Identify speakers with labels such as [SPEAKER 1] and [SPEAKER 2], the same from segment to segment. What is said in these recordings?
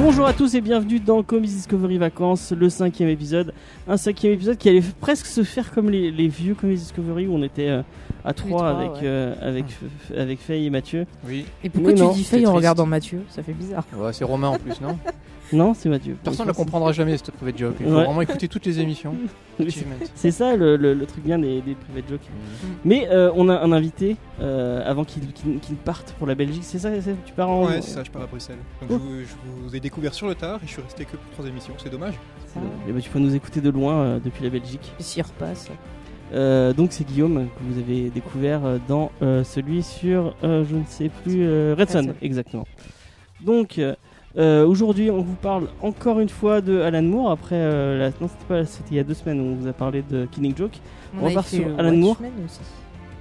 [SPEAKER 1] Bonjour à tous et bienvenue dans Comics Discovery Vacances, le cinquième épisode. Un cinquième épisode qui allait presque se faire comme les, les vieux Comics Discovery où on était euh, à trois,
[SPEAKER 2] trois,
[SPEAKER 1] avec,
[SPEAKER 2] ouais.
[SPEAKER 1] euh, avec, F- avec Faye et Mathieu.
[SPEAKER 3] Oui.
[SPEAKER 2] Et pourquoi
[SPEAKER 1] Mais
[SPEAKER 2] tu
[SPEAKER 1] non,
[SPEAKER 2] dis
[SPEAKER 1] c'était
[SPEAKER 2] Faye en
[SPEAKER 1] triste.
[SPEAKER 2] regardant Mathieu Ça fait bizarre.
[SPEAKER 3] Ouais, c'est Romain en plus, non
[SPEAKER 1] Non, c'est Mathieu.
[SPEAKER 3] Personne ne la comprendra jamais cette private joke. Il faut
[SPEAKER 1] Ouais.
[SPEAKER 3] vraiment écouter toutes les émissions. Achievement.
[SPEAKER 1] C'est ça le, le- le truc bien des, des private jokes. Mais euh, on a un invité euh, avant qu'il qu'il- qu'il parte pour la Belgique. C'est ça, c'est ça Tu pars en.
[SPEAKER 4] Ouais, c'est ça, je pars à Bruxelles. Donc je
[SPEAKER 1] Oh.
[SPEAKER 4] vous, je vous ai découvert sur le tard et je suis resté que pour trois émissions, c'est dommage.
[SPEAKER 1] C'est dommage. Eh ben, tu peux nous écouter de loin euh, depuis la Belgique.
[SPEAKER 2] S'il repasse.
[SPEAKER 1] Euh, donc c'est Guillaume que vous avez découvert euh, dans euh, celui sur euh, je ne sais plus euh, Redson,
[SPEAKER 2] Redson.
[SPEAKER 1] exactement. Donc euh, euh, aujourd'hui on vous parle encore une fois de Alan Moore après euh, la... non c'était pas c'était il y a deux semaines où on vous a parlé de Killing Joke On
[SPEAKER 2] On, avait
[SPEAKER 1] repart
[SPEAKER 2] fait,
[SPEAKER 1] sur
[SPEAKER 2] euh,
[SPEAKER 1] Alan Moore.
[SPEAKER 2] Watchmen aussi.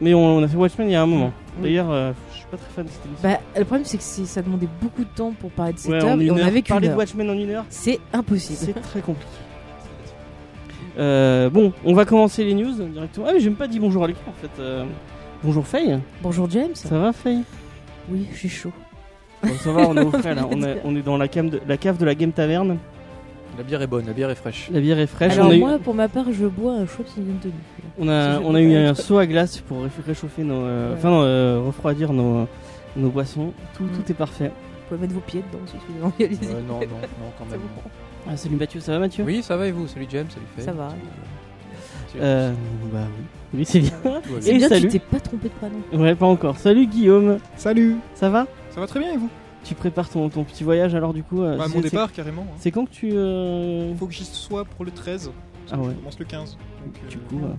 [SPEAKER 1] mais on, on a fait Watchmen il y a un moment.
[SPEAKER 2] Mm.
[SPEAKER 1] D'ailleurs euh, je suis pas très fan de cette émission.
[SPEAKER 2] Bah, le problème, c'est que c'est- ça demandait beaucoup de temps pour parler de cette
[SPEAKER 1] Ouais, en
[SPEAKER 2] œuvre et
[SPEAKER 1] une
[SPEAKER 2] on
[SPEAKER 1] heure.
[SPEAKER 2] avait qu'une
[SPEAKER 1] parler de
[SPEAKER 2] heure.
[SPEAKER 1] Watchmen en une heure.
[SPEAKER 2] C'est impossible.
[SPEAKER 1] C'est très compliqué. Euh, bon, on va commencer les news directement. Ah, mais j'ai même pas dit bonjour à l'équipe en fait. Euh, bonjour Faye,
[SPEAKER 2] Bonjour James.
[SPEAKER 1] ça va Faye
[SPEAKER 2] Oui, j'ai chaud.
[SPEAKER 1] Bon, ça va, on est au frais là. On, est- on est dans la, cam de, la cave de la Game Taverne.
[SPEAKER 3] La bière est bonne, la bière est fraîche.
[SPEAKER 1] La bière est fraîche.
[SPEAKER 2] Alors
[SPEAKER 1] on a, eu,
[SPEAKER 2] moi, pour ma part, je bois un chaud qui vient de
[SPEAKER 1] on a,
[SPEAKER 2] si je
[SPEAKER 1] on a eu
[SPEAKER 2] peux-
[SPEAKER 1] un seau à glace pour réf- réchauffer nos. euh,
[SPEAKER 2] Ouais.
[SPEAKER 1] Enfin, non, euh, refroidir nos, nos boissons. Tout,
[SPEAKER 2] Mm.
[SPEAKER 1] tout est parfait.
[SPEAKER 2] Vous pouvez mettre vos pieds dedans si vous avez envie
[SPEAKER 3] Euh, non, non, non, quand même.
[SPEAKER 1] Ah, salut Mathieu, ça va Mathieu
[SPEAKER 3] Oui, ça va et vous Salut James, salut Faye.
[SPEAKER 2] Ça va.
[SPEAKER 3] Salut-
[SPEAKER 1] Euh, bah oui. Oui, c'est bien.
[SPEAKER 3] Tout va bien.
[SPEAKER 2] C'est
[SPEAKER 1] Et
[SPEAKER 2] bien que
[SPEAKER 1] salut.
[SPEAKER 2] tu t'es pas trompé de prénom.
[SPEAKER 1] Ouais, pas encore. Salut Guillaume,
[SPEAKER 4] Salut
[SPEAKER 1] ça va
[SPEAKER 4] Ça va très bien et vous
[SPEAKER 1] Tu prépares ton, ton petit voyage alors du coup euh,
[SPEAKER 4] Bah,
[SPEAKER 1] c'est-
[SPEAKER 4] Mon
[SPEAKER 1] c'est-
[SPEAKER 4] départ carrément. hein.
[SPEAKER 1] C'est quand que tu. euh,
[SPEAKER 4] Faut que j'y sois pour le 13. parce
[SPEAKER 1] Ah
[SPEAKER 4] que
[SPEAKER 1] ouais.
[SPEAKER 4] Je commence le 15. Donc, euh,
[SPEAKER 1] Du coup, euh,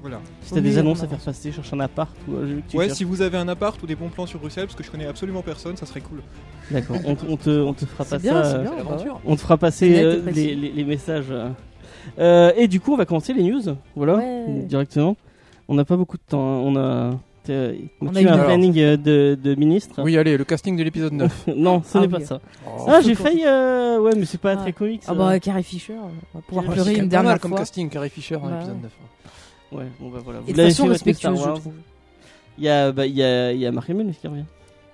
[SPEAKER 4] voilà.
[SPEAKER 1] si t'as
[SPEAKER 2] mieux,
[SPEAKER 1] des annonces
[SPEAKER 2] on
[SPEAKER 1] à faire passer, cherche un appart ou euh, je veux que tu
[SPEAKER 4] Ouais,
[SPEAKER 1] cherches-
[SPEAKER 4] si vous avez un appart ou des bons plans sur Bruxelles, parce que je connais absolument personne, ça serait cool.
[SPEAKER 1] D'accord, on, te- on te, on te fera pas
[SPEAKER 2] C'est bien,
[SPEAKER 1] ça.
[SPEAKER 2] c'est
[SPEAKER 1] euh,
[SPEAKER 2] bien. bah
[SPEAKER 3] C'est
[SPEAKER 2] ouais.
[SPEAKER 3] l'aventure.
[SPEAKER 1] On te fera passer
[SPEAKER 2] Net et
[SPEAKER 1] euh,
[SPEAKER 2] précis.
[SPEAKER 1] les, les- les messages. euh. Euh, et du coup, on va commencer les news. Voilà,
[SPEAKER 2] Ouais.
[SPEAKER 1] directement. On n'a pas beaucoup de temps. hein. On a, t'es-
[SPEAKER 2] On
[SPEAKER 1] tu
[SPEAKER 2] a
[SPEAKER 1] as
[SPEAKER 2] une
[SPEAKER 1] un
[SPEAKER 3] heure.
[SPEAKER 1] planning euh, de, de ministre.
[SPEAKER 3] Oui, allez, le casting de l'épisode 9.
[SPEAKER 1] non, ce
[SPEAKER 2] Ah
[SPEAKER 1] n'est
[SPEAKER 2] oui.
[SPEAKER 1] pas ça.
[SPEAKER 3] Oh,
[SPEAKER 1] Ah,
[SPEAKER 2] faut
[SPEAKER 1] j'ai
[SPEAKER 2] qu'on-
[SPEAKER 1] failli. euh, Ouais, mais c'est pas
[SPEAKER 2] Ah.
[SPEAKER 1] très comique. ça.
[SPEAKER 2] Ah bah Carrie Fisher, on va pouvoir
[SPEAKER 1] Carrie
[SPEAKER 2] pleurer
[SPEAKER 3] c'est
[SPEAKER 2] une
[SPEAKER 3] pas mal
[SPEAKER 2] dernière
[SPEAKER 3] comme
[SPEAKER 2] fois.
[SPEAKER 3] casting, Carrie Fisher, hein,
[SPEAKER 2] Bah
[SPEAKER 3] l'épisode
[SPEAKER 2] ouais.
[SPEAKER 3] 9.
[SPEAKER 1] Ouais, bon bah voilà.
[SPEAKER 2] Et
[SPEAKER 1] Vous
[SPEAKER 2] de
[SPEAKER 1] l'avez
[SPEAKER 2] façon
[SPEAKER 1] fait, votre Star
[SPEAKER 2] respectueuse, je
[SPEAKER 1] Wars.
[SPEAKER 2] trouve.
[SPEAKER 1] Il y a, bah, il y a, il y a Mark Hamill qui revient.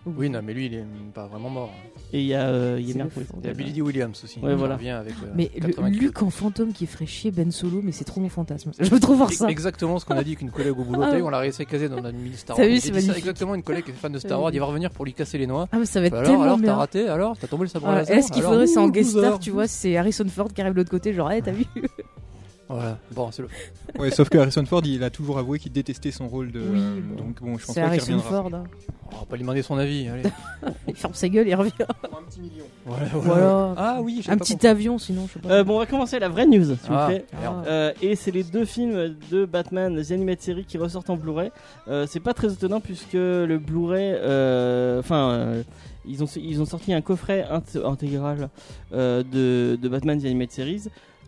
[SPEAKER 3] Oui, non, mais lui, il est pas vraiment mort.
[SPEAKER 1] Et il y a, euh, il y a
[SPEAKER 2] C'est le
[SPEAKER 1] Mercury.
[SPEAKER 2] fond.
[SPEAKER 3] Il y a Billy Dee Williams aussi.
[SPEAKER 1] Ouais,
[SPEAKER 3] qui
[SPEAKER 1] voilà.
[SPEAKER 3] revient avec. euh,
[SPEAKER 2] Mais le
[SPEAKER 3] 88.
[SPEAKER 2] Luc en fantôme qui ferait chier Ben Solo, mais c'est trop mon fantasme. Je veux trop voir ça.
[SPEAKER 3] Exactement ce qu'on a dit qu'une collègue au boulot,
[SPEAKER 2] Ah.
[SPEAKER 3] t'as vu, on l'a réussi à caser dans notre mini Star
[SPEAKER 2] T'as
[SPEAKER 3] Wars.
[SPEAKER 2] vu,
[SPEAKER 3] J'ai
[SPEAKER 2] c'est
[SPEAKER 3] dit ça
[SPEAKER 2] magnifique.
[SPEAKER 3] exactement une collègue qui est fan de Star
[SPEAKER 2] Oui.
[SPEAKER 3] Wars, il va revenir pour lui casser les noix.
[SPEAKER 2] Ah mais ça va être
[SPEAKER 3] Bah
[SPEAKER 2] tellement
[SPEAKER 3] alors, alors, t'as
[SPEAKER 2] bien.
[SPEAKER 3] raté, alors, t'as tombé le sabre
[SPEAKER 2] Ah,
[SPEAKER 3] laser.
[SPEAKER 2] Est-ce qu'il
[SPEAKER 3] alors
[SPEAKER 2] faudrait, c'est en
[SPEAKER 3] Ouh,
[SPEAKER 2] guest
[SPEAKER 3] loser.
[SPEAKER 2] star, tu vois, c'est Harrison Ford qui arrive de l'autre côté, genre, hey, t'as vu
[SPEAKER 3] Voilà. Bon, c'est le.
[SPEAKER 4] Ouais, sauf que Harrison Ford, il a toujours avoué qu'il détestait son rôle de.
[SPEAKER 2] Oui,
[SPEAKER 4] euh,
[SPEAKER 2] bon.
[SPEAKER 4] donc bon, je pense
[SPEAKER 2] C'est
[SPEAKER 4] pas qu'il
[SPEAKER 2] Harrison
[SPEAKER 4] reviendra.
[SPEAKER 2] Ford. hein.
[SPEAKER 3] On va pas lui demander son avis. Allez.
[SPEAKER 2] Il ferme sa gueule, il revient.
[SPEAKER 4] Pour un petit million.
[SPEAKER 3] Voilà.
[SPEAKER 2] Voilà.
[SPEAKER 3] Ah oui, j'ai
[SPEAKER 2] Un
[SPEAKER 3] pas
[SPEAKER 2] petit
[SPEAKER 3] compris.
[SPEAKER 2] avion, sinon, je sais pas.
[SPEAKER 1] Euh, bon, on va commencer la vraie news, s'il vous
[SPEAKER 3] Ah,
[SPEAKER 1] plaît.
[SPEAKER 3] merde.
[SPEAKER 2] Ah.
[SPEAKER 1] Euh, et c'est les deux films de Batman, les animés de série qui ressortent en Blu-ray. Euh, c'est pas très étonnant puisque le Blu-ray, euh, enfin, euh, ils ont ils ont sorti un coffret int- intégral euh, de, de Batman The Animated Series,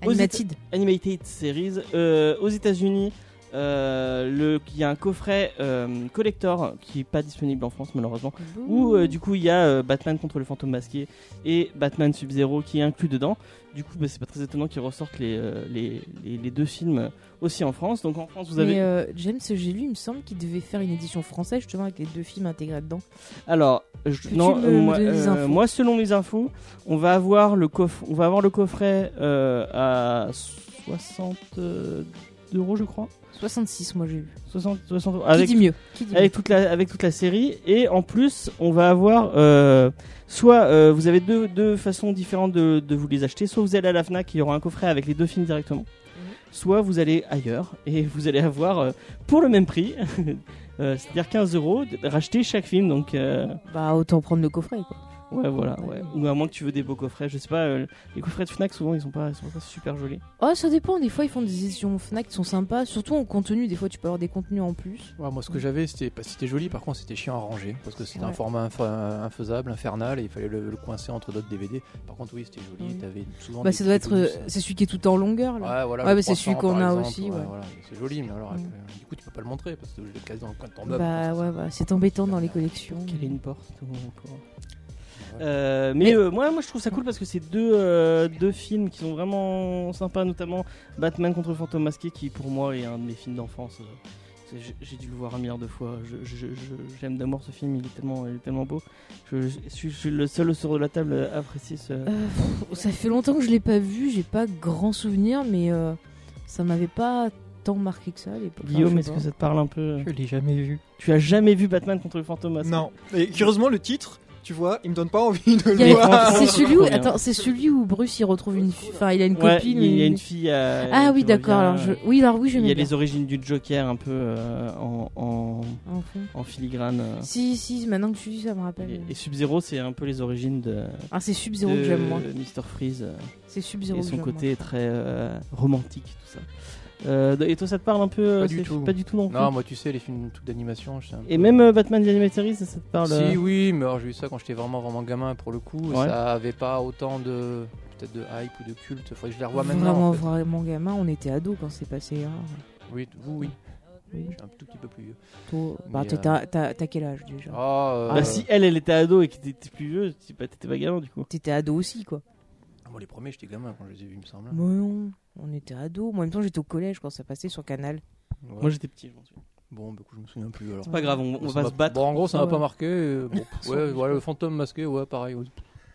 [SPEAKER 1] aux
[SPEAKER 2] Animated.
[SPEAKER 1] Animated Series euh, aux États-Unis. euh, le- Il y a un coffret euh, collector qui est pas disponible en France malheureusement. Où euh, du coup il y a euh, Batman contre le fantôme masqué et Batman Sub-Zero qui est inclus dedans. Du coup, bah, c'est pas très étonnant qu'ils ressortent les, euh, les, les- les deux films aussi en France. Donc en France, vous avez.
[SPEAKER 2] Mais euh, James, j'ai lu, il me semble qu'il devait faire une édition française justement avec les deux films intégrés dedans.
[SPEAKER 1] Alors, je-
[SPEAKER 2] euh, Peux-tu
[SPEAKER 1] non,
[SPEAKER 2] me
[SPEAKER 1] euh, moi,
[SPEAKER 2] donner des
[SPEAKER 1] euh,
[SPEAKER 2] infos
[SPEAKER 1] moi, selon mes infos, on va avoir le, coff- on va avoir le coffret euh, à 60 euh, euros, je crois.
[SPEAKER 2] 66, moi j'ai lu.
[SPEAKER 1] 60, 60 euros.
[SPEAKER 2] Qui dit mieux Qui dit
[SPEAKER 1] avec toute la avec toute la série et en plus on va avoir euh, soit euh, vous avez deux, deux façons différentes de, de vous les acheter soit vous allez à la Fnac il y aura un coffret avec les deux films directement soit vous allez ailleurs et vous allez avoir euh, pour le même prix euh, c'est-à-dire 15 euros de- racheter chaque film donc euh,
[SPEAKER 2] mieux Bah, autant prendre le coffret, quoi.
[SPEAKER 1] Ouais, voilà, ouais. Ou à moins que tu veux des beaux coffrets, je sais pas. euh, les coffrets de Fnac, souvent, ils sont pas, ils sont pas super jolis.
[SPEAKER 2] Oh, ça dépend. Des fois, ils font des éditions Fnac qui sont sympas. Surtout en contenu. Des fois, tu peux avoir des contenus en plus.
[SPEAKER 3] Ouais, moi, ce que j'avais, c'était pas c'était joli, par contre, c'était chiant à ranger parce que c'était un
[SPEAKER 2] Mm. Ouais.
[SPEAKER 3] format infa- infaisable, infernal, et il fallait le, le coincer entre d'autres DVD. Par contre, oui, c'était joli.
[SPEAKER 2] Oui.
[SPEAKER 3] T'avais souvent.
[SPEAKER 2] Bah,
[SPEAKER 3] des
[SPEAKER 2] ça doit
[SPEAKER 3] petits
[SPEAKER 2] être.
[SPEAKER 3] bonus.
[SPEAKER 2] euh, C'est celui qui est tout en longueur, là.
[SPEAKER 3] Ouais, voilà.
[SPEAKER 2] Ouais,
[SPEAKER 3] le
[SPEAKER 2] mais c'est celui
[SPEAKER 3] 300,
[SPEAKER 2] qu'on
[SPEAKER 3] par
[SPEAKER 2] a
[SPEAKER 3] exemple,
[SPEAKER 2] aussi, ouais.
[SPEAKER 3] voilà, c'est joli, mais alors
[SPEAKER 2] Mm.
[SPEAKER 3] euh, du coup, tu peux pas le montrer parce que je le casse dans le coin de ton meuble.
[SPEAKER 2] Bah, ouais, ouais. C'est embêtant dans les collections.
[SPEAKER 1] Quelle est une porte ou encore. Euh, mais euh, moi, moi, je trouve ça cool parce que c'est deux, euh, deux films qui sont vraiment sympas, notamment Batman contre le fantôme masqué, qui pour moi est un de mes films d'enfance. euh, c'est- j'ai- J'ai dû le voir un milliard de fois. Je- je- je- J'aime d'amour ce film, il est tellement, il est tellement beau. Je, je suis, je suis le seul autour de la table à apprécier ce.
[SPEAKER 2] Euh, pff, ça fait longtemps que je l'ai pas vu. J'ai pas grand souvenir, mais euh, ça m'avait pas tant marqué que ça à l'époque. Enfin,
[SPEAKER 1] Guillaume,
[SPEAKER 2] je
[SPEAKER 1] est-ce
[SPEAKER 2] sais
[SPEAKER 1] que
[SPEAKER 2] pas.
[SPEAKER 1] ça te parle un peu euh
[SPEAKER 5] Je l'ai jamais vu.
[SPEAKER 1] Tu as jamais vu Batman contre le fantôme masqué
[SPEAKER 4] Non. Et curieusement, le titre, tu vois, il me donne pas envie de
[SPEAKER 2] Il y
[SPEAKER 4] le
[SPEAKER 2] a-
[SPEAKER 4] voir.
[SPEAKER 2] C'est celui où
[SPEAKER 1] Trop bien.
[SPEAKER 2] attends, c'est celui où Bruce il retrouve une, fi- enfin il a une
[SPEAKER 1] Ouais,
[SPEAKER 2] copine.
[SPEAKER 1] il y a
[SPEAKER 2] une-
[SPEAKER 1] une fille. euh,
[SPEAKER 2] Ah oui
[SPEAKER 1] qui
[SPEAKER 2] d'accord.
[SPEAKER 1] revient, euh,
[SPEAKER 2] Alors je... oui alors oui je
[SPEAKER 1] Il y
[SPEAKER 2] mets
[SPEAKER 1] a les origines du Joker un peu euh, en, en, en filigrane. euh.
[SPEAKER 2] Ah, Si si maintenant que tu dis ça me rappelle.
[SPEAKER 1] Et, et Sub-Zero, c'est un peu les origines de,
[SPEAKER 2] Ah c'est Sub
[SPEAKER 1] de
[SPEAKER 2] Zero que j'aime moi.
[SPEAKER 1] Mr. Freeze euh,
[SPEAKER 2] C'est Sub Zero.
[SPEAKER 1] et son côté très euh, romantique, tout ça. Euh, et toi, ça te parle un peu euh,
[SPEAKER 3] Pas du
[SPEAKER 1] c'est-
[SPEAKER 3] tout.
[SPEAKER 1] Pas du tout non, plus.
[SPEAKER 3] Non, moi, tu sais, les films tout d'animation, je sais un
[SPEAKER 1] Et
[SPEAKER 3] peu-
[SPEAKER 1] même euh, Batman The Animated Series, ça, ça te parle
[SPEAKER 3] Si
[SPEAKER 1] euh,
[SPEAKER 3] oui, mais alors j'ai eu ça quand j'étais vraiment vraiment gamin pour le coup,
[SPEAKER 1] Ouais.
[SPEAKER 3] ça avait pas autant de peut-être de hype ou de culte. Faudrait que je les revoie maintenant.
[SPEAKER 2] Vraiment
[SPEAKER 3] en fait.
[SPEAKER 2] vraiment gamin on était ados quand c'est passé. hein.
[SPEAKER 3] Oui, t- vous oui.
[SPEAKER 2] Oui.
[SPEAKER 3] Je suis un tout petit peu plus vieux.
[SPEAKER 2] Toi, bah,
[SPEAKER 3] Mais,
[SPEAKER 2] t'es-
[SPEAKER 3] euh,
[SPEAKER 2] t'as- t'as t'as quel âge déjà
[SPEAKER 3] Ah, euh,
[SPEAKER 1] Bah, si elle, elle était ado et que t'étais plus vieux, tu- bah, t'étais pas gamin du coup.
[SPEAKER 2] T'étais ado aussi quoi.
[SPEAKER 3] ah, moi, les premiers j'étais gamin quand je les ai vus, il me
[SPEAKER 1] Mmh.
[SPEAKER 3] semble. hein.
[SPEAKER 2] Mais non on était ado. Moi en même temps j'étais au collège quand ça passait sur Canal.
[SPEAKER 3] Ouais.
[SPEAKER 1] Moi, j'étais petit, je m'en souviens.
[SPEAKER 3] Bon, du coup, je me souviens plus alors.
[SPEAKER 1] C'est pas grave, on, on
[SPEAKER 3] Ça
[SPEAKER 1] va
[SPEAKER 3] m'a-
[SPEAKER 1] se battre.
[SPEAKER 3] Bon, en gros, ça m'a
[SPEAKER 2] Ouais.
[SPEAKER 3] pas marqué. euh, bon, pff, ouais, voilà, le fantôme masqué, ouais, pareil. ouais.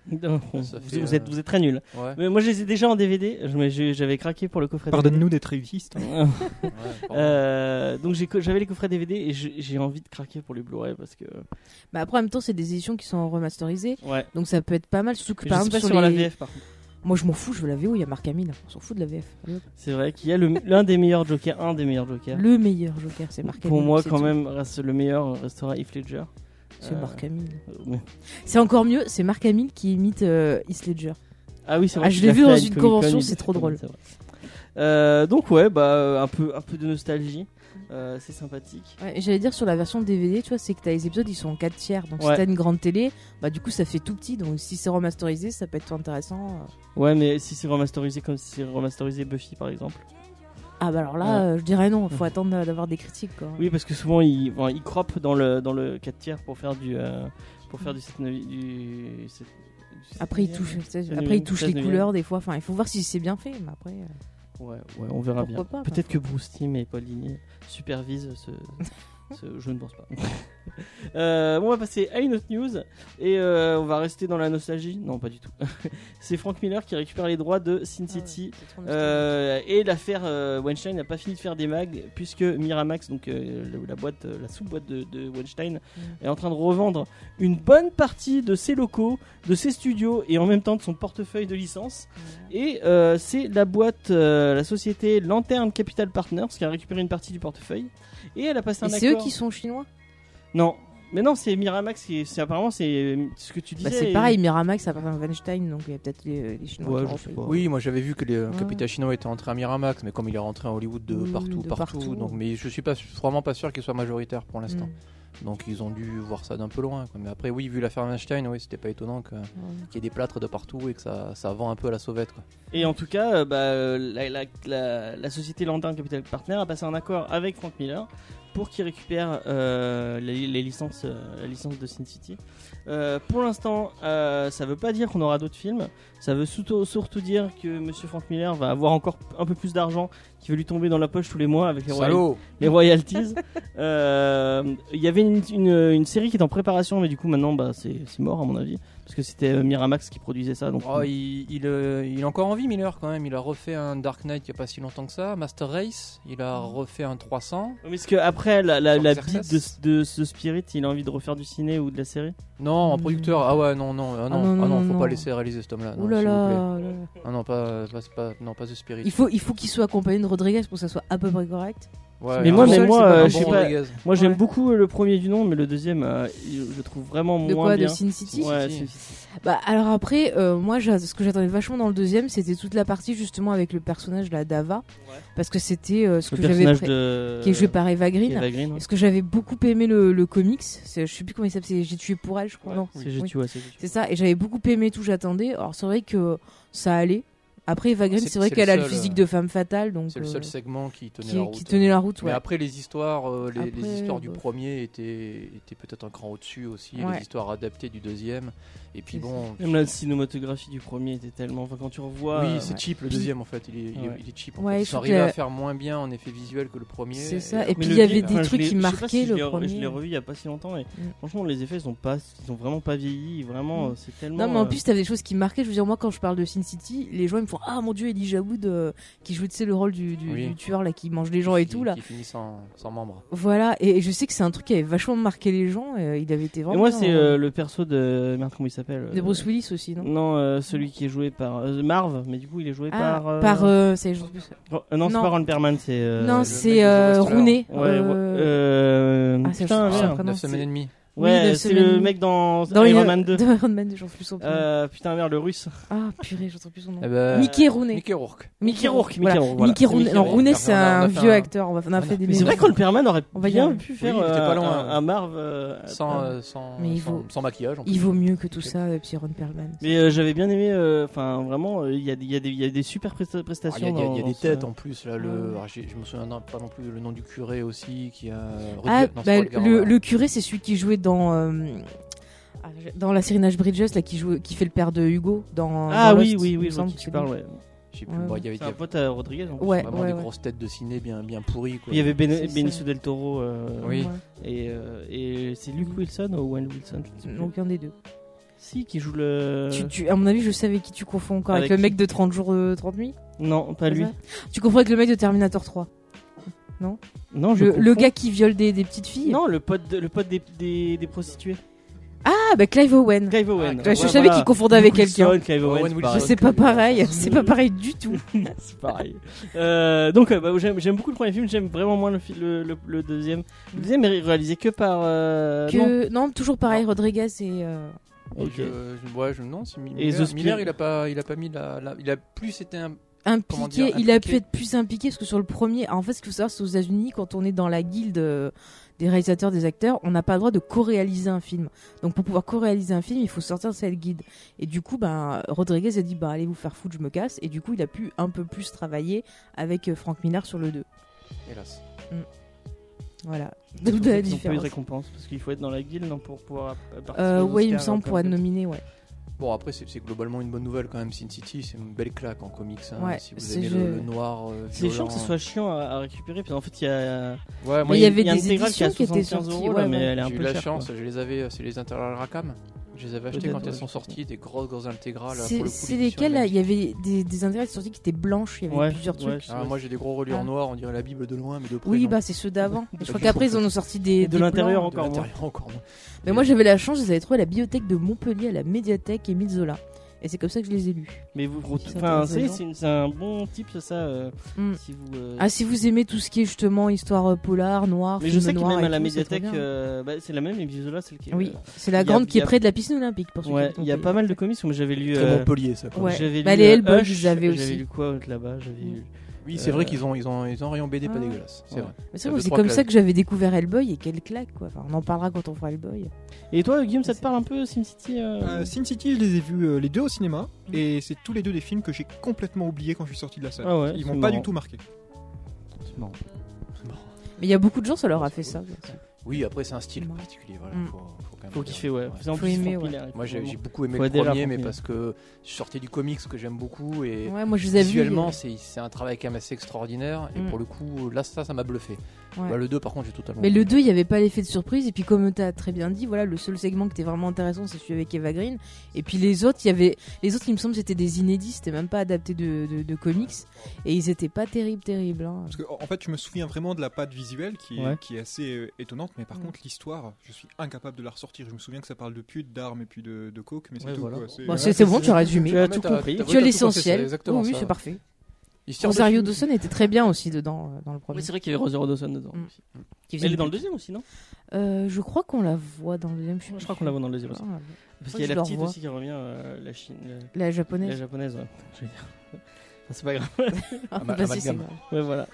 [SPEAKER 1] Non, vous,
[SPEAKER 3] Ça fait,
[SPEAKER 1] vous êtes,
[SPEAKER 3] euh,
[SPEAKER 1] vous êtes très nuls.
[SPEAKER 3] Ouais.
[SPEAKER 1] Mais moi, je les ai déjà en DVD. je- mais j'ai- J'avais craqué pour le coffret.
[SPEAKER 4] Pardonne-nous d'être élitistes.
[SPEAKER 3] hein.
[SPEAKER 1] DVD.
[SPEAKER 3] ouais, pardon.
[SPEAKER 1] Euh, donc j'ai co- j'avais les coffrets DVD et j'ai j'ai envie de craquer pour les Blu-ray parce que
[SPEAKER 2] Mais Bah, après en même temps c'est des éditions qui sont remasterisées
[SPEAKER 1] ouais.
[SPEAKER 2] donc ça peut être pas mal surtout que
[SPEAKER 1] Je
[SPEAKER 2] par
[SPEAKER 1] sais pas
[SPEAKER 2] exemple
[SPEAKER 1] sur,
[SPEAKER 2] sur
[SPEAKER 1] la
[SPEAKER 2] les.
[SPEAKER 1] VF par contre.
[SPEAKER 2] Moi je m'en fous je veux la VO il y a Marc Hamill on s'en fout de la VF. Allez, hop.
[SPEAKER 1] C'est vrai qu'il y a le- l'un des meilleurs Jokers, un des meilleurs Jokers.
[SPEAKER 2] Le meilleur Joker, c'est Mark
[SPEAKER 1] Pour
[SPEAKER 2] Hamill,
[SPEAKER 1] moi
[SPEAKER 2] c'est
[SPEAKER 1] quand
[SPEAKER 2] tout.
[SPEAKER 1] même reste le meilleur euh, restera Heath Ledger.
[SPEAKER 2] C'est
[SPEAKER 1] Euh,
[SPEAKER 2] Mark Hamill.
[SPEAKER 1] euh, oui.
[SPEAKER 2] C'est encore mieux, c'est Mark Hamill qui imite euh, Heath Ledger.
[SPEAKER 1] Ah oui c'est vrai.
[SPEAKER 2] Ah,
[SPEAKER 1] qu'il
[SPEAKER 2] je l'ai
[SPEAKER 1] l'a
[SPEAKER 2] vu
[SPEAKER 1] fait
[SPEAKER 2] dans
[SPEAKER 1] à
[SPEAKER 2] une
[SPEAKER 1] Comic-Con,
[SPEAKER 2] convention,
[SPEAKER 1] il
[SPEAKER 2] c'est
[SPEAKER 1] l'a
[SPEAKER 2] trop
[SPEAKER 1] fait,
[SPEAKER 2] drôle.
[SPEAKER 1] c'est vrai. Euh, donc ouais bah euh, un peu un peu de nostalgie. Euh, c'est sympathique.
[SPEAKER 2] Ouais, et J'allais dire sur la version DVD, tu vois, c'est que t'as les épisodes, ils sont en 4 tiers. Donc
[SPEAKER 1] Ouais.
[SPEAKER 2] si t'as une grande télé, bah du coup ça fait tout petit. Donc si c'est remasterisé, ça peut être intéressant. euh.
[SPEAKER 1] Ouais mais si c'est remasterisé comme si c'est remasterisé Buffy par exemple.
[SPEAKER 2] Ah bah alors là, euh, je dirais non, faut attendre euh, d'avoir des critiques quoi.
[SPEAKER 1] Oui, parce que souvent ils, enfin, ils croppent dans le, dans le 4 tiers pour faire du. euh, pour faire du 7 9 du, sept- du
[SPEAKER 2] Après ils
[SPEAKER 1] 7
[SPEAKER 2] touchent, tu sais,
[SPEAKER 1] Ça
[SPEAKER 2] après
[SPEAKER 1] devient-
[SPEAKER 2] ils touchent
[SPEAKER 1] ça
[SPEAKER 2] les
[SPEAKER 1] devient-
[SPEAKER 2] couleurs des fois. Enfin, il faut voir si c'est bien fait. Mais après, euh,
[SPEAKER 1] Ouais, ouais, on verra
[SPEAKER 2] Pourquoi
[SPEAKER 1] bien.
[SPEAKER 2] pas,
[SPEAKER 1] Peut-être que Bruce Timm et Paul Dini supervisent ce. ce- je ne pense pas. Euh, bon, on va passer à une autre news et euh, on va rester dans la nostalgie. Non, pas du tout. C'est Frank Miller qui récupère les droits de Sin
[SPEAKER 2] Ah
[SPEAKER 1] City.
[SPEAKER 2] c'est trop nostalgique.
[SPEAKER 1] Euh, et l'affaire euh, Weinstein n'a pas fini de faire des mags puisque Miramax, donc euh, la, la boîte, euh, la sous-boîte de, de Weinstein,
[SPEAKER 2] Mm.
[SPEAKER 1] est en train de revendre une bonne partie de ses locaux, de ses studios et en même temps de son portefeuille de licence.
[SPEAKER 2] Mm.
[SPEAKER 1] Et euh, c'est la boîte, euh, la société Lantern Capital Partners qui a récupéré une partie du portefeuille et elle a passé
[SPEAKER 2] Et
[SPEAKER 1] un
[SPEAKER 2] c'est eux
[SPEAKER 1] accord.
[SPEAKER 2] qui sont chinois.
[SPEAKER 1] Non, mais non, c'est Miramax qui, c'est apparemment c'est ce que tu disais.
[SPEAKER 2] Bah, c'est pareil, Miramax, ça appartient à Weinstein, donc il y a peut-être les, les chinois.
[SPEAKER 1] Ouais,
[SPEAKER 2] qui
[SPEAKER 1] je
[SPEAKER 2] ont
[SPEAKER 1] sais
[SPEAKER 2] repris.
[SPEAKER 1] pas.
[SPEAKER 3] Oui, moi j'avais vu que le
[SPEAKER 2] Ouais.
[SPEAKER 3] capitaine chinois était entré à Miramax, mais comme il est rentré à Hollywood de
[SPEAKER 2] Oui,
[SPEAKER 3] partout,
[SPEAKER 2] de
[SPEAKER 3] partout,
[SPEAKER 2] partout.
[SPEAKER 3] donc mais je suis pas su- vraiment pas sûr qu'il soit majoritaire pour l'instant.
[SPEAKER 2] Mm.
[SPEAKER 3] Donc ils ont dû voir ça d'un peu loin. quoi. Mais après, oui, vu l'affaire Weinstein, oui, c'était pas étonnant que- qu'il
[SPEAKER 2] Ouais.
[SPEAKER 3] y ait des plâtres de partout et que ça, ça vend un peu à la sauvette. Quoi.
[SPEAKER 1] Et en tout cas, euh, bah, euh, la, la- la- la société Lantern Capital Partner a passé un accord avec Frank Miller pour qu'il récupère euh, les, les licences, euh, la licence de Sin City. Euh, pour l'instant, euh, ça veut pas dire qu'on aura d'autres films. Ça veut surtout, surtout dire que Monsieur Frank Miller va avoir encore un peu plus d'argent qui va lui tomber dans la poche tous les mois avec les, royal-
[SPEAKER 3] Salaud
[SPEAKER 1] les royalties. Euh, Il y avait une, une- une série qui est en préparation, mais du coup maintenant, bah, c'est c'est mort à mon avis, parce que c'était euh, Miramax qui produisait ça. Donc
[SPEAKER 3] Oh, il, il, euh, il est encore en vie, Miller, quand même. Il a refait un Dark Knight il n'y a pas si longtemps que ça. Master Race, il a refait un 300.
[SPEAKER 1] Oui, Mais est-ce qu'après la, la, la
[SPEAKER 3] Xerxes.
[SPEAKER 1] bite de, de ce spirit, il a envie de refaire du ciné ou de la série
[SPEAKER 3] Non, en producteur. Ah ouais, non, non, ah non,
[SPEAKER 2] non,
[SPEAKER 3] ah
[SPEAKER 2] non,
[SPEAKER 3] non, faut
[SPEAKER 2] non.
[SPEAKER 3] pas laisser réaliser cet homme-là. non,
[SPEAKER 2] Ouh là
[SPEAKER 3] s'il vous plaît.
[SPEAKER 2] là, là là.
[SPEAKER 3] Ah non, pas, pas, pas- non, pas The Spirit.
[SPEAKER 2] Il faut, il faut qu'il soit accompagné de Rodriguez pour que ça soit à peu près correct.
[SPEAKER 3] Ouais,
[SPEAKER 1] Mais
[SPEAKER 3] un
[SPEAKER 1] moi, mais
[SPEAKER 3] seul,
[SPEAKER 1] moi,
[SPEAKER 3] c'est
[SPEAKER 1] euh,
[SPEAKER 3] un
[SPEAKER 1] je
[SPEAKER 3] bon
[SPEAKER 1] sais pas-
[SPEAKER 3] Rodriguez.
[SPEAKER 1] Moi j'aime
[SPEAKER 2] Ouais.
[SPEAKER 1] beaucoup euh, le premier du nom, mais le deuxième, euh, il- je le trouve vraiment
[SPEAKER 2] De
[SPEAKER 1] moins
[SPEAKER 2] quoi
[SPEAKER 1] bien.
[SPEAKER 2] De Sin City
[SPEAKER 1] Ouais,
[SPEAKER 3] Si, si.
[SPEAKER 1] c'est-
[SPEAKER 2] Bah alors après, euh, moi j'a- ce que j'attendais vachement dans le deuxième, c'était toute la partie justement avec le personnage la Dava, parce que c'était euh, ce
[SPEAKER 1] le
[SPEAKER 2] que j'avais
[SPEAKER 1] personnage
[SPEAKER 2] pré-
[SPEAKER 1] de.
[SPEAKER 2] qui est joué par Eva Green.
[SPEAKER 1] Eva Green. ouais.
[SPEAKER 2] Est-ce que j'avais beaucoup aimé le, le comics C'est- Je sais plus comment il s'appelle, c'est J'ai tué pour elle, je crois. non,
[SPEAKER 1] C'est
[SPEAKER 2] oui.
[SPEAKER 1] Jetu, ouais, c'est Jetu.
[SPEAKER 2] C'est ça, et j'avais beaucoup aimé tout, j'attendais. Alors c'est vrai que ça allait. Après Eva Green,
[SPEAKER 3] Ah, C'est-
[SPEAKER 2] c'est vrai
[SPEAKER 3] c'est
[SPEAKER 2] qu'elle
[SPEAKER 3] le
[SPEAKER 2] a le
[SPEAKER 3] seul,
[SPEAKER 2] physique
[SPEAKER 3] euh,
[SPEAKER 2] de femme fatale, donc
[SPEAKER 3] C'est le
[SPEAKER 2] euh,
[SPEAKER 3] seul segment qui tenait
[SPEAKER 2] qui,
[SPEAKER 3] la
[SPEAKER 2] qui
[SPEAKER 3] route.
[SPEAKER 2] tenait la route,
[SPEAKER 3] Mais
[SPEAKER 2] ouais.
[SPEAKER 3] après les histoires, euh, les, les
[SPEAKER 2] Après,
[SPEAKER 3] histoires du
[SPEAKER 2] bah.
[SPEAKER 3] premier étaient, étaient peut-être un cran au-dessus aussi,
[SPEAKER 2] Ouais.
[SPEAKER 3] les histoires adaptées du deuxième. Et puis
[SPEAKER 2] C'est
[SPEAKER 3] bon,
[SPEAKER 1] Même la cinématographie du premier était tellement. Enfin, quand tu revois.
[SPEAKER 3] oui,
[SPEAKER 1] euh,
[SPEAKER 3] c'est
[SPEAKER 2] ouais.
[SPEAKER 3] cheap le
[SPEAKER 2] Puis-
[SPEAKER 3] deuxième en fait, il est, il est-
[SPEAKER 1] Ouais.
[SPEAKER 3] il est cheap. En
[SPEAKER 2] Ouais,
[SPEAKER 3] fait.
[SPEAKER 2] je
[SPEAKER 3] Ils sont
[SPEAKER 2] trouve
[SPEAKER 3] arrivés
[SPEAKER 2] que-
[SPEAKER 3] à faire moins bien en effet visuel que le premier.
[SPEAKER 2] C'est ça, et
[SPEAKER 1] mais
[SPEAKER 2] puis
[SPEAKER 1] le
[SPEAKER 2] il y avait
[SPEAKER 1] clip,
[SPEAKER 2] des
[SPEAKER 1] enfin, je
[SPEAKER 2] trucs
[SPEAKER 1] l'ai- je
[SPEAKER 2] qui
[SPEAKER 1] sais pas
[SPEAKER 2] marquaient
[SPEAKER 1] si je
[SPEAKER 2] le
[SPEAKER 1] l'ai re- Je
[SPEAKER 2] premier.
[SPEAKER 1] l'ai revu il y a pas si longtemps et
[SPEAKER 2] Mm.
[SPEAKER 1] franchement les effets ils sont pas ils ont vraiment pas vieilli vraiment
[SPEAKER 2] Mm.
[SPEAKER 1] euh, c'est tellement
[SPEAKER 2] Non, mais en
[SPEAKER 1] euh,
[SPEAKER 2] plus, t'avais des choses qui marquaient. Je veux dire, moi, quand je parle de Sin City, les gens ils me font Ah mon dieu, Elijah Wood euh, qui joue, tu sais, le rôle du, du-
[SPEAKER 3] Oui.
[SPEAKER 2] du tueur là, qui mange les gens et
[SPEAKER 3] qui-
[SPEAKER 2] tout là.
[SPEAKER 3] Qui finit sans, sans membre.
[SPEAKER 2] Voilà, et, et je sais que c'est un truc qui avait vachement marqué les gens. et, euh, il avait été
[SPEAKER 1] et
[SPEAKER 2] vraiment.
[SPEAKER 1] moi c'est
[SPEAKER 2] bien,
[SPEAKER 1] euh,
[SPEAKER 2] hein.
[SPEAKER 1] le perso de merde comment il s'appelle
[SPEAKER 2] de
[SPEAKER 1] euh,
[SPEAKER 2] Bruce Willis aussi, non
[SPEAKER 1] non euh, celui qui est joué par euh, Marv mais du coup il est joué
[SPEAKER 2] Ah,
[SPEAKER 1] par euh,
[SPEAKER 2] par euh, c'est- je sais plus.
[SPEAKER 1] Ro- euh, non c'est
[SPEAKER 2] non.
[SPEAKER 1] pas Ron Perlman c'est euh,
[SPEAKER 2] non,
[SPEAKER 3] le mec
[SPEAKER 2] c'est
[SPEAKER 3] de
[SPEAKER 2] euh,
[SPEAKER 3] Sylvester.
[SPEAKER 2] Rooney.
[SPEAKER 1] ouais, ouais,
[SPEAKER 2] euh,
[SPEAKER 1] euh,
[SPEAKER 2] ah, c'est-
[SPEAKER 1] putain,
[SPEAKER 2] je sais
[SPEAKER 1] merde.
[SPEAKER 2] pas.
[SPEAKER 3] Neuf
[SPEAKER 2] non,
[SPEAKER 3] semaines et demie.
[SPEAKER 2] Oui,
[SPEAKER 1] ouais
[SPEAKER 2] neuf
[SPEAKER 1] c'est
[SPEAKER 2] semaines et
[SPEAKER 1] le
[SPEAKER 2] demie.
[SPEAKER 1] mec dans,
[SPEAKER 2] dans
[SPEAKER 1] Iron
[SPEAKER 2] euh,
[SPEAKER 1] Man 2
[SPEAKER 2] dans Iron Man 2, j'en sais plus son prénom.
[SPEAKER 1] Euh, putain merde le russe
[SPEAKER 2] Ah purée, j'entends plus son nom.
[SPEAKER 3] Eh ben,
[SPEAKER 2] Mickey Rooney.
[SPEAKER 3] Mickey Rourke.
[SPEAKER 1] Mickey Rourke,
[SPEAKER 2] voilà.
[SPEAKER 1] Mickey Rourke, voilà.
[SPEAKER 2] Mickey Rooney.
[SPEAKER 1] Mickey
[SPEAKER 2] Non,
[SPEAKER 1] Rourke.
[SPEAKER 2] Rooney, c'est
[SPEAKER 3] On a
[SPEAKER 2] un
[SPEAKER 3] fait
[SPEAKER 2] vieux
[SPEAKER 3] un-
[SPEAKER 2] acteur. On va- on a
[SPEAKER 3] Ah,
[SPEAKER 2] fait
[SPEAKER 3] non.
[SPEAKER 2] des
[SPEAKER 1] mais c'est vrai que Ron Perlman aurait
[SPEAKER 2] On va y
[SPEAKER 1] bien
[SPEAKER 2] arriver.
[SPEAKER 1] pu faire
[SPEAKER 3] il était pas
[SPEAKER 1] euh,
[SPEAKER 3] loin,
[SPEAKER 1] un,
[SPEAKER 3] hein.
[SPEAKER 1] un Marv euh,
[SPEAKER 3] Sans,
[SPEAKER 1] euh,
[SPEAKER 3] euh, sans,
[SPEAKER 2] Mais il
[SPEAKER 3] sans,
[SPEAKER 2] vaut-
[SPEAKER 3] sans maquillage. en
[SPEAKER 2] Il
[SPEAKER 3] plus.
[SPEAKER 2] vaut mieux que tout ça, euh, petit Ron Perlman.
[SPEAKER 1] Mais euh, j'avais bien aimé, euh, enfin vraiment, il y, a, des- y a des- y a des super presta-
[SPEAKER 3] Ah, Il y
[SPEAKER 1] prestations.
[SPEAKER 3] a, il y a- il
[SPEAKER 1] dans-
[SPEAKER 3] y a des
[SPEAKER 1] dans ce-
[SPEAKER 3] têtes en plus là. Le,
[SPEAKER 2] Ouais.
[SPEAKER 3] alors, j'ai- je me souviens non, pas non plus le nom du curé aussi qui a.
[SPEAKER 2] Ah,
[SPEAKER 3] Rodriguez- non, c'est
[SPEAKER 2] bah,
[SPEAKER 3] pas gars,
[SPEAKER 2] le,
[SPEAKER 3] hein.
[SPEAKER 2] le curé, c'est celui qui jouait dans. euh, ah, je- Dans la série Nash Bridges, là, qui, joue, qui fait le père de Hugo dans.
[SPEAKER 1] Ah
[SPEAKER 2] dans
[SPEAKER 1] oui,
[SPEAKER 2] Lost,
[SPEAKER 1] oui,
[SPEAKER 2] il
[SPEAKER 1] oui, je
[SPEAKER 2] me
[SPEAKER 1] vois
[SPEAKER 2] semble
[SPEAKER 1] qui
[SPEAKER 2] que
[SPEAKER 1] tu
[SPEAKER 2] c'est
[SPEAKER 1] parles,
[SPEAKER 2] lui.
[SPEAKER 1] ouais.
[SPEAKER 3] Je sais plus.
[SPEAKER 2] Ouais.
[SPEAKER 3] bon, il y avait, il
[SPEAKER 1] C'est
[SPEAKER 3] y
[SPEAKER 1] un
[SPEAKER 3] avait
[SPEAKER 1] pote à Rodriguez. en plus.
[SPEAKER 2] Ouais,
[SPEAKER 3] vraiment
[SPEAKER 2] ouais,
[SPEAKER 3] des
[SPEAKER 2] ouais.
[SPEAKER 3] grosses têtes de ciné bien, bien pourries. Quoi.
[SPEAKER 1] Il y avait Bene-
[SPEAKER 2] C'est ça.
[SPEAKER 1] Benicio del Toro euh,
[SPEAKER 3] Oui.
[SPEAKER 1] et, euh, et c'est Luke Wilson ou Wayne Wilson, je ne sais plus.
[SPEAKER 2] Aucun des deux.
[SPEAKER 1] Si, qui joue le.
[SPEAKER 2] Tu, tu- à mon avis, je savais qui tu confonds encore. Avec,
[SPEAKER 1] Euh. Avec
[SPEAKER 2] le mec de 30 jours, euh, 30 nuits
[SPEAKER 1] Non, pas
[SPEAKER 2] c'est
[SPEAKER 1] lui.
[SPEAKER 2] ça Tu confonds avec le mec de Terminator 3.
[SPEAKER 1] Non, je
[SPEAKER 2] Le, le
[SPEAKER 1] confonds.
[SPEAKER 2] gars qui viole des, des petites filles.
[SPEAKER 1] Non, le pote, de- le pote des, des, des prostituées.
[SPEAKER 2] Ah, Oh, bah Clive Owen.
[SPEAKER 1] Clive Owen.
[SPEAKER 2] Ouais, je
[SPEAKER 1] Ouais,
[SPEAKER 2] savais
[SPEAKER 1] voilà.
[SPEAKER 2] qu'il confondait avec
[SPEAKER 1] Luke Wilson,
[SPEAKER 2] quelqu'un.
[SPEAKER 1] Clive
[SPEAKER 3] Owen
[SPEAKER 1] Owen, c'est
[SPEAKER 3] Wilson.
[SPEAKER 1] pareil.
[SPEAKER 3] Je
[SPEAKER 2] C'est pas pareil, c'est pas pareil du tout.
[SPEAKER 1] c'est pareil. Euh, donc, euh, bah, j'aime j'aime beaucoup le premier film, j'aime vraiment moins le, fi- le, le- le deuxième. Le deuxième est réalisé que par. euh, non.
[SPEAKER 2] Que... Non, toujours pareil, Rodriguez et. euh,
[SPEAKER 3] Et
[SPEAKER 1] Ok.
[SPEAKER 3] je- je- ouais, je- non, c'est Mi-
[SPEAKER 1] Et
[SPEAKER 3] Miller.
[SPEAKER 1] The
[SPEAKER 3] Miller,
[SPEAKER 1] Spiel-
[SPEAKER 3] il a pas, il a pas mis la, la- il a plus été un. Comment
[SPEAKER 2] impliqué,
[SPEAKER 3] dire,
[SPEAKER 2] il a pu
[SPEAKER 3] impliqué.
[SPEAKER 2] être plus impliqué parce que sur le premier, en fait, ce qu'il faut savoir, c'est aux États-Unis, quand on est dans la guilde euh, des réalisateurs, des acteurs, on n'a pas le droit de co-réaliser un film. Donc, pour pouvoir co-réaliser un film, il faut sortir de cette guide. Et du coup, ben, Rodriguez a dit, bah, allez vous faire foutre, je me casse. Et du coup, il a pu un peu plus travailler avec euh, Frank Miller sur le 2.
[SPEAKER 3] Hélas.
[SPEAKER 2] Voilà.
[SPEAKER 1] Ils ont
[SPEAKER 2] D'où
[SPEAKER 1] fait- ils ont pas
[SPEAKER 2] la
[SPEAKER 1] eu de
[SPEAKER 2] différence.
[SPEAKER 1] récompense parce qu'il faut être dans la guilde non, pour pouvoir euh, participer.
[SPEAKER 2] Euh,
[SPEAKER 1] aux
[SPEAKER 2] ouais, il me
[SPEAKER 1] Oscars,
[SPEAKER 2] semble, pour être
[SPEAKER 1] encore.
[SPEAKER 2] nominé, ouais.
[SPEAKER 3] Bon, après, c'est c'est globalement une bonne nouvelle quand même. Sin City, c'est une belle claque en comics. hein.
[SPEAKER 2] Ouais,
[SPEAKER 3] si vous
[SPEAKER 2] c'est
[SPEAKER 3] aimez
[SPEAKER 2] jeu-
[SPEAKER 3] le, le noir. euh,
[SPEAKER 1] C'est chiant
[SPEAKER 3] violent.
[SPEAKER 1] que ce soit chiant à, à récupérer. Puis en fait, il y a.
[SPEAKER 3] Ouais,
[SPEAKER 2] Mais
[SPEAKER 3] moi,
[SPEAKER 2] il y
[SPEAKER 3] j'ai-
[SPEAKER 2] avait
[SPEAKER 1] a une
[SPEAKER 2] des
[SPEAKER 1] intégrale qui est à
[SPEAKER 2] éditions qui étaient
[SPEAKER 1] 75
[SPEAKER 2] sorties,
[SPEAKER 1] euros, là,
[SPEAKER 2] ouais,
[SPEAKER 1] mais
[SPEAKER 2] ouais.
[SPEAKER 1] elle est un
[SPEAKER 3] j'ai eu
[SPEAKER 1] peu
[SPEAKER 3] la
[SPEAKER 1] chère,
[SPEAKER 3] chance.
[SPEAKER 1] quoi.
[SPEAKER 3] Je les avais, euh, c'est les intégrales Rakam. Je les avais achetées
[SPEAKER 1] Peut-être,
[SPEAKER 3] quand elles
[SPEAKER 1] ouais.
[SPEAKER 3] sont sorties, des grosses grosses
[SPEAKER 1] Oh
[SPEAKER 3] intégrales. pour
[SPEAKER 2] C'est
[SPEAKER 3] le coup,
[SPEAKER 2] c'est
[SPEAKER 3] l'édition
[SPEAKER 2] lesquels,
[SPEAKER 3] est
[SPEAKER 2] là Il
[SPEAKER 3] magnifique.
[SPEAKER 2] y avait des, des intégrales sorties qui étaient blanches, il y avait
[SPEAKER 1] Ouais,
[SPEAKER 2] plusieurs
[SPEAKER 1] ouais,
[SPEAKER 2] trucs.
[SPEAKER 1] je-
[SPEAKER 3] Ah, moi, j'ai des gros reliures
[SPEAKER 2] Ah.
[SPEAKER 3] noirs. On dirait la Bible de loin, mais de près.
[SPEAKER 2] Oui,
[SPEAKER 3] non.
[SPEAKER 2] bah c'est ceux d'avant. Je crois
[SPEAKER 3] Surtout
[SPEAKER 2] qu'après
[SPEAKER 3] en fait.
[SPEAKER 2] ils en ont sorti des.
[SPEAKER 1] Et de
[SPEAKER 2] des
[SPEAKER 1] l'intérieur,
[SPEAKER 2] blancs.
[SPEAKER 3] De
[SPEAKER 1] encore moins.
[SPEAKER 3] l'intérieur, encore moins.
[SPEAKER 2] Mais moi j'avais la chance, je les avais trouvés à la bibliothèque de Montpellier, à la médiathèque Émile Zola. Et c'est comme ça que je les ai lus.
[SPEAKER 1] Mais vous. vous-
[SPEAKER 2] Ça
[SPEAKER 1] Enfin,
[SPEAKER 2] intéresse
[SPEAKER 1] c'est-
[SPEAKER 2] les gens.
[SPEAKER 1] c'est une- c'est un bon type, ça. euh,
[SPEAKER 2] Mm.
[SPEAKER 1] Si vous. euh,
[SPEAKER 2] Ah, si vous aimez tout ce qui est justement histoire euh, polar, noir,
[SPEAKER 1] Mais je
[SPEAKER 2] film
[SPEAKER 1] sais que
[SPEAKER 2] noir
[SPEAKER 1] même
[SPEAKER 2] et
[SPEAKER 1] à la
[SPEAKER 2] tout, c'est trop
[SPEAKER 1] médiathèque,
[SPEAKER 2] bien.
[SPEAKER 1] euh, bah, c'est la même, et Bisola, celle qui est.
[SPEAKER 2] oui,
[SPEAKER 1] euh, y
[SPEAKER 2] c'est la
[SPEAKER 1] a-
[SPEAKER 2] grande qui
[SPEAKER 1] y
[SPEAKER 2] est
[SPEAKER 1] a-
[SPEAKER 2] près de la piscine olympique. Pour ceux qui
[SPEAKER 1] Ouais,
[SPEAKER 2] habitent
[SPEAKER 1] il y a
[SPEAKER 2] Montpellier.
[SPEAKER 1] pas mal de comics. Moi, j'avais lu.
[SPEAKER 3] Très
[SPEAKER 1] euh,
[SPEAKER 3] Montpellier, ça. quoi.
[SPEAKER 2] Ouais.
[SPEAKER 1] J'avais
[SPEAKER 2] Bah,
[SPEAKER 1] lu,
[SPEAKER 2] les
[SPEAKER 1] euh,
[SPEAKER 2] Hellboy,
[SPEAKER 1] Hush,
[SPEAKER 2] ils avaient
[SPEAKER 1] J'avais
[SPEAKER 2] aussi.
[SPEAKER 1] lu quoi d'autre là-bas J'avais
[SPEAKER 2] Mm.
[SPEAKER 1] lu-
[SPEAKER 3] Oui, c'est
[SPEAKER 1] Euh,
[SPEAKER 3] vrai qu'ils ont, ils ont, ils ont un rayon BD pas
[SPEAKER 2] ouais.
[SPEAKER 3] dégueulasse. C'est
[SPEAKER 1] Ouais.
[SPEAKER 3] vrai.
[SPEAKER 2] Ah. Mais C'est
[SPEAKER 3] Il y a
[SPEAKER 2] vrai,
[SPEAKER 3] deux,
[SPEAKER 2] c'est
[SPEAKER 3] trois
[SPEAKER 2] comme ça
[SPEAKER 3] claques.
[SPEAKER 2] que j'avais découvert Hellboy et quelle claque quoi. Enfin, on en parlera quand on fera Hellboy.
[SPEAKER 1] Et toi, Guillaume, ça te parle un peu SimCity euh,
[SPEAKER 4] Euh, Sin City, je les ai vus euh, les deux au cinéma et c'est tous les deux des films que j'ai complètement oubliés quand je suis sorti de la salle.
[SPEAKER 1] Ah ouais,
[SPEAKER 4] Ils
[SPEAKER 1] c'est
[SPEAKER 4] m'ont pas
[SPEAKER 1] marrant.
[SPEAKER 4] du tout marqué.
[SPEAKER 1] C'est marrant.
[SPEAKER 2] Mais il y a beaucoup de gens, ça leur a fait ça.
[SPEAKER 3] Oui, après, c'est un style
[SPEAKER 2] Ouais.
[SPEAKER 3] particulier. Voilà,
[SPEAKER 2] Mm.
[SPEAKER 3] faut, faut quand même
[SPEAKER 1] Faut
[SPEAKER 3] le dire.
[SPEAKER 1] kiffer, ouais. C'est en
[SPEAKER 2] Faut
[SPEAKER 1] plus
[SPEAKER 2] aimer,
[SPEAKER 1] Frank
[SPEAKER 2] ouais.
[SPEAKER 1] Miller, il faut
[SPEAKER 3] Moi, j'ai
[SPEAKER 1] vraiment-
[SPEAKER 3] j'ai beaucoup aimé
[SPEAKER 1] Faut
[SPEAKER 3] le
[SPEAKER 1] aider la
[SPEAKER 3] premier, mais
[SPEAKER 1] famille.
[SPEAKER 3] parce que je sortais du comics que j'aime beaucoup et
[SPEAKER 2] Ouais, moi je les avais vus.
[SPEAKER 3] visuellement, c'est c'est un travail quand même assez extraordinaire. Et
[SPEAKER 2] euh, Mm.
[SPEAKER 3] pour le coup, euh, là, ça, ça m'a bluffé.
[SPEAKER 2] Ouais.
[SPEAKER 3] Bah, le 2, par contre, j'ai totalement.
[SPEAKER 2] Mais le 2, il n'y avait pas l'effet de surprise. Et puis, comme tu as très bien dit, voilà, le seul segment qui était vraiment intéressant, c'est celui avec Eva Green. Et puis, les autres, il y avait. Les autres, il me semble, c'était des inédits. C'était même pas adapté de, de- de comics. Et ils étaient pas terribles, terribles. hein.
[SPEAKER 4] Parce que en en fait, je me souviens vraiment de la patte visuelle qui est,
[SPEAKER 1] Ouais.
[SPEAKER 4] qui est assez euh, étonnante, mais par
[SPEAKER 2] Mm.
[SPEAKER 4] contre, l'histoire, je suis incapable de la ressortir. Je me souviens que ça parle de pute, d'armes et puis de, de coke, mais c'est
[SPEAKER 3] Ouais,
[SPEAKER 4] tout.
[SPEAKER 3] voilà. Bah,
[SPEAKER 4] quoi. C'est-
[SPEAKER 2] Bon,
[SPEAKER 4] euh,
[SPEAKER 2] c'est c'est bon, tu as
[SPEAKER 1] Tu
[SPEAKER 2] résumé.
[SPEAKER 1] as tout compris.
[SPEAKER 2] Tu as l'essentiel. Oui, oui, c'est parfait.
[SPEAKER 3] Il se tire
[SPEAKER 2] Rosario
[SPEAKER 3] dessus.
[SPEAKER 2] Dawson était très bien aussi dedans, euh, dans le premier.
[SPEAKER 1] Oui, c'est vrai qu'il y avait Rosario Dawson dedans.
[SPEAKER 2] Mm.
[SPEAKER 1] aussi.
[SPEAKER 2] Qui faisait
[SPEAKER 1] Elle est
[SPEAKER 2] une-
[SPEAKER 1] dans le deuxième aussi, non
[SPEAKER 2] Euh, je crois qu'on la voit dans le deuxième. suis
[SPEAKER 1] Je
[SPEAKER 2] pas
[SPEAKER 1] crois qu'on la voit dans le deuxième
[SPEAKER 2] sûre.
[SPEAKER 1] aussi.
[SPEAKER 2] Ah,
[SPEAKER 1] Parce
[SPEAKER 2] Moi,
[SPEAKER 1] qu'il y a
[SPEAKER 2] je
[SPEAKER 1] la
[SPEAKER 2] la
[SPEAKER 1] petite
[SPEAKER 2] revois.
[SPEAKER 1] aussi qui revient, euh, la Chine. euh,
[SPEAKER 2] La
[SPEAKER 1] La
[SPEAKER 2] japonaise.
[SPEAKER 1] japonaise, ouais. Je veux dire. Enfin, C'est pas grave.
[SPEAKER 2] Ah,
[SPEAKER 3] Ama-
[SPEAKER 2] bah si, c'est
[SPEAKER 3] amalgame.
[SPEAKER 2] grave.
[SPEAKER 1] Ouais, voilà.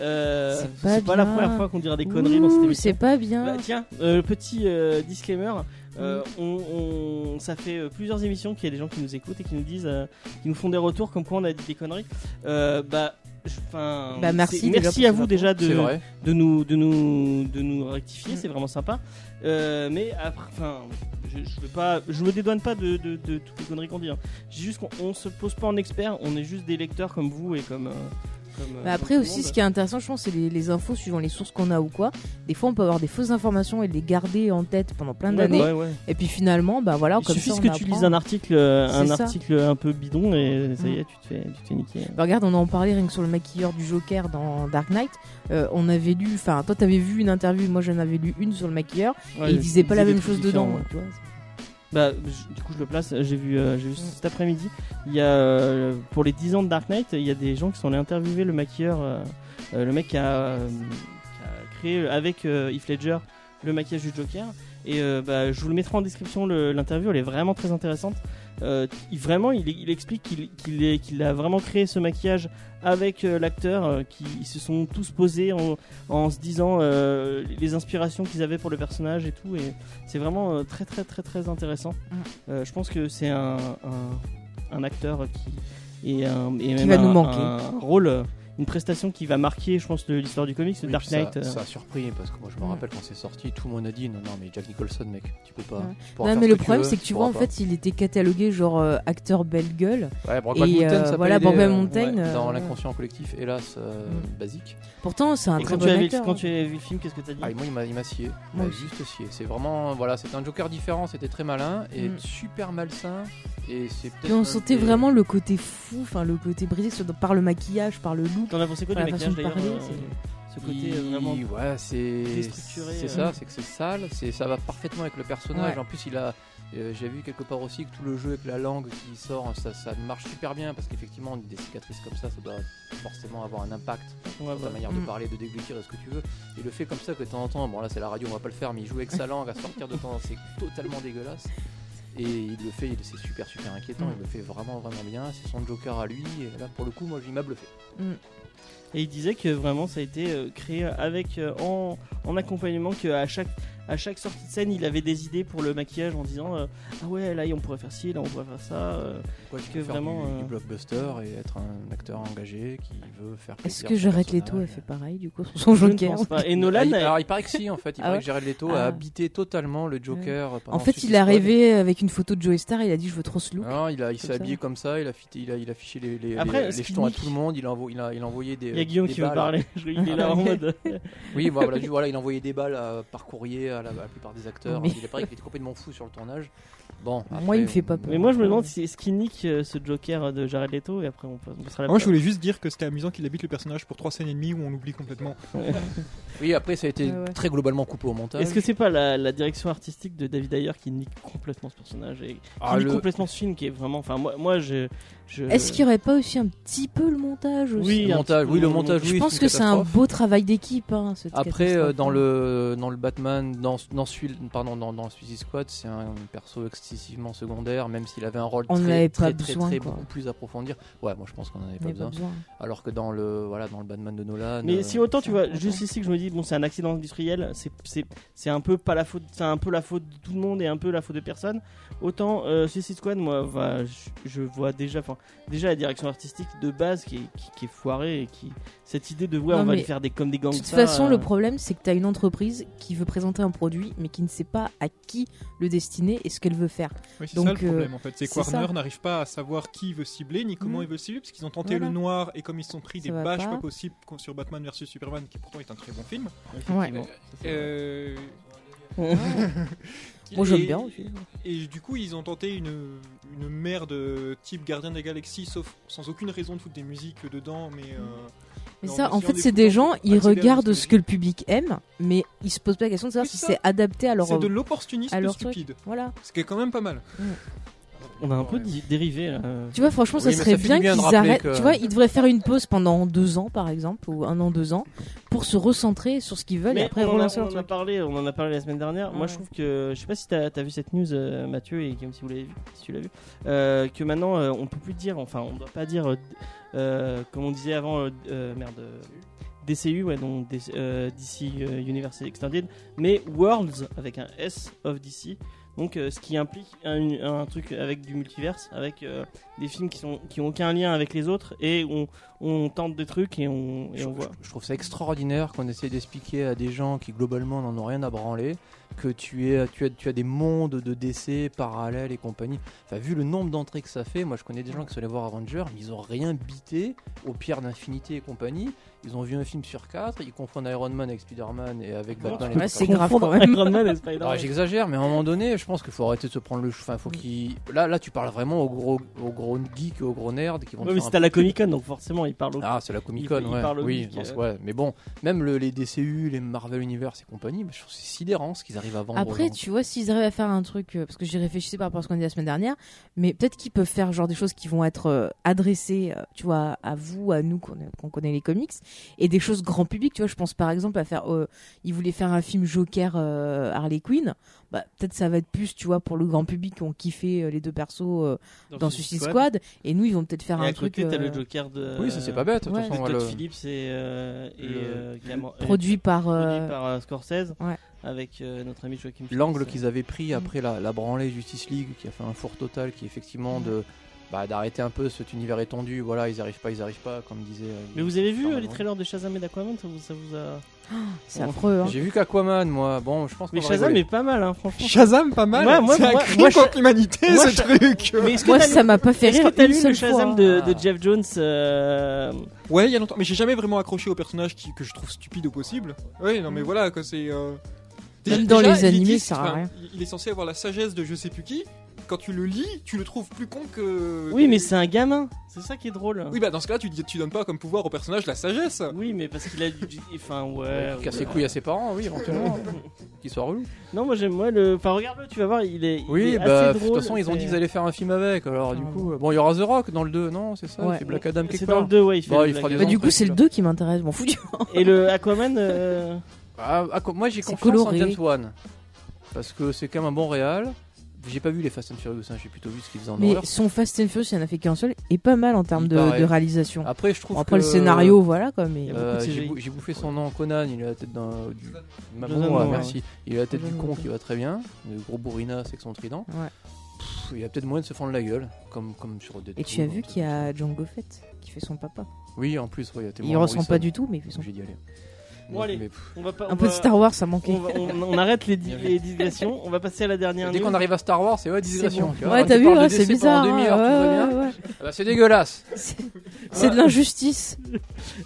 [SPEAKER 1] Euh,
[SPEAKER 2] C'est pas
[SPEAKER 1] c'est pas, la
[SPEAKER 2] bien.
[SPEAKER 1] première fois qu'on dira des conneries dans
[SPEAKER 2] Ouh,
[SPEAKER 1] cette
[SPEAKER 2] C'est
[SPEAKER 1] émission.
[SPEAKER 2] pas
[SPEAKER 1] Bah,
[SPEAKER 2] bien.
[SPEAKER 1] tiens, euh, petit euh, disclaimer. euh, on, on- ça fait euh, plusieurs émissions qu'il y a des gens qui nous écoutent et qui nous disent, euh, qui nous font des retours comme quoi on a dit des conneries. Euh, bah, je- 'fin,
[SPEAKER 2] Bah, merci
[SPEAKER 1] c'est-
[SPEAKER 2] déjà
[SPEAKER 1] merci
[SPEAKER 2] pour
[SPEAKER 1] à
[SPEAKER 2] ces
[SPEAKER 1] vous déjà
[SPEAKER 3] C'est
[SPEAKER 1] de,
[SPEAKER 3] vrai.
[SPEAKER 1] de nous de nous de nous rectifier
[SPEAKER 2] Mm.
[SPEAKER 1] c'est vraiment sympa Euh, mais après enfin je, je veux pas je me dédouane pas de, de, de toutes les conneries qu'on dit hein. J'ai juste qu'on on se pose pas en expert on est juste des lecteurs comme vous et comme, euh, comme, euh,
[SPEAKER 2] Bah, après
[SPEAKER 1] comme tout le
[SPEAKER 2] aussi, ce
[SPEAKER 1] monde.
[SPEAKER 2] qui est intéressant, je pense, c'est les, les infos suivant les sources qu'on a ou quoi. Des fois, on peut avoir des fausses informations et les garder en tête pendant plein
[SPEAKER 1] Ouais,
[SPEAKER 2] d'années.
[SPEAKER 1] ouais, ouais.
[SPEAKER 2] Et puis finalement, bah voilà,
[SPEAKER 1] il
[SPEAKER 2] comme
[SPEAKER 1] suffit
[SPEAKER 2] ça, on
[SPEAKER 1] que tu
[SPEAKER 2] apprend.
[SPEAKER 1] lises un article euh, un
[SPEAKER 2] C'est ça.
[SPEAKER 1] article un peu bidon et ça y est tu te fais tu te fais niquer
[SPEAKER 2] Bah, regarde, on en parlait rien que sur le maquilleur du Joker dans Dark Knight. Euh, on avait lu, enfin, toi t'avais vu une interview, moi j'en avais lu une sur le maquilleur,
[SPEAKER 1] Ouais,
[SPEAKER 2] et il disait pas la
[SPEAKER 1] des
[SPEAKER 2] même
[SPEAKER 1] trucs
[SPEAKER 2] chose
[SPEAKER 1] différents,
[SPEAKER 2] dedans.
[SPEAKER 1] ouais.
[SPEAKER 2] ouais, tu vois.
[SPEAKER 1] Bah, je- du coup, je le place. J'ai vu, euh, j'ai vu cet après-midi. Il y a euh, pour les 10 ans de Dark Knight, il y a des gens qui sont allés interviewer le maquilleur, euh, euh, le mec qui a, euh, qui a créé avec euh, Heath Ledger le maquillage du Joker. Et euh, bah, je vous le mettrai en description le- l'interview. Elle est vraiment très intéressante. Euh, il, vraiment, il, il explique qu'il qu'il est- qu'il a vraiment créé ce maquillage avec euh, l'acteur, euh, qui ils se sont tous posés en, en se disant euh, les inspirations qu'ils avaient pour le personnage et tout. Et c'est vraiment euh, très très très très intéressant.
[SPEAKER 2] Mhm.
[SPEAKER 1] Euh, je pense que c'est un, un- un acteur qui est un, et même
[SPEAKER 2] va nous
[SPEAKER 1] un-
[SPEAKER 2] manquer.
[SPEAKER 1] un rôle, euh, une prestation qui va marquer, je pense, de l'histoire du comics, de
[SPEAKER 3] Oui,
[SPEAKER 1] Dark
[SPEAKER 3] puis ça-
[SPEAKER 1] Knight.
[SPEAKER 3] Ça,
[SPEAKER 1] euh.
[SPEAKER 3] a surpris parce que moi je me
[SPEAKER 2] Mm.
[SPEAKER 3] rappelle quand c'est sorti, tout le monde a dit non, non mais Jack Nicholson mec, tu peux pas.
[SPEAKER 2] Ouais.
[SPEAKER 3] tu pourras
[SPEAKER 2] Non,
[SPEAKER 3] faire
[SPEAKER 2] mais
[SPEAKER 3] ce
[SPEAKER 2] le
[SPEAKER 3] tu
[SPEAKER 2] problème,
[SPEAKER 3] veux,
[SPEAKER 2] c'est que tu vois, en
[SPEAKER 3] pourras pas.
[SPEAKER 2] fait, il était catalogué genre euh, acteur belle gueule.
[SPEAKER 3] Ouais, Brokeback
[SPEAKER 2] et,
[SPEAKER 3] Mountain,
[SPEAKER 2] euh,
[SPEAKER 3] ça peut
[SPEAKER 2] voilà,
[SPEAKER 3] aider,
[SPEAKER 2] Brokeback
[SPEAKER 3] euh,
[SPEAKER 2] Mountain,
[SPEAKER 3] ouais, dans
[SPEAKER 2] euh,
[SPEAKER 3] l'inconscient collectif, hélas, euh,
[SPEAKER 2] Mm.
[SPEAKER 3] basique.
[SPEAKER 2] Pourtant, c'est un
[SPEAKER 1] Et
[SPEAKER 2] très
[SPEAKER 1] quand,
[SPEAKER 2] bon
[SPEAKER 1] tu avais,
[SPEAKER 2] acteur. hein.
[SPEAKER 1] quand tu avais vu le film, qu'est-ce que t'as dit
[SPEAKER 3] Ah, et moi, il m'a, il m'a scié. Il
[SPEAKER 2] Moi
[SPEAKER 3] m'a
[SPEAKER 2] aussi.
[SPEAKER 3] juste scié. C'est vraiment, voilà, c'est un Joker différent, c'était très malin et
[SPEAKER 2] Mm.
[SPEAKER 3] super malsain. Et c'est peut-être.
[SPEAKER 2] Et on
[SPEAKER 3] un
[SPEAKER 2] sentait
[SPEAKER 3] des-
[SPEAKER 2] vraiment le côté fou, enfin le côté brisé que ce soit par le maquillage, par le look.
[SPEAKER 1] T'en as pensé quoi du
[SPEAKER 2] Par la
[SPEAKER 1] maquillage
[SPEAKER 2] façon de
[SPEAKER 1] d'ailleurs
[SPEAKER 2] parler,
[SPEAKER 1] euh, Ce côté euh,
[SPEAKER 3] Il-
[SPEAKER 1] vraiment.
[SPEAKER 3] ouais, c'est
[SPEAKER 1] déstructuré,
[SPEAKER 3] c'est
[SPEAKER 1] euh.
[SPEAKER 3] ça, c'est que c'est sale, c'est ça va parfaitement avec le personnage.
[SPEAKER 2] Ouais.
[SPEAKER 3] En plus, il a euh, j'ai vu quelque part aussi que tout le jeu avec la langue qui sort, ça, ça marche super bien parce qu'effectivement, des cicatrices comme ça, ça doit forcément avoir un impact
[SPEAKER 1] Ouais,
[SPEAKER 3] sur ta
[SPEAKER 1] ouais.
[SPEAKER 3] manière
[SPEAKER 2] Mm.
[SPEAKER 3] de parler, de déglutir, de ce que tu veux. Et le fait comme ça que de temps en temps, bon là c'est la radio, on va pas le faire, mais il joue avec sa langue à sortir de temps, en temps, c'est totalement dégueulasse. Et il le fait, il- c'est super super inquiétant,
[SPEAKER 2] Mm.
[SPEAKER 3] il le fait vraiment vraiment bien, c'est son joker à lui, et là pour le coup moi il m'a bluffé.
[SPEAKER 1] Et il disait que vraiment ça a été euh, créé avec euh, en, en accompagnement que à chaque à chaque sortie de scène il avait des idées pour le maquillage en disant euh, ah ouais là on pourrait faire ci là on pourrait faire ça euh.
[SPEAKER 3] Pourquoi tu
[SPEAKER 1] Que
[SPEAKER 3] peux faire
[SPEAKER 1] vraiment,
[SPEAKER 3] du,
[SPEAKER 1] euh,
[SPEAKER 3] du blockbuster et être un acteur engagé qui veut faire
[SPEAKER 2] Est-ce
[SPEAKER 3] plaisir
[SPEAKER 2] que
[SPEAKER 3] à son
[SPEAKER 2] Jared Leto a
[SPEAKER 3] personnage
[SPEAKER 2] fait pareil du coup sur son
[SPEAKER 1] Je ne
[SPEAKER 2] Joker
[SPEAKER 1] pense pas. Et
[SPEAKER 3] Ah,
[SPEAKER 1] Nolan euh,
[SPEAKER 3] il,
[SPEAKER 1] a-
[SPEAKER 3] alors, il paraît que si en fait, il
[SPEAKER 2] Ah
[SPEAKER 3] paraît
[SPEAKER 2] ouais
[SPEAKER 3] que Jared Leto
[SPEAKER 2] Ah.
[SPEAKER 3] a habité totalement le Joker. pendant
[SPEAKER 2] En fait,
[SPEAKER 3] Suicide
[SPEAKER 2] il a
[SPEAKER 3] Squad.
[SPEAKER 2] rêvé avec une photo de Joey Star, il a dit je veux trop ce look.
[SPEAKER 3] Non, il, a- il s'est
[SPEAKER 2] Comme ça.
[SPEAKER 3] habillé comme ça, il a, fit- il a, il a affiché les, les,
[SPEAKER 1] Après,
[SPEAKER 3] les-
[SPEAKER 1] ce
[SPEAKER 3] les
[SPEAKER 1] qui
[SPEAKER 3] jetons à
[SPEAKER 1] nique-
[SPEAKER 3] tout le monde, il a, envo- il a, il a envoyé des.
[SPEAKER 1] il y a Guillaume
[SPEAKER 3] des
[SPEAKER 1] qui veut
[SPEAKER 3] balles.
[SPEAKER 1] parler Je- il est là en mode
[SPEAKER 3] Oui, voilà, voilà, du- voilà, il envoyait des balles euh, par courrier à la, à la plupart des acteurs.
[SPEAKER 2] Mais-
[SPEAKER 3] Il est pareil qu'il était complètement fou sur le tournage. Bon,
[SPEAKER 2] Moi,
[SPEAKER 3] après,
[SPEAKER 2] il me fait
[SPEAKER 3] on-
[SPEAKER 2] pas peur.
[SPEAKER 1] mais moi je me demande si est-ce qu'il nique euh, ce Joker de Jared Leto et après on passe- on passera à la
[SPEAKER 4] Moi, je voulais juste dire que c'était amusant qu'il habite le personnage pour trois scènes et demie où on l'oublie complètement.
[SPEAKER 3] Oui, après, ça a été
[SPEAKER 2] Ouais, ouais.
[SPEAKER 3] très globalement coupé au montage.
[SPEAKER 1] Est-ce que c'est pas la, la direction artistique de David Ayer qui nique complètement ce personnage et qui
[SPEAKER 3] Ah,
[SPEAKER 1] nique
[SPEAKER 3] le-
[SPEAKER 1] complètement ce film qui est vraiment enfin moi moi je, je...
[SPEAKER 2] Est-ce qu'il y aurait pas aussi un petit peu le montage aussi
[SPEAKER 1] Oui,
[SPEAKER 3] le
[SPEAKER 1] un
[SPEAKER 3] montage,
[SPEAKER 1] petit
[SPEAKER 3] oui,
[SPEAKER 1] peu
[SPEAKER 3] le
[SPEAKER 1] le
[SPEAKER 3] montage,
[SPEAKER 1] montage.
[SPEAKER 3] oui,
[SPEAKER 2] Je pense
[SPEAKER 3] une
[SPEAKER 2] que c'est un
[SPEAKER 3] catastrophe.
[SPEAKER 2] beau travail d'équipe. hein, cette
[SPEAKER 3] Après, euh,
[SPEAKER 2] catastrophe.
[SPEAKER 3] dans le dans le Batman, dans dans celui, pardon, dans, dans Suicide Squad, c'est un perso excessivement secondaire, même s'il avait un rôle
[SPEAKER 2] On en
[SPEAKER 3] très
[SPEAKER 2] avait
[SPEAKER 3] très
[SPEAKER 2] pas
[SPEAKER 3] très,
[SPEAKER 2] besoin,
[SPEAKER 3] très
[SPEAKER 2] quoi.
[SPEAKER 3] beaucoup plus approfondir. Ouais, moi je pense qu'on en avait
[SPEAKER 2] On
[SPEAKER 3] pas
[SPEAKER 2] n'a pas
[SPEAKER 3] besoin.
[SPEAKER 2] besoin.
[SPEAKER 3] Alors que dans le voilà dans le Batman de
[SPEAKER 2] Ah,
[SPEAKER 3] Nolan.
[SPEAKER 1] Mais
[SPEAKER 3] euh,
[SPEAKER 1] si autant tu
[SPEAKER 2] c'est
[SPEAKER 1] vois,
[SPEAKER 2] important.
[SPEAKER 1] juste ici que je me dis bon c'est un accident industriel, c'est- c'est c'est un peu pas la faute, c'est un peu la faute de tout le monde et un peu la faute de personne. Autant euh, Suicide Squad, moi va- je, je vois déjà, enfin déjà la direction artistique de base qui est, qui, qui est foirée et qui cette idée de ouais
[SPEAKER 2] Non,
[SPEAKER 1] on va
[SPEAKER 2] mais
[SPEAKER 1] lui faire des comme des
[SPEAKER 2] De
[SPEAKER 1] gangsters.
[SPEAKER 2] toute façon,
[SPEAKER 1] euh,
[SPEAKER 2] le problème, c'est que tu as une entreprise qui veut présenter un produit, mais qui ne sait pas à qui le destiner et ce qu'elle veut faire.
[SPEAKER 4] Oui, c'est
[SPEAKER 2] Donc,
[SPEAKER 4] ça le
[SPEAKER 2] euh,
[SPEAKER 4] problème en fait. C'est que
[SPEAKER 2] c'est ça.
[SPEAKER 4] Warner n'arrive pas à savoir qui il veut cibler ni comment
[SPEAKER 2] Mm.
[SPEAKER 4] il veut cibler parce qu'ils ont tenté
[SPEAKER 2] Voilà.
[SPEAKER 4] le noir et comme ils se sont pris
[SPEAKER 2] Ça
[SPEAKER 4] des
[SPEAKER 2] va
[SPEAKER 4] bâches
[SPEAKER 2] pas.
[SPEAKER 4] pas, possibles con- sur Batman versus Superman qui pourtant est un très bon film.
[SPEAKER 2] Ouais.
[SPEAKER 4] Euh,
[SPEAKER 2] Moi, j'aime
[SPEAKER 4] et-
[SPEAKER 2] bien aussi.
[SPEAKER 4] Et du coup, ils ont tenté une, une merde euh, type Gardien des Galaxies, sauf sans aucune raison de foutre des musiques dedans, mais. euh,
[SPEAKER 2] Mais
[SPEAKER 4] Non,
[SPEAKER 2] ça,
[SPEAKER 4] mais
[SPEAKER 2] en
[SPEAKER 4] si
[SPEAKER 2] fait,
[SPEAKER 4] on
[SPEAKER 2] c'est
[SPEAKER 4] écoute,
[SPEAKER 2] des
[SPEAKER 4] on
[SPEAKER 2] gens,
[SPEAKER 4] peut
[SPEAKER 2] ils
[SPEAKER 4] accéder à
[SPEAKER 2] regardent
[SPEAKER 4] l'industrie.
[SPEAKER 2] ce que le public aime, mais ils se posent pas la question de savoir
[SPEAKER 4] Oui,
[SPEAKER 2] si
[SPEAKER 4] ça.
[SPEAKER 2] c'est adapté à leur.
[SPEAKER 4] c'est de l'opportunisme
[SPEAKER 2] alors,
[SPEAKER 4] stupide,
[SPEAKER 2] Voilà.
[SPEAKER 4] ce qui est quand même pas mal.
[SPEAKER 1] euh, On a un peu di- dérivé euh, là.
[SPEAKER 2] Tu vois, franchement,
[SPEAKER 3] Oui,
[SPEAKER 2] ça
[SPEAKER 3] mais
[SPEAKER 2] serait
[SPEAKER 3] ça fait du
[SPEAKER 2] bien
[SPEAKER 3] bien de
[SPEAKER 2] qu'ils
[SPEAKER 3] rappeler
[SPEAKER 2] arrêtent.
[SPEAKER 3] que-
[SPEAKER 2] Tu vois, ils devraient faire une pause pendant deux ans, par exemple, ou un an, deux ans, pour se recentrer sur ce qu'ils veulent
[SPEAKER 1] Mais
[SPEAKER 2] et après
[SPEAKER 1] on, en a,
[SPEAKER 2] relancer leur
[SPEAKER 1] on en a
[SPEAKER 2] truc. Ah
[SPEAKER 1] parlé, on en a parlé la semaine dernière. Moi,
[SPEAKER 2] Ouais.
[SPEAKER 1] je trouve que, je sais pas si t'as as vu cette news, euh, Mathieu et Guillaume, si vous l'avez vu, si tu l'as vu, euh, que maintenant euh, on peut plus dire, enfin, on doit pas dire, euh, euh, comme on disait avant, euh, euh, merde, euh, DCU, ouais, donc DC, euh, DC euh, Universe Extended, mais Worlds avec un S of DC. Donc, euh, ce qui implique un, un truc avec du multiverse, avec euh, des films qui sont qui ont aucun lien avec les autres, et on, on tente des trucs et on, et
[SPEAKER 3] je,
[SPEAKER 1] on voit.
[SPEAKER 3] je- je trouve ça extraordinaire qu'on essaie d'expliquer à des gens qui globalement n'en ont rien à branler que tu, es, tu, as, tu as des mondes de décès parallèles et compagnie. Enfin, vu le nombre d'entrées que ça fait, moi je connais des gens qui sont allés voir Avengers, mais ils ont rien bité aux pierres d'infinité et compagnie. Ils ont vu un film sur quatre, ils confondent Iron Man avec Spider-Man et avec
[SPEAKER 1] Comment tu
[SPEAKER 3] Batman. et
[SPEAKER 1] peux
[SPEAKER 2] Ouais,
[SPEAKER 3] Batman.
[SPEAKER 2] c'est grave quand
[SPEAKER 1] Confondre
[SPEAKER 2] même.
[SPEAKER 1] Iron Man et Spider-Man.
[SPEAKER 3] Ah, J'exagère, mais à un moment donné, je pense qu'il faut arrêter de se prendre le chou. Enfin,
[SPEAKER 2] Mm.
[SPEAKER 3] faut qu'il. Là, là, tu parles vraiment aux gros, aux gros geeks, aux gros nerds qui vont.
[SPEAKER 1] Ouais,
[SPEAKER 3] te
[SPEAKER 1] mais
[SPEAKER 3] faire
[SPEAKER 1] c'est à
[SPEAKER 3] un
[SPEAKER 1] la
[SPEAKER 3] peu-
[SPEAKER 1] Comic Con, donc forcément, il parle au.
[SPEAKER 3] Ah, c'est la Comic
[SPEAKER 1] Il-
[SPEAKER 3] Con,
[SPEAKER 1] il
[SPEAKER 3] ouais.
[SPEAKER 1] parle au
[SPEAKER 3] oui,
[SPEAKER 1] geek,
[SPEAKER 3] dans ce-
[SPEAKER 1] euh.
[SPEAKER 3] ouais. Mais bon, même le- les DCU, les Marvel Universe et compagnie, bah, je trouve que c'est sidérant ce qu'ils arrivent à vendre. aux
[SPEAKER 2] Après,
[SPEAKER 3] gens.
[SPEAKER 2] tu vois, s'ils arrivent à faire un truc, euh, parce que j'y réfléchissais par rapport à ce qu'on a dit la semaine dernière, mais peut-être qu'ils peuvent faire genre des choses qui vont être euh, adressées, euh, tu vois, à vous, à nous, qu'on qu'on connaît les comics, et des choses grand public, tu vois. Je pense par exemple à faire, euh, ils voulaient faire un film Joker euh, Harley Quinn, bah peut-être ça va être plus, tu vois, pour le grand public qui ont kiffé euh, les deux persos euh, dans Suicide Squad, et nous ils vont peut-être faire
[SPEAKER 1] Et
[SPEAKER 2] un
[SPEAKER 1] à
[SPEAKER 2] truc
[SPEAKER 1] côté, t'as
[SPEAKER 2] euh,
[SPEAKER 1] le Joker de. euh,
[SPEAKER 3] Oui, ça c'est pas bête. de toute
[SPEAKER 2] ouais.
[SPEAKER 3] façon,
[SPEAKER 1] de
[SPEAKER 3] moi,
[SPEAKER 1] Todd
[SPEAKER 3] le-
[SPEAKER 1] Phillips et. euh, et
[SPEAKER 4] Le-
[SPEAKER 1] euh, Cameron- euh,
[SPEAKER 2] produit par.
[SPEAKER 1] produit
[SPEAKER 2] euh,
[SPEAKER 1] par euh, Scorsese.
[SPEAKER 2] Ouais.
[SPEAKER 1] Avec euh, notre ami Joaquin Phoenix.
[SPEAKER 3] L'angle qu'ils avaient pris
[SPEAKER 1] Mm.
[SPEAKER 3] après la, la branlée Justice League qui a fait un four total qui est effectivement
[SPEAKER 1] Mm.
[SPEAKER 3] de bah, d'arrêter un peu cet univers étendu. Voilà, ils arrivent pas, ils arrivent pas, comme disait. euh,
[SPEAKER 1] Mais vous avez vu euh,
[SPEAKER 3] Superman,
[SPEAKER 1] les
[SPEAKER 3] hein.
[SPEAKER 1] trailers de Shazam et d'Aquaman ça vous, ça vous a.
[SPEAKER 2] C'est affreux. hein.
[SPEAKER 3] J'ai vu qu'Aquaman, moi. Bon, je pense qu'on
[SPEAKER 1] Mais
[SPEAKER 3] va
[SPEAKER 1] Shazam
[SPEAKER 3] rigoler.
[SPEAKER 1] est pas mal, hein, franchement.
[SPEAKER 4] Shazam, pas mal.
[SPEAKER 1] Ouais, moi-
[SPEAKER 4] c'est
[SPEAKER 1] moi-
[SPEAKER 4] un crime
[SPEAKER 1] moi, je-
[SPEAKER 4] contre l'humanité,
[SPEAKER 1] moi,
[SPEAKER 4] ce truc.
[SPEAKER 1] Mais est-ce que
[SPEAKER 2] Moi
[SPEAKER 1] t'as
[SPEAKER 2] ça
[SPEAKER 1] lu-
[SPEAKER 2] m'a pas fait
[SPEAKER 1] est-ce
[SPEAKER 2] rire
[SPEAKER 1] que t'as
[SPEAKER 2] une
[SPEAKER 1] lu le
[SPEAKER 2] seule fois,
[SPEAKER 1] Shazam
[SPEAKER 2] hein.
[SPEAKER 1] de, de
[SPEAKER 3] Ah.
[SPEAKER 1] Jeff Jones euh,
[SPEAKER 4] Ouais, il y a longtemps. Mais j'ai jamais vraiment accroché au personnage qui- que je trouve stupide au possible. Ouais, non, mais voilà, quoi, c'est. euh,
[SPEAKER 2] Mm. Même dans les
[SPEAKER 4] il est
[SPEAKER 2] animés,
[SPEAKER 4] dit-
[SPEAKER 2] ça sert à
[SPEAKER 4] enfin,
[SPEAKER 2] rien.
[SPEAKER 4] Il est censé avoir la sagesse de je sais plus qui. Quand tu le lis, tu le trouves plus con que.
[SPEAKER 1] Oui, mais c'est un gamin. C'est ça qui est drôle.
[SPEAKER 4] Oui, bah dans ce cas-là, tu, dis- tu donnes pas comme pouvoir au personnage la sagesse.
[SPEAKER 1] Oui, mais parce qu'il a du. Enfin, ouais.
[SPEAKER 3] Ouais, Casse
[SPEAKER 1] ouais.
[SPEAKER 3] les couilles à ses parents, oui, éventuellement. Qu'ils soient relous.
[SPEAKER 1] Non, moi j'aime moi le. Enfin, regarde-le, tu vas voir, il est. il
[SPEAKER 3] Oui,
[SPEAKER 1] est
[SPEAKER 3] bah,
[SPEAKER 1] assez
[SPEAKER 3] de toute
[SPEAKER 1] drôle,
[SPEAKER 3] façon, ils ont
[SPEAKER 1] c'est-
[SPEAKER 3] dit qu'ils allaient faire un film avec. Alors, du
[SPEAKER 2] Ah,
[SPEAKER 3] coup, euh, bon, il y aura The Rock dans le 2, non C'est ça
[SPEAKER 2] Ouais.
[SPEAKER 3] C'est Black Adam quelque
[SPEAKER 1] C'est dans
[SPEAKER 3] part.
[SPEAKER 1] le 2, ouais, il fait.
[SPEAKER 3] Bon,
[SPEAKER 1] le
[SPEAKER 3] il fera
[SPEAKER 1] blague.
[SPEAKER 3] des
[SPEAKER 2] Bah,
[SPEAKER 3] ans.
[SPEAKER 2] du coup,
[SPEAKER 3] truc,
[SPEAKER 2] c'est le
[SPEAKER 3] là.
[SPEAKER 2] 2 qui m'intéresse, je m'en fous du
[SPEAKER 1] Et le Aquaman. euh,
[SPEAKER 3] Ah, ah, quoi, moi, j'ai
[SPEAKER 2] C'est
[SPEAKER 3] confiance
[SPEAKER 2] coloré.
[SPEAKER 3] en James Wan. Parce que c'est quand même un bon réal. J'ai pas vu les Fast and Furious, hein, j'ai plutôt vu ce qu'ils faisaient en
[SPEAKER 2] Mais
[SPEAKER 3] horreur.
[SPEAKER 2] son Fast and Furious, il n'y en a fait qu'un seul, et pas mal en termes
[SPEAKER 3] Il
[SPEAKER 2] de,
[SPEAKER 3] paraît.
[SPEAKER 2] de réalisation.
[SPEAKER 3] Après, je trouve
[SPEAKER 2] Après le
[SPEAKER 3] que-
[SPEAKER 2] scénario, voilà quoi, mais.
[SPEAKER 1] Il y a beaucoup
[SPEAKER 3] Euh,
[SPEAKER 1] de
[SPEAKER 3] j'ai
[SPEAKER 1] CGI.
[SPEAKER 3] bou- j'ai bouffé son nom, Conan, il a la tête d'un. Du... Mabon,
[SPEAKER 1] Jason
[SPEAKER 3] ouais,
[SPEAKER 1] Momoa,
[SPEAKER 3] merci. Il a la tête du
[SPEAKER 2] Jason
[SPEAKER 3] con
[SPEAKER 2] Momoa.
[SPEAKER 3] qui va très bien, le gros bourrina, c'est que son trident.
[SPEAKER 2] Ouais.
[SPEAKER 3] Pff, il y a peut-être moyen de se fendre la gueule, comme, comme sur Deadpool.
[SPEAKER 2] Et tu as
[SPEAKER 3] ou un
[SPEAKER 2] vu
[SPEAKER 3] truc
[SPEAKER 2] qu'il y
[SPEAKER 3] comme ça.
[SPEAKER 2] a Django Fett qui fait son papa.
[SPEAKER 3] Oui, en plus, ouais, il y a
[SPEAKER 2] Il ressemble pas du tout, mais il fait son
[SPEAKER 3] hein. J'ai d'y aller.
[SPEAKER 1] Bon, allez.
[SPEAKER 3] mais pff,
[SPEAKER 1] On va pas.
[SPEAKER 2] Un peu de Star Wars, ça manquait.
[SPEAKER 1] on, va- on- on arrête les, di-
[SPEAKER 3] Bien vu.
[SPEAKER 1] les digressions, on va passer à la dernière.
[SPEAKER 3] Dès
[SPEAKER 1] news.
[SPEAKER 3] qu'on arrive à Star Wars, c'est ouais,
[SPEAKER 2] C'est
[SPEAKER 3] digression.
[SPEAKER 2] bon.
[SPEAKER 3] tu vois.
[SPEAKER 1] Ah,
[SPEAKER 2] Ouais,
[SPEAKER 3] On
[SPEAKER 2] t'as
[SPEAKER 3] te
[SPEAKER 2] vu,
[SPEAKER 3] parle de
[SPEAKER 2] ouais, c'est
[SPEAKER 3] DC
[SPEAKER 2] bizarre.
[SPEAKER 3] pendant
[SPEAKER 2] hein,
[SPEAKER 3] demi-heure, tout va bien.
[SPEAKER 2] ouais, ouais, ouais.
[SPEAKER 3] Ah bah, c'est dégueulasse.
[SPEAKER 2] C'est c'est de l'injustice.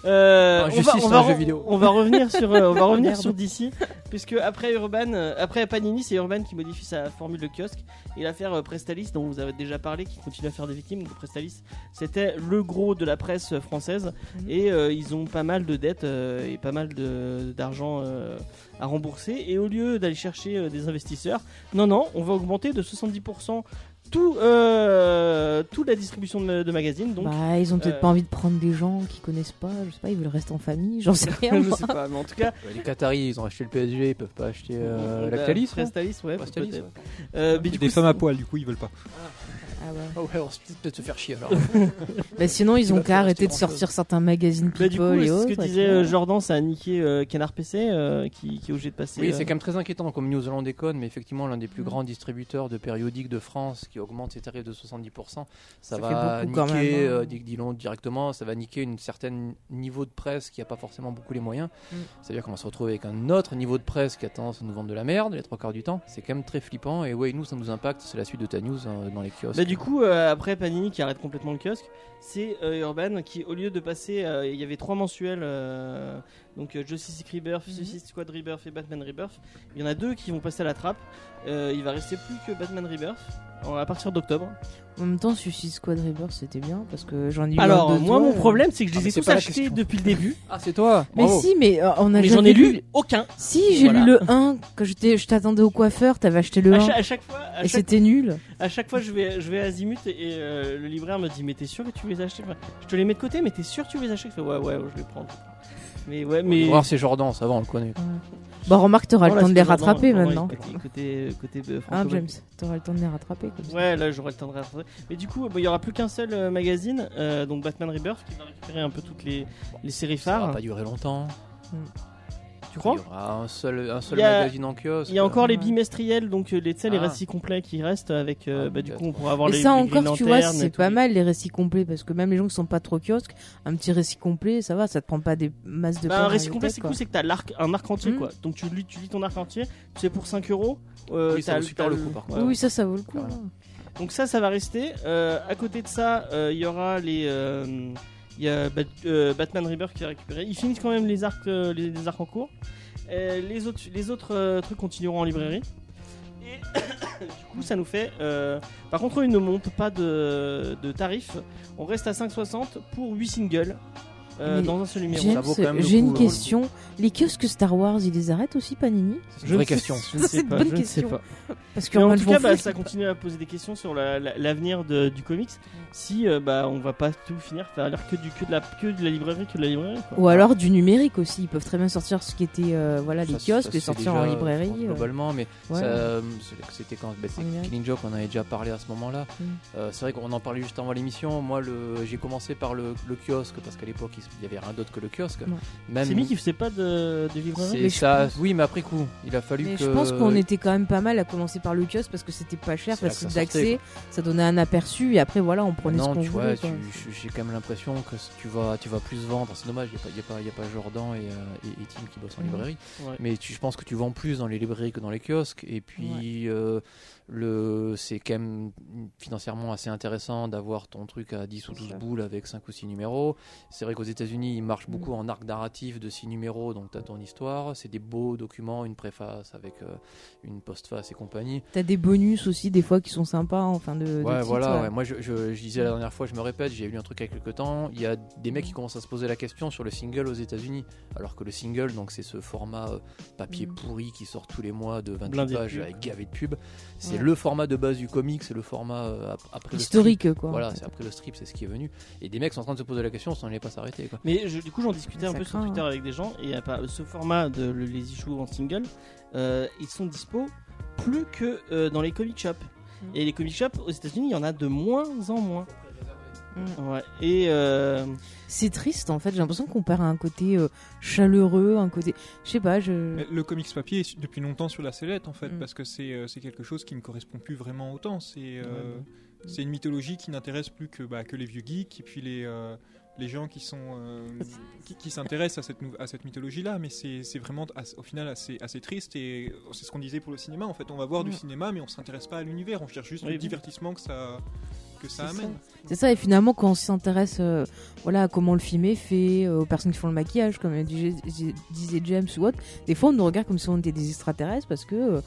[SPEAKER 1] Euh,
[SPEAKER 2] Ah,
[SPEAKER 1] on va,
[SPEAKER 3] Injustice
[SPEAKER 1] on
[SPEAKER 3] dans
[SPEAKER 1] va,
[SPEAKER 3] le jeu
[SPEAKER 1] re-
[SPEAKER 3] vidéo.
[SPEAKER 1] on va revenir sur, euh, on va revenir
[SPEAKER 2] Merde.
[SPEAKER 1] sur DC, puisque après Urban, euh, après Panini, c'est Urban qui modifie sa formule de kiosque et l'affaire euh, Prestalis dont vous avez déjà parlé, qui continue à faire des victimes. Donc, Prestalis, c'était le gros de la presse euh, française
[SPEAKER 2] Mhm.
[SPEAKER 1] et euh, ils ont pas mal de dettes euh, et pas mal de- d'argent euh, à rembourser. Et au lieu d'aller chercher euh, des investisseurs, non, non, on va augmenter de 70% tout, euh, toute la distribution de, de magazines. Donc
[SPEAKER 2] bah, ils ont peut-être
[SPEAKER 1] euh,
[SPEAKER 2] pas envie de prendre des gens qui connaissent pas, je sais pas, ils veulent rester en famille, j'en sais rien.
[SPEAKER 1] je
[SPEAKER 2] moi.
[SPEAKER 1] sais pas, mais en tout cas,
[SPEAKER 3] Les Qataris, ils ont acheté le PSG, ils peuvent pas acheter euh,
[SPEAKER 1] bah,
[SPEAKER 3] Lactalis. ouais.
[SPEAKER 1] Prestalis, ouais,
[SPEAKER 3] Prestalis,
[SPEAKER 1] peut-être.
[SPEAKER 3] ouais.
[SPEAKER 1] Euh, mais du coup,
[SPEAKER 4] poil, du coup, ils veulent pas.
[SPEAKER 2] Ah ouais.
[SPEAKER 3] Ah ouais, on se peut peut-être se faire chier alors.
[SPEAKER 2] Bah, sinon, ils ont
[SPEAKER 3] va
[SPEAKER 2] qu'à
[SPEAKER 3] pas
[SPEAKER 2] arrêter de
[SPEAKER 3] rester grand-chose.
[SPEAKER 2] sortir certains magazines
[SPEAKER 1] Bah, du coup,
[SPEAKER 2] People et
[SPEAKER 1] c'est
[SPEAKER 2] autres.
[SPEAKER 1] ce que
[SPEAKER 2] et
[SPEAKER 1] disait
[SPEAKER 2] puis,
[SPEAKER 1] euh,
[SPEAKER 2] voilà.
[SPEAKER 1] Jordan, ça a niqué euh, Canard PC euh, qui, qui est obligé de passer.
[SPEAKER 3] Oui,
[SPEAKER 1] euh,
[SPEAKER 3] c'est quand même très inquiétant comme New Zealand déconne, mais effectivement l'un des plus
[SPEAKER 2] Mm.
[SPEAKER 3] grands distributeurs de périodiques de France qui augmente ses tarifs de 70%, ça,
[SPEAKER 2] Ça fait
[SPEAKER 3] va
[SPEAKER 2] beaucoup quand
[SPEAKER 3] niquer,
[SPEAKER 2] même, hein.
[SPEAKER 3] euh, dis- disons directement, ça va niquer une certaine niveau de presse qui a pas forcément beaucoup les moyens.
[SPEAKER 2] Mm.
[SPEAKER 3] C'est-à-dire qu'on va se retrouver avec un autre niveau de presse qui a tendance à nous vendre de la merde les trois quarts du temps. C'est quand même très flippant et ouais, nous ça nous impacte, c'est la suite de ta news hein, dans les kiosques.
[SPEAKER 1] Bah, du coup, euh, après Panini qui arrête complètement le kiosque, c'est euh, Urban qui, au lieu de passer, euh, il y avait trois mensuels, euh, donc euh, Justice League Rebirth,
[SPEAKER 2] Mhm.
[SPEAKER 1] Suicide Squad Rebirth et Batman Rebirth. Il y en a deux qui vont passer à la trappe. Euh, il va rester plus que Batman Rebirth en- à partir d'octobre.
[SPEAKER 2] En même temps, Suicide Squad Rebirth, c'était bien parce que j'en ai eu un
[SPEAKER 1] Alors,
[SPEAKER 2] de
[SPEAKER 1] moi,
[SPEAKER 2] toi,
[SPEAKER 1] mon
[SPEAKER 2] euh.
[SPEAKER 1] problème, c'est que je
[SPEAKER 3] Ah,
[SPEAKER 1] les
[SPEAKER 3] mais
[SPEAKER 1] ai
[SPEAKER 3] c'est
[SPEAKER 1] tous
[SPEAKER 3] pas la
[SPEAKER 1] achetés
[SPEAKER 3] question.
[SPEAKER 1] depuis le début,
[SPEAKER 3] Ah, c'est toi
[SPEAKER 2] Mais
[SPEAKER 3] Bravo.
[SPEAKER 2] si, mais euh, on a
[SPEAKER 1] mais
[SPEAKER 2] jamais
[SPEAKER 1] j'en ai
[SPEAKER 2] lu-
[SPEAKER 1] lu aucun.
[SPEAKER 2] Si, j'ai
[SPEAKER 1] Voilà.
[SPEAKER 2] lu le 1 quand j'étais- je t'attendais au coiffeur, t'avais acheté le
[SPEAKER 1] À
[SPEAKER 2] 1
[SPEAKER 1] chaque, à chaque fois, à
[SPEAKER 2] et
[SPEAKER 1] chaque,
[SPEAKER 2] c'était nul.
[SPEAKER 1] à chaque fois, je vais, je vais à Azimut et euh, le libraire me dit Mais t'es sûr que tu veux les acheter Enfin, Je te les mets de côté, mais t'es sûr que tu veux les acheter Je fais Ouais, ouais, je vais prendre. Mais ouais, mais.
[SPEAKER 3] Voir c'est Jordan, ça va, on le connaît.
[SPEAKER 2] Bah remarque, t'auras
[SPEAKER 1] Non,
[SPEAKER 2] le
[SPEAKER 1] là,
[SPEAKER 2] temps de les
[SPEAKER 1] c'est vraiment-
[SPEAKER 2] rattraper
[SPEAKER 1] vraiment
[SPEAKER 2] maintenant.
[SPEAKER 1] Côté, côté, côté, euh,
[SPEAKER 2] Hein,
[SPEAKER 1] franco-belge.
[SPEAKER 2] James, t'auras le temps de les rattraper. Comme ça.
[SPEAKER 1] Ouais, là j'aurais le temps de rattraper. Mais du coup, euh, bah, il y aura plus qu'un seul euh, magazine, euh, donc Batman Rebirth, qui va récupérer un peu toutes les, les séries
[SPEAKER 3] Ça va
[SPEAKER 1] phares.
[SPEAKER 3] pas durer longtemps.
[SPEAKER 1] Tu crois
[SPEAKER 3] Il y aura un seul, un seul
[SPEAKER 1] Il y a-
[SPEAKER 3] magazine en kiosque.
[SPEAKER 1] Il y a encore les
[SPEAKER 2] Ouais.
[SPEAKER 1] bimestriels, donc euh, les, tu sais, les
[SPEAKER 3] Ah.
[SPEAKER 1] récits complets qui restent avec. euh,
[SPEAKER 3] Ah,
[SPEAKER 1] bah, du
[SPEAKER 3] peut-être.
[SPEAKER 1] coup, on pourra avoir
[SPEAKER 2] Et
[SPEAKER 1] les.
[SPEAKER 2] ça
[SPEAKER 1] les Green
[SPEAKER 2] encore, tu vois,
[SPEAKER 1] Lantern et
[SPEAKER 2] c'est
[SPEAKER 1] tous
[SPEAKER 2] pas
[SPEAKER 1] les-
[SPEAKER 2] mal les récits complets parce que même les gens qui sont pas trop kiosques, un petit récit complet, ça va, ça te prend pas des masses de.
[SPEAKER 1] Bah,
[SPEAKER 2] pain
[SPEAKER 1] un
[SPEAKER 2] dans
[SPEAKER 1] récit
[SPEAKER 2] la
[SPEAKER 1] complet,
[SPEAKER 2] tête,
[SPEAKER 1] c'est
[SPEAKER 2] quoi.
[SPEAKER 1] cool, c'est que t'as l'arc, un arc entier,
[SPEAKER 2] Mm.
[SPEAKER 1] quoi. Donc tu lis, tu lis ton arc entier, c'est pour 5 euros. euh,
[SPEAKER 3] Oui, ça
[SPEAKER 1] t'as-
[SPEAKER 3] vaut super
[SPEAKER 1] t'as
[SPEAKER 3] le coup, par contre.
[SPEAKER 2] Oui, oui, ça, ça vaut le coup.
[SPEAKER 3] Voilà.
[SPEAKER 2] hein.
[SPEAKER 1] Donc ça, ça va rester. Euh, à côté de ça, euh, il y aura les. euh, Il y a Bat- euh, Batman Rebirth qui va récupérer. Ils finissent quand même les arcs, euh, les, les arcs en cours. Euh, les autres, les autres euh, trucs continueront en librairie. Et du coup, ça nous fait. euh, Par contre, ils ne montent pas de, de tarif. On reste à 5,60 pour 8 singles euh,
[SPEAKER 2] Mais
[SPEAKER 1] dans un seul numéro.
[SPEAKER 3] James, ça vaut quand
[SPEAKER 2] James,
[SPEAKER 3] même le
[SPEAKER 2] j'ai
[SPEAKER 3] coup,
[SPEAKER 2] une
[SPEAKER 3] euh,
[SPEAKER 2] question. Les kiosques Star Wars, ils les arrêtent aussi, Panini
[SPEAKER 3] C'est une vraie question.
[SPEAKER 1] Je ne
[SPEAKER 2] C'est
[SPEAKER 1] sais
[SPEAKER 2] une
[SPEAKER 1] pas,
[SPEAKER 2] bonne
[SPEAKER 1] je ne sais
[SPEAKER 2] question.
[SPEAKER 1] pas.
[SPEAKER 2] Parce
[SPEAKER 1] Mais
[SPEAKER 2] moi,
[SPEAKER 1] en
[SPEAKER 2] je
[SPEAKER 1] tout
[SPEAKER 2] m'en
[SPEAKER 1] cas,
[SPEAKER 2] fous,
[SPEAKER 1] bah,
[SPEAKER 2] je
[SPEAKER 1] ça
[SPEAKER 2] sais pas.
[SPEAKER 1] continue à poser des questions sur la- la- l'avenir de- du comics. Si euh, bah, on va pas tout finir, faire l'air que, du, que, de la, que de la librairie, que de la librairie. quoi.
[SPEAKER 2] Ou alors du numérique aussi. Ils peuvent très bien sortir ce qui était euh, voilà les
[SPEAKER 3] Ça se- ça
[SPEAKER 2] kiosques,
[SPEAKER 3] se
[SPEAKER 2] les
[SPEAKER 3] fait
[SPEAKER 2] sortir
[SPEAKER 3] déjà,
[SPEAKER 2] en
[SPEAKER 3] je
[SPEAKER 2] librairie.
[SPEAKER 3] pense,
[SPEAKER 2] euh,
[SPEAKER 3] globalement, mais
[SPEAKER 2] ouais.
[SPEAKER 3] ça, euh, c'est- c'était quand bah, c'est
[SPEAKER 2] En numérique.
[SPEAKER 3] Killing Joke, on en avait déjà parlé à ce moment-là.
[SPEAKER 2] Mm.
[SPEAKER 3] Euh, c'est vrai qu'on en parlait juste avant l'émission. Moi, le- j'ai commencé par le, le kiosque parce qu'à l'époque, il s- il y avait rien d'autre que le kiosque.
[SPEAKER 2] Non.
[SPEAKER 3] Même-
[SPEAKER 1] C'est lui qui faisait pas de, de librairie.
[SPEAKER 3] c'est
[SPEAKER 2] Mais je
[SPEAKER 3] ça.
[SPEAKER 2] pense-
[SPEAKER 3] Oui, mais après coup, il a fallu
[SPEAKER 2] Mais
[SPEAKER 3] que.
[SPEAKER 2] je pense qu'on était quand même pas mal à commencer par le kiosque parce que c'était pas cher,
[SPEAKER 3] C'est là que
[SPEAKER 2] facile
[SPEAKER 3] ça sortait,
[SPEAKER 2] d'accès, ça donnait un aperçu et après voilà on prenait
[SPEAKER 3] non,
[SPEAKER 2] ce qu'on
[SPEAKER 3] tu vois,
[SPEAKER 2] voulait.
[SPEAKER 3] tu-
[SPEAKER 2] quoi.
[SPEAKER 3] je- j'ai quand même l'impression que c- tu vas, tu vas plus vendre. C'est dommage, il n'y a, pas- y a pas Jordan et, euh, et- et Tim qui bossent en
[SPEAKER 2] Mhm.
[SPEAKER 3] librairie.
[SPEAKER 1] Ouais.
[SPEAKER 3] Mais tu- je pense que tu vends plus dans les librairies que dans les kiosques. Et puis, euh, le, c'est quand même financièrement assez intéressant d'avoir ton truc à 10 ou
[SPEAKER 2] C'est
[SPEAKER 3] 12
[SPEAKER 2] ça.
[SPEAKER 3] boules avec 5 ou 6 numéros. C'est vrai qu'aux États-Unis, ils marchent
[SPEAKER 2] Mhm.
[SPEAKER 3] beaucoup en arc narratif de 6 numéros. Donc, tu as ton histoire. C'est des beaux documents, une préface avec euh, une postface et compagnie.
[SPEAKER 2] T'as des bonus aussi des fois qui sont sympas en fin de. de
[SPEAKER 3] Ouais,
[SPEAKER 2] titre, euh,
[SPEAKER 3] voilà.
[SPEAKER 2] ouais.
[SPEAKER 3] ouais. Moi, je, je- je disais la dernière fois, je me répète, j'ai lu un truc il y a quelques temps. Il y a des mecs qui commencent à se poser la question sur le single aux États-Unis. Alors que le single, donc c'est ce format euh, papier
[SPEAKER 2] Mhm.
[SPEAKER 3] pourri qui sort tous les mois de 28
[SPEAKER 1] Blindé de
[SPEAKER 3] pages
[SPEAKER 1] pubs.
[SPEAKER 3] avec gavé de pub. C'est
[SPEAKER 2] Ouais.
[SPEAKER 3] le format de base du comic, c'est le format euh, ap- après le
[SPEAKER 2] Historique quoi.
[SPEAKER 3] strip. Voilà,
[SPEAKER 2] en fait.
[SPEAKER 3] c'est après le strip, c'est ce qui est venu. Et des mecs sont en train de se poser la question, on n'est pas s'arrêter. quoi.
[SPEAKER 1] Mais je- du coup, j'en discutais un
[SPEAKER 2] Ça
[SPEAKER 1] peu sur
[SPEAKER 2] craint,
[SPEAKER 1] Twitter
[SPEAKER 2] hein.
[SPEAKER 1] avec des gens. Et à part ce format de le- les issues en single, euh, ils sont dispo plus que euh, dans les comic shops.
[SPEAKER 2] Mm.
[SPEAKER 1] Et les comic shops aux États-Unis, il y en a de moins en moins.
[SPEAKER 2] Mm.
[SPEAKER 1] Ouais. Et euh,
[SPEAKER 2] C'est triste en fait, j'ai l'impression qu'on perd un côté euh, chaleureux, un côté. Je sais pas, je.
[SPEAKER 4] Le comics papier est su- depuis longtemps sur la sellette en fait,
[SPEAKER 2] Mm.
[SPEAKER 4] parce que c'est euh, c'est quelque chose qui ne correspond plus vraiment au temps. C'est euh,
[SPEAKER 2] bah
[SPEAKER 4] c'est une mythologie qui n'intéresse plus que, bah, que les vieux geeks et puis les, euh, les gens qui sont euh, qui, qui s'intéressent à cette, nou- à cette mythologie-là. Mais c'est c'est vraiment as- au final assez, assez triste et c'est ce qu'on disait pour le cinéma en fait. On va voir du
[SPEAKER 2] Mm.
[SPEAKER 4] cinéma mais on s'intéresse pas à l'univers, on cherche juste
[SPEAKER 1] Oui,
[SPEAKER 4] le
[SPEAKER 1] oui.
[SPEAKER 4] divertissement que ça, que ça
[SPEAKER 2] C'est ça.
[SPEAKER 4] amène.
[SPEAKER 2] C'est ça, et finalement, quand on s'intéresse euh, voilà, à comment le film est fait, euh, aux personnes qui font le maquillage, comme disait disait James ou autre, des fois on nous regarde comme si on était des extraterrestres parce que euh,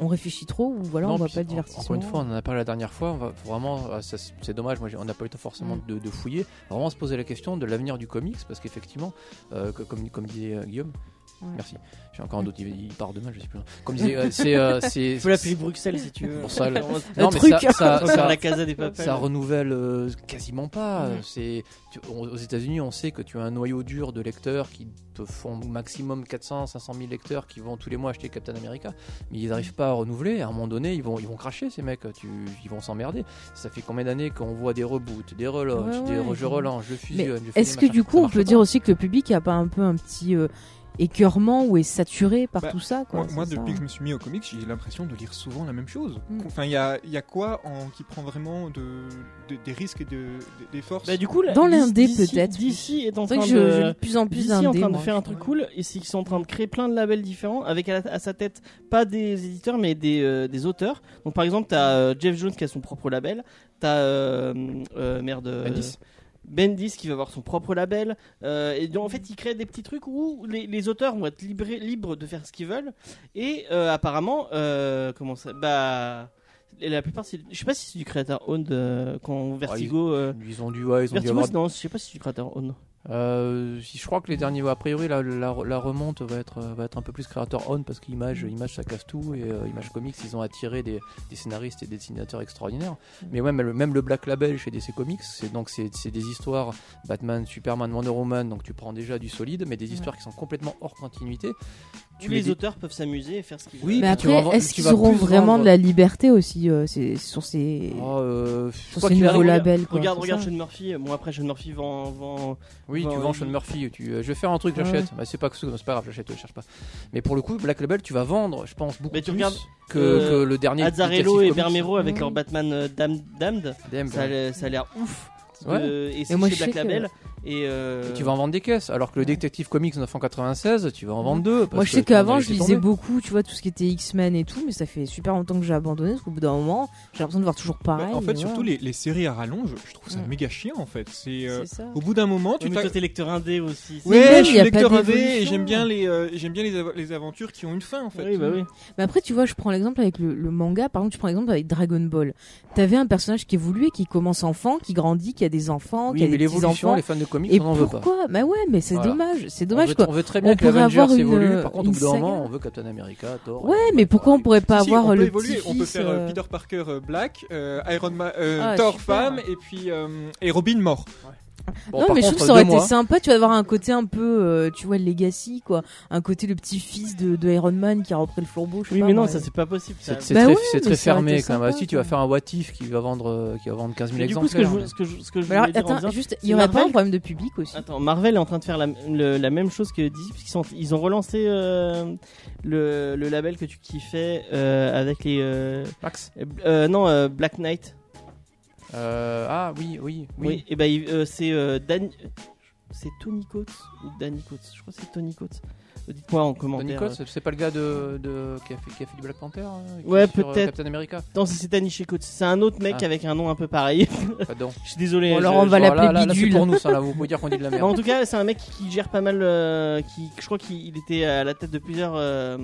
[SPEAKER 2] on réfléchit trop ou voilà
[SPEAKER 3] Non,
[SPEAKER 2] on voit
[SPEAKER 3] puis
[SPEAKER 2] pas le
[SPEAKER 3] en-
[SPEAKER 2] divertissement.
[SPEAKER 3] Encore une fois, on en a parlé la dernière fois. On va vraiment, ah, ça, c'est dommage. Moi, j'ai- on n'a pas eu le temps forcément
[SPEAKER 2] Mm.
[SPEAKER 3] de, de fouiller. Vraiment se poser la question de l'avenir du comics, parce qu'effectivement, euh, que- comme, comme disait euh, Guillaume.
[SPEAKER 2] Ouais.
[SPEAKER 3] Merci. J'ai encore un doute. Il, il part demain, je sais plus. Comme disait, euh, c'est, euh, c'est.
[SPEAKER 1] tu peux l'appeler Bruxelles si tu veux.
[SPEAKER 3] Pour ça, le-
[SPEAKER 1] On va-
[SPEAKER 3] Non,
[SPEAKER 2] Un
[SPEAKER 3] mais
[SPEAKER 2] truc.
[SPEAKER 3] ça, ça-
[SPEAKER 1] on va
[SPEAKER 3] Euh, ça-
[SPEAKER 1] faire la Casa des Papels.
[SPEAKER 3] ça renouvelle euh, quasiment pas.
[SPEAKER 2] Mhm.
[SPEAKER 3] C'est tu- on- aux États-Unis, on sait que tu as un noyau dur de lecteurs qui te font maximum 400, 500 000 lecteurs qui vont tous les mois acheter Captain America, mais ils n'arrivent pas à renouveler. À un moment donné, ils vont ils vont cracher ces mecs. Tu, ils vont s'emmerder. Ça fait combien d'années qu'on voit des reboots, des relaunchs,
[SPEAKER 2] Ouais,
[SPEAKER 3] des
[SPEAKER 2] ouais.
[SPEAKER 3] re- je relance, je
[SPEAKER 2] Mais
[SPEAKER 3] fusionne. je fais
[SPEAKER 2] Est-ce
[SPEAKER 3] des
[SPEAKER 2] que
[SPEAKER 3] machins.
[SPEAKER 2] du
[SPEAKER 3] Ça
[SPEAKER 2] coup, on
[SPEAKER 3] marche
[SPEAKER 2] peut
[SPEAKER 3] pas.
[SPEAKER 2] dire aussi que le public a pas un peu un petit euh, écœurement ou est saturé par
[SPEAKER 4] Bah,
[SPEAKER 2] tout ça quoi,
[SPEAKER 4] moi, moi,
[SPEAKER 2] c'est
[SPEAKER 4] depuis
[SPEAKER 2] ça. hein.
[SPEAKER 4] que je me suis mis au comics, j'ai l'impression de lire souvent la même chose.
[SPEAKER 2] Mm.
[SPEAKER 4] Enfin, il y a, il y a quoi en, qui prend vraiment de, de- des risques et de, des- des forces
[SPEAKER 1] Bah, du coup, la-
[SPEAKER 2] Dans l'indé,
[SPEAKER 1] DC
[SPEAKER 2] peut-être.
[SPEAKER 1] DC est en
[SPEAKER 2] C'est
[SPEAKER 1] train
[SPEAKER 2] vrai
[SPEAKER 1] de.
[SPEAKER 2] que je, je lis de plus en plus
[SPEAKER 1] DC
[SPEAKER 2] d'indés,
[SPEAKER 1] est en train de
[SPEAKER 2] moi.
[SPEAKER 1] faire un truc cool et c'est qu'ils sont en train de créer plein de labels différents avec à, la- à sa tête pas des éditeurs mais des, euh, des auteurs. Donc par exemple t'as euh, Jeff Jones qui a son propre label, t'as euh, euh, merde euh,
[SPEAKER 3] Bendis.
[SPEAKER 1] Bendis qui va avoir son propre label Euh, et donc, en fait ils créent des petits trucs où les, les auteurs vont être librés- libres de faire ce qu'ils veulent et euh, apparemment euh, comment ça bah Et la plupart, c'est- je sais pas si c'est du créateur Own de- quand Vertigo. euh,
[SPEAKER 3] Ah, Ils ont dû, ouais, ils ont dû
[SPEAKER 1] Vertigo,
[SPEAKER 3] avoir-
[SPEAKER 1] c'est- non, je sais pas si c'est du créateur Own.
[SPEAKER 3] Euh, si- je crois que les derniers, a priori, la, la, la remonte va être, euh, va être un peu plus créateur on parce qu'image,
[SPEAKER 2] Mm.
[SPEAKER 3] image, ça casse tout et euh, image comics, ils ont attiré des, des scénaristes et des dessinateurs extraordinaires.
[SPEAKER 2] Mm.
[SPEAKER 3] Mais ouais, même, le- même le Black Label chez DC Comics, c'est donc c'est c'est des histoires Batman, Superman, Wonder Woman, donc tu prends déjà du solide, mais des histoires qui sont complètement hors continuité.
[SPEAKER 1] Tous
[SPEAKER 3] mets
[SPEAKER 1] les
[SPEAKER 3] des-
[SPEAKER 1] auteurs peuvent s'amuser et faire ce qu'ils
[SPEAKER 3] Oui,
[SPEAKER 1] veulent.
[SPEAKER 2] Mais
[SPEAKER 3] puis tu vas
[SPEAKER 2] après,
[SPEAKER 3] avoir-
[SPEAKER 2] est-ce
[SPEAKER 3] tu
[SPEAKER 2] qu'ils
[SPEAKER 3] vas
[SPEAKER 2] auront
[SPEAKER 3] plus
[SPEAKER 2] vraiment
[SPEAKER 3] vendre.
[SPEAKER 2] de la liberté aussi euh, c'est- sur ces,
[SPEAKER 3] Oh, euh, je
[SPEAKER 2] sur
[SPEAKER 3] crois
[SPEAKER 2] ces
[SPEAKER 3] qu'il
[SPEAKER 2] nouveaux
[SPEAKER 3] arrive-
[SPEAKER 2] labels quoi,
[SPEAKER 1] regarde,
[SPEAKER 2] c'est
[SPEAKER 1] regarde
[SPEAKER 2] ça
[SPEAKER 1] Sean Murphy. Bon, après, Sean Murphy vend. vend...
[SPEAKER 3] Oui,
[SPEAKER 1] Ouais,
[SPEAKER 3] tu vends
[SPEAKER 1] ouais.
[SPEAKER 3] Sean Murphy. Tu, euh, je vais faire un truc,
[SPEAKER 2] Ah Ouais.
[SPEAKER 3] j'achète. Bah, c'est pas que ce- c'est pas grave, j'achète, je cherche pas. Mais pour le coup, Black Label, tu vas vendre, je pense, beaucoup
[SPEAKER 1] Mais tu
[SPEAKER 3] plus
[SPEAKER 1] regardes,
[SPEAKER 3] que,
[SPEAKER 1] euh,
[SPEAKER 3] que le dernier.
[SPEAKER 1] Azzarello et
[SPEAKER 3] Detective Comics.
[SPEAKER 1] Bermero avec
[SPEAKER 2] Mm.
[SPEAKER 1] leur Batman euh, Dam- Damned.
[SPEAKER 3] Damn,
[SPEAKER 1] Ça a
[SPEAKER 3] ouais.
[SPEAKER 1] l'air- ça a l'air ouf.
[SPEAKER 3] Ouais.
[SPEAKER 1] Euh, et c'est
[SPEAKER 2] moi,
[SPEAKER 1] chez
[SPEAKER 2] je sais
[SPEAKER 1] Black
[SPEAKER 2] que-
[SPEAKER 1] Label. Et, euh,
[SPEAKER 3] Et tu vas en vendre des caisses, alors que le Detective Comics 996, tu vas en vendre deux. parce
[SPEAKER 2] Moi, je sais
[SPEAKER 3] que tout le monde
[SPEAKER 2] qu'avant,
[SPEAKER 3] a
[SPEAKER 2] je
[SPEAKER 3] laissé
[SPEAKER 2] lisais
[SPEAKER 3] tomber.
[SPEAKER 2] beaucoup, tu vois, tout ce qui était X-Men et tout, mais ça fait super longtemps que j'ai abandonné, parce qu'au bout d'un moment, j'ai l'impression de voir toujours
[SPEAKER 4] Bah,
[SPEAKER 2] pareil.
[SPEAKER 4] en fait,
[SPEAKER 2] et
[SPEAKER 4] surtout
[SPEAKER 2] voilà.
[SPEAKER 4] les, les séries à rallonge, je trouve ça
[SPEAKER 2] Mm.
[SPEAKER 4] méga chiant en fait. C'est euh,
[SPEAKER 2] C'est ça.
[SPEAKER 4] au bout d'un moment, tu
[SPEAKER 1] Oui, mais
[SPEAKER 4] t'as-
[SPEAKER 1] toi, t'es lecteur indé aussi. c'est-
[SPEAKER 2] Oui, Mais
[SPEAKER 4] Ouais,
[SPEAKER 2] même,
[SPEAKER 4] je
[SPEAKER 2] y
[SPEAKER 4] suis
[SPEAKER 2] a pas
[SPEAKER 4] lecteur indé et
[SPEAKER 2] d'évolution.
[SPEAKER 4] j'aime bien les euh, j'aime bien les, av- les aventures qui ont une fin en fait.
[SPEAKER 1] Oui, bah oui.
[SPEAKER 2] Mais après, tu vois, je prends l'exemple avec le, le manga, par exemple, je prends l'exemple avec Dragon Ball. T'avais un personnage qui évoluait, qui commence enfant, qui grandit, qui a des enfants, qui
[SPEAKER 3] Oui,
[SPEAKER 2] a
[SPEAKER 3] mais
[SPEAKER 2] des
[SPEAKER 3] l'évolution,
[SPEAKER 2] petits-enfants.
[SPEAKER 3] les fans de comics,
[SPEAKER 2] Et
[SPEAKER 3] on n'en veut pas.
[SPEAKER 2] pourquoi Bah ouais, mais c'est
[SPEAKER 3] Voilà.
[SPEAKER 2] dommage, c'est
[SPEAKER 3] on veut,
[SPEAKER 2] dommage quoi.
[SPEAKER 3] on veut très
[SPEAKER 2] On
[SPEAKER 3] bien que
[SPEAKER 2] pourrait
[SPEAKER 3] les Avengers
[SPEAKER 2] avoir une-
[SPEAKER 3] évoluent. Par contre,
[SPEAKER 2] une
[SPEAKER 3] au bout d'un
[SPEAKER 2] saga.
[SPEAKER 3] moment, on veut Captain America, Thor.
[SPEAKER 2] Ouais, mais pourquoi on pourrait pas
[SPEAKER 4] Si, si,
[SPEAKER 2] avoir
[SPEAKER 4] on peut
[SPEAKER 2] le
[SPEAKER 4] évoluer,
[SPEAKER 2] petit-fils
[SPEAKER 4] on peut faire euh,
[SPEAKER 2] euh,
[SPEAKER 4] Peter Parker euh, Black, euh, Iron Man, euh,
[SPEAKER 2] Ah,
[SPEAKER 4] Thor
[SPEAKER 2] super.
[SPEAKER 4] femme et puis euh, et Robin mort.
[SPEAKER 3] Bon,
[SPEAKER 2] non,
[SPEAKER 3] par
[SPEAKER 2] mais je
[SPEAKER 3] contre,
[SPEAKER 2] trouve que ça aurait
[SPEAKER 3] deux
[SPEAKER 2] été
[SPEAKER 3] mois,
[SPEAKER 2] sympa, tu vas avoir un côté un peu, euh, tu vois, legacy, quoi. Un côté le petit-fils de, de Iron Man qui a repris le flambeau, je sais
[SPEAKER 1] Oui,
[SPEAKER 2] pas.
[SPEAKER 1] mais non,
[SPEAKER 2] moi.
[SPEAKER 1] ça c'est pas possible. ça.
[SPEAKER 3] C'est c'est
[SPEAKER 2] Bah
[SPEAKER 3] très,
[SPEAKER 2] ouais,
[SPEAKER 3] c'est
[SPEAKER 2] mais
[SPEAKER 3] très
[SPEAKER 2] ça aurait
[SPEAKER 3] fermé
[SPEAKER 2] été
[SPEAKER 3] quand même.
[SPEAKER 2] sympa,
[SPEAKER 3] Ah, si tu
[SPEAKER 2] quoi.
[SPEAKER 3] vas faire un What If qui va vendre, euh, qui va vendre 15 000
[SPEAKER 1] Mais du coup, ce que
[SPEAKER 3] exemplaires.
[SPEAKER 1] je, vou- ce que je- ce que je
[SPEAKER 2] Mais alors,
[SPEAKER 1] voulais dire en
[SPEAKER 2] attends,
[SPEAKER 1] disant-
[SPEAKER 2] juste,
[SPEAKER 1] c'est
[SPEAKER 2] il y aurait pas
[SPEAKER 1] Marvel.
[SPEAKER 2] un problème de public aussi.
[SPEAKER 1] Attends, Marvel est en train de faire la, le- la même chose que DC, puisqu'ils sont- ils ont relancé euh, le, le label que tu kiffais euh, avec les. euh,
[SPEAKER 3] Max
[SPEAKER 1] euh, non, euh, Black Knight.
[SPEAKER 3] Euh, Ah oui, oui,
[SPEAKER 1] Oui,
[SPEAKER 3] oui.
[SPEAKER 1] et ben il- euh, c'est euh, Dan- C'est Tony Coates ou Danny Coates Je crois que c'est Tony Coates. Dites-moi en
[SPEAKER 3] Tony
[SPEAKER 1] commentaire.
[SPEAKER 3] Coates, c'est pas le gars de, de- qui, a fait, qui a fait du Black Panther euh, qui
[SPEAKER 1] Ouais,
[SPEAKER 3] est sur, euh,
[SPEAKER 1] peut-être.
[SPEAKER 3] Captain America.
[SPEAKER 1] Non, c'est Danny chez Coates. C'est un autre mec
[SPEAKER 3] Ah.
[SPEAKER 1] avec un nom un peu pareil.
[SPEAKER 3] Pardon.
[SPEAKER 1] je suis désolé.
[SPEAKER 2] Bon, alors,
[SPEAKER 1] je-
[SPEAKER 2] on
[SPEAKER 1] je-
[SPEAKER 2] va
[SPEAKER 3] Bon,
[SPEAKER 2] l'appeler
[SPEAKER 3] là, là, là, c'est
[SPEAKER 2] Bidule.
[SPEAKER 3] pour nous, ça, là, vous pouvez dire qu'on dit de la
[SPEAKER 1] Mais Bah, en
[SPEAKER 3] merde.
[SPEAKER 1] tout cas, c'est un mec qui gère pas mal. euh, qui, je crois qu'il il était à la tête de plusieurs, euh,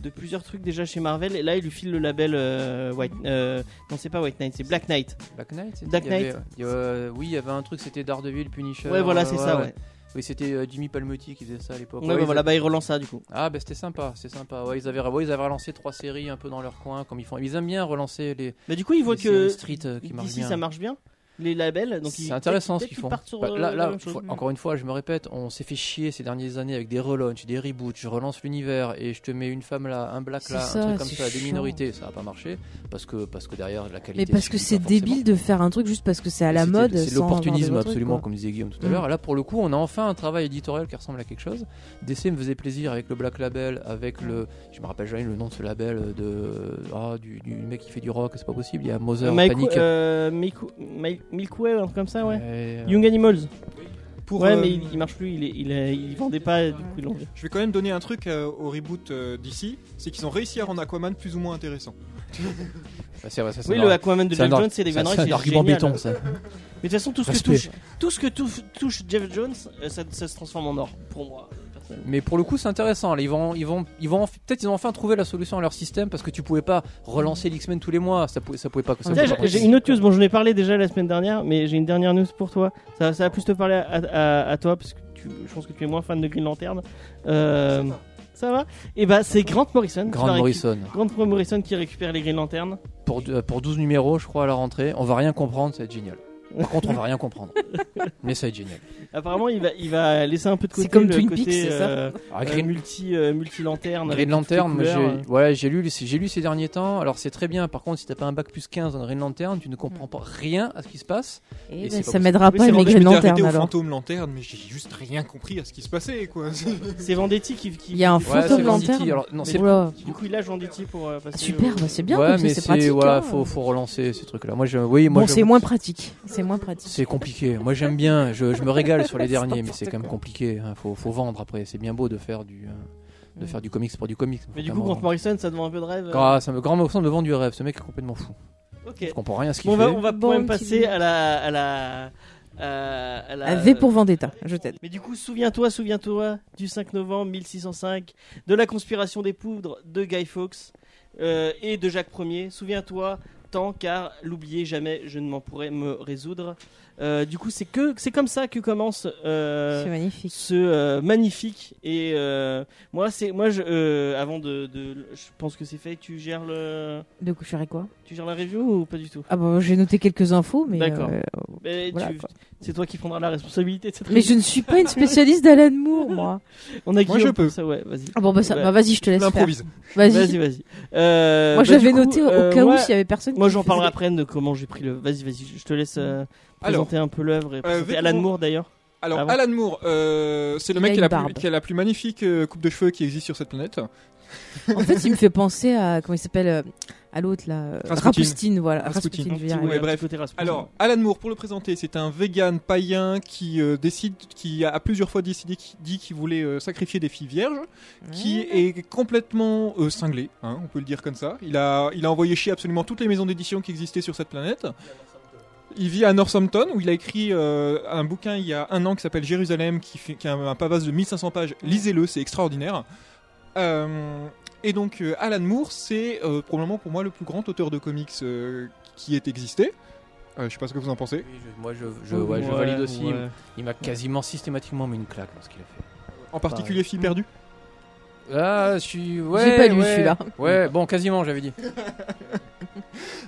[SPEAKER 1] de plusieurs trucs déjà chez Marvel. Et là, il lui file le label euh, White. euh, non, c'est pas White Knight, c'est Black Knight.
[SPEAKER 3] Black Knight c'était-
[SPEAKER 1] Black
[SPEAKER 3] il y avait- euh,
[SPEAKER 1] Knight.
[SPEAKER 3] il y avait- Oui, il y avait un truc, c'était Daredevil, Punisher.
[SPEAKER 1] ouais, voilà,
[SPEAKER 3] euh,
[SPEAKER 1] c'est ça. Ouais.
[SPEAKER 3] Oui, c'était euh, Jimmy Palmiotti qui faisait ça à l'époque.
[SPEAKER 1] Ouais,
[SPEAKER 3] Ouais,
[SPEAKER 1] bah,
[SPEAKER 3] ils
[SPEAKER 1] voilà,
[SPEAKER 3] avaient-
[SPEAKER 1] bah, il relance ça du coup.
[SPEAKER 3] Ah, bah c'était sympa, c'est sympa. Ouais, ils, avaient... ouais, ils avaient relancé trois séries un peu dans leur coin, comme ils font. Ils aiment bien relancer les,
[SPEAKER 1] Mais du coup, il voit
[SPEAKER 3] les
[SPEAKER 1] que
[SPEAKER 3] séries street euh, qui marchent
[SPEAKER 1] d'ici
[SPEAKER 3] bien.
[SPEAKER 1] ça marche bien. Les labels, donc
[SPEAKER 3] c'est intéressant ce qu'ils font.
[SPEAKER 1] euh,
[SPEAKER 3] Bah, là, là, faut-
[SPEAKER 1] Mm.
[SPEAKER 3] encore une fois, je me répète, on s'est fait chier ces dernières années avec des relaunchs, des reboots. Je relance l'univers et je te mets une femme là, un black
[SPEAKER 2] C'est
[SPEAKER 3] là,
[SPEAKER 2] ça,
[SPEAKER 3] un truc comme
[SPEAKER 2] c'est
[SPEAKER 3] ça, des
[SPEAKER 2] chiant.
[SPEAKER 3] minorités. Ça n'a pas marché parce que, parce que derrière la qualité.
[SPEAKER 2] Mais parce que
[SPEAKER 3] suffit
[SPEAKER 2] c'est
[SPEAKER 3] pas forcément.
[SPEAKER 2] débile de faire un truc juste parce que c'est à la
[SPEAKER 3] C'était-
[SPEAKER 2] mode.
[SPEAKER 3] C'est
[SPEAKER 2] sans avoir de
[SPEAKER 3] l'opportunisme,
[SPEAKER 2] vrai truc,
[SPEAKER 3] absolument,
[SPEAKER 2] quoi.
[SPEAKER 3] comme disait Guillaume tout à
[SPEAKER 2] Mm.
[SPEAKER 3] l'heure. Là, pour le coup, on a enfin un travail éditorial qui ressemble à quelque chose. DC me faisait plaisir avec le Black Label, avec le. Je me rappelle jamais le nom de ce label de. Ah, du, du mec qui fait du rock, c'est pas possible. Il y a
[SPEAKER 1] Hmm.
[SPEAKER 3] Mother, Panic.
[SPEAKER 1] Milkway, un truc comme ça, euh, ouais.
[SPEAKER 3] Et, euh,
[SPEAKER 1] Young Animals.
[SPEAKER 4] Pour
[SPEAKER 1] Ouais,
[SPEAKER 4] euh,
[SPEAKER 1] mais il, il marche plus, il, est- il, est- il vendait pas, du coup, ils l'ont viré.
[SPEAKER 4] je vais quand même donner un truc euh, au reboot euh, d'ici, c'est qu'ils ont réussi à rendre Aquaman plus ou moins intéressant.
[SPEAKER 3] bah, c'est vrai, ça, c'est
[SPEAKER 1] Oui,
[SPEAKER 3] un
[SPEAKER 1] le
[SPEAKER 3] ar-
[SPEAKER 1] Aquaman de
[SPEAKER 3] c'est un
[SPEAKER 1] Jeff
[SPEAKER 3] ar-
[SPEAKER 1] Jones, c'est les
[SPEAKER 3] c'est un-
[SPEAKER 1] Van Rice,
[SPEAKER 3] c'est
[SPEAKER 1] c'est
[SPEAKER 3] un argument
[SPEAKER 1] génial. hein.
[SPEAKER 3] béton, ça.
[SPEAKER 1] Mais de toute façon, tout ce, que
[SPEAKER 3] Respect.
[SPEAKER 1] touche, tout ce que touf- touche Jeff Jones, euh, ça, ça se transforme en or, pour moi. personnellement.
[SPEAKER 3] Mais pour le coup, c'est intéressant. là. ils vont, ils vont, ils vont, peut-être ils ont enfin trouvé la solution à leur système parce que tu pouvais pas relancer l'X-Men tous les mois. Ça pouvait, ça pouvait pas. Ça
[SPEAKER 2] Tiens,
[SPEAKER 3] pouvait
[SPEAKER 1] Tiens,
[SPEAKER 3] pas
[SPEAKER 1] j'ai- j'ai une autre news. Bon, j'en ai parlé déjà la semaine dernière, mais j'ai une dernière news pour toi. Ça, ça va plus te parler à, à- à toi, parce que tu- je pense que tu es moins fan de Green Lantern. Euh, ça va Et bah, c'est Grant Morrison. qui va
[SPEAKER 3] Grant
[SPEAKER 1] récu-
[SPEAKER 3] Morrison.
[SPEAKER 1] Grant Morrison qui récupère les Green Lantern.
[SPEAKER 3] pour, euh, pour 12 numéros, je crois, à la rentrée. On va rien comprendre, ça va être génial. Par contre, on va rien comprendre. Mais ça va être génial.
[SPEAKER 1] Apparemment, il va, il va laisser un peu de côté
[SPEAKER 2] C'est comme
[SPEAKER 1] le
[SPEAKER 2] Twin
[SPEAKER 1] côté,
[SPEAKER 2] Peaks, c'est ça
[SPEAKER 1] euh,
[SPEAKER 3] Ah,
[SPEAKER 1] euh,
[SPEAKER 3] Green,
[SPEAKER 1] multi, euh, multi-lanterne. avec
[SPEAKER 3] Green
[SPEAKER 1] toutes
[SPEAKER 3] Lantern,
[SPEAKER 1] les
[SPEAKER 3] moi,
[SPEAKER 1] couleurs,
[SPEAKER 3] j'ai
[SPEAKER 2] hein.
[SPEAKER 3] ouais, j'ai lu, j'ai lu ces derniers temps. Alors, c'est très bien. Par contre, si t'as pas un bac plus 15 dans Green Lantern, tu ne comprends pas rien à ce qui se passe.
[SPEAKER 2] Eh
[SPEAKER 3] Et
[SPEAKER 2] ben,
[SPEAKER 3] c'est pas
[SPEAKER 2] ça m'aidera
[SPEAKER 1] possible.
[SPEAKER 2] pas
[SPEAKER 1] Oui,
[SPEAKER 2] à
[SPEAKER 1] c'est
[SPEAKER 4] je
[SPEAKER 1] vrai,
[SPEAKER 2] mes
[SPEAKER 1] Green
[SPEAKER 4] m'étais
[SPEAKER 2] graines
[SPEAKER 4] arrêté
[SPEAKER 2] lanternes
[SPEAKER 4] au
[SPEAKER 2] alors.
[SPEAKER 4] fantôme lanterne, mais j'ai juste rien compris à ce qui se passait quoi.
[SPEAKER 1] euh, C'est Vendetti qui, qui-
[SPEAKER 2] Il y a un
[SPEAKER 3] Ouais, c'est
[SPEAKER 2] fantôme
[SPEAKER 3] Van City.
[SPEAKER 2] lanterne.
[SPEAKER 3] Alors, non, c'est
[SPEAKER 2] Oula.
[SPEAKER 1] Du coup, il lâche Vendetti pour euh, passer.
[SPEAKER 2] Ah, Super,
[SPEAKER 1] au-
[SPEAKER 2] bah, c'est bien,
[SPEAKER 3] ouais,
[SPEAKER 2] comme ça,
[SPEAKER 3] mais
[SPEAKER 2] c'est pratique.
[SPEAKER 3] voilà,
[SPEAKER 2] hein.
[SPEAKER 3] faut, faut relancer ces trucs-là. Moi, je, oui, moi,
[SPEAKER 2] Bon,
[SPEAKER 3] je-
[SPEAKER 2] c'est moins pratique. C'est moins pratique.
[SPEAKER 3] C'est compliqué. Moi, j'aime bien. Je, je me régale sur les derniers, mais c'est quand même compliqué. hein. Faut, faut vendre après. C'est bien beau de faire du, euh, de
[SPEAKER 2] Mm.
[SPEAKER 3] faire du comics pour du comics.
[SPEAKER 1] Mais du coup, Grant Morrison, ça devient un peu de rêve. euh.
[SPEAKER 3] Ah, ça me, Grant Morrison me vend du rêve. Ce mec est complètement fou.
[SPEAKER 1] Ok.
[SPEAKER 3] Je comprends rien à ce qu'il
[SPEAKER 1] Bon, on
[SPEAKER 3] fait.
[SPEAKER 1] va, on va
[SPEAKER 2] Bon,
[SPEAKER 1] quand même
[SPEAKER 2] petit
[SPEAKER 1] passer
[SPEAKER 2] livre.
[SPEAKER 1] à la, à la, à- à la-
[SPEAKER 2] Ah, V pour Vendetta, je t'aide.
[SPEAKER 1] Mais du coup, souviens-toi, souviens-toi du 5 novembre 1605, de la conspiration des poudres de Guy Fawkes euh, et de Jacques Ier. Souviens-toi tant car l'oublier jamais, je ne m'en pourrais me résoudre. Euh, du coup, c'est que c'est comme ça que commence euh,
[SPEAKER 2] C'est magnifique.
[SPEAKER 1] ce euh, magnifique. Et euh, moi, c'est moi, je, euh, avant de, de- je pense que c'est fait. Tu gères le,
[SPEAKER 2] De coucher quoi
[SPEAKER 1] tu gères la review ou pas du tout
[SPEAKER 2] Ah bon, j'ai noté quelques infos, mais.
[SPEAKER 1] D'accord.
[SPEAKER 2] euh,
[SPEAKER 1] Mais
[SPEAKER 2] Voilà,
[SPEAKER 1] tu-
[SPEAKER 2] quoi.
[SPEAKER 1] C'est toi qui prendras la responsabilité de cette
[SPEAKER 2] Mais je
[SPEAKER 1] review.
[SPEAKER 2] ne suis pas une spécialiste d'Alan Moore, moi.
[SPEAKER 1] On a
[SPEAKER 4] Moi,
[SPEAKER 1] Guillaume
[SPEAKER 4] je peux.
[SPEAKER 1] pour ça, ouais, vas-y.
[SPEAKER 2] Ah bon, bah, ça,
[SPEAKER 1] Ouais.
[SPEAKER 2] bah vas-y, je te laisse faire.
[SPEAKER 4] L'improvise.
[SPEAKER 2] Vas-y.
[SPEAKER 1] Vas-y, vas-y. Euh,
[SPEAKER 2] moi,
[SPEAKER 1] bah,
[SPEAKER 2] j'avais
[SPEAKER 1] du coup,
[SPEAKER 2] noté
[SPEAKER 1] euh,
[SPEAKER 2] au cas où
[SPEAKER 1] moi-
[SPEAKER 2] s'il y avait personne.
[SPEAKER 1] Moi,
[SPEAKER 2] qui
[SPEAKER 1] j'en
[SPEAKER 2] faisait-
[SPEAKER 1] parlerai après de comment j'ai pris le. Vas-y, vas-y, je te laisse euh,
[SPEAKER 4] Alors.
[SPEAKER 1] présenter un peu l'œuvre
[SPEAKER 2] euh,
[SPEAKER 1] et présenter
[SPEAKER 4] vêtements-
[SPEAKER 1] Alan Moore d'ailleurs.
[SPEAKER 4] Alors,
[SPEAKER 1] Ah bon
[SPEAKER 4] Alan Moore, euh, c'est le
[SPEAKER 2] Il
[SPEAKER 4] mec
[SPEAKER 2] a
[SPEAKER 4] qui
[SPEAKER 2] une
[SPEAKER 4] a, la plus,
[SPEAKER 2] barbe.
[SPEAKER 4] qui a la plus magnifique euh, coupe de cheveux qui existe sur cette planète.
[SPEAKER 2] En fait, il me fait penser à comment il s'appelle euh, à l'autre là, euh,
[SPEAKER 4] Rasputin.
[SPEAKER 2] Rapoustine, voilà.
[SPEAKER 4] Rasputin.
[SPEAKER 2] Rasputin, je vais y
[SPEAKER 1] Petit-
[SPEAKER 2] arriver.
[SPEAKER 4] ouais. bref.
[SPEAKER 1] petit côté Rasputin.
[SPEAKER 2] Mmh.
[SPEAKER 4] Alors, Alan Moore, pour le présenter, c'est un vegan païen qui euh, décide, qui a, a plusieurs fois décidé, qui- dit qu'il voulait euh, sacrifier des filles vierges, qui est complètement euh, cinglé, hein, on peut le dire comme ça. Il a, il a envoyé chier absolument toutes les maisons d'édition qui existaient sur cette planète. Il vit à Northampton où il a écrit euh, un bouquin il y a un an qui s'appelle Jérusalem, qui, fait, qui a un pavage de 1500 pages. Lisez-le, c'est extraordinaire. Euh, et donc euh, Alan Moore, c'est euh, probablement pour moi le plus grand auteur de comics euh, qui ait existé. Euh, je sais pas ce que vous en pensez.
[SPEAKER 3] Oui, je- moi je, je- ouais, je valide aussi. Il
[SPEAKER 1] ouais.
[SPEAKER 3] m- Il m'a quasiment systématiquement mis une claque dans ce qu'il a fait.
[SPEAKER 4] En particulier Fille perdue.
[SPEAKER 3] Ah, je suis. Ouais,
[SPEAKER 2] J'ai pas lu
[SPEAKER 3] ouais.
[SPEAKER 2] celui-là.
[SPEAKER 3] Ouais, bon, quasiment, j'avais dit.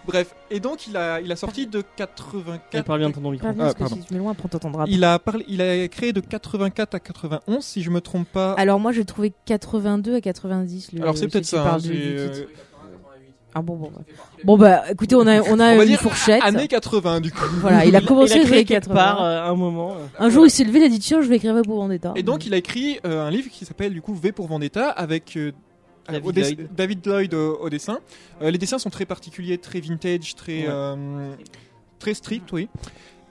[SPEAKER 4] Bref, et donc il a, il a sorti de 84.
[SPEAKER 1] Elle parle bien dans ton micro.
[SPEAKER 2] Pardon, parce
[SPEAKER 4] Ah,
[SPEAKER 2] que
[SPEAKER 4] pardon.
[SPEAKER 2] si je mets loin, après on t'entendra.
[SPEAKER 4] Il a, parlé, il a créé de 84 à 91, si je me trompe pas.
[SPEAKER 2] Alors moi, j'ai trouvé 82 à 90. Le,
[SPEAKER 4] Alors c'est
[SPEAKER 2] Ah, si
[SPEAKER 4] peut-être
[SPEAKER 2] tu
[SPEAKER 4] ça. hein,
[SPEAKER 2] parles
[SPEAKER 4] c'est,
[SPEAKER 2] du- du
[SPEAKER 4] euh,
[SPEAKER 2] titre. Ah bon, bon. bah. Bon bah, écoutez, on a, on a
[SPEAKER 4] On va
[SPEAKER 2] une
[SPEAKER 4] dire
[SPEAKER 2] fourchette.
[SPEAKER 4] Année 80 du coup.
[SPEAKER 2] Voilà, il a commencé
[SPEAKER 1] il
[SPEAKER 2] les
[SPEAKER 1] a créé
[SPEAKER 2] années
[SPEAKER 1] quelque
[SPEAKER 2] 80.
[SPEAKER 1] part euh, à un moment.
[SPEAKER 2] Un jour, il s'est levé, il a dit tiens, je vais écrire V pour Vendetta.
[SPEAKER 4] Et donc il a écrit euh, un livre qui s'appelle du coup V pour Vendetta avec euh,
[SPEAKER 1] David
[SPEAKER 4] au dess-
[SPEAKER 1] Lloyd.
[SPEAKER 4] David Lloyd au, au dessin. Euh, les dessins sont très particuliers, très vintage, très
[SPEAKER 1] Ouais.
[SPEAKER 4] euh, très strict, oui.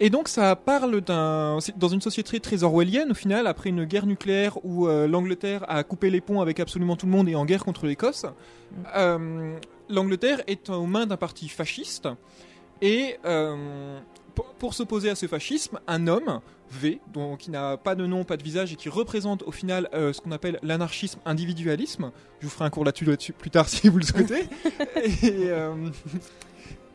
[SPEAKER 4] Et donc ça parle d'un c'est dans une société très orwellienne au final après une guerre nucléaire où euh, l'Angleterre a coupé les ponts avec absolument tout le monde et en guerre contre l'Écosse.
[SPEAKER 1] Mm.
[SPEAKER 4] Euh, L'Angleterre est aux mains d'un parti fasciste et euh, pour, pour s'opposer à ce fascisme, un homme, V, donc, qui n'a pas de nom, pas de visage et qui représente au final euh, ce qu'on appelle l'anarchisme individualisme, je vous ferai un cours là-dessus là-dessus plus tard si vous le souhaitez, et, euh,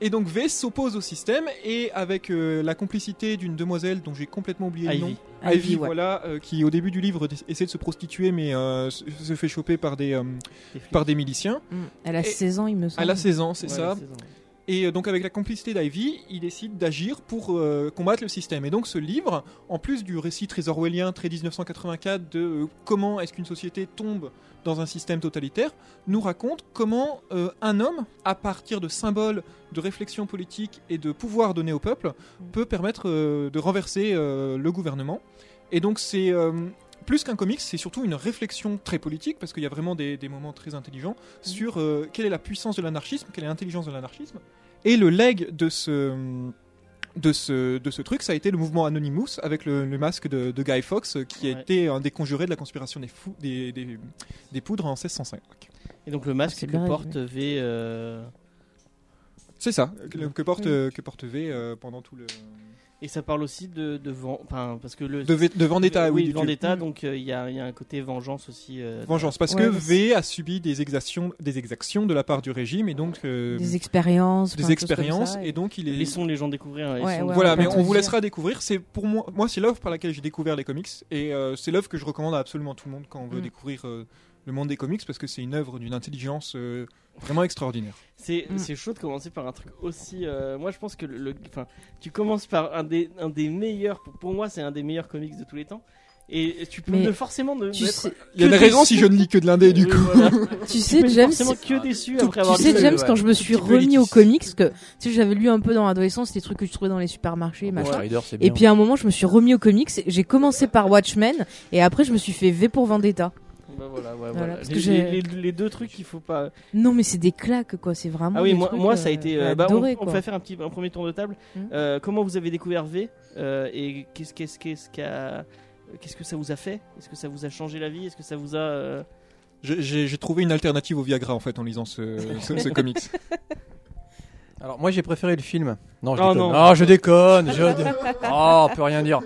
[SPEAKER 4] et donc V s'oppose au système et avec euh, la complicité d'une demoiselle dont j'ai complètement oublié le nom,
[SPEAKER 1] Ivy.
[SPEAKER 4] Ivy,
[SPEAKER 2] ouais.
[SPEAKER 4] voilà, euh, qui au début du livre essaie de se prostituer mais euh, se se fait choper par des, euh, par des miliciens.
[SPEAKER 2] Mm. Elle a
[SPEAKER 4] Et-
[SPEAKER 2] 16 ans, il me semble.
[SPEAKER 4] Elle a 16 ans, c'est
[SPEAKER 1] Ouais,
[SPEAKER 4] ça.
[SPEAKER 1] c'est
[SPEAKER 4] Et euh, donc avec la complicité d'Ivy, il décide d'agir pour euh, combattre le système. Et donc ce livre, en plus du récit très orwellien, très 1984 de euh, comment est-ce qu'une société tombe dans un système totalitaire, nous raconte comment euh, un homme, à partir de symboles, de réflexions politiques et de pouvoir donné au peuple, peut permettre euh, de renverser euh, le gouvernement. Et donc c'est... euh, plus qu'un comics, c'est surtout une réflexion très politique, parce qu'il y a vraiment des, des moments très intelligents sur euh, quelle est la puissance de l'anarchisme, quelle est l'intelligence de l'anarchisme. Et le leg de ce, de, ce, de ce truc, ça a été le mouvement Anonymous avec le, le masque de, de Guy Fawkes, euh, qui a
[SPEAKER 1] Ouais.
[SPEAKER 4] été un des conjurés de la conspiration des, fous, des, des, des poudres en 1605.
[SPEAKER 1] Et donc le masque
[SPEAKER 2] Ah, c'est
[SPEAKER 1] que
[SPEAKER 2] bien
[SPEAKER 1] porte V. euh,
[SPEAKER 4] C'est ça, que, que porte,
[SPEAKER 2] Mm.
[SPEAKER 4] euh, que porte V euh, pendant tout le.
[SPEAKER 1] Et ça parle aussi de, de vent. Enfin, parce que le.
[SPEAKER 4] De, V- de Vendetta, oui.
[SPEAKER 1] Euh, oui,
[SPEAKER 4] du Mm.
[SPEAKER 1] de
[SPEAKER 4] Dieu.
[SPEAKER 1] Vendetta, donc euh, il y, a il y a un côté vengeance aussi. euh,
[SPEAKER 4] Vengeance, parce
[SPEAKER 2] Ouais,
[SPEAKER 4] que
[SPEAKER 2] mais
[SPEAKER 4] V a subi des exactions, des exactions de la part du régime et donc euh,
[SPEAKER 2] des expériences.
[SPEAKER 4] des
[SPEAKER 2] enfin, choses comme
[SPEAKER 4] expériences,
[SPEAKER 2] ça,
[SPEAKER 4] et donc il est.
[SPEAKER 1] Laissons les gens découvrir. hein,
[SPEAKER 2] Ouais,
[SPEAKER 1] laissons-
[SPEAKER 2] ouais,
[SPEAKER 4] Voilà,
[SPEAKER 2] on va
[SPEAKER 4] mais
[SPEAKER 2] pas
[SPEAKER 4] on
[SPEAKER 2] tout
[SPEAKER 4] vous
[SPEAKER 2] dire.
[SPEAKER 4] laissera découvrir. C'est pour moi, moi c'est l'œuvre par laquelle j'ai découvert les comics et euh, c'est l'œuvre que je recommande à absolument tout le monde quand on veut
[SPEAKER 2] Mm.
[SPEAKER 4] découvrir euh, le monde des comics parce que c'est une œuvre d'une intelligence euh, vraiment extraordinaire.
[SPEAKER 1] C'est
[SPEAKER 2] Mm.
[SPEAKER 1] c'est chaud de commencer par un truc aussi. euh, moi, je pense que le, le- enfin, tu commences par un des, un des meilleurs. Pour, pour moi, c'est un des meilleurs comics de tous les temps. Et tu peux
[SPEAKER 2] Mais
[SPEAKER 1] ne- forcément ne.
[SPEAKER 2] Tu
[SPEAKER 1] n'être
[SPEAKER 2] sais,
[SPEAKER 4] Il y a
[SPEAKER 1] que
[SPEAKER 4] des
[SPEAKER 1] des
[SPEAKER 4] raisons si je ne lis que de l'indé
[SPEAKER 2] Euh,
[SPEAKER 4] du
[SPEAKER 1] Oui,
[SPEAKER 4] coup.
[SPEAKER 1] voilà.
[SPEAKER 2] tu
[SPEAKER 1] Tu
[SPEAKER 2] sais,
[SPEAKER 1] peux être
[SPEAKER 2] James,
[SPEAKER 1] forcément que déçu après avoir
[SPEAKER 2] tu
[SPEAKER 1] lu
[SPEAKER 2] sais,
[SPEAKER 1] le-
[SPEAKER 2] James,
[SPEAKER 3] ouais.
[SPEAKER 2] quand je me suis
[SPEAKER 4] Tout petit peu
[SPEAKER 2] remis aux
[SPEAKER 4] élitiste.
[SPEAKER 2] comics, que tu sais, j'avais lu un peu dans l'adolescence les trucs que je trouvais dans les supermarchés,
[SPEAKER 3] Ghost
[SPEAKER 2] machin.
[SPEAKER 3] Rider, c'est bien.
[SPEAKER 2] Et puis à un moment, je me suis remis aux comics. J'ai commencé par Watchmen et après, je me suis fait V pour Vendetta.
[SPEAKER 1] Bah voilà, ouais, voilà.
[SPEAKER 2] Voilà, parce
[SPEAKER 1] Les,
[SPEAKER 2] que j'ai-
[SPEAKER 1] les- les- les deux trucs qu'il faut pas.
[SPEAKER 2] Non, mais c'est des claques, quoi. C'est vraiment.
[SPEAKER 1] Ah oui,
[SPEAKER 2] des
[SPEAKER 1] moi,
[SPEAKER 2] trucs,
[SPEAKER 1] moi
[SPEAKER 2] euh,
[SPEAKER 1] ça a été.
[SPEAKER 2] j'ai
[SPEAKER 1] euh, bah, on-
[SPEAKER 2] adoré,
[SPEAKER 1] on,
[SPEAKER 2] quoi.
[SPEAKER 1] va faire un petit, un premier tour de table.
[SPEAKER 2] Mhm.
[SPEAKER 1] Euh, comment vous avez découvert V euh, et qu'est-ce qu'est-ce qu'est-ce qu'a- qu'est-ce que ça vous a fait Est-ce que ça vous a changé la vie Est-ce que ça vous a euh,
[SPEAKER 4] Je- J'ai j'ai trouvé une alternative au Viagra en fait en lisant ce, ce- ce comics.
[SPEAKER 3] Alors moi j'ai préféré le film. Non, je
[SPEAKER 1] Oh
[SPEAKER 3] déconne.
[SPEAKER 1] non.
[SPEAKER 3] Ah, je déconne. Je dé- Oh, on peut rien dire.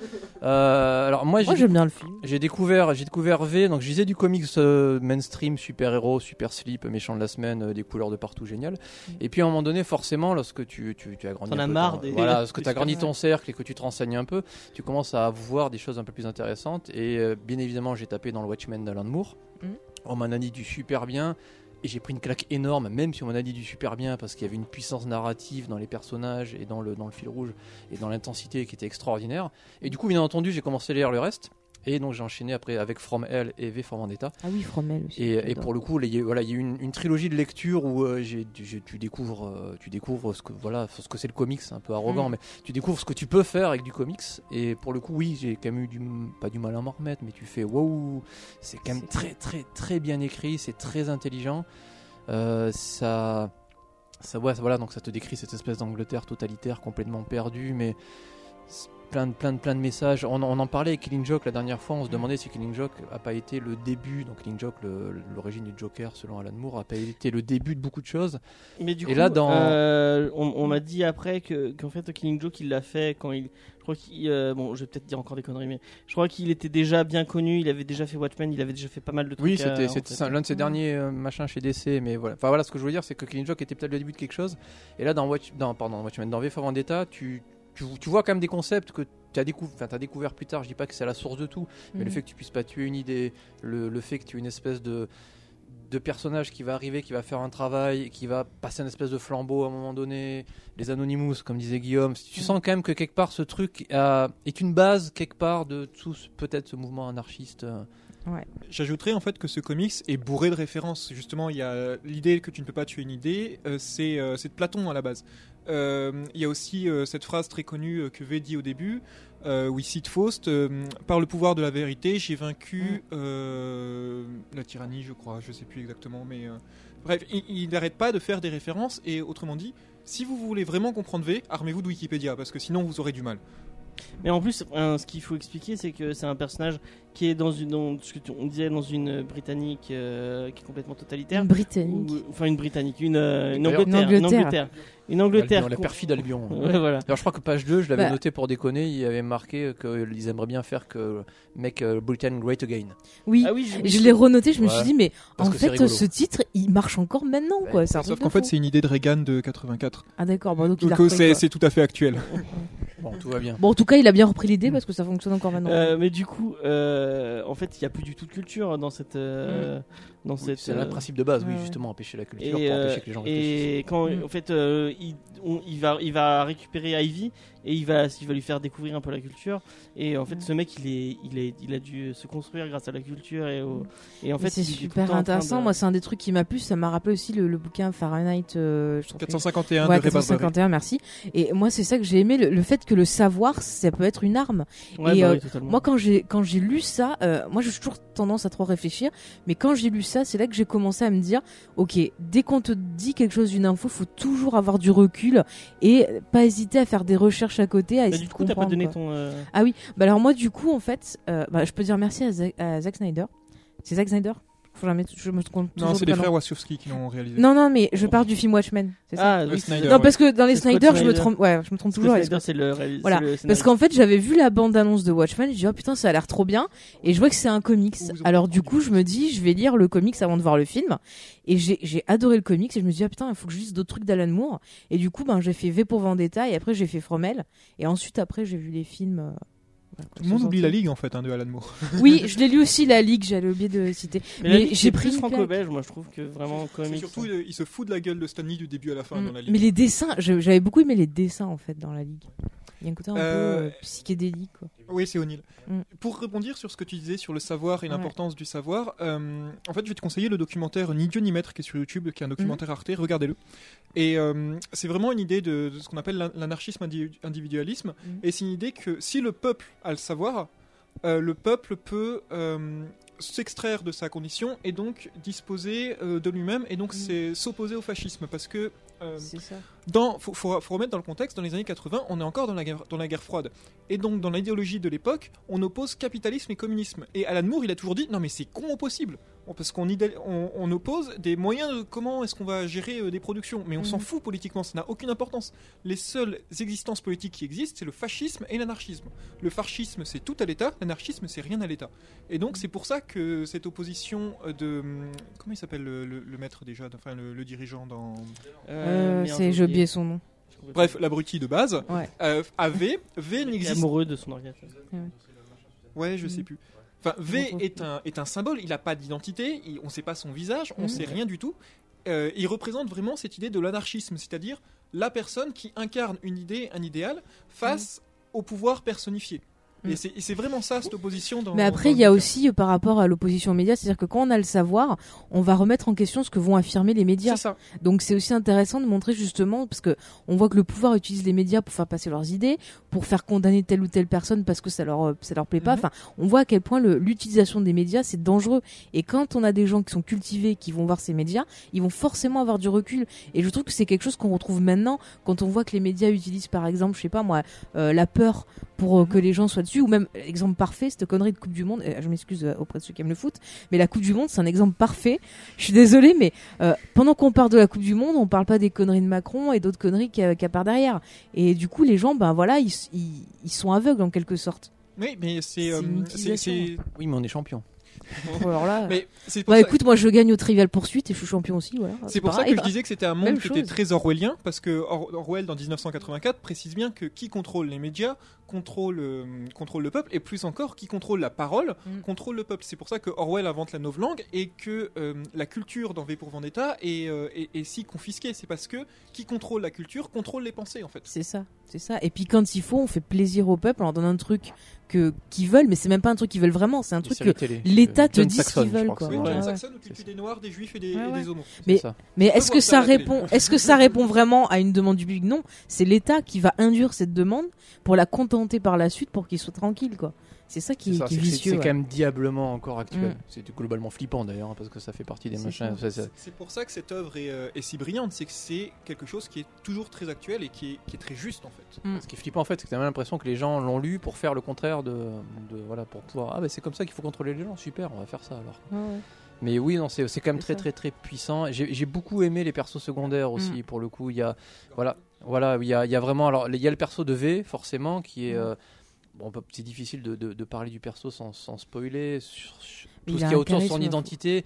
[SPEAKER 3] Euh, alors moi,
[SPEAKER 2] Moi,
[SPEAKER 3] j'ai
[SPEAKER 2] j'aime bien le film.
[SPEAKER 3] j'ai découvert, j'ai découvert V, donc je lisais du comics euh, mainstream, super-héros, super slip, méchant de la semaine, euh, des couleurs de partout, génial. Et puis à un moment donné, forcément, lorsque tu, tu, tu as grandi,
[SPEAKER 1] Mm. T'en
[SPEAKER 3] un
[SPEAKER 1] as
[SPEAKER 3] peu
[SPEAKER 1] marre
[SPEAKER 3] ton-
[SPEAKER 1] des-
[SPEAKER 3] voilà, parce que
[SPEAKER 1] des
[SPEAKER 3] tu as grandi
[SPEAKER 2] super-héros.
[SPEAKER 3] ton cercle et que tu te renseignes un peu, tu commences à voir des choses un peu plus intéressantes. Et euh, bien évidemment, j'ai tapé dans le Watchmen d'Alan Moore.
[SPEAKER 1] Mm.
[SPEAKER 2] Mhm.
[SPEAKER 3] On m'en a dit du super bien. Et j'ai pris une claque énorme, même si on m'en a dit du super bien, parce qu'il y avait une puissance narrative dans les personnages et dans le, dans le fil rouge et dans l'intensité qui était extraordinaire. Et du coup, bien entendu, j'ai commencé à lire le reste. Et donc j'ai enchaîné après avec From Hell et V for Vendetta.
[SPEAKER 2] Ah oui, Fromel aussi.
[SPEAKER 3] Et, et pour le coup, là, il y a voilà, il y a eu une, une trilogie de lecture où euh, j'ai- j'ai- tu découvres, euh, tu découvres ce que voilà, ce que c'est le comics, c'est un peu arrogant,
[SPEAKER 2] Mm.
[SPEAKER 3] mais tu découvres ce que tu peux faire avec du comics. Et pour le coup, oui, j'ai quand même eu du, pas du mal à m'en remettre, mais tu fais waouh, c'est quand même
[SPEAKER 2] C'est-
[SPEAKER 3] très très très bien écrit, c'est très intelligent, Euh, ça. Ça, ouais, voilà, donc ça te décrit cette espèce d'Angleterre totalitaire complètement perdue, mais c'est plein de, plein de, plein de messages. On, en- on en parlait avec Killing Joke la dernière fois, on se demandait si Killing Joke a pas été le début, donc Killing Joke, le- l'origine du Joker selon Alan Moore, a pas été le début de beaucoup de choses.
[SPEAKER 1] Mais du
[SPEAKER 3] Et
[SPEAKER 1] coup,
[SPEAKER 3] là, dans-
[SPEAKER 1] euh, on, on m'a dit après que qu'en fait Killing Joke il l'a fait quand il, je crois qu'il, euh, bon, je vais peut-être dire encore des conneries, mais je crois qu'il était déjà bien connu, il avait déjà fait Watchmen, il avait déjà fait pas mal de trucs.
[SPEAKER 3] Oui,
[SPEAKER 1] euh,
[SPEAKER 3] c'était
[SPEAKER 1] en
[SPEAKER 3] c'était
[SPEAKER 1] fait.
[SPEAKER 3] ça, l'un de ses
[SPEAKER 2] Mm.
[SPEAKER 3] derniers euh, machins chez DC, mais voilà. Enfin voilà, ce que je veux dire, c'est que Killing Joke était peut-être le début de quelque chose. Et là, dans Watch, dans, pardon, dans Watchmen, dans V for Vendetta, tu, tu, tu vois quand même des concepts que tu as, décou enfin, t'as découvert plus tard. Je dis pas que c'est la source de tout, mais
[SPEAKER 2] Mm.
[SPEAKER 3] le fait que tu puisses pas tuer une idée, le, le fait que tu aies une espèce de de personnage qui va arriver, qui va faire un travail, qui va passer un espèce de flambeau à un moment donné, les Anonymous, comme disait Guillaume, tu sens quand même que quelque part ce truc a- est une base quelque part de tout ce- peut-être ce mouvement anarchiste. euh,
[SPEAKER 4] J'ajouterais en fait que ce comics est bourré de références. Justement, il y a euh, l'idée que tu ne peux pas tuer une idée, euh, c'est euh, c'est de Platon à la base. Euh, il y a aussi euh, cette phrase très connue euh, que V dit au début, euh, où il cite Faust euh, Par le pouvoir de la vérité, j'ai vaincu
[SPEAKER 2] Mm.
[SPEAKER 4] euh, la tyrannie, je crois, je sais plus exactement, mais. euh, Bref, il- il n'arrête pas de faire des références, et autrement dit, si vous voulez vraiment comprendre V, armez-vous de Wikipédia, parce que sinon vous aurez du mal.
[SPEAKER 1] Mais en plus, euh, ce qu'il faut expliquer, c'est que c'est un personnage qui est dans une, dans ce que tu- on disait dans une britannique euh, qui est complètement totalitaire.
[SPEAKER 2] Britannique.
[SPEAKER 1] Ou- enfin une britannique, une, euh, une
[SPEAKER 3] D'ailleurs-
[SPEAKER 1] Angleterre, une
[SPEAKER 2] Angleterre.
[SPEAKER 1] Angleterre, une Angleterre.
[SPEAKER 3] Albion, la perfide Albion.
[SPEAKER 1] Ouais, voilà.
[SPEAKER 3] Alors je crois que page 2, je l'avais
[SPEAKER 2] Bah.
[SPEAKER 3] noté pour déconner, il y avait marqué qu'ils aimeraient bien faire que mec euh, Britain great again.
[SPEAKER 2] Oui.
[SPEAKER 1] Ah oui, je-
[SPEAKER 2] Je l'ai renoté, je me suis
[SPEAKER 3] Ouais.
[SPEAKER 2] dit, mais
[SPEAKER 3] Parce
[SPEAKER 2] en
[SPEAKER 3] que c'est
[SPEAKER 2] fait,
[SPEAKER 3] rigolo.
[SPEAKER 2] ce titre, il marche encore maintenant, quoi. C'est un
[SPEAKER 4] Sauf
[SPEAKER 2] truc de
[SPEAKER 4] qu'en fait,
[SPEAKER 2] fou.
[SPEAKER 4] c'est une idée de Reagan de 84.
[SPEAKER 2] Ah d'accord, bon, donc il a
[SPEAKER 4] Donc euh,
[SPEAKER 2] repris,
[SPEAKER 4] c'est
[SPEAKER 2] quoi.
[SPEAKER 4] c'est tout à fait actuel.
[SPEAKER 3] Bon, tout va bien.
[SPEAKER 2] Bon, en tout cas, il a bien repris l'idée parce que ça fonctionne encore maintenant.
[SPEAKER 1] Hmm. Euh, mais du coup, euh, en fait, il n'y a plus du tout de culture hein, dans cette, euh, dans
[SPEAKER 3] Oui,
[SPEAKER 1] cette.
[SPEAKER 3] C'est le
[SPEAKER 1] euh,
[SPEAKER 3] principe de base, oui,
[SPEAKER 2] ouais,
[SPEAKER 3] justement, empêcher la culture
[SPEAKER 1] et,
[SPEAKER 3] pour
[SPEAKER 1] euh,
[SPEAKER 3] empêcher que les gens réfléchissent.
[SPEAKER 1] et quand
[SPEAKER 2] Mm.
[SPEAKER 1] en fait euh, il, on- il va il va récupérer Ivy et il va il va lui faire découvrir un peu la culture et en fait
[SPEAKER 2] Mm.
[SPEAKER 1] ce mec il est il est il a dû se construire grâce à la culture et au, et en
[SPEAKER 2] Mais
[SPEAKER 1] fait
[SPEAKER 2] c'est
[SPEAKER 1] il est tout le temps en
[SPEAKER 2] super
[SPEAKER 1] train
[SPEAKER 2] intéressant.
[SPEAKER 1] de-
[SPEAKER 2] Moi, c'est un des trucs qui m'a plu. Ça m'a rappelé aussi le, le bouquin Fahrenheit. euh, je t'en prie.
[SPEAKER 4] 451
[SPEAKER 2] Ouais,
[SPEAKER 4] de Ray Bradbury.
[SPEAKER 2] 451, merci. Et moi, c'est ça que j'ai aimé, le, le fait que le savoir, ça peut être une arme.
[SPEAKER 1] Ouais,
[SPEAKER 2] et,
[SPEAKER 1] bah oui,
[SPEAKER 2] euh,
[SPEAKER 1] totalement.
[SPEAKER 2] Moi, quand j'ai quand j'ai lu ça, euh, moi, j'ai toujours tendance à trop réfléchir, mais quand j'ai lu ça, c'est là que j'ai commencé à me dire, ok, dès qu'on te dit quelque chose, une info, faut toujours avoir du recul et pas hésiter à faire des recherches à côté, à
[SPEAKER 1] Bah,
[SPEAKER 2] essayer
[SPEAKER 1] du
[SPEAKER 2] de
[SPEAKER 1] coup t'as pas
[SPEAKER 2] comprendre,
[SPEAKER 1] donné
[SPEAKER 2] quoi.
[SPEAKER 1] ton euh,
[SPEAKER 2] Ah oui, bah alors moi du coup en fait, euh, bah, je peux dire merci à, Za- à Zack Snyder. C'est Zack Snyder Faut jamais, je me trompe
[SPEAKER 4] Non,
[SPEAKER 2] toujours
[SPEAKER 4] c'est
[SPEAKER 2] de
[SPEAKER 4] les
[SPEAKER 2] prénom.
[SPEAKER 4] frères Wachowski qui l'ont réalisé.
[SPEAKER 2] Non non, mais je pars du film Watchmen. c'est ça
[SPEAKER 1] ah
[SPEAKER 4] Le
[SPEAKER 1] oui,
[SPEAKER 4] Snyder,
[SPEAKER 1] c'est-
[SPEAKER 2] non
[SPEAKER 4] ouais.
[SPEAKER 2] parce que dans les
[SPEAKER 1] C'est Scott
[SPEAKER 2] Snyder, je me
[SPEAKER 1] Snyder.
[SPEAKER 2] trompe. Ouais, je me trompe
[SPEAKER 1] Scott
[SPEAKER 2] toujours. avec
[SPEAKER 1] Snyder, c'est le réal-
[SPEAKER 2] Voilà,
[SPEAKER 1] c'est le
[SPEAKER 2] parce
[SPEAKER 1] scénariste.
[SPEAKER 2] qu'en fait, j'avais vu la bande-annonce de Watchmen, j'ai dit, oh putain, ça a l'air trop bien. Et je vois que c'est un comics.
[SPEAKER 4] Ou ils ont
[SPEAKER 2] Alors,
[SPEAKER 4] pas
[SPEAKER 2] du
[SPEAKER 4] rendu
[SPEAKER 2] coup, je me dis, je vais lire le comics avant de voir le film. Et j'ai j'ai adoré le comics et je me suis dit, ah putain, il faut que je lise d'autres trucs d'Alan Moore. Et du coup, ben, j'ai fait V pour Vendetta et après, j'ai fait Fromel. Et ensuite, après, j'ai vu les films. euh, voilà,
[SPEAKER 4] Tout le monde oublie la
[SPEAKER 2] sortis.
[SPEAKER 4] Ligue en fait hein, de Alan Moore.
[SPEAKER 2] Oui, je l'ai lu aussi, la Ligue, j'allais oublier de citer.
[SPEAKER 1] Mais la
[SPEAKER 2] mais
[SPEAKER 1] Ligue,
[SPEAKER 2] j'ai
[SPEAKER 1] c'est
[SPEAKER 2] pris
[SPEAKER 1] plus
[SPEAKER 2] une claque.
[SPEAKER 1] franco-belge moi je trouve que vraiment
[SPEAKER 4] Et
[SPEAKER 1] comics
[SPEAKER 4] surtout, il, il se fout de la gueule de Stanley du début à la fin
[SPEAKER 2] Mm.
[SPEAKER 4] dans la Ligue.
[SPEAKER 2] Mais les dessins, je- j'avais beaucoup aimé les dessins, en fait, dans la Ligue. Il y a un côté un peu
[SPEAKER 4] Euh,
[SPEAKER 2] euh, psychédélique, quoi.
[SPEAKER 4] Oui, c'est O'Neill.
[SPEAKER 2] Mm.
[SPEAKER 4] Pour rebondir sur ce que tu disais sur le savoir et
[SPEAKER 2] Ouais.
[SPEAKER 4] l'importance du savoir, euh, en fait, je vais te conseiller le documentaire Ni Dieu ni Maître qui est sur YouTube, qui est un
[SPEAKER 2] Mm.
[SPEAKER 4] documentaire Arte. Regardez-le. Et euh, c'est vraiment une idée de, de ce qu'on appelle l'an- l'anarchisme indi- individualisme.
[SPEAKER 2] Mhm.
[SPEAKER 4] Et c'est une idée que si le peuple a le savoir, euh, le peuple peut euh, s'extraire de sa condition et donc disposer euh, de lui-même et donc
[SPEAKER 2] Mhm.
[SPEAKER 4] c'est s'opposer au fascisme. Parce que euh,
[SPEAKER 2] C'est ça.
[SPEAKER 4] dans, faut, faut- faut remettre dans le contexte, dans les années 80, on est encore dans la guerre, dans la guerre froide. Et donc, dans l'idéologie de l'époque, on oppose capitalisme et communisme. Et Alan Moore, il a toujours dit, non mais c'est con au possible. on- parce qu'on idéal- on, on oppose des moyens de comment est-ce qu'on va gérer euh, des productions, mais on s'en
[SPEAKER 2] Mhm.
[SPEAKER 4] fout politiquement, ça n'a aucune importance. Les seules existences politiques qui existent, c'est le fascisme et l'anarchisme. Le fascisme, c'est tout à l'État, l'anarchisme, c'est rien à l'État. Et donc, c'est pour ça que cette opposition euh, de. hum, Comment il s'appelle le, le- le maître déjà, enfin le, le dirigeant dans.
[SPEAKER 2] Euh,
[SPEAKER 1] merde,
[SPEAKER 2] c'est
[SPEAKER 1] j'ai
[SPEAKER 2] j'ai
[SPEAKER 1] oublié.
[SPEAKER 2] oublié son nom.
[SPEAKER 4] Bref, l'abruti de base,
[SPEAKER 2] Ouais.
[SPEAKER 4] euh, à V, V
[SPEAKER 1] Il est
[SPEAKER 4] n'existe
[SPEAKER 1] amoureux de son orgasme.
[SPEAKER 4] Ouais, je sais
[SPEAKER 2] Mm.
[SPEAKER 4] plus. Enfin, V
[SPEAKER 2] J'entends.
[SPEAKER 4] est un, est un symbole, il n'a pas d'identité, il- on ne sait pas son visage, on ne
[SPEAKER 2] Mm.
[SPEAKER 4] sait rien du tout. Euh, il représente vraiment cette idée de l'anarchisme, c'est-à-dire la personne qui incarne une idée, un idéal, face au pouvoir personnifié.
[SPEAKER 2] Mm.
[SPEAKER 4] Et c'est- et c'est vraiment ça, cette opposition dans...
[SPEAKER 2] Mais après,
[SPEAKER 4] dans
[SPEAKER 2] il y a
[SPEAKER 4] le
[SPEAKER 2] aussi euh, par rapport à l'opposition aux médias, c'est-à-dire que quand on a le savoir, on va remettre en question ce que vont affirmer les
[SPEAKER 4] bouquin.
[SPEAKER 2] médias.
[SPEAKER 4] C'est ça.
[SPEAKER 2] Donc c'est aussi intéressant de montrer justement parce que on voit que le pouvoir utilise les médias pour faire passer leurs idées, pour faire condamner telle ou telle personne parce que ça leur euh, ça leur plaît pas.
[SPEAKER 4] Mhm.
[SPEAKER 2] Enfin, on voit à quel point le- l'utilisation des médias c'est dangereux. Et quand on a des gens qui sont cultivés, qui vont voir ces médias, ils vont forcément avoir du recul. Et je trouve que c'est quelque chose qu'on retrouve maintenant quand on voit que les médias utilisent par exemple, je sais pas moi, euh, la peur pour euh, que les gens soient dessus ou même euh, exemple parfait cette connerie de Coupe du Monde. euh, je m'excuse euh, auprès de ceux qui aiment le foot, mais la Coupe du Monde c'est un exemple parfait. Je suis désolée, mais euh, pendant qu'on parle de la Coupe du Monde, on parle pas des conneries de Macron et d'autres conneries qu'il y a, qu'il y a par derrière. Et du coup, les gens, ben voilà, ils, s- ils, ils sont aveugles en quelque sorte.
[SPEAKER 4] Oui, mais c'est...
[SPEAKER 2] C'est
[SPEAKER 4] euh,
[SPEAKER 2] une
[SPEAKER 4] c'est- c'est-
[SPEAKER 3] Oui, mais on est champion.
[SPEAKER 2] Alors là,
[SPEAKER 4] Mais c'est pour
[SPEAKER 2] bah
[SPEAKER 4] ça-
[SPEAKER 2] écoute, moi je gagne au Trivial Poursuite et je suis champion aussi, voilà.
[SPEAKER 4] C'est pour ça
[SPEAKER 2] pareil. bah,
[SPEAKER 4] que je disais que c'était un monde
[SPEAKER 2] Même
[SPEAKER 4] qui était
[SPEAKER 2] chose.
[SPEAKER 4] très orwellien, parce que Or- Orwell, dans 1984, précise bien que qui contrôle les médias contrôle, euh, contrôle le peuple, et plus encore, qui contrôle la parole
[SPEAKER 2] Mm.
[SPEAKER 4] contrôle le peuple. C'est pour ça que Orwell invente la novlangue et que euh, la culture dans V pour Vendetta est, euh, est- est si confisquée. C'est parce que qui contrôle la culture contrôle les pensées, en fait.
[SPEAKER 2] C'est ça, c'est ça. Et puis quand il faut, on fait plaisir au peuple en leur donnant un truc que qu'ils veulent, mais c'est même pas un truc qu'ils veulent vraiment, c'est un truc que l'État te dit ce qu'ils veulent, quoi.
[SPEAKER 4] Oui,
[SPEAKER 2] Ouais,
[SPEAKER 4] John
[SPEAKER 2] ouais.
[SPEAKER 4] Saxon occupe
[SPEAKER 3] C'est ça.
[SPEAKER 4] des Noirs, des Juifs et des,
[SPEAKER 2] Ouais,
[SPEAKER 4] et
[SPEAKER 2] ouais.
[SPEAKER 4] des homos.
[SPEAKER 2] Mais- Mais est-ce
[SPEAKER 4] voir
[SPEAKER 2] que
[SPEAKER 4] ça à
[SPEAKER 2] ça
[SPEAKER 4] la télé.
[SPEAKER 2] répond Est-ce que ça répond vraiment à une demande du public Non, c'est l'État qui va induire cette demande pour la contenter par la suite pour qu'il soit tranquille, quoi. C'est ça qui,
[SPEAKER 3] C'est ça,
[SPEAKER 2] qui est
[SPEAKER 3] c'est- c'est-
[SPEAKER 2] vicieux.
[SPEAKER 3] c'est
[SPEAKER 2] ouais.
[SPEAKER 3] quand même diablement encore actuel.
[SPEAKER 2] Mm.
[SPEAKER 3] C'est globalement flippant d'ailleurs, hein, parce que ça fait partie des
[SPEAKER 2] C'est
[SPEAKER 3] machins.
[SPEAKER 2] ça.
[SPEAKER 3] ça- ça-
[SPEAKER 4] C'est pour ça que cette œuvre est, euh, est si brillante, c'est que c'est quelque chose qui est toujours très actuel et qui est, qui est très juste, en fait.
[SPEAKER 3] Ce qui est flippant en fait, c'est que t'as même l'impression que les gens l'ont lu pour faire le contraire de, de- voilà, pour pouvoir. Ah bah c'est comme ça qu'il faut contrôler les gens. Super, on va faire ça alors.
[SPEAKER 2] Ouais, ouais.
[SPEAKER 3] Mais oui, non, c'est c'est quand même
[SPEAKER 2] C'est
[SPEAKER 3] très très très puissant. J'ai j'ai beaucoup aimé les persos secondaires
[SPEAKER 2] Mm.
[SPEAKER 3] aussi pour le coup. Il y a voilà, voilà, il y a, il y a vraiment alors il y a le perso de V forcément qui est
[SPEAKER 2] Mm.
[SPEAKER 3] euh, bon, on peut- c'est difficile de, de- de parler du perso sans, sans spoiler sur, sur
[SPEAKER 2] Mais
[SPEAKER 3] tout
[SPEAKER 2] il
[SPEAKER 3] ce
[SPEAKER 2] a
[SPEAKER 3] qu'il y a
[SPEAKER 2] un
[SPEAKER 3] autour de son
[SPEAKER 2] charisme,
[SPEAKER 3] identité.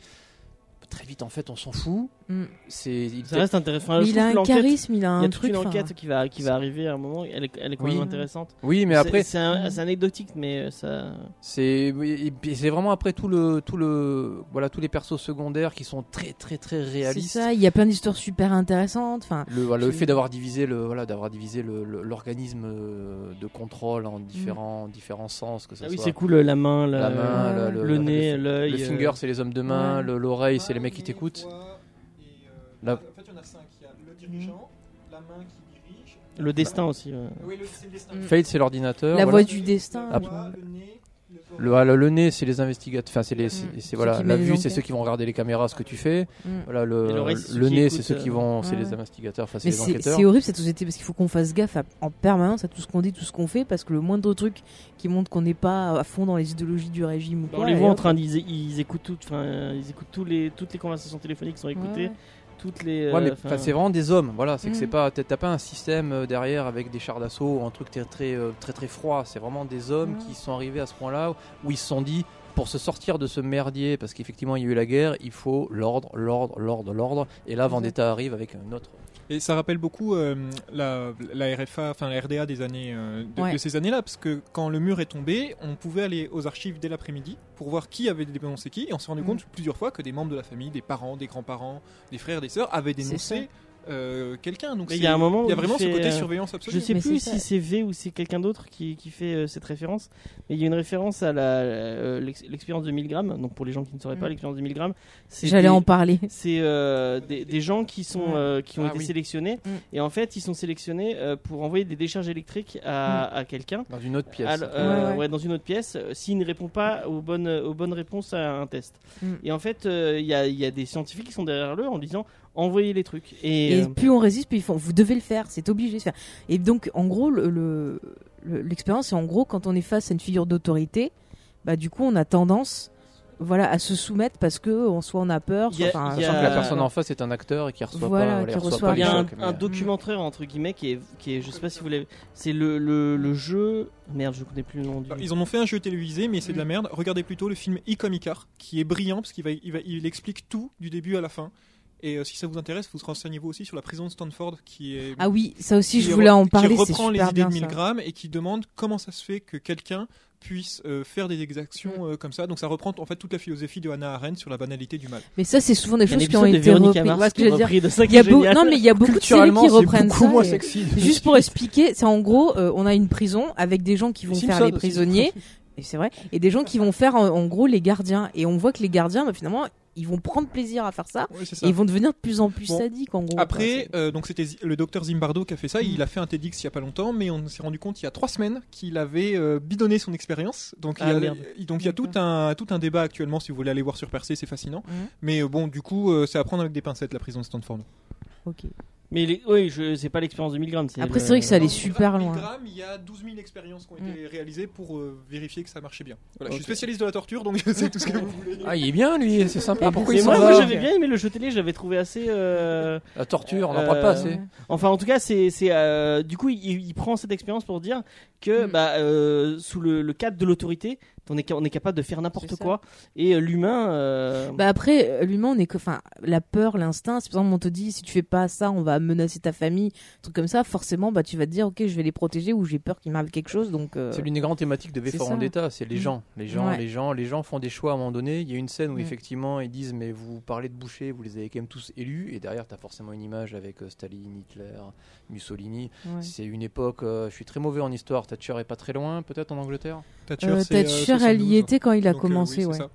[SPEAKER 3] Très vite en fait, on s'en fout.
[SPEAKER 2] Mm.
[SPEAKER 3] C'est il
[SPEAKER 1] Ça reste intéressant.
[SPEAKER 2] Mais
[SPEAKER 1] Je
[SPEAKER 2] il
[SPEAKER 1] trouve
[SPEAKER 2] a
[SPEAKER 1] que
[SPEAKER 2] un
[SPEAKER 1] l'enquête-
[SPEAKER 2] charisme, il a
[SPEAKER 1] Il
[SPEAKER 2] un
[SPEAKER 1] y a toute
[SPEAKER 2] truc.
[SPEAKER 1] une
[SPEAKER 2] enfin,
[SPEAKER 1] enquête qui va, qui va arriver à un moment, elle est, elle est quand
[SPEAKER 3] Oui.
[SPEAKER 1] même intéressante.
[SPEAKER 3] Oui, mais après
[SPEAKER 1] C'est- C'est un-
[SPEAKER 2] Mm.
[SPEAKER 1] c'est anecdotique, mais euh, ça.
[SPEAKER 3] C'est oui, et puis c'est vraiment après tout le tout le voilà tous les persos secondaires qui sont très très très
[SPEAKER 2] C'est
[SPEAKER 3] réalistes.
[SPEAKER 2] ça, il y a plein d'histoires super intéressantes. Enfin,
[SPEAKER 3] Le, voilà, le
[SPEAKER 2] C'est-
[SPEAKER 3] fait d'avoir divisé le voilà d'avoir divisé le- le- l'organisme euh, de contrôle
[SPEAKER 2] Mm.
[SPEAKER 3] en différents différents sens que ça
[SPEAKER 1] Ah oui,
[SPEAKER 3] soit
[SPEAKER 1] c'est cool, euh, la main,
[SPEAKER 3] la
[SPEAKER 1] le-
[SPEAKER 3] main,
[SPEAKER 2] ouais,
[SPEAKER 3] le,
[SPEAKER 1] le,
[SPEAKER 3] le-
[SPEAKER 1] nez,
[SPEAKER 3] le,
[SPEAKER 1] l'œil.
[SPEAKER 3] le
[SPEAKER 1] euh,
[SPEAKER 3] finger, c'est les hommes de main,
[SPEAKER 2] Ouais.
[SPEAKER 3] le- l'oreille, c'est les mecs qui t'écoutent. La-
[SPEAKER 4] euh, En fait, il y en a cinq. Il y a le dirigeant,
[SPEAKER 2] Mm.
[SPEAKER 4] la main qui dirige.
[SPEAKER 1] Le destin aussi. ouais.
[SPEAKER 4] Oui, le- c'est le destin.
[SPEAKER 2] Mm.
[SPEAKER 3] Fate, c'est l'ordinateur.
[SPEAKER 2] La
[SPEAKER 3] voilà.
[SPEAKER 2] voix du destin.
[SPEAKER 4] La
[SPEAKER 2] Ah,
[SPEAKER 4] voix,
[SPEAKER 2] puis-
[SPEAKER 4] le nez, le
[SPEAKER 3] Le, voilà, le nez, c'est les investigateurs. Enfin, c'est les, c'est-
[SPEAKER 2] Mm.
[SPEAKER 3] c'est-
[SPEAKER 2] Ceux
[SPEAKER 3] voilà,
[SPEAKER 2] qui
[SPEAKER 3] la
[SPEAKER 2] mènent les
[SPEAKER 3] vue, c'est
[SPEAKER 2] enquêtes.
[SPEAKER 3] ceux qui vont regarder les caméras, ce que tu fais.
[SPEAKER 2] mm.
[SPEAKER 3] Voilà, le,
[SPEAKER 1] Et l'oreille,
[SPEAKER 3] le-
[SPEAKER 1] c'est ceux
[SPEAKER 3] le
[SPEAKER 1] qui
[SPEAKER 3] nez, c'est
[SPEAKER 1] écoutent,
[SPEAKER 3] ceux qui
[SPEAKER 1] euh,
[SPEAKER 3] vont, c'est
[SPEAKER 2] ouais,
[SPEAKER 3] les
[SPEAKER 2] ouais.
[SPEAKER 3] investigateurs. Enfin, c'est
[SPEAKER 2] Mais
[SPEAKER 3] les
[SPEAKER 2] c'est
[SPEAKER 3] enquêteurs.
[SPEAKER 2] c'est horrible cette société parce qu'il faut qu'on fasse gaffe à- en permanence à tout ce qu'on dit, tout ce qu'on fait, parce que le moindre truc qui montre qu'on n'est pas à fond dans les idéologies du régime ou
[SPEAKER 1] Bah, On
[SPEAKER 2] quoi.
[SPEAKER 1] les
[SPEAKER 2] et
[SPEAKER 1] voit en
[SPEAKER 2] hop.
[SPEAKER 1] train, ils, ils écoutent toutes, enfin, euh, ils écoutent tous les, toutes les conversations téléphoniques sont écoutées,
[SPEAKER 2] Ouais.
[SPEAKER 1] toutes les. euh,
[SPEAKER 3] Ouais, mais
[SPEAKER 1] enfin,
[SPEAKER 3] enfin, c'est vraiment des hommes, voilà. C'est que c'est
[SPEAKER 2] Mm.
[SPEAKER 3] pas, t'as t'as pas un système euh, derrière avec des chars d'assaut ou un truc très très euh, très, très froid. C'est vraiment des hommes
[SPEAKER 2] Mm.
[SPEAKER 3] qui sont arrivés à ce point-là où- où ils se sont dit pour se sortir de ce merdier, parce qu'effectivement il y a eu la guerre, il faut l'ordre, l'ordre, l'ordre, l'ordre. Et là,
[SPEAKER 2] Exact.
[SPEAKER 3] Vendetta arrive avec un autre.
[SPEAKER 4] Et ça rappelle beaucoup euh, la, la RFA, enfin la RDA des années euh, de,
[SPEAKER 2] Ouais.
[SPEAKER 4] de ces années-là, parce que quand le mur est tombé, on pouvait aller aux archives dès l'après-midi pour voir qui avait dénoncé qui, et on s'est rendu
[SPEAKER 2] Mhm.
[SPEAKER 4] compte plusieurs fois que des membres de la famille, des parents, des grands-parents, des frères, des sœurs avaient
[SPEAKER 2] C'est
[SPEAKER 4] dénoncé euh, quelqu'un. Donc
[SPEAKER 1] Mais il y
[SPEAKER 4] c'est-
[SPEAKER 1] a un moment
[SPEAKER 4] il y a
[SPEAKER 1] où il
[SPEAKER 4] vraiment ce
[SPEAKER 1] fait,
[SPEAKER 4] côté
[SPEAKER 1] euh,
[SPEAKER 4] surveillance
[SPEAKER 1] Je
[SPEAKER 4] absolue.
[SPEAKER 1] sais
[SPEAKER 2] Mais
[SPEAKER 1] plus
[SPEAKER 2] c'est
[SPEAKER 1] si
[SPEAKER 2] ça.
[SPEAKER 1] c'est V ou si c'est quelqu'un d'autre qui, qui fait euh, cette référence, mais il y a une référence à la, euh, l'ex- l'expérience de 1000 grammes. Donc pour les gens qui ne sauraient pas,
[SPEAKER 2] Mm.
[SPEAKER 1] l'expérience de 1000 grammes, c'est
[SPEAKER 2] J'allais
[SPEAKER 1] des-
[SPEAKER 2] en parler.
[SPEAKER 1] c'est euh, des, des gens qui sont
[SPEAKER 2] Ouais.
[SPEAKER 1] euh, qui ont
[SPEAKER 3] Ah
[SPEAKER 1] été
[SPEAKER 3] oui.
[SPEAKER 1] sélectionnés
[SPEAKER 2] Mm.
[SPEAKER 1] et en fait ils sont sélectionnés euh, pour envoyer des décharges électriques à, à quelqu'un
[SPEAKER 3] Dans une autre pièce.
[SPEAKER 1] Alors, euh,
[SPEAKER 2] Mm. Ouais,
[SPEAKER 1] ouais,
[SPEAKER 2] ouais.
[SPEAKER 1] dans une autre pièce euh, s'il ne répond pas aux bonnes aux bonnes réponses à un test
[SPEAKER 2] Mm.
[SPEAKER 1] et en fait euh, il y, a, il y a des scientifiques qui sont derrière eux en disant envoyez les trucs et,
[SPEAKER 2] Et
[SPEAKER 1] euh,
[SPEAKER 2] plus on résiste, plus ils font. Vous devez le faire, c'est obligé de faire. Et donc, en gros, le- le- le- l'expérience, c'est en gros quand on est face à une figure d'autorité, bah du coup, on a tendance voilà, à se soumettre parce que euh, soit on a peur,
[SPEAKER 1] Il
[SPEAKER 2] soit
[SPEAKER 1] y a-
[SPEAKER 2] enfin,
[SPEAKER 1] il y
[SPEAKER 3] Sachant
[SPEAKER 1] a-
[SPEAKER 3] que la personne en face est un acteur et qui reçoit
[SPEAKER 2] Voilà,
[SPEAKER 3] pas,
[SPEAKER 2] qui
[SPEAKER 3] les reçoit
[SPEAKER 2] reçoit
[SPEAKER 3] pas
[SPEAKER 1] Il y
[SPEAKER 3] les
[SPEAKER 1] a un,
[SPEAKER 3] chocs, mais,
[SPEAKER 1] un
[SPEAKER 3] euh,
[SPEAKER 1] documentaire entre guillemets qui est, qui est, je sais pas si vous l'avez, c'est le, le, le jeu. Merde, je connais plus le nom du.
[SPEAKER 4] Bah, Ils en ont fait un jeu télévisé, mais c'est de la
[SPEAKER 2] Mm.
[SPEAKER 4] merde. Regardez plutôt le film Icom Icar, qui est brillant parce qu'il va, il va- il explique tout du début à la fin. Et euh, si ça vous intéresse, vous renseignez-vous aussi sur la prison de Stanford, qui est
[SPEAKER 2] Ah oui, ça aussi,
[SPEAKER 4] qui
[SPEAKER 2] je voulais en
[SPEAKER 4] re-
[SPEAKER 2] parler,
[SPEAKER 4] Qui
[SPEAKER 2] c'est
[SPEAKER 4] reprend les
[SPEAKER 2] super
[SPEAKER 4] idées
[SPEAKER 2] bien
[SPEAKER 4] de 1000
[SPEAKER 2] ça.
[SPEAKER 4] grammes et qui demande comment ça se fait que quelqu'un puisse euh, faire des exactions
[SPEAKER 2] Mm.
[SPEAKER 4] euh, comme ça. Donc ça reprend en fait toute la philosophie de Hannah Arendt sur la banalité du mal.
[SPEAKER 2] Mais ça, c'est souvent des
[SPEAKER 1] Il y a un
[SPEAKER 2] choses qui ont
[SPEAKER 1] épisode de
[SPEAKER 2] été
[SPEAKER 1] Véronique
[SPEAKER 2] reprises.
[SPEAKER 1] Amars
[SPEAKER 2] Voilà ce que
[SPEAKER 1] qui
[SPEAKER 2] je
[SPEAKER 1] est
[SPEAKER 2] veux dire.
[SPEAKER 1] repris de ça
[SPEAKER 2] Il
[SPEAKER 1] qui
[SPEAKER 2] y a
[SPEAKER 1] est
[SPEAKER 2] beau-
[SPEAKER 1] génial.
[SPEAKER 2] Non, mais il y a beaucoup de séries
[SPEAKER 3] culturellement,
[SPEAKER 2] qui
[SPEAKER 3] c'est
[SPEAKER 2] reprennent
[SPEAKER 3] beaucoup
[SPEAKER 2] ça.
[SPEAKER 3] moins
[SPEAKER 2] et-
[SPEAKER 3] sexy.
[SPEAKER 2] Juste pour expliquer, c'est en gros, euh, on a une prison avec des gens qui vont
[SPEAKER 3] Les
[SPEAKER 2] faire
[SPEAKER 3] Simpsons
[SPEAKER 2] les
[SPEAKER 3] aussi.
[SPEAKER 2] prisonniers, et c'est vrai, et des gens qui vont faire en, en gros les gardiens. Et on voit que les gardiens, bah, finalement, ils vont prendre plaisir à faire ça,
[SPEAKER 4] Ouais, c'est ça.
[SPEAKER 2] et ils vont devenir de plus en plus
[SPEAKER 4] Bon.
[SPEAKER 2] sadiques en gros.
[SPEAKER 4] Après,
[SPEAKER 2] Enfin,
[SPEAKER 4] euh, donc c'était Zi- le docteur Zimbardo qui a fait ça.
[SPEAKER 2] Mm.
[SPEAKER 4] Il a fait un TEDx il y a pas longtemps, mais on s'est rendu compte il y a trois semaines qu'il avait euh, bidonné son expérience. Donc
[SPEAKER 1] Ah,
[SPEAKER 4] il y a,
[SPEAKER 1] merde.
[SPEAKER 4] il- donc il y a tout un tout un débat actuellement. Si vous voulez aller voir sur Percé, c'est fascinant.
[SPEAKER 2] Mm.
[SPEAKER 4] Mais euh, bon, du coup, euh, c'est à prendre avec des pincettes la prison de Stanford.
[SPEAKER 2] c'est- ok.
[SPEAKER 1] Mais les- oui, je- c'est pas l'expérience de 1000 grammes.
[SPEAKER 2] Après, c'est vrai que ça allait
[SPEAKER 4] Dans
[SPEAKER 2] super
[SPEAKER 4] 1000
[SPEAKER 2] loin.
[SPEAKER 4] grammes, il y a 12 000 expériences qui ont
[SPEAKER 2] Mm.
[SPEAKER 4] été réalisées pour euh, vérifier que ça marchait bien. Voilà, Je
[SPEAKER 1] Ok.
[SPEAKER 4] suis spécialiste de la torture, donc c'est tout ce que vous voulez.
[SPEAKER 3] Ah, il est bien lui, c'est sympa. Pourquoi
[SPEAKER 1] Mais
[SPEAKER 3] il s'en
[SPEAKER 1] moi, moi,
[SPEAKER 3] va
[SPEAKER 1] j'avais bien aimé le jeu télé, j'avais trouvé assez. euh,
[SPEAKER 3] La torture, on n'en
[SPEAKER 1] Euh,
[SPEAKER 3] parle pas assez.
[SPEAKER 1] Enfin, en tout cas, c'est c'est, euh, du coup, il, il prend cette expérience pour dire que
[SPEAKER 2] Mm.
[SPEAKER 1] bah, euh, sous le, le cadre de l'autorité, on est, ca- on est capable de faire
[SPEAKER 2] C'est
[SPEAKER 1] n'importe
[SPEAKER 2] ça.
[SPEAKER 1] quoi. Et euh, l'humain, euh,
[SPEAKER 2] Bah après, euh, l'humain, on est que, enfin, la peur, l'instinct. C'est pour ça qu'on te dit, si tu fais pas ça, on va menacer ta famille, truc comme ça. Forcément, bah tu vas te dire, ok, je vais les protéger ou j'ai peur qu'il m'arrive quelque chose. Donc, euh,
[SPEAKER 3] C'est l'une des grandes thématiques de
[SPEAKER 2] c'est
[SPEAKER 3] Véforum
[SPEAKER 2] ça.
[SPEAKER 3] d'État, c'est les
[SPEAKER 2] Mm.
[SPEAKER 3] gens. Les gens,
[SPEAKER 2] Ouais.
[SPEAKER 3] les gens, les gens font des choix à un moment donné. Il y a une scène où
[SPEAKER 2] Mm.
[SPEAKER 3] effectivement ils disent mais vous parlez de boucher, vous les avez quand même tous élus et derrière tu as forcément une image avec euh, Staline, Hitler, Mussolini.
[SPEAKER 2] ouais.
[SPEAKER 3] C'est une époque, euh, je suis très mauvais en histoire, Thatcher est pas très loin peut-être en Angleterre.
[SPEAKER 2] Euh,
[SPEAKER 4] c'est, euh,
[SPEAKER 2] Thatcher, elle
[SPEAKER 4] 72.
[SPEAKER 2] y était quand il a
[SPEAKER 4] Donc, euh,
[SPEAKER 2] commencé,
[SPEAKER 4] oui, c'est
[SPEAKER 2] ouais.
[SPEAKER 4] ça.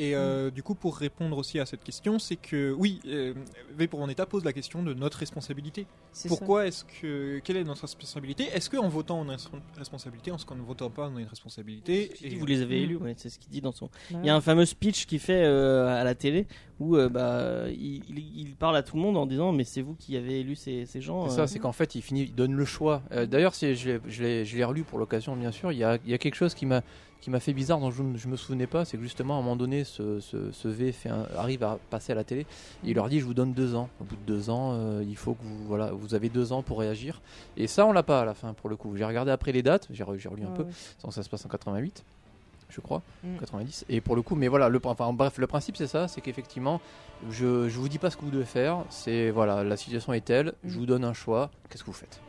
[SPEAKER 4] Et euh, du coup, pour répondre aussi à cette question, c'est que oui, euh, V pour mon État pose la question de notre responsabilité.
[SPEAKER 2] C'est
[SPEAKER 4] Pourquoi est-ce que quelle est notre responsabilité Est-ce qu'en votant on a une responsabilité, en ce qu'en ne votant pas on a une responsabilité
[SPEAKER 1] ceci dit,
[SPEAKER 4] Et-
[SPEAKER 1] vous les avez
[SPEAKER 2] Mm.
[SPEAKER 1] élus, ouais, c'est ce qu'il dit dans son.
[SPEAKER 2] ça. Ah
[SPEAKER 1] Il y a un fameux speech qu'il fait euh, à la télé où euh, bah, il, il- il parle à tout le monde en disant Mais c'est vous qui avez élu ces, ces gens.
[SPEAKER 3] C'est
[SPEAKER 1] euh.
[SPEAKER 3] ça, c'est qu'en fait, il finit, il donne le choix. Euh, D'ailleurs, c'est- je l'ai- je l'ai je l'ai relu pour l'occasion, bien sûr. Il y a, il y a quelque chose qui m'a qui m'a fait bizarre, dont je ne me souvenais pas, c'est que justement, à un moment donné, ce, ce- ce V fait un- arrive à passer à la télé. Il leur dit, je vous donne deux ans. Au bout de deux ans, euh, il faut que vous, voilà, vous avez deux ans pour réagir. Et ça, on l'a pas à la fin, pour le coup. J'ai regardé après les dates, j'ai re- j'ai relu un peu. Donc ça se passe en 88, je crois,
[SPEAKER 2] Mm.
[SPEAKER 3] 90. Et pour le coup, mais voilà, le, enfin, bref, le principe c'est ça, c'est qu'effectivement, je, je vous dis pas ce que vous devez faire, c'est voilà, la situation est telle, je vous donne un choix, qu'est-ce que vous faites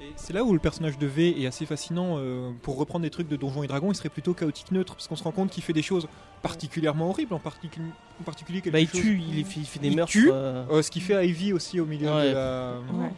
[SPEAKER 4] Et C'est là où le personnage de V est assez fascinant. euh, pour reprendre des trucs de Donjons et Dragons, il serait plutôt chaotique neutre, parce qu'on se rend compte qu'il fait des choses particulièrement horribles, en, particu- en particulier quelque
[SPEAKER 1] Bah, il
[SPEAKER 4] chose-
[SPEAKER 1] tue, il, fait- il fait des
[SPEAKER 4] Il
[SPEAKER 1] meurtres.
[SPEAKER 4] tue
[SPEAKER 1] euh.
[SPEAKER 4] Euh, ce qui fait à Ivy aussi au milieu
[SPEAKER 1] Ouais.
[SPEAKER 4] de la.
[SPEAKER 2] Ouais.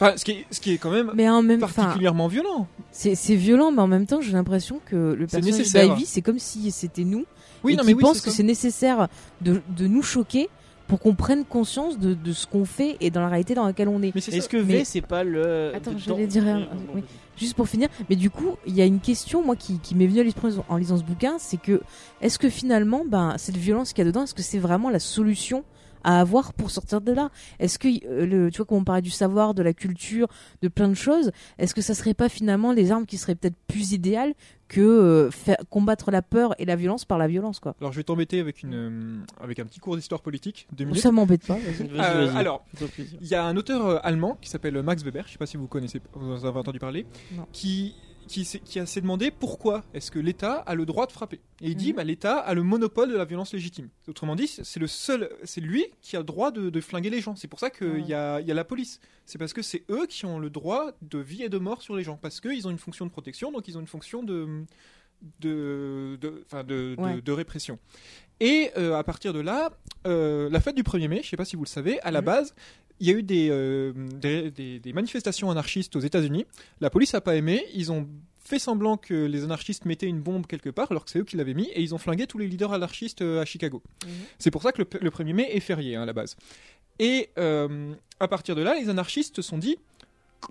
[SPEAKER 4] Enfin, ce qui est, ce qui est quand même
[SPEAKER 2] Mais en même temps,
[SPEAKER 4] particulièrement violent.
[SPEAKER 2] c'est c'est violent, mais en même temps, j'ai l'impression que le
[SPEAKER 4] C'est
[SPEAKER 2] personnage
[SPEAKER 4] nécessaire.
[SPEAKER 2] d'Ivy, c'est comme si c'était nous.
[SPEAKER 4] Oui,
[SPEAKER 2] et
[SPEAKER 4] non,
[SPEAKER 2] qu'il
[SPEAKER 4] mais oui,
[SPEAKER 2] pense
[SPEAKER 4] c'est
[SPEAKER 2] que
[SPEAKER 4] ça.
[SPEAKER 2] c'est nécessaire de, de nous choquer pour qu'on prenne conscience de, de ce qu'on fait et dans la réalité dans laquelle on est.
[SPEAKER 4] Mais c'est
[SPEAKER 1] Est-ce
[SPEAKER 4] ça.
[SPEAKER 1] que
[SPEAKER 2] Mais-
[SPEAKER 1] V, c'est pas le.
[SPEAKER 2] Attends,
[SPEAKER 1] dedans-
[SPEAKER 2] j'allais dire un-
[SPEAKER 1] Euh, non,
[SPEAKER 2] oui. Juste pour finir, mais du coup, il y a une question, moi, qui, qui m'est venue à l'esprit en lisant ce bouquin, c'est que est-ce que finalement, ben, cette violence qu'il y a dedans, est-ce que c'est vraiment la solution à avoir pour sortir de là Est-ce que, euh, le, tu vois, quand on parlait du savoir, de la culture, de plein de choses, est-ce que ça serait pas finalement les armes qui seraient peut-être plus idéales que euh, faire, combattre la peur et la violence par la violence, quoi
[SPEAKER 4] Alors, je vais t'embêter avec, une, euh, avec un petit cours d'histoire politique, deux minutes.
[SPEAKER 2] Ça m'embête pas.
[SPEAKER 1] vas-y,
[SPEAKER 4] Euh,
[SPEAKER 1] vas-y.
[SPEAKER 4] alors,
[SPEAKER 1] Fais-toi plaisir.
[SPEAKER 4] il y a un auteur euh, allemand qui s'appelle Max Weber, je ne sais pas si vous connaissez, vous en avez entendu parler,
[SPEAKER 2] Non.
[SPEAKER 4] qui, qui, s'est- qui a- s'est demandé pourquoi est-ce que l'État a le droit de frapper. Et il dit,
[SPEAKER 2] Mhm.
[SPEAKER 4] bah, l'État a le monopole de la violence légitime. Autrement dit, c'est le seul, c'est lui qui a le droit de, de flinguer les gens. C'est pour ça qu'il
[SPEAKER 2] Ouais.
[SPEAKER 4] y, a, il y a la police. C'est parce que c'est eux qui ont le droit de vie et de mort sur les gens, parce qu'ils ont une fonction de protection, donc ils ont une fonction de de, de, enfin, de, de-
[SPEAKER 2] Ouais.
[SPEAKER 4] de répression. Et euh, à partir de là, euh, la fête du 1er mai, je ne sais pas si vous le savez, à la
[SPEAKER 2] Mhm.
[SPEAKER 4] base, il y a eu des, euh, des, des- des manifestations anarchistes aux États-Unis. La police n'a pas aimé. Ils ont fait semblant que les anarchistes mettaient une bombe quelque part, alors que c'est eux qui l'avaient mis, et ils ont flingué tous les leaders anarchistes euh, à Chicago.
[SPEAKER 2] Mhm.
[SPEAKER 4] C'est pour ça que le, p- le 1er mai est férié hein, à la base. Et euh, à partir de là, les anarchistes se sont dit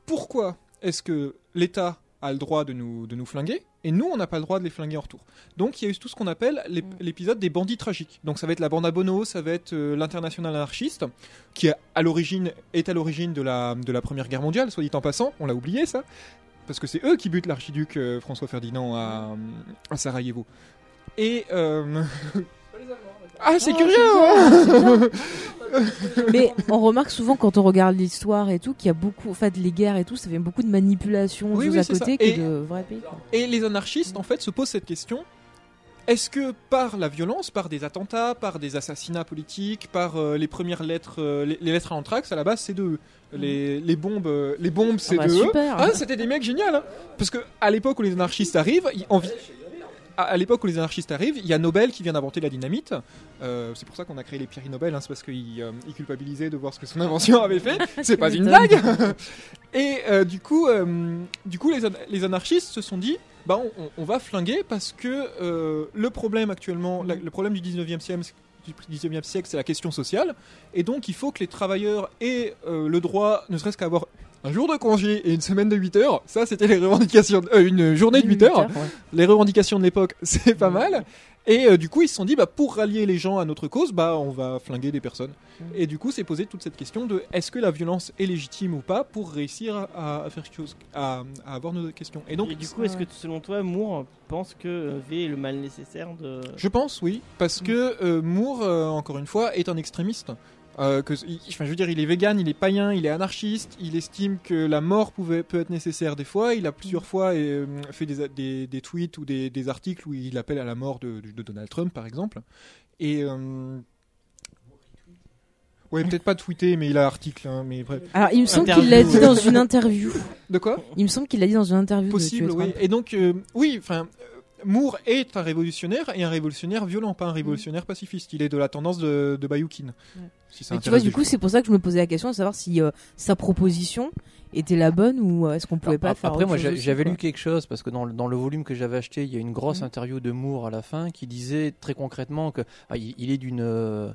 [SPEAKER 4] pourquoi est-ce que l'État a le droit de nous, de nous flinguer et nous, on n'a pas le droit de les flinguer en retour. Donc, il y a eu tout ce qu'on appelle l'ép-
[SPEAKER 2] Mm.
[SPEAKER 4] l'épisode des bandits tragiques. Donc, ça va être la bande à Bono, ça va être euh, l'international anarchiste, qui a- à l'origine est à l'origine de la, de la Première Guerre mondiale, soit dit en passant, on l'a oublié ça, parce que c'est eux qui butent l'archiduc euh, François Ferdinand à, à Sarajevo. Et euh, Ah, c'est
[SPEAKER 2] Ah,
[SPEAKER 4] curieux
[SPEAKER 2] Mais on remarque souvent quand on regarde l'histoire et tout qu'il y a beaucoup, en fait, les guerres et tout, ça fait beaucoup de manipulation de
[SPEAKER 4] Oui,
[SPEAKER 2] choses
[SPEAKER 4] oui,
[SPEAKER 2] à
[SPEAKER 4] c'est ça.
[SPEAKER 2] côté
[SPEAKER 4] Et-
[SPEAKER 2] que de vrais pays. quoi.
[SPEAKER 4] Et les anarchistes, en fait, se posent cette question. Est-ce que par la violence, par des attentats, par des assassinats politiques, par euh, les premières lettres, euh, les, les lettres à anthrax, à la base, c'est de eux. Les, les bombes, euh, les bombes, c'est
[SPEAKER 2] bah,
[SPEAKER 4] de eux.
[SPEAKER 2] super.
[SPEAKER 4] Ah, c'était des mecs géniaux. Hein Parce que à l'époque où les anarchistes arrivent, ils- en vi- à- à l'époque où les anarchistes arrivent, il y a Nobel qui vient d'inventer la dynamite. Euh, c'est pour ça qu'on a créé les prix Nobel, hein, c'est parce qu'il euh, il culpabilisait de voir ce que son invention avait fait. C'est pas une
[SPEAKER 2] m'étonnes.
[SPEAKER 4] blague. Et euh, du coup, euh, du coup, les, an- les anarchistes se sont dit, bah, on, on- on va flinguer parce que euh, le problème actuellement, la- le problème du 19e siècle, du 19e siècle, c'est la question sociale. Et donc, il faut que les travailleurs aient euh, le droit, ne serait-ce qu'à avoir un jour de congé et une semaine de 8 heures. Ça, c'était les revendications. euh, une journée de 8 heures les revendications de l'époque, c'est
[SPEAKER 1] Mmh.
[SPEAKER 4] pas mal. Et euh, du coup, ils se sont dit, bah, pour rallier les gens à notre cause, bah, on va flinguer des personnes.
[SPEAKER 1] Mmh.
[SPEAKER 4] Et du coup, s'est posé toute cette question de est-ce que la violence est légitime ou pas pour réussir à, à faire quelque chose, à, à avoir nos questions. Et donc,
[SPEAKER 1] Et du coup, est-ce que selon toi, Moore pense que euh, V est le mal nécessaire de.
[SPEAKER 4] je pense, oui, parce que euh, Moore, euh, encore une fois, est un extrémiste. Euh, que, il- enfin, je veux dire, il est vegan, il est païen, il est anarchiste, il estime que la mort pouvait, peut être nécessaire des fois. Il a plusieurs fois euh, fait des, des- des tweets ou des, des articles où il appelle à la mort de, de Donald Trump, par exemple. Et. euh, ouais, peut-être pas tweeter, mais il a article, hein, mais bref.
[SPEAKER 2] Alors, il me semble qu'il l'a
[SPEAKER 4] Interview.
[SPEAKER 2] dit dans une interview.
[SPEAKER 4] De quoi
[SPEAKER 2] Il me semble qu'il l'a dit dans une interview. de
[SPEAKER 4] possible,
[SPEAKER 2] tuer
[SPEAKER 4] oui.
[SPEAKER 2] Trump.
[SPEAKER 4] Et donc, euh, oui, enfin, euh, Moore est un révolutionnaire et un révolutionnaire violent, pas un révolutionnaire pacifiste. Il est de la tendance de, de Bayoukine.
[SPEAKER 2] Mhm. Ouais.
[SPEAKER 4] Si ça
[SPEAKER 2] Mais tu vois,
[SPEAKER 4] intéresse
[SPEAKER 2] du
[SPEAKER 4] des
[SPEAKER 2] coup, c'est pour ça que je me posais la question de savoir si euh, sa proposition était la bonne ou euh, est-ce qu'on pouvait
[SPEAKER 3] Alors,
[SPEAKER 2] pas
[SPEAKER 3] ap-
[SPEAKER 2] faire
[SPEAKER 3] Après,
[SPEAKER 2] autre
[SPEAKER 3] moi,
[SPEAKER 2] chose
[SPEAKER 3] j'a-
[SPEAKER 2] aussi,
[SPEAKER 3] j'avais
[SPEAKER 2] quoi.
[SPEAKER 3] lu quelque chose parce que dans le, dans le volume que j'avais acheté, il y a une grosse
[SPEAKER 2] Mhm.
[SPEAKER 3] interview de Moore à la fin qui disait très concrètement que ah, il, il est d'une euh,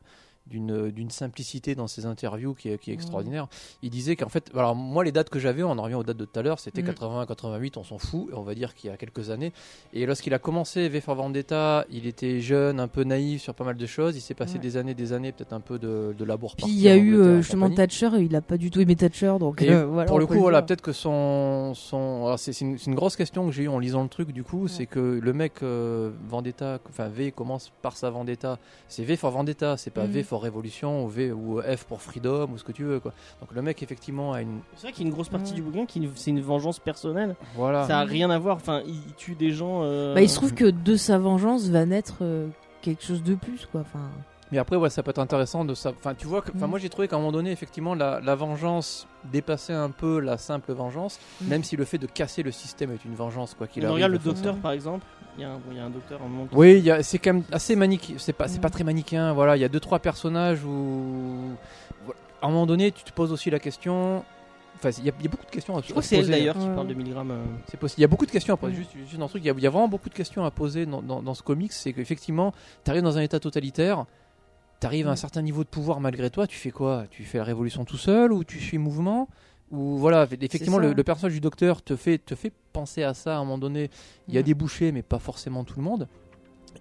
[SPEAKER 3] d'une d'une simplicité dans ses interviews qui est,
[SPEAKER 2] Mm.
[SPEAKER 3] qui est extraordinaire. Il disait qu'en fait, alors moi les dates que j'avais, on en revient aux dates de tout à l'heure, c'était
[SPEAKER 2] Mhm.
[SPEAKER 3] 80 88, on s'en fout, on va dire qu'il y a quelques années. Et lorsqu'il a commencé V for Vendetta, il était jeune, un peu naïf sur pas mal de choses. Il s'est passé
[SPEAKER 2] Ouais.
[SPEAKER 3] des années, des années, peut-être un peu de, de labour.
[SPEAKER 2] Puis il y a eu euh, justement Thatcher et il a pas du tout aimé Thatcher, donc
[SPEAKER 3] Et
[SPEAKER 2] euh, voilà,
[SPEAKER 3] pour
[SPEAKER 2] on
[SPEAKER 3] le
[SPEAKER 2] peut
[SPEAKER 3] coup, voilà,
[SPEAKER 2] dire.
[SPEAKER 3] peut-être que son. son... alors, c'est c'est une, c'est une grosse question que j'ai eue en lisant le truc, du coup, c'est que le mec euh, Vendetta, enfin V commence par sa Vendetta. C'est V for Vendetta, c'est pas
[SPEAKER 2] Mhm.
[SPEAKER 3] V for Révolution ou, v, ou F pour Freedom ou ce que tu veux, quoi. Donc le mec, effectivement, a une.
[SPEAKER 1] C'est vrai qu'il y a une grosse partie
[SPEAKER 2] Ouais.
[SPEAKER 1] du bouquin qui c'est une vengeance personnelle.
[SPEAKER 3] Voilà.
[SPEAKER 1] Ça a rien à voir. Enfin, il il tue des gens. euh,
[SPEAKER 2] Bah, il se trouve que de sa vengeance va naître euh, quelque chose de plus, quoi. Enfin,
[SPEAKER 3] Mais après, ouais, ça peut être intéressant de ça. Enfin, tu vois, que- enfin,
[SPEAKER 2] Mm.
[SPEAKER 3] moi j'ai trouvé qu'à un moment donné, effectivement, la, la vengeance dépassait un peu la simple vengeance,
[SPEAKER 2] Mm.
[SPEAKER 3] même si le fait de casser le système est une vengeance, quoi qu'il
[SPEAKER 1] On
[SPEAKER 3] arrive.
[SPEAKER 1] regarde le
[SPEAKER 3] enfin,
[SPEAKER 1] docteur par exemple. Il y a un, bon, il y a un docteur en manque.
[SPEAKER 3] Oui, il y a- c'est quand même assez manichéen. C'est pas, c'est
[SPEAKER 2] Mm.
[SPEAKER 3] pas très manichéen. Voilà, il y a deux trois personnages où, voilà. à un moment donné, tu te poses aussi la question. Enfin, il y, a il y a beaucoup de questions. À,
[SPEAKER 1] Je
[SPEAKER 3] à
[SPEAKER 1] crois que
[SPEAKER 3] se
[SPEAKER 1] c'est elle
[SPEAKER 3] poser. hein.
[SPEAKER 1] d'ailleurs qui
[SPEAKER 2] Ouais.
[SPEAKER 1] parle de milligrammes. euh.
[SPEAKER 3] C'est possible. Il y a beaucoup de questions à poser.
[SPEAKER 2] Mm.
[SPEAKER 3] Juste, juste un truc. Il y, a, il y a vraiment beaucoup de questions à poser dans, dans- dans ce comics. C'est qu'effectivement, t'arrives dans un état totalitaire. T'arrives
[SPEAKER 2] Mm.
[SPEAKER 3] à un certain niveau de pouvoir malgré toi. Tu fais quoi Tu fais la révolution tout seul ou tu suis mouvement ou voilà, effectivement,
[SPEAKER 2] ça.
[SPEAKER 3] le, le personnage du docteur te fait, te fait penser à ça à un moment donné. Il y a
[SPEAKER 2] Mm.
[SPEAKER 3] des bouchers, mais pas forcément tout le monde.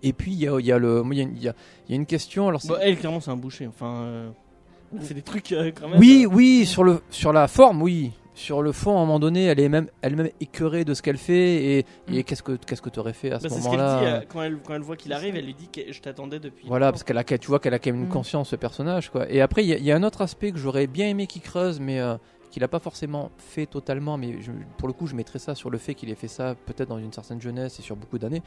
[SPEAKER 3] Et puis il y a, il y a le, moi, il y a, une- il y a- il y a une question. Alors c'est-
[SPEAKER 2] Bah,
[SPEAKER 1] Bon, elle clairement c'est un boucher. Enfin, euh, elle fait des trucs euh, quand même.
[SPEAKER 3] oui, oui, sur le, sur la forme, oui. Sur le fond, à un moment donné, elle est même, elle-même écœurée de ce qu'elle fait et, et
[SPEAKER 2] Mm.
[SPEAKER 3] qu'est-ce que, qu'est-ce que t'aurais fait à ce
[SPEAKER 1] Bah, c'est ce qu'elle
[SPEAKER 3] moment-là
[SPEAKER 1] dit euh, quand elle quand elle voit qu'il arrive. Elle lui dit que je t'attendais depuis.
[SPEAKER 3] Voilà, parce qu'elle a, tu vois qu'elle a quand même une
[SPEAKER 2] Mm.
[SPEAKER 3] conscience, ce personnage. Quoi. Et après, il y, a- il y a un autre aspect que j'aurais bien aimé qu'il creuse, mais euh, qu'il n'a pas forcément fait totalement. Mais je- pour le coup, je mettrais ça sur le fait qu'il ait fait ça peut-être dans une certaine jeunesse et sur beaucoup d'années.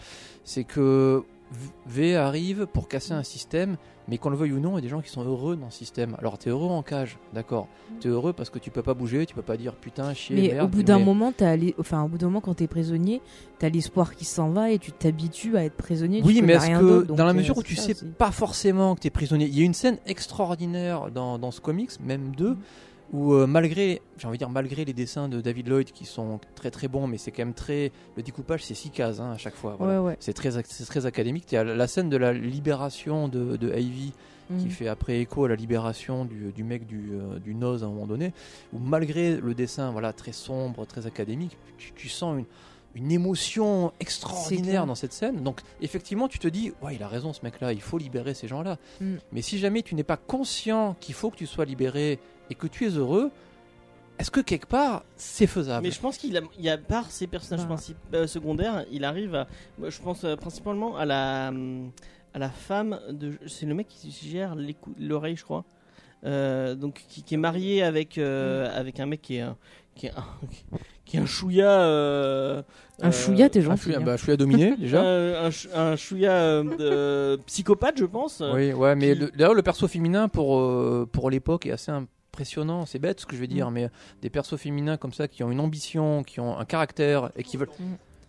[SPEAKER 3] C'est que V- V arrive pour casser un système, mais qu'on le veuille ou non, il y a des gens qui sont heureux dans ce système. Alors, t'es heureux en cage, d'accord. T'es heureux parce que tu peux pas bouger, tu peux pas dire putain, chier,
[SPEAKER 2] Mm. mais
[SPEAKER 3] merde.
[SPEAKER 2] au bout d'un
[SPEAKER 3] mais-
[SPEAKER 2] moment, t'as les... enfin, au bout d'un moment, quand t'es prisonnier, t'as l'espoir qui s'en va et tu t'habitues à être prisonnier. tu
[SPEAKER 3] Oui, mais
[SPEAKER 2] connais
[SPEAKER 3] est-ce
[SPEAKER 2] rien
[SPEAKER 3] que
[SPEAKER 2] d'autre, donc,
[SPEAKER 3] dans la
[SPEAKER 2] euh,
[SPEAKER 3] mesure où
[SPEAKER 2] c'est
[SPEAKER 3] tu
[SPEAKER 2] ça
[SPEAKER 3] sais
[SPEAKER 2] aussi.
[SPEAKER 3] pas forcément que t'es prisonnier, il y a une scène extraordinaire dans, dans ce comics, même
[SPEAKER 2] Mhm.
[SPEAKER 3] deux, où euh, malgré, j'ai envie de dire malgré les dessins de David Lloyd qui sont très très bons, mais c'est quand même très, le découpage c'est six cases hein, à chaque fois. voilà.
[SPEAKER 2] Ouais, ouais.
[SPEAKER 3] C'est très, ac- c'est très académique. T'as la la scène de la libération de, de Ivy qui
[SPEAKER 2] Mm.
[SPEAKER 3] fait après écho à la libération du, du mec du, euh, du Nose à un moment donné, où malgré le dessin voilà très sombre, très académique, tu, tu sens une, une émotion
[SPEAKER 2] C'est clair.
[SPEAKER 3] extraordinaire dans cette scène. Donc effectivement, tu te dis, ouais, il a raison ce mec-là, il faut libérer ces gens-là.
[SPEAKER 2] Mm.
[SPEAKER 3] Mais si jamais tu n'es pas conscient qu'il faut que tu sois libéré et que tu es heureux, est-ce que quelque part c'est faisable
[SPEAKER 1] Mais je pense qu'il a, il a par ses personnages
[SPEAKER 2] Bah.
[SPEAKER 1] princip- euh, secondaires, il arrive à, moi, je pense euh, principalement à la, hum, à la femme de. C'est le mec qui gère les cou- l'oreille, je crois. Euh, donc qui, qui est marié avec euh,
[SPEAKER 2] Mm.
[SPEAKER 1] avec un mec qui est un qui est un, qui est un chouïa euh,
[SPEAKER 2] Un chouïa, t'es
[SPEAKER 3] Ah,
[SPEAKER 2] gentil.
[SPEAKER 3] je suis,
[SPEAKER 2] hein.
[SPEAKER 3] bah, je suis à dominer déjà.
[SPEAKER 1] euh, un, ch- un chouïa euh, de- psychopathe je pense
[SPEAKER 3] oui, ouais,
[SPEAKER 1] euh,
[SPEAKER 3] mais
[SPEAKER 1] qui-
[SPEAKER 3] le- d'ailleurs, le perso féminin pour, euh, pour l'époque est assez impressionnant. C'est bête ce que je vais dire,
[SPEAKER 1] Mm.
[SPEAKER 3] mais euh, des persos féminins comme ça qui ont une ambition, qui ont un caractère et qui veulent.
[SPEAKER 2] Mm.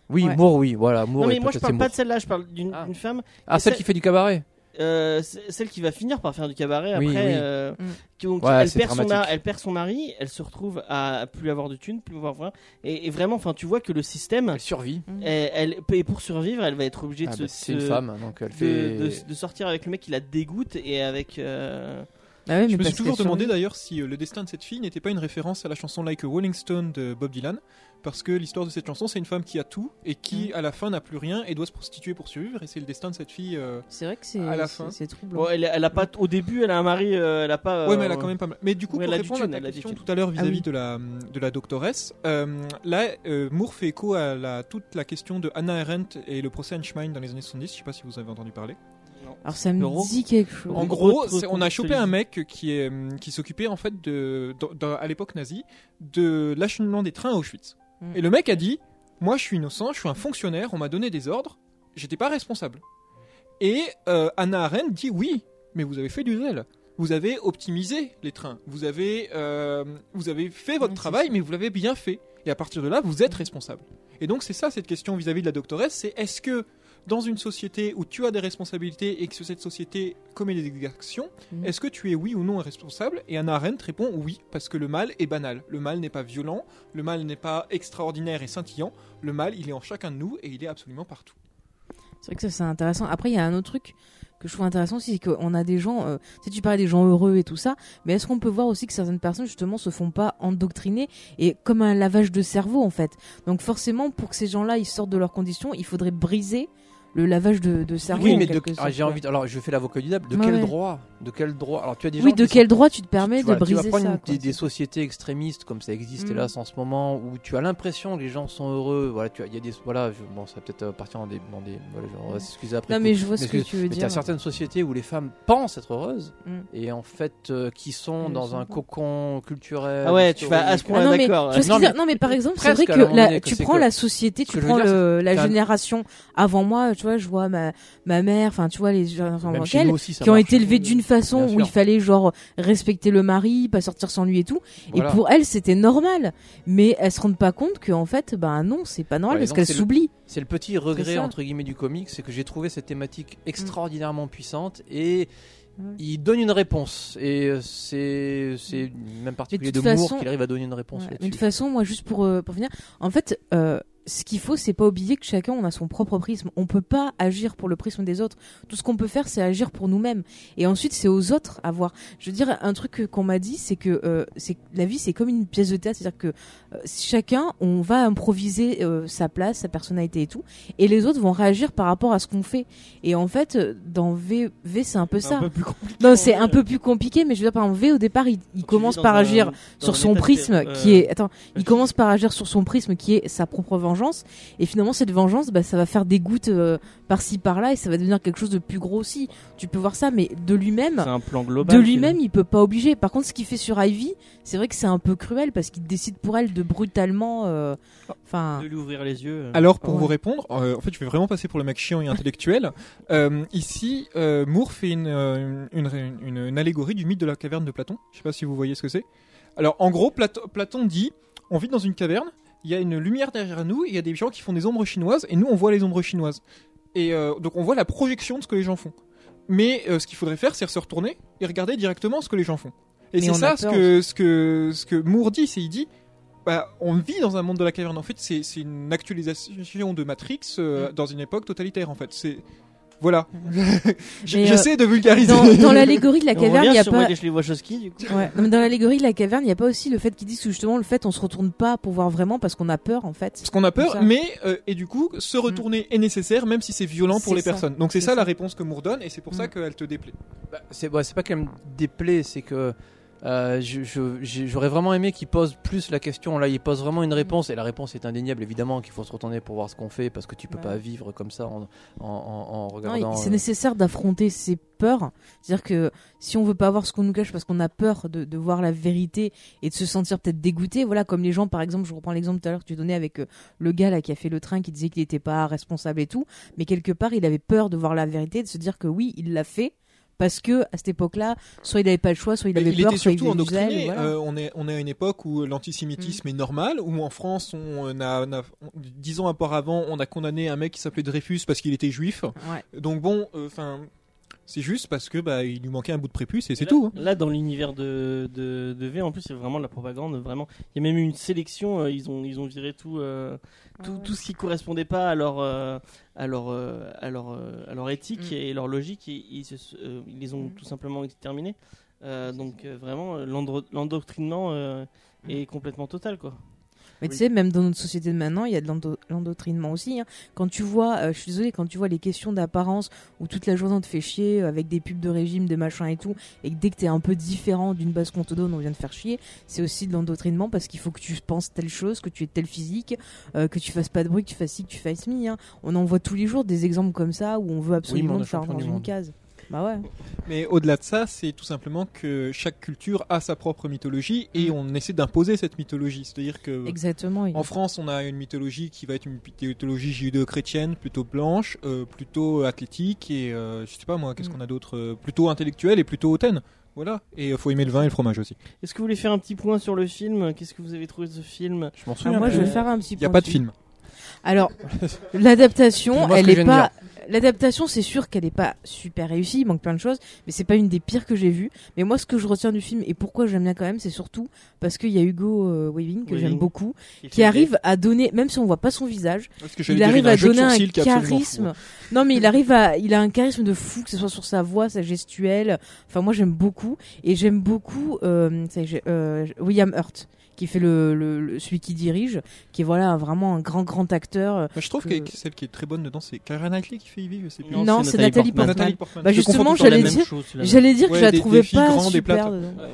[SPEAKER 3] Oui,
[SPEAKER 2] Ouais.
[SPEAKER 3] Moore, oui, voilà. Moore
[SPEAKER 1] non mais
[SPEAKER 3] et
[SPEAKER 1] moi je
[SPEAKER 3] peut-être
[SPEAKER 1] parle pas
[SPEAKER 3] c'est
[SPEAKER 1] de celle-là je parle d'une
[SPEAKER 3] Ah.
[SPEAKER 1] d'une femme
[SPEAKER 3] Moore. Ah, celle
[SPEAKER 1] c'est-
[SPEAKER 3] qui fait du cabaret.
[SPEAKER 1] euh, c'est- celle qui va finir par faire du cabaret après
[SPEAKER 3] Oui, oui.
[SPEAKER 1] euh,
[SPEAKER 2] Mm.
[SPEAKER 1] qui- donc,
[SPEAKER 3] Ouais,
[SPEAKER 1] elle
[SPEAKER 3] c'est
[SPEAKER 1] perd son
[SPEAKER 3] dramatique.
[SPEAKER 1] ma- elle perd son mari elle se retrouve à plus avoir de thunes plus avoir voilà. et, et vraiment enfin tu vois que le système
[SPEAKER 3] Elle survit.
[SPEAKER 1] elle, elle- et pour survivre elle va être obligée de
[SPEAKER 3] Ah,
[SPEAKER 1] se
[SPEAKER 3] bah, c'est une
[SPEAKER 1] se-
[SPEAKER 3] femme, donc elle
[SPEAKER 1] de-
[SPEAKER 3] fait.
[SPEAKER 1] de, de sortir avec le mec qui la dégoûte et avec euh,
[SPEAKER 2] Ah oui, mais
[SPEAKER 4] Je me suis
[SPEAKER 2] parce
[SPEAKER 4] toujours
[SPEAKER 2] que
[SPEAKER 4] demandé
[SPEAKER 2] sur-
[SPEAKER 4] d'ailleurs si euh, le destin de cette fille n'était pas une référence à la chanson Like a Rolling Stone de Bob Dylan, parce que l'histoire de cette chanson, c'est une femme qui a tout et qui à la fin n'a plus rien et doit se prostituer pour survivre, et c'est le destin de cette fille. euh.
[SPEAKER 2] C'est vrai que c'est
[SPEAKER 4] à la
[SPEAKER 2] c'est-
[SPEAKER 4] fin.
[SPEAKER 2] c'est troublant.
[SPEAKER 1] Bon, elle, elle a pas au début, elle a un mari, euh, elle a pas. euh,
[SPEAKER 4] Ouais, mais elle a quand même pas mal. Mais du coup,
[SPEAKER 1] Oui, elle
[SPEAKER 4] pour
[SPEAKER 1] a du
[SPEAKER 4] répondre
[SPEAKER 1] thune,
[SPEAKER 4] à
[SPEAKER 1] elle
[SPEAKER 4] ta
[SPEAKER 1] a Ah du
[SPEAKER 4] question
[SPEAKER 1] thune.
[SPEAKER 4] tout à l'heure vis-à-vis
[SPEAKER 2] oui.
[SPEAKER 4] de la de la doctoresse, euh, là, euh, Moore fait écho à la, toute la question de Hannah Arendt et le procès Einstein dans les années 70. Je sais pas si vous avez entendu parler.
[SPEAKER 2] Alors ça me
[SPEAKER 1] Euro.
[SPEAKER 2] dit quelque chose.
[SPEAKER 4] En
[SPEAKER 1] Une
[SPEAKER 4] gros,
[SPEAKER 1] grosse
[SPEAKER 4] c'est- on a chopé un
[SPEAKER 1] contextualisation.
[SPEAKER 4] mec qui est hum, qui s'occupait en fait de, dans- dans- à l'époque nazie de l'acheminement des trains à Auschwitz.
[SPEAKER 2] Mm.
[SPEAKER 1] Hmm.
[SPEAKER 4] Et le mec a dit "Moi, je suis innocent, je suis un fonctionnaire, on m'a donné des ordres, j'étais pas responsable." Et euh, Anna Arendt dit "Oui, mais vous avez fait du zèle. Vous avez optimisé les trains. Vous avez euh, vous avez fait
[SPEAKER 2] Oui,
[SPEAKER 4] votre
[SPEAKER 2] c'est
[SPEAKER 4] travail,
[SPEAKER 2] ça.
[SPEAKER 4] mais vous l'avez bien fait. Et à partir de là, vous êtes responsable." Et donc c'est ça cette question vis-à-vis de la doctoresse, c'est est-ce que dans une société où tu as des responsabilités et que cette société commet des exactions,
[SPEAKER 2] Mhm.
[SPEAKER 4] est-ce que tu es oui ou non responsable Et Anna Arendt répond oui, parce que le mal est banal. Le mal n'est pas violent, le mal n'est pas extraordinaire et scintillant, le mal il est en chacun de nous et il est absolument partout.
[SPEAKER 2] C'est vrai que ça c'est intéressant. Après, il y a un autre truc que je trouve intéressant aussi, c'est qu'on a des gens, euh, tu sais, tu parlais des gens heureux et tout ça, mais est-ce qu'on peut voir aussi que certaines personnes justement se font pas endoctriner et comme un lavage de cerveau en fait. Donc forcément, pour que ces gens-là ils sortent de leurs conditions, il faudrait briser le lavage de, de cerveau.
[SPEAKER 3] Oui,
[SPEAKER 2] en
[SPEAKER 3] mais de...
[SPEAKER 2] quelque
[SPEAKER 3] ah,
[SPEAKER 2] sorte,
[SPEAKER 3] j'ai
[SPEAKER 2] quoi.
[SPEAKER 3] envie. de- Alors, je fais l'avocat du diable. De
[SPEAKER 2] Ouais,
[SPEAKER 3] quel
[SPEAKER 2] ouais.
[SPEAKER 3] droit De quel droit Alors, tu as des gens
[SPEAKER 2] Oui, de
[SPEAKER 3] qui sont-
[SPEAKER 2] quel droit tu te permets
[SPEAKER 3] tu,
[SPEAKER 2] de
[SPEAKER 3] vois, tu vas
[SPEAKER 2] briser
[SPEAKER 3] prendre
[SPEAKER 2] ça
[SPEAKER 3] une-
[SPEAKER 2] quoi.
[SPEAKER 3] des, des sociétés extrémistes comme ça existe
[SPEAKER 2] Mm.
[SPEAKER 3] hélas en ce moment où tu as l'impression que les gens sont heureux voilà tu as- il y a des voilà je- bon ça va peut-être euh, partir dans des dans des voilà, je- on va s'excuser après
[SPEAKER 2] Non,
[SPEAKER 3] coup.
[SPEAKER 2] mais je vois
[SPEAKER 3] Mais
[SPEAKER 2] ce que
[SPEAKER 3] excuse-
[SPEAKER 2] tu veux
[SPEAKER 3] mais
[SPEAKER 2] dire.
[SPEAKER 3] t'as certaines sociétés où les femmes pensent être heureuses
[SPEAKER 2] Mm.
[SPEAKER 3] et en fait euh, qui sont
[SPEAKER 2] Elles le
[SPEAKER 3] dans
[SPEAKER 2] sont
[SPEAKER 3] un
[SPEAKER 2] pas.
[SPEAKER 3] cocon culturel
[SPEAKER 1] Ah ouais, tu vas à ce
[SPEAKER 3] historique.
[SPEAKER 1] point
[SPEAKER 2] Ah non, mais,
[SPEAKER 1] d'accord.
[SPEAKER 2] je vois ce
[SPEAKER 3] Non,
[SPEAKER 2] que tu veux
[SPEAKER 3] mais-
[SPEAKER 2] dire. non, mais par exemple, c'est
[SPEAKER 3] presque,
[SPEAKER 2] vrai
[SPEAKER 3] à
[SPEAKER 2] que
[SPEAKER 3] un moment
[SPEAKER 2] la-
[SPEAKER 3] donné, que
[SPEAKER 2] tu
[SPEAKER 3] c'est
[SPEAKER 2] prends
[SPEAKER 3] que-
[SPEAKER 2] la société,
[SPEAKER 3] ce
[SPEAKER 2] tu
[SPEAKER 3] que je veux
[SPEAKER 2] prends
[SPEAKER 3] dire,
[SPEAKER 2] le- la
[SPEAKER 3] t'as un-
[SPEAKER 2] génération avant moi, tu vois, je vois ma, ma mère, enfin, tu vois, les gens avant
[SPEAKER 3] Même chez
[SPEAKER 2] elle,
[SPEAKER 3] nous aussi, ça
[SPEAKER 2] qui ont
[SPEAKER 3] marche.
[SPEAKER 2] été élevés d'une façon
[SPEAKER 3] Bien
[SPEAKER 2] où il
[SPEAKER 3] sûr.
[SPEAKER 2] fallait genre respecter le mari, pas sortir sans lui et tout.
[SPEAKER 3] Voilà.
[SPEAKER 2] Et pour elles, c'était normal. Mais elles se rendent pas compte que en fait, ben non, c'est pas normal
[SPEAKER 3] Ouais,
[SPEAKER 2] parce
[SPEAKER 3] donc
[SPEAKER 2] qu'elles
[SPEAKER 3] c'est le-
[SPEAKER 2] s'oublient.
[SPEAKER 3] C'est le petit regret
[SPEAKER 2] ça. Mm.
[SPEAKER 3] entre guillemets du comic, c'est que j'ai trouvé cette thématique extraordinairement puissante et il donne une réponse et euh, c'est c'est même particulier de
[SPEAKER 2] Mm. toute
[SPEAKER 3] Moore
[SPEAKER 2] façon-
[SPEAKER 3] qu'il arrive à donner une réponse
[SPEAKER 2] Ouais, mais de toute
[SPEAKER 3] là-dessus.
[SPEAKER 2] façon, moi, juste pour, euh, pour finir, en fait, euh, ce qu'il faut, c'est pas oublier que chacun, on a son propre prisme. On peut pas agir pour le prisme des autres. Tout ce qu'on peut faire, c'est agir pour nous-mêmes. Et ensuite, c'est aux autres à voir. Je veux dire, un truc que- qu'on m'a dit, c'est que euh, c'est- la vie, c'est comme une pièce de théâtre. C'est-à-dire que euh, chacun, on va improviser euh, sa place, sa personnalité et tout. Et les autres vont réagir par rapport à ce qu'on fait. Et en fait, euh, dans V, v c'est un peu ça.
[SPEAKER 1] peu plus compliqué.
[SPEAKER 2] Non, c'est un peu plus compliqué, mais je veux dire, par exemple, V, au départ, il, il
[SPEAKER 1] Tu vis
[SPEAKER 2] commence
[SPEAKER 1] dans
[SPEAKER 2] par
[SPEAKER 1] un-
[SPEAKER 2] agir
[SPEAKER 1] dans un
[SPEAKER 2] sur son
[SPEAKER 1] état de-
[SPEAKER 2] prisme
[SPEAKER 1] euh,
[SPEAKER 2] qui est attends il
[SPEAKER 1] je-
[SPEAKER 2] commence par agir sur son prisme qui est sa propre vengeance et finalement cette vengeance bah, ça va faire des gouttes euh, par-ci par-là et ça va devenir quelque chose de plus gros aussi tu peux voir ça mais de
[SPEAKER 1] C'est
[SPEAKER 2] lui-même
[SPEAKER 1] un plan global.
[SPEAKER 2] de lui-même il peut pas obliger par contre ce qu'il fait sur Ivy c'est vrai que c'est un peu cruel parce qu'il décide pour elle de brutalement euh,
[SPEAKER 1] Oh,
[SPEAKER 2] enfin
[SPEAKER 1] De lui ouvrir les yeux.
[SPEAKER 4] Alors pour
[SPEAKER 2] Ouais.
[SPEAKER 4] vous répondre, euh, en fait je vais vraiment passer pour le mec chiant et intellectuel. Euh, ici, euh, Moore fait une, euh, une, une- une allégorie du mythe de la caverne de Platon. Je sais pas si vous voyez ce que c'est. Alors en gros, Plato- Platon dit, on vit dans une caverne, il y a une lumière derrière nous, il y a des gens qui font des ombres chinoises et nous on voit les ombres chinoises. Et euh, donc on voit la projection de ce que les gens font. Mais euh, ce qu'il faudrait faire, c'est se retourner et regarder directement ce que les gens font. Et
[SPEAKER 2] Mais
[SPEAKER 4] c'est
[SPEAKER 2] on
[SPEAKER 4] ça
[SPEAKER 2] a
[SPEAKER 4] ce
[SPEAKER 2] peur
[SPEAKER 4] que, ce, que, ce que Moore dit, c'est il dit, bah, on vit dans un monde de la caverne. En fait, c'est c'est une actualisation de Matrix
[SPEAKER 2] Mm.
[SPEAKER 4] euh, dans une époque totalitaire. En fait, c'est voilà. J-
[SPEAKER 2] Mais,
[SPEAKER 4] J'essaie de vulgariser.
[SPEAKER 2] euh, dans, dans l'allégorie de la
[SPEAKER 1] la caverne,
[SPEAKER 2] caverne il y a pas
[SPEAKER 1] les Wachowski, du coup.
[SPEAKER 2] Ouais. Non, mais dans l'allégorie de la caverne, il n'y a pas aussi le fait qu'ils disent que justement le fait on se retourne pas pour voir vraiment parce qu'on a peur en fait.
[SPEAKER 4] Parce qu'on a peur,
[SPEAKER 2] C'est ça. Mm.
[SPEAKER 4] mais euh, et du coup, se retourner est nécessaire, même si c'est violent pour
[SPEAKER 2] C'est
[SPEAKER 4] les
[SPEAKER 2] ça.
[SPEAKER 4] personnes. Donc c'est
[SPEAKER 2] C'est
[SPEAKER 4] ça,
[SPEAKER 2] ça.
[SPEAKER 4] la réponse que Moore donne, et c'est pour ça
[SPEAKER 2] Mm.
[SPEAKER 4] qu'elle te déplaît.
[SPEAKER 3] Bah, c'est ouais, c'est pas qu'elle me déplaît, c'est que Euh, je- je- j'ai- J'aurais vraiment aimé qu'il pose plus la question. Là, il pose vraiment
[SPEAKER 2] Mm.
[SPEAKER 3] une réponse et la réponse est indéniable. Évidemment qu'il faut se retourner pour voir ce qu'on fait parce que tu peux
[SPEAKER 2] Ouais.
[SPEAKER 3] pas vivre comme ça en, en- en- en
[SPEAKER 2] Non,
[SPEAKER 3] regardant.
[SPEAKER 2] il- c'est
[SPEAKER 3] euh,
[SPEAKER 2] nécessaire d'affronter ses peurs. C'est-à-dire que si on veut pas voir ce qu'on nous cache parce qu'on a peur de, de voir la vérité et de se sentir peut-être dégoûté, voilà, comme les gens, par exemple, je reprends l'exemple tout à l'heure que tu donnais avec euh, le gars là qui a fait le train qui disait qu'il n'était pas responsable et tout, mais quelque part il avait peur de voir la vérité, de se dire que oui, il l'a fait parce que à cette époque-là, soit il n'avait pas le choix, soit il
[SPEAKER 4] Mais
[SPEAKER 2] avait
[SPEAKER 4] il
[SPEAKER 2] peur,
[SPEAKER 4] était
[SPEAKER 2] soit il
[SPEAKER 4] surtout
[SPEAKER 2] faisait du zèle,
[SPEAKER 4] endoctriné.
[SPEAKER 2] et voilà. Mm.
[SPEAKER 4] Euh, on, est, on est à une époque où l'antisémitisme est normal, où en France, on a, on a- on- dix ans auparavant, on a condamné un mec qui s'appelait Dreyfus parce qu'il était juif.
[SPEAKER 2] Ouais.
[SPEAKER 4] Donc bon, euh, enfin, c'est juste parce que bah, il lui manquait un bout de prépuce et c'est
[SPEAKER 1] Là-
[SPEAKER 4] tout. hein.
[SPEAKER 1] Là, dans l'univers de, de, de V, en plus, c'est vraiment de la propagande. Vraiment, il y a même eu une sélection. euh, ils ont ils ont viré tout euh,
[SPEAKER 2] Ah
[SPEAKER 1] tout, tout ce qui correspondait pas à leur euh, à leur euh, à leur euh, à leur éthique
[SPEAKER 2] Mm.
[SPEAKER 1] et leur logique. et ils, se- euh, ils les ont
[SPEAKER 2] Mm.
[SPEAKER 1] tout simplement exterminés. Euh, donc euh, vraiment, euh, l'endro- l'endoctrinement euh,
[SPEAKER 2] Mm.
[SPEAKER 1] est complètement total, quoi.
[SPEAKER 2] Mais
[SPEAKER 1] Oui.
[SPEAKER 2] tu sais, même dans notre société de maintenant, il y a de l'endo- l'endoctrinement aussi. hein. Quand tu vois, euh, je suis désolée, quand tu vois les questions d'apparence où toute la journée on te fait chier euh, avec des pubs de régime, des machins et tout, et que dès que t'es un peu différent d'une base qu'on te donne, on vient de faire chier, c'est aussi de l'endoctrinement parce qu'il faut que tu penses telle chose, que tu aies telle physique, euh, que tu fasses pas de bruit, que tu fasses ci, que tu fasses mi. hein. On en voit tous les jours des exemples comme ça où on veut absolument
[SPEAKER 3] on est
[SPEAKER 2] te faire
[SPEAKER 3] champion
[SPEAKER 2] dans
[SPEAKER 3] du
[SPEAKER 2] une
[SPEAKER 3] monde.
[SPEAKER 2] case. Bah ouais.
[SPEAKER 4] Mais au-delà de ça, c'est tout simplement que chaque culture a sa propre mythologie et on essaie d'imposer cette mythologie. C'est-à-dire que
[SPEAKER 2] Mm. Exactement. oui.
[SPEAKER 4] Euh, En France, on a une mythologie qui va être une mythologie judéo-chrétienne, plutôt blanche, euh, plutôt athlétique et euh, je sais pas moi, qu'est-ce
[SPEAKER 2] Mm.
[SPEAKER 4] qu'on a d'autre euh, Plutôt intellectuelle et plutôt hautaine. Voilà. Et euh, faut aimer le vin et le fromage aussi.
[SPEAKER 1] Est-ce que vous voulez faire un petit point sur le film Qu'est-ce que vous avez trouvé de ce film
[SPEAKER 3] Je m'en
[SPEAKER 2] Ah,
[SPEAKER 3] souviens.
[SPEAKER 2] moi, je
[SPEAKER 3] plus.
[SPEAKER 2] vais faire un petit
[SPEAKER 4] Il n'y euh, a
[SPEAKER 2] point
[SPEAKER 4] pas de
[SPEAKER 2] dessus.
[SPEAKER 4] film.
[SPEAKER 2] Alors,
[SPEAKER 3] Dis-moi
[SPEAKER 2] l'adaptation,
[SPEAKER 3] ce que
[SPEAKER 2] elle
[SPEAKER 3] je viens
[SPEAKER 2] est
[SPEAKER 3] de
[SPEAKER 2] pas. L'adaptation, c'est sûr qu'elle est pas super réussie, il manque plein de choses, mais c'est pas une des pires que j'ai vues. Mais moi, ce que je retiens du film et pourquoi j'aime bien quand même, c'est surtout parce qu'il y a Hugo euh, Weaving que
[SPEAKER 1] Weaving.
[SPEAKER 2] j'aime beaucoup, qui arrive à donner, même si on voit pas son visage,
[SPEAKER 4] Parce que
[SPEAKER 2] il
[SPEAKER 4] dire,
[SPEAKER 2] arrive
[SPEAKER 4] a
[SPEAKER 2] à
[SPEAKER 4] jeu de
[SPEAKER 2] donner un
[SPEAKER 4] sourcils qui est absolument hein.
[SPEAKER 2] charisme. Non, mais il arrive à, il a un charisme de fou, que ce soit sur sa voix, sa gestuelle. Enfin, moi, j'aime beaucoup et j'aime beaucoup euh, ça y est, j'ai- euh, William Hurt qui fait le, le- le- celui qui dirige, qui est voilà un- vraiment un grand grand acteur. euh,
[SPEAKER 4] fou. Moi, je trouve
[SPEAKER 2] que-
[SPEAKER 4] que celle qui est très bonne dedans, c'est Karen Knightley qui fait Ivy, je sais plus.
[SPEAKER 1] Non,
[SPEAKER 2] Non,
[SPEAKER 1] c'est
[SPEAKER 2] c'est
[SPEAKER 1] Nathalie
[SPEAKER 2] Nathalie
[SPEAKER 1] Portman.
[SPEAKER 2] Portman.
[SPEAKER 4] Nathalie Portman.
[SPEAKER 2] Bah,
[SPEAKER 4] Je
[SPEAKER 2] justement,
[SPEAKER 4] confonds tout le temps
[SPEAKER 2] j'allais
[SPEAKER 4] la
[SPEAKER 2] dire-
[SPEAKER 4] même.
[SPEAKER 2] J'allais dire que
[SPEAKER 4] Ouais,
[SPEAKER 2] je la
[SPEAKER 4] des- des
[SPEAKER 2] trouvais
[SPEAKER 4] filles
[SPEAKER 2] pas
[SPEAKER 4] grandes et
[SPEAKER 2] super.
[SPEAKER 4] plates.
[SPEAKER 2] dedans.
[SPEAKER 1] voilà.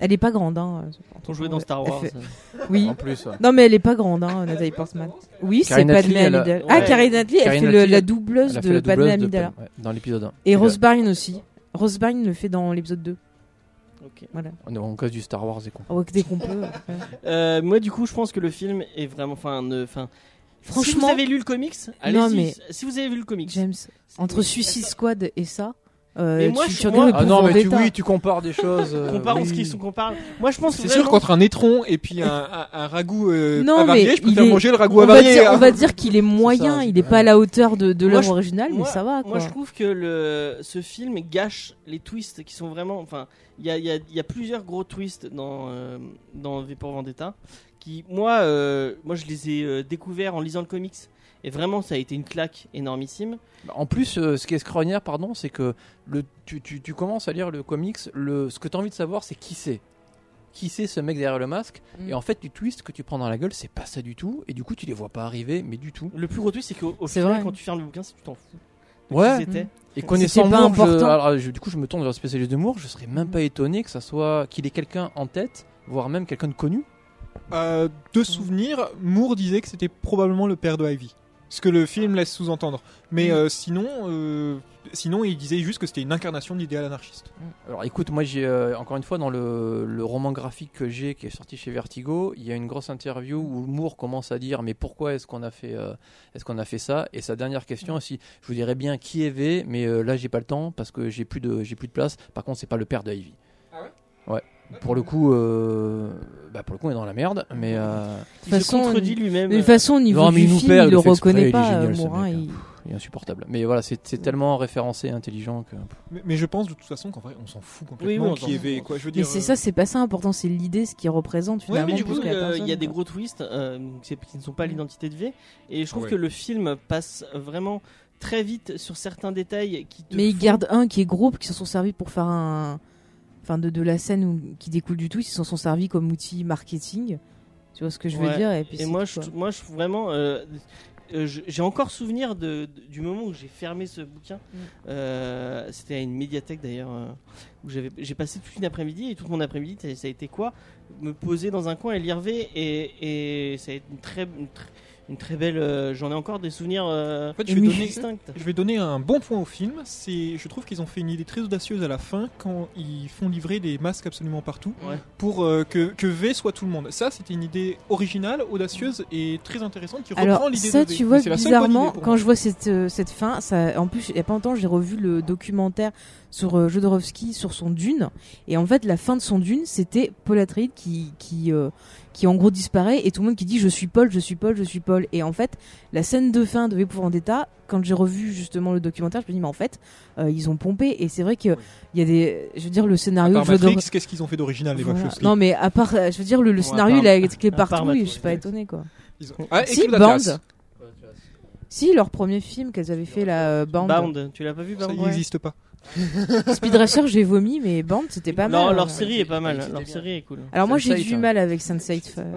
[SPEAKER 2] Elle est pas grande, hein.
[SPEAKER 1] On jouait dans Star Wars. Ah.
[SPEAKER 2] Elle Oui.
[SPEAKER 3] En plus, ouais.
[SPEAKER 2] Non, mais elle est pas grande, hein, Nathalie Portman. Oui, c'est
[SPEAKER 3] Karine
[SPEAKER 2] Padmé
[SPEAKER 3] Attlee, elle a-
[SPEAKER 2] Amidala. Ah,
[SPEAKER 1] Ouais.
[SPEAKER 2] Karine Attlee, elle
[SPEAKER 3] Karine
[SPEAKER 2] fait le-
[SPEAKER 3] Attlee,
[SPEAKER 2] la doubleuse
[SPEAKER 3] elle a fait
[SPEAKER 2] de
[SPEAKER 3] la
[SPEAKER 2] Padmé
[SPEAKER 3] doubleuse de
[SPEAKER 2] Amidala.
[SPEAKER 3] Padmé, ouais, dans l'épisode 1.
[SPEAKER 2] Et
[SPEAKER 3] Elle a-
[SPEAKER 2] Rose Byrne aussi. Rose Byrne le fait dans l'épisode 2.
[SPEAKER 1] Ok.
[SPEAKER 3] On est en cause du Star Wars et con.
[SPEAKER 2] Ah ouais, dès qu'on peut. ouais.
[SPEAKER 1] Euh, moi, du coup, je pense que le film est vraiment. Enfin, euh, enfin, si vous
[SPEAKER 2] Franchement,
[SPEAKER 1] avez lu le comics, allez
[SPEAKER 2] mais-
[SPEAKER 1] si vous avez vu le comics,
[SPEAKER 2] James, entre Suicide Squad et ça, euh,
[SPEAKER 1] Mais moi,
[SPEAKER 2] tu,
[SPEAKER 1] je-
[SPEAKER 2] tu regardes
[SPEAKER 1] moi-
[SPEAKER 2] le
[SPEAKER 3] Ah non,
[SPEAKER 2] pauvre
[SPEAKER 3] mais tu,
[SPEAKER 2] Vendetta.
[SPEAKER 3] oui, tu compares des choses. euh,
[SPEAKER 1] comparons
[SPEAKER 3] oui.
[SPEAKER 1] ce qu'ils sont qu'on parle. Moi, je pense
[SPEAKER 4] C'est
[SPEAKER 1] vraiment-
[SPEAKER 4] sûr qu'entre un étron et puis un, un, un ragoût euh,
[SPEAKER 2] Non, mais
[SPEAKER 4] avarié, je préfère
[SPEAKER 2] il est-
[SPEAKER 4] manger le ragoût
[SPEAKER 2] on, va
[SPEAKER 4] avarié.
[SPEAKER 2] dire, on
[SPEAKER 4] hein.
[SPEAKER 2] va dire qu'il est moyen,
[SPEAKER 3] c'est-
[SPEAKER 2] il est pas à la hauteur de, de
[SPEAKER 1] Moi,
[SPEAKER 2] l'œuvre
[SPEAKER 1] je-
[SPEAKER 2] originale,
[SPEAKER 1] moi-
[SPEAKER 2] mais ça va quoi.
[SPEAKER 1] Moi, je trouve que le, ce film gâche les twists qui sont vraiment. Enfin, il y a, il y a- il y a plusieurs gros twists dans, euh, dans V pour Vendetta. Qui, moi, euh, moi, je les ai euh, découverts en lisant le comics. Et vraiment, ça a été une claque énormissime.
[SPEAKER 3] Bah, En plus, euh, ce qui est extraordinaire, pardon, c'est que le, tu, tu- tu commences à lire le comics, le, ce que tu as envie de savoir, c'est qui c'est. Qui c'est ce mec derrière le masque
[SPEAKER 2] Mm.
[SPEAKER 3] Et en fait, du twist que tu prends dans la gueule, c'est pas ça du tout. Et du coup, tu les vois pas arriver, mais du tout.
[SPEAKER 1] Le plus gros twist, c'est qu'au au
[SPEAKER 2] C'est
[SPEAKER 1] final,
[SPEAKER 2] vrai.
[SPEAKER 1] quand tu fermes le bouquin, c'est que tu t'en fous. de
[SPEAKER 3] Ouais.
[SPEAKER 1] qui ils étaient.
[SPEAKER 3] Et connaissant
[SPEAKER 2] pas
[SPEAKER 3] Moore, je-
[SPEAKER 2] important.
[SPEAKER 3] alors, je- du coup, je me tourne vers le spécialiste de Moore. Je serais même pas étonné que ça soit qu'il ait quelqu'un en tête, voire même quelqu'un de connu.
[SPEAKER 4] Euh, de souvenirs, Moore disait que c'était probablement le père de Ivy. Ce que le film laisse sous-entendre. Mais euh, sinon, euh, sinon, il disait juste que c'était une incarnation de l'idéal anarchiste.
[SPEAKER 3] Alors écoute, moi j'ai euh, encore une fois dans le, le roman graphique que j'ai qui est sorti chez Vertigo, il y a une grosse interview où Moore commence à dire mais pourquoi est-ce qu'on a fait euh, est-ce qu'on a fait ça Et sa dernière question si je vous dirais bien qui est V, mais euh, là j'ai pas le temps parce que j'ai plus de j'ai plus de place. Par contre c'est pas le père de Ivy.
[SPEAKER 4] Ah
[SPEAKER 3] ouais. Pour le coup, euh, bah pour le coup on est dans la merde, mais euh,
[SPEAKER 1] Il
[SPEAKER 2] De toute
[SPEAKER 1] se
[SPEAKER 2] façon,
[SPEAKER 1] contredit lui-même. euh,
[SPEAKER 2] De toute façon, au niveau
[SPEAKER 3] Non, mais
[SPEAKER 2] du
[SPEAKER 3] il nous
[SPEAKER 2] film,
[SPEAKER 3] perd,
[SPEAKER 2] il
[SPEAKER 3] il
[SPEAKER 2] le
[SPEAKER 3] le fait exprès,
[SPEAKER 2] reconnaît
[SPEAKER 3] il est
[SPEAKER 2] pas,
[SPEAKER 3] génial,
[SPEAKER 2] euh,
[SPEAKER 3] ce
[SPEAKER 2] Morin.
[SPEAKER 3] mec, hein.
[SPEAKER 2] il-
[SPEAKER 3] il est insupportable. Mais voilà, c'est c'est tellement référencé, intelligent que.
[SPEAKER 4] Mais, mais je pense de toute façon qu'en vrai, on s'en fout
[SPEAKER 1] Oui,
[SPEAKER 4] complètement
[SPEAKER 1] oui, on
[SPEAKER 4] qui est
[SPEAKER 1] s'en
[SPEAKER 4] V.
[SPEAKER 1] fout.
[SPEAKER 4] Quoi. Je veux
[SPEAKER 2] Mais
[SPEAKER 4] dire,
[SPEAKER 2] c'est
[SPEAKER 4] euh,
[SPEAKER 2] ça, c'est pas ça important, c'est l'idée, ce qu'il représente
[SPEAKER 4] Ouais,
[SPEAKER 1] Ouais,
[SPEAKER 2] finalement.
[SPEAKER 1] mais du
[SPEAKER 2] plus
[SPEAKER 1] coup,
[SPEAKER 2] que la
[SPEAKER 1] euh, il
[SPEAKER 2] personne,
[SPEAKER 1] y a des
[SPEAKER 2] quoi. Mm.
[SPEAKER 1] gros twists euh, c'est- qui ne sont pas l'identité de V. Et je trouve
[SPEAKER 4] Ouais.
[SPEAKER 1] que le film passe vraiment très vite sur certains détails qui te
[SPEAKER 2] Mais ils
[SPEAKER 1] font-
[SPEAKER 2] gardent un qui est gros, puis qui s'en sont servis pour faire un. Enfin, de, de la scène où- qui découle du twist, ils s'en sont servis comme outil marketing. Tu vois ce que je veux
[SPEAKER 1] Ouais.
[SPEAKER 2] dire Et, puis
[SPEAKER 1] Et
[SPEAKER 2] c'est
[SPEAKER 1] moi,
[SPEAKER 2] tout,
[SPEAKER 1] je,
[SPEAKER 2] quoi.
[SPEAKER 1] moi, je vraiment. euh, euh, je- j'ai encore souvenir de, de- du moment où j'ai fermé ce bouquin.
[SPEAKER 2] Mm.
[SPEAKER 1] Euh, C'était à une médiathèque d'ailleurs, euh, où j'avais- j'ai passé toute une après-midi et tout mon après-midi, ça, ça a été quoi Me poser dans un coin et lire V et, et ça a été une très, une tr- une très belle. euh, J'en ai encore des souvenirs euh,
[SPEAKER 4] En fait, je vais donner-
[SPEAKER 1] distincts.
[SPEAKER 4] Je vais donner un bon point au film. C'est, je trouve qu'ils ont fait une idée très audacieuse à la fin quand ils font livrer des masques absolument partout
[SPEAKER 1] Ouais.
[SPEAKER 4] pour euh, que, que V soit tout le monde. Ça, c'était une idée originale, audacieuse et très intéressante qui reprend
[SPEAKER 2] Alors
[SPEAKER 4] l'idée
[SPEAKER 2] ça,
[SPEAKER 4] de V.
[SPEAKER 2] tu vois,
[SPEAKER 4] C'est la seule bonne idée
[SPEAKER 2] bizarrement,
[SPEAKER 4] pour
[SPEAKER 2] quand
[SPEAKER 4] moi.
[SPEAKER 2] je vois cette, euh, cette fin, ça, en plus, il y a pas longtemps, j'ai revu le documentaire sur euh, Jodorowsky, sur son dune, et en fait, la fin de son dune, c'était Paul Atreides qui, qui, euh, qui en gros disparaît, et tout le monde qui dit je suis Paul, je suis Paul, je suis Paul, et en fait, la scène de fin de V pour Vendetta, quand j'ai revu justement le documentaire, je me dis mais en fait, euh, ils ont pompé, et c'est vrai que il y a des, je veux dire, le scénario
[SPEAKER 4] Par
[SPEAKER 2] de Jodor-
[SPEAKER 4] Matrix, qu'est-ce qu'ils ont fait d'original les
[SPEAKER 2] Voilà.
[SPEAKER 4] Wachowski
[SPEAKER 2] Non mais à part, euh, je veux dire, le, le
[SPEAKER 3] Bon, à
[SPEAKER 2] scénario,
[SPEAKER 3] part-
[SPEAKER 2] il a été
[SPEAKER 1] part
[SPEAKER 2] partout, et je suis
[SPEAKER 1] Matrix.
[SPEAKER 2] pas étonnée quoi.
[SPEAKER 4] Ils ont- Ah,
[SPEAKER 2] Si,
[SPEAKER 4] écrivez la
[SPEAKER 2] Bond.
[SPEAKER 4] classe.
[SPEAKER 2] Si, leur premier film qu'elles avaient fait, la euh, Bound.
[SPEAKER 1] Bound, tu l'as pas vu
[SPEAKER 4] Ça,
[SPEAKER 1] Bound
[SPEAKER 4] il n'existe pas.
[SPEAKER 2] Speed Racer, j'ai vomi, mais Bound, c'était pas
[SPEAKER 1] Leur-
[SPEAKER 2] mal.
[SPEAKER 1] Leur
[SPEAKER 2] hein.
[SPEAKER 1] série est pas mal,
[SPEAKER 3] C'était
[SPEAKER 1] leur
[SPEAKER 3] bien.
[SPEAKER 1] série est cool.
[SPEAKER 2] Alors moi, j'ai
[SPEAKER 3] Sunset,
[SPEAKER 2] du
[SPEAKER 3] hein.
[SPEAKER 2] mal avec Sunset. euh,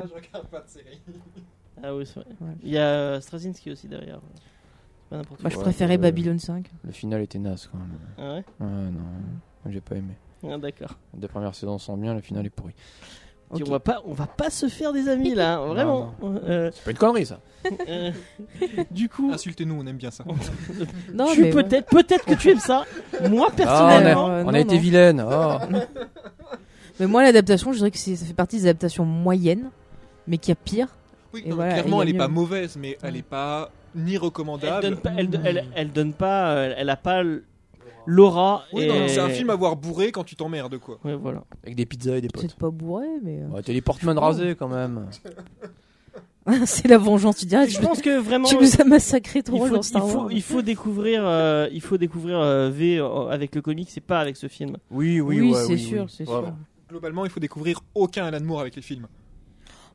[SPEAKER 1] Ah oui, c'est vrai.
[SPEAKER 2] Ouais.
[SPEAKER 1] Il y a euh, Straczynski aussi derrière. C'est Pas n'importe
[SPEAKER 2] Moi, je
[SPEAKER 3] Ouais,
[SPEAKER 2] préférais
[SPEAKER 3] euh,
[SPEAKER 2] Babylon 5.
[SPEAKER 3] Le final était naze quand même.
[SPEAKER 1] quoi. Ah ouais
[SPEAKER 3] Ouais, non, j'ai pas aimé.
[SPEAKER 1] Ah, D'accord.
[SPEAKER 3] Les deux premières saisons sont bien, le final est pourri.
[SPEAKER 1] Dis,
[SPEAKER 2] Ok.
[SPEAKER 1] On va pas, on va pas se faire des amis là, hein, vraiment. Euh,
[SPEAKER 3] C'est pas une connerie ça Ah,
[SPEAKER 1] euh, du coup,
[SPEAKER 4] Insultez-nous, on aime bien ça.
[SPEAKER 2] Non,
[SPEAKER 1] tu
[SPEAKER 2] mais ouais.
[SPEAKER 1] peut-être, peut-être que tu aimes ça. Moi
[SPEAKER 3] Ah, on a,
[SPEAKER 1] personnellement,
[SPEAKER 2] euh,
[SPEAKER 3] on a
[SPEAKER 2] non,
[SPEAKER 3] été
[SPEAKER 2] non.
[SPEAKER 3] vilaine oh.
[SPEAKER 2] Mais moi, l'adaptation, je dirais que c'est- ça fait partie des adaptations moyennes, mais qu'il y a pire.
[SPEAKER 4] Oui,
[SPEAKER 2] Et
[SPEAKER 4] non, mais
[SPEAKER 2] voilà,
[SPEAKER 4] clairement,
[SPEAKER 2] et
[SPEAKER 4] elle
[SPEAKER 2] il y a
[SPEAKER 4] n'est pas
[SPEAKER 2] mieux.
[SPEAKER 4] mauvaise, mais elle n'est pas ni
[SPEAKER 1] elle
[SPEAKER 4] recommandable.
[SPEAKER 1] donne pas, elle, elle- elle donne pas, euh, elle a pas l- l'aura.
[SPEAKER 4] Oui,
[SPEAKER 1] et-
[SPEAKER 4] non, c'est un film à voir bourré quand tu t'emmerdes, quoi.
[SPEAKER 1] Ouais, voilà.
[SPEAKER 3] Avec des pizzas et des potes.
[SPEAKER 2] Peut-être pas bourré, mais. euh,
[SPEAKER 3] Ouais, T'es les portman rasés quand même.
[SPEAKER 2] c'est la vengeance, tu dirais.
[SPEAKER 1] Je
[SPEAKER 2] Ah, Tu,
[SPEAKER 1] pense que vraiment.
[SPEAKER 2] tu nous as massacré
[SPEAKER 1] Il
[SPEAKER 2] trop
[SPEAKER 1] faut,
[SPEAKER 2] dans
[SPEAKER 1] il,
[SPEAKER 2] Star
[SPEAKER 1] faut,
[SPEAKER 2] Wars.
[SPEAKER 1] il faut découvrir, euh, il faut découvrir euh, V euh, avec le comic, c'est pas avec ce film.
[SPEAKER 3] Oui, oui,
[SPEAKER 2] Oui,
[SPEAKER 3] ouais,
[SPEAKER 2] c'est sûr, c'est sûr.
[SPEAKER 3] Voilà.
[SPEAKER 4] Globalement, il faut découvrir aucun Alan Moore avec les films.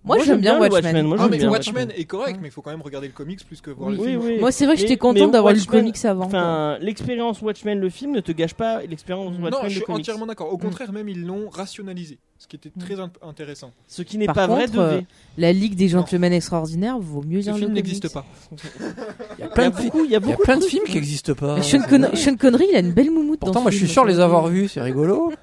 [SPEAKER 2] Moi, j'aime bien
[SPEAKER 1] le
[SPEAKER 2] Watchmen.
[SPEAKER 1] Moi,
[SPEAKER 4] Ah,
[SPEAKER 1] j'aime
[SPEAKER 4] mais
[SPEAKER 1] bien
[SPEAKER 4] Watchmen est correct, mais il faut quand même regarder le comics plus que voir le
[SPEAKER 1] Oui,
[SPEAKER 4] film.
[SPEAKER 1] oui.
[SPEAKER 2] Moi, c'est vrai que
[SPEAKER 1] Mais-
[SPEAKER 2] j'étais
[SPEAKER 1] mais
[SPEAKER 2] contente d'avoir lu le
[SPEAKER 1] Watchmen-
[SPEAKER 2] comics avant. quoi.
[SPEAKER 1] Enfin, l'expérience Watchmen le film ne te gâche pas l'expérience
[SPEAKER 2] Non,
[SPEAKER 4] Non,
[SPEAKER 1] Watchmen
[SPEAKER 4] je
[SPEAKER 1] le
[SPEAKER 4] suis
[SPEAKER 1] comics.
[SPEAKER 4] entièrement d'accord. Au contraire, même ils l'ont rationalisé, ce qui était très int- intéressant.
[SPEAKER 1] Ce qui n'est
[SPEAKER 2] Par
[SPEAKER 1] pas vrai
[SPEAKER 2] contre,
[SPEAKER 1] de V.
[SPEAKER 2] euh, La Ligue des Gentlemen Extraordinaires, vaut mieux
[SPEAKER 4] Ce
[SPEAKER 2] lire le
[SPEAKER 4] film
[SPEAKER 2] comics.
[SPEAKER 4] n'existe pas.
[SPEAKER 3] Il y a
[SPEAKER 1] Il y a
[SPEAKER 3] plein de, fi-
[SPEAKER 1] beaucoup, il y a
[SPEAKER 3] il y a
[SPEAKER 1] beaucoup
[SPEAKER 3] plein de
[SPEAKER 1] trucs
[SPEAKER 3] films
[SPEAKER 1] qui-
[SPEAKER 3] qui n'existent pas.
[SPEAKER 2] Mais Sean, Connery- Sean Connery, il a une belle moumoute dans
[SPEAKER 3] Pourtant,
[SPEAKER 2] ce
[SPEAKER 3] moi je suis
[SPEAKER 2] film,
[SPEAKER 3] sûr
[SPEAKER 2] je
[SPEAKER 3] les
[SPEAKER 2] trouve.
[SPEAKER 3] avoir vus, c'est rigolo.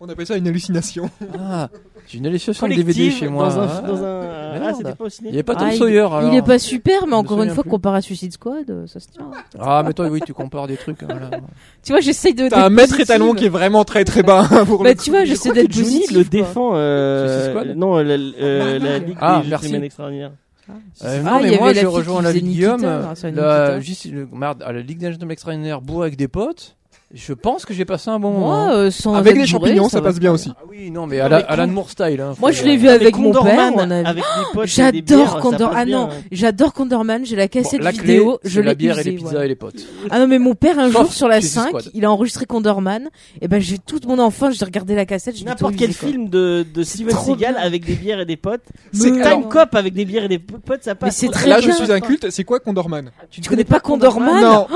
[SPEAKER 4] On appelle ça une hallucination.
[SPEAKER 3] Ah, j'ai une allégation de
[SPEAKER 1] collective
[SPEAKER 3] DVD chez moi.
[SPEAKER 1] Dans
[SPEAKER 3] Ah.
[SPEAKER 1] un, dans un...
[SPEAKER 3] Merde.
[SPEAKER 1] Ah, c'était pas au ciné
[SPEAKER 3] Il n'y a pas Tom
[SPEAKER 2] Ah, il-
[SPEAKER 3] Sawyer alors.
[SPEAKER 2] Il est pas super,
[SPEAKER 3] Je
[SPEAKER 2] mais
[SPEAKER 3] me
[SPEAKER 2] encore une
[SPEAKER 3] souviens
[SPEAKER 2] fois,
[SPEAKER 3] plus.
[SPEAKER 2] comparé à Suicide Squad, euh, ça se tient.
[SPEAKER 3] Ah, mais toi, oui, tu compares des trucs. hein, voilà.
[SPEAKER 2] Tu vois, j'essaye de.
[SPEAKER 4] T'as un
[SPEAKER 2] d'être
[SPEAKER 4] maître
[SPEAKER 2] positive.
[SPEAKER 4] étalon qui est vraiment très très bas. hein, Pour
[SPEAKER 2] Bah,
[SPEAKER 4] le
[SPEAKER 2] tu vois,
[SPEAKER 1] Je
[SPEAKER 2] j'essaie
[SPEAKER 1] crois que
[SPEAKER 2] d'être
[SPEAKER 1] Johnny
[SPEAKER 2] positive.
[SPEAKER 1] le
[SPEAKER 2] quoi.
[SPEAKER 1] défend.
[SPEAKER 3] Suicide
[SPEAKER 1] Euh...
[SPEAKER 3] Squad
[SPEAKER 1] Non, la, euh, la Ligue
[SPEAKER 3] Ah,
[SPEAKER 1] des
[SPEAKER 3] merci.
[SPEAKER 1] Gentlemen Extraordinaires.
[SPEAKER 3] Euh,
[SPEAKER 2] Ah,
[SPEAKER 3] non,
[SPEAKER 2] il y
[SPEAKER 3] mais moi,
[SPEAKER 2] avait la fille qui
[SPEAKER 3] je rejoins la
[SPEAKER 2] faisait
[SPEAKER 3] Ligue
[SPEAKER 2] Nikita,
[SPEAKER 3] Guillaume.
[SPEAKER 2] hein, sur
[SPEAKER 3] La,
[SPEAKER 2] Nikita.
[SPEAKER 3] juste, le- merde, à la Ligue des Gentlemen Extraordinaires bourré avec des potes. Je pense que j'ai passé un bon moment.
[SPEAKER 2] Moi, euh, sans
[SPEAKER 4] Avec
[SPEAKER 2] être
[SPEAKER 4] les
[SPEAKER 2] bourré,
[SPEAKER 4] champignons, ça
[SPEAKER 2] va.
[SPEAKER 4] passe bien aussi.
[SPEAKER 3] Ah oui, non, mais à la, Alan Moore style. hein,
[SPEAKER 2] Moi,
[SPEAKER 3] faut-
[SPEAKER 2] je l'ai vu avec mon père.
[SPEAKER 1] Condorman,
[SPEAKER 2] on a vu.
[SPEAKER 1] avec des potes. et des bières,
[SPEAKER 2] J'adore
[SPEAKER 1] ça
[SPEAKER 2] Condor.
[SPEAKER 1] passe
[SPEAKER 2] Ah
[SPEAKER 1] bien.
[SPEAKER 2] non, j'adore Condorman. J'ai la
[SPEAKER 3] Bon,
[SPEAKER 2] cassette
[SPEAKER 3] la clé,
[SPEAKER 2] vidéo.
[SPEAKER 3] c'est
[SPEAKER 2] Je l'ai
[SPEAKER 3] la bière et
[SPEAKER 2] usée,
[SPEAKER 3] les pizzas
[SPEAKER 2] voilà.
[SPEAKER 3] et les potes.
[SPEAKER 2] Ah non, mais mon père un
[SPEAKER 3] Sauf
[SPEAKER 2] jour sur la
[SPEAKER 3] Suicide
[SPEAKER 2] 5,
[SPEAKER 3] Squad.
[SPEAKER 2] il a enregistré Condorman. Et ben, j'ai toute mon enfance, j'ai regardé la cassette. je l'ai
[SPEAKER 1] N'importe
[SPEAKER 2] tout
[SPEAKER 1] quel
[SPEAKER 2] usé, quoi.
[SPEAKER 1] film de, de Steven
[SPEAKER 2] trop
[SPEAKER 1] Seagal
[SPEAKER 2] bien.
[SPEAKER 1] avec des bières et des potes.
[SPEAKER 2] C'est-
[SPEAKER 1] Time
[SPEAKER 2] alors-
[SPEAKER 1] Cop avec des bières et des potes, ça passe.
[SPEAKER 2] c'est très
[SPEAKER 4] Là, je
[SPEAKER 2] bien.
[SPEAKER 4] suis inculte. C'est quoi Condorman
[SPEAKER 2] Tu connais pas Condorman
[SPEAKER 4] Non.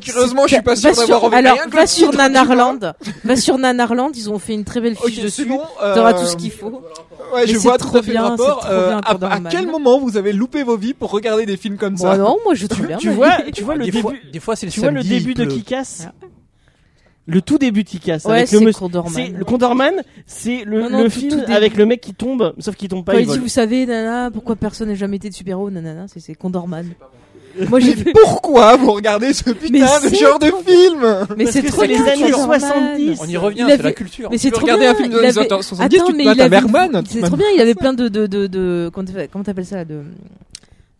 [SPEAKER 4] Curieusement, je suis pas sûr
[SPEAKER 2] Oh, Va
[SPEAKER 4] d'avoir
[SPEAKER 2] sur,
[SPEAKER 4] envie
[SPEAKER 2] alors,
[SPEAKER 4] rien que
[SPEAKER 2] va
[SPEAKER 4] le
[SPEAKER 2] sur
[SPEAKER 4] titre, tu
[SPEAKER 2] Nanarland. va sur Nanarland, ils ont fait une très belle
[SPEAKER 4] vois. Ok,
[SPEAKER 2] fiche
[SPEAKER 4] c'est
[SPEAKER 2] dessus.
[SPEAKER 4] bon, euh,
[SPEAKER 2] T'auras tout ce qu'il faut.
[SPEAKER 4] Ouais,
[SPEAKER 2] Mais
[SPEAKER 4] je
[SPEAKER 2] c'est
[SPEAKER 4] vois tout
[SPEAKER 2] trop
[SPEAKER 4] à fait le
[SPEAKER 2] bien,
[SPEAKER 4] rapport.
[SPEAKER 2] c'est trop
[SPEAKER 4] euh,
[SPEAKER 2] bien,
[SPEAKER 4] à- à,
[SPEAKER 2] Condorman.
[SPEAKER 4] quel moment vous avez loupé vos vies pour regarder des films comme
[SPEAKER 2] Bon,
[SPEAKER 4] ça
[SPEAKER 2] non, moi je trouve bien.
[SPEAKER 1] Tu
[SPEAKER 2] mais-
[SPEAKER 1] vois, tu vois le
[SPEAKER 3] des
[SPEAKER 1] début.
[SPEAKER 3] fois, des fois, c'est le
[SPEAKER 1] Tu vois le
[SPEAKER 3] samedi,
[SPEAKER 1] début
[SPEAKER 3] il
[SPEAKER 1] de
[SPEAKER 3] pleut.
[SPEAKER 1] Kikas Le tout début de Kikas
[SPEAKER 2] Ouais,
[SPEAKER 1] avec le
[SPEAKER 2] c'est
[SPEAKER 1] monsieur.
[SPEAKER 2] Condorman.
[SPEAKER 1] C'est le Condorman, c'est le,
[SPEAKER 2] Non, non,
[SPEAKER 1] le
[SPEAKER 2] tout-
[SPEAKER 1] film
[SPEAKER 2] tout début.
[SPEAKER 1] avec le mec qui tombe, sauf qu'il tombe pas.
[SPEAKER 2] Quand
[SPEAKER 1] il
[SPEAKER 2] il dit,
[SPEAKER 1] vole.
[SPEAKER 2] vous savez, nana, pourquoi personne n'a jamais été de super-héros, nanana, c'est c'est Condorman. Moi j'ai fait.
[SPEAKER 4] Pourquoi vous regardez ce putain de
[SPEAKER 2] c'est
[SPEAKER 4] genre de film
[SPEAKER 2] Mais
[SPEAKER 1] Parce
[SPEAKER 2] c'est
[SPEAKER 1] que
[SPEAKER 2] trop
[SPEAKER 1] c'est les
[SPEAKER 2] bien,
[SPEAKER 1] années
[SPEAKER 2] Condorman.
[SPEAKER 1] 70.
[SPEAKER 3] On y revient,
[SPEAKER 2] Il
[SPEAKER 3] c'est
[SPEAKER 2] avait-
[SPEAKER 3] la culture.
[SPEAKER 2] Mais c'est
[SPEAKER 4] peux
[SPEAKER 2] trop
[SPEAKER 4] regarder
[SPEAKER 2] bien.
[SPEAKER 4] un film des
[SPEAKER 2] il
[SPEAKER 4] années
[SPEAKER 2] avait-
[SPEAKER 4] 70,
[SPEAKER 2] Attends,
[SPEAKER 4] tu te
[SPEAKER 2] mais
[SPEAKER 4] mates
[SPEAKER 2] il
[SPEAKER 4] à
[SPEAKER 2] avait-
[SPEAKER 4] Bergman, tu
[SPEAKER 2] C'est
[SPEAKER 4] te
[SPEAKER 2] trop
[SPEAKER 4] mates-
[SPEAKER 2] bien, il avait plein de. de, de, de... Comment t'appelles- comment t'appelles ça là de...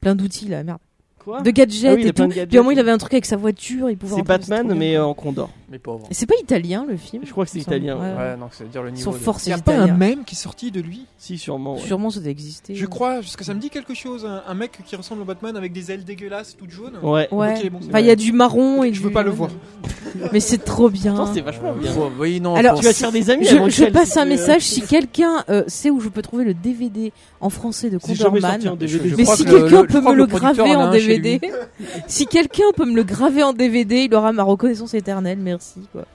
[SPEAKER 2] Plein d'outils là, merde.
[SPEAKER 1] Quoi
[SPEAKER 2] De gadgets
[SPEAKER 1] Ah oui, il y a
[SPEAKER 2] et
[SPEAKER 1] plein
[SPEAKER 2] tout.
[SPEAKER 1] de gadgets.
[SPEAKER 2] Puis au moins il avait un truc avec sa voiture, il pouvait.
[SPEAKER 1] C'est
[SPEAKER 2] rentrer, c'était
[SPEAKER 1] Batman,
[SPEAKER 2] trop bien.
[SPEAKER 1] mais euh, en Condor.
[SPEAKER 3] Mais pauvre.
[SPEAKER 2] Et C'est pas italien le film
[SPEAKER 1] Je crois que c'est
[SPEAKER 2] il me semble.
[SPEAKER 1] italien,
[SPEAKER 2] Ouais.
[SPEAKER 3] Ouais, non, c'est-à-dire le
[SPEAKER 2] Ils
[SPEAKER 3] niveau.
[SPEAKER 2] sont
[SPEAKER 3] de-
[SPEAKER 2] forts
[SPEAKER 4] Il
[SPEAKER 2] ces
[SPEAKER 4] n'y a pas un
[SPEAKER 2] italiens.
[SPEAKER 4] même qui est sorti de lui
[SPEAKER 1] Si, sûrement. ouais.
[SPEAKER 2] Sûrement ça doit exister.
[SPEAKER 4] Je crois, parce que ça me dit quelque chose. Un, un mec qui ressemble à Batman avec des ailes dégueulasses toutes jaunes.
[SPEAKER 1] Ouais.
[SPEAKER 2] Ouais.
[SPEAKER 4] Ok, bon,
[SPEAKER 2] Enfin,
[SPEAKER 4] c'est
[SPEAKER 2] Oh, il y a du marron et
[SPEAKER 4] Je
[SPEAKER 2] du-
[SPEAKER 4] veux pas le voir.
[SPEAKER 2] Mais c'est trop bien.
[SPEAKER 1] Putain, c'est vachement bien.
[SPEAKER 3] Faut- Oui, non.
[SPEAKER 2] Alors,
[SPEAKER 3] faut-
[SPEAKER 1] Tu attires des amis avant euh,
[SPEAKER 2] Je, je
[SPEAKER 1] Michel,
[SPEAKER 2] passe
[SPEAKER 1] si
[SPEAKER 2] un
[SPEAKER 3] euh,
[SPEAKER 1] tu-
[SPEAKER 2] message si quelqu'un euh, sait où je peux trouver le DVD en français de
[SPEAKER 1] C'est jamais sorti en
[SPEAKER 2] Condorman.
[SPEAKER 1] DVD.
[SPEAKER 3] Je
[SPEAKER 2] Mais
[SPEAKER 3] crois
[SPEAKER 2] si
[SPEAKER 3] que le-
[SPEAKER 2] quelqu'un
[SPEAKER 3] le- je
[SPEAKER 2] peut
[SPEAKER 3] crois
[SPEAKER 2] me
[SPEAKER 3] que
[SPEAKER 2] le
[SPEAKER 3] le producteur
[SPEAKER 2] graver
[SPEAKER 3] en a
[SPEAKER 2] en
[SPEAKER 3] un chez
[SPEAKER 2] DVD, si quelqu'un peut me le graver en DVD, il aura ma reconnaissance éternelle, merci quoi.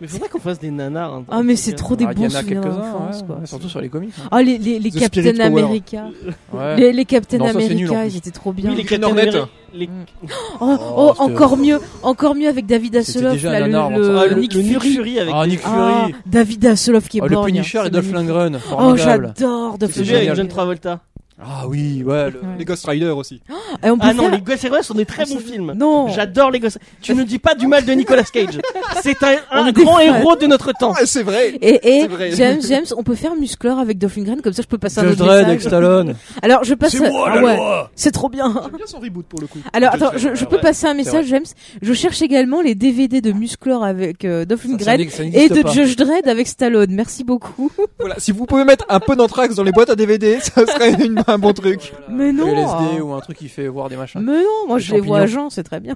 [SPEAKER 1] Mais faudrait qu'on fasse des nanars. hein,
[SPEAKER 2] Ah, mais c'est trop des
[SPEAKER 3] Alors, il y
[SPEAKER 2] bons
[SPEAKER 3] en a
[SPEAKER 2] souvenirs
[SPEAKER 3] quelques-uns,
[SPEAKER 2] d'enfance,
[SPEAKER 3] ouais,
[SPEAKER 2] quoi.
[SPEAKER 3] ouais, surtout sur les comics. hein.
[SPEAKER 2] Ah, les, les, les
[SPEAKER 5] The
[SPEAKER 2] Captain
[SPEAKER 5] Spirit Power.
[SPEAKER 2] America.
[SPEAKER 3] Ouais.
[SPEAKER 2] Les, les Captain
[SPEAKER 3] Non, ça, c'est
[SPEAKER 2] America,
[SPEAKER 3] nul, en plus.
[SPEAKER 2] ils étaient trop bien.
[SPEAKER 1] Oui, les
[SPEAKER 4] Green
[SPEAKER 1] Captain
[SPEAKER 4] Hornet.
[SPEAKER 1] Ameri- les-
[SPEAKER 2] Mm. Oh,
[SPEAKER 3] Oh,
[SPEAKER 2] oh,
[SPEAKER 3] c'était-
[SPEAKER 2] encore mieux, encore mieux avec David
[SPEAKER 3] C'était
[SPEAKER 2] Hasselhoff,
[SPEAKER 3] déjà
[SPEAKER 2] là,
[SPEAKER 3] un
[SPEAKER 2] le,
[SPEAKER 3] nanar,
[SPEAKER 2] le-
[SPEAKER 3] l'enfant.
[SPEAKER 1] Ah, le,
[SPEAKER 2] Euh, Nick
[SPEAKER 1] le Nick
[SPEAKER 2] Fury.
[SPEAKER 1] Fury avec
[SPEAKER 3] Ah,
[SPEAKER 1] des-
[SPEAKER 3] Nick
[SPEAKER 2] Ah,
[SPEAKER 3] Fury.
[SPEAKER 2] David Hasselhoff qui est
[SPEAKER 3] Ah, le
[SPEAKER 2] borgne.
[SPEAKER 3] Punisher
[SPEAKER 2] C'est
[SPEAKER 3] et Dolph
[SPEAKER 2] magnifique.
[SPEAKER 3] Lundgren.
[SPEAKER 2] Oh,
[SPEAKER 3] formidable.
[SPEAKER 2] j'adore Dolph
[SPEAKER 3] C'est
[SPEAKER 1] celui avec
[SPEAKER 3] génial.
[SPEAKER 1] John Travolta.
[SPEAKER 3] Ah oui, ouais. le-
[SPEAKER 2] Ouais.
[SPEAKER 4] Les Ghost Rider aussi.
[SPEAKER 2] Et on peut
[SPEAKER 1] Ah non,
[SPEAKER 2] faire-
[SPEAKER 1] les Ghost Rider sont des très bons films.
[SPEAKER 2] Non.
[SPEAKER 1] J'adore les Ghost Tu ne dis pas du mal de Nicolas Cage. C'est un, un
[SPEAKER 2] On est
[SPEAKER 1] grand
[SPEAKER 2] fan.
[SPEAKER 1] héros de notre temps.
[SPEAKER 4] Ah c'est vrai
[SPEAKER 2] Et,
[SPEAKER 4] C'est
[SPEAKER 2] et
[SPEAKER 4] vrai.
[SPEAKER 2] James, James, on peut faire muscleur avec Dolph Lundgren, comme ça je peux passer un
[SPEAKER 3] Judge
[SPEAKER 2] autre
[SPEAKER 3] Dredd
[SPEAKER 2] message.
[SPEAKER 3] avec Stallone.
[SPEAKER 2] Alors je passe.
[SPEAKER 5] C'est moi,
[SPEAKER 2] ah
[SPEAKER 5] la
[SPEAKER 2] ouais,
[SPEAKER 5] loi
[SPEAKER 2] c'est trop bien.
[SPEAKER 4] J'aime bien son reboot pour le coup. Ah
[SPEAKER 2] Alors
[SPEAKER 4] Judge
[SPEAKER 2] attends,
[SPEAKER 4] Dredd.
[SPEAKER 2] je, je
[SPEAKER 1] ouais,
[SPEAKER 2] peux
[SPEAKER 1] ouais.
[SPEAKER 2] passer un
[SPEAKER 3] ah C'est
[SPEAKER 2] message, James. Je cherche également les DVD de muscleur avec euh, Dolph
[SPEAKER 3] Ça, ça
[SPEAKER 2] Lundgren
[SPEAKER 3] n'ex- ça
[SPEAKER 2] et
[SPEAKER 3] n'existe
[SPEAKER 2] de
[SPEAKER 3] pas.
[SPEAKER 2] Judge Dredd avec Stallone. Merci beaucoup.
[SPEAKER 4] Voilà, si vous pouvez mettre un peu d'anthrax dans les boîtes à DVD, ça serait une- un bon truc.
[SPEAKER 3] Voilà.
[SPEAKER 2] Mais
[SPEAKER 3] Le
[SPEAKER 2] non. hein.
[SPEAKER 3] LSD ou un truc qui fait voir des machins.
[SPEAKER 2] Mais non, moi
[SPEAKER 3] Les
[SPEAKER 2] je les vois à
[SPEAKER 3] champignons.
[SPEAKER 2] Jean, c'est très bien.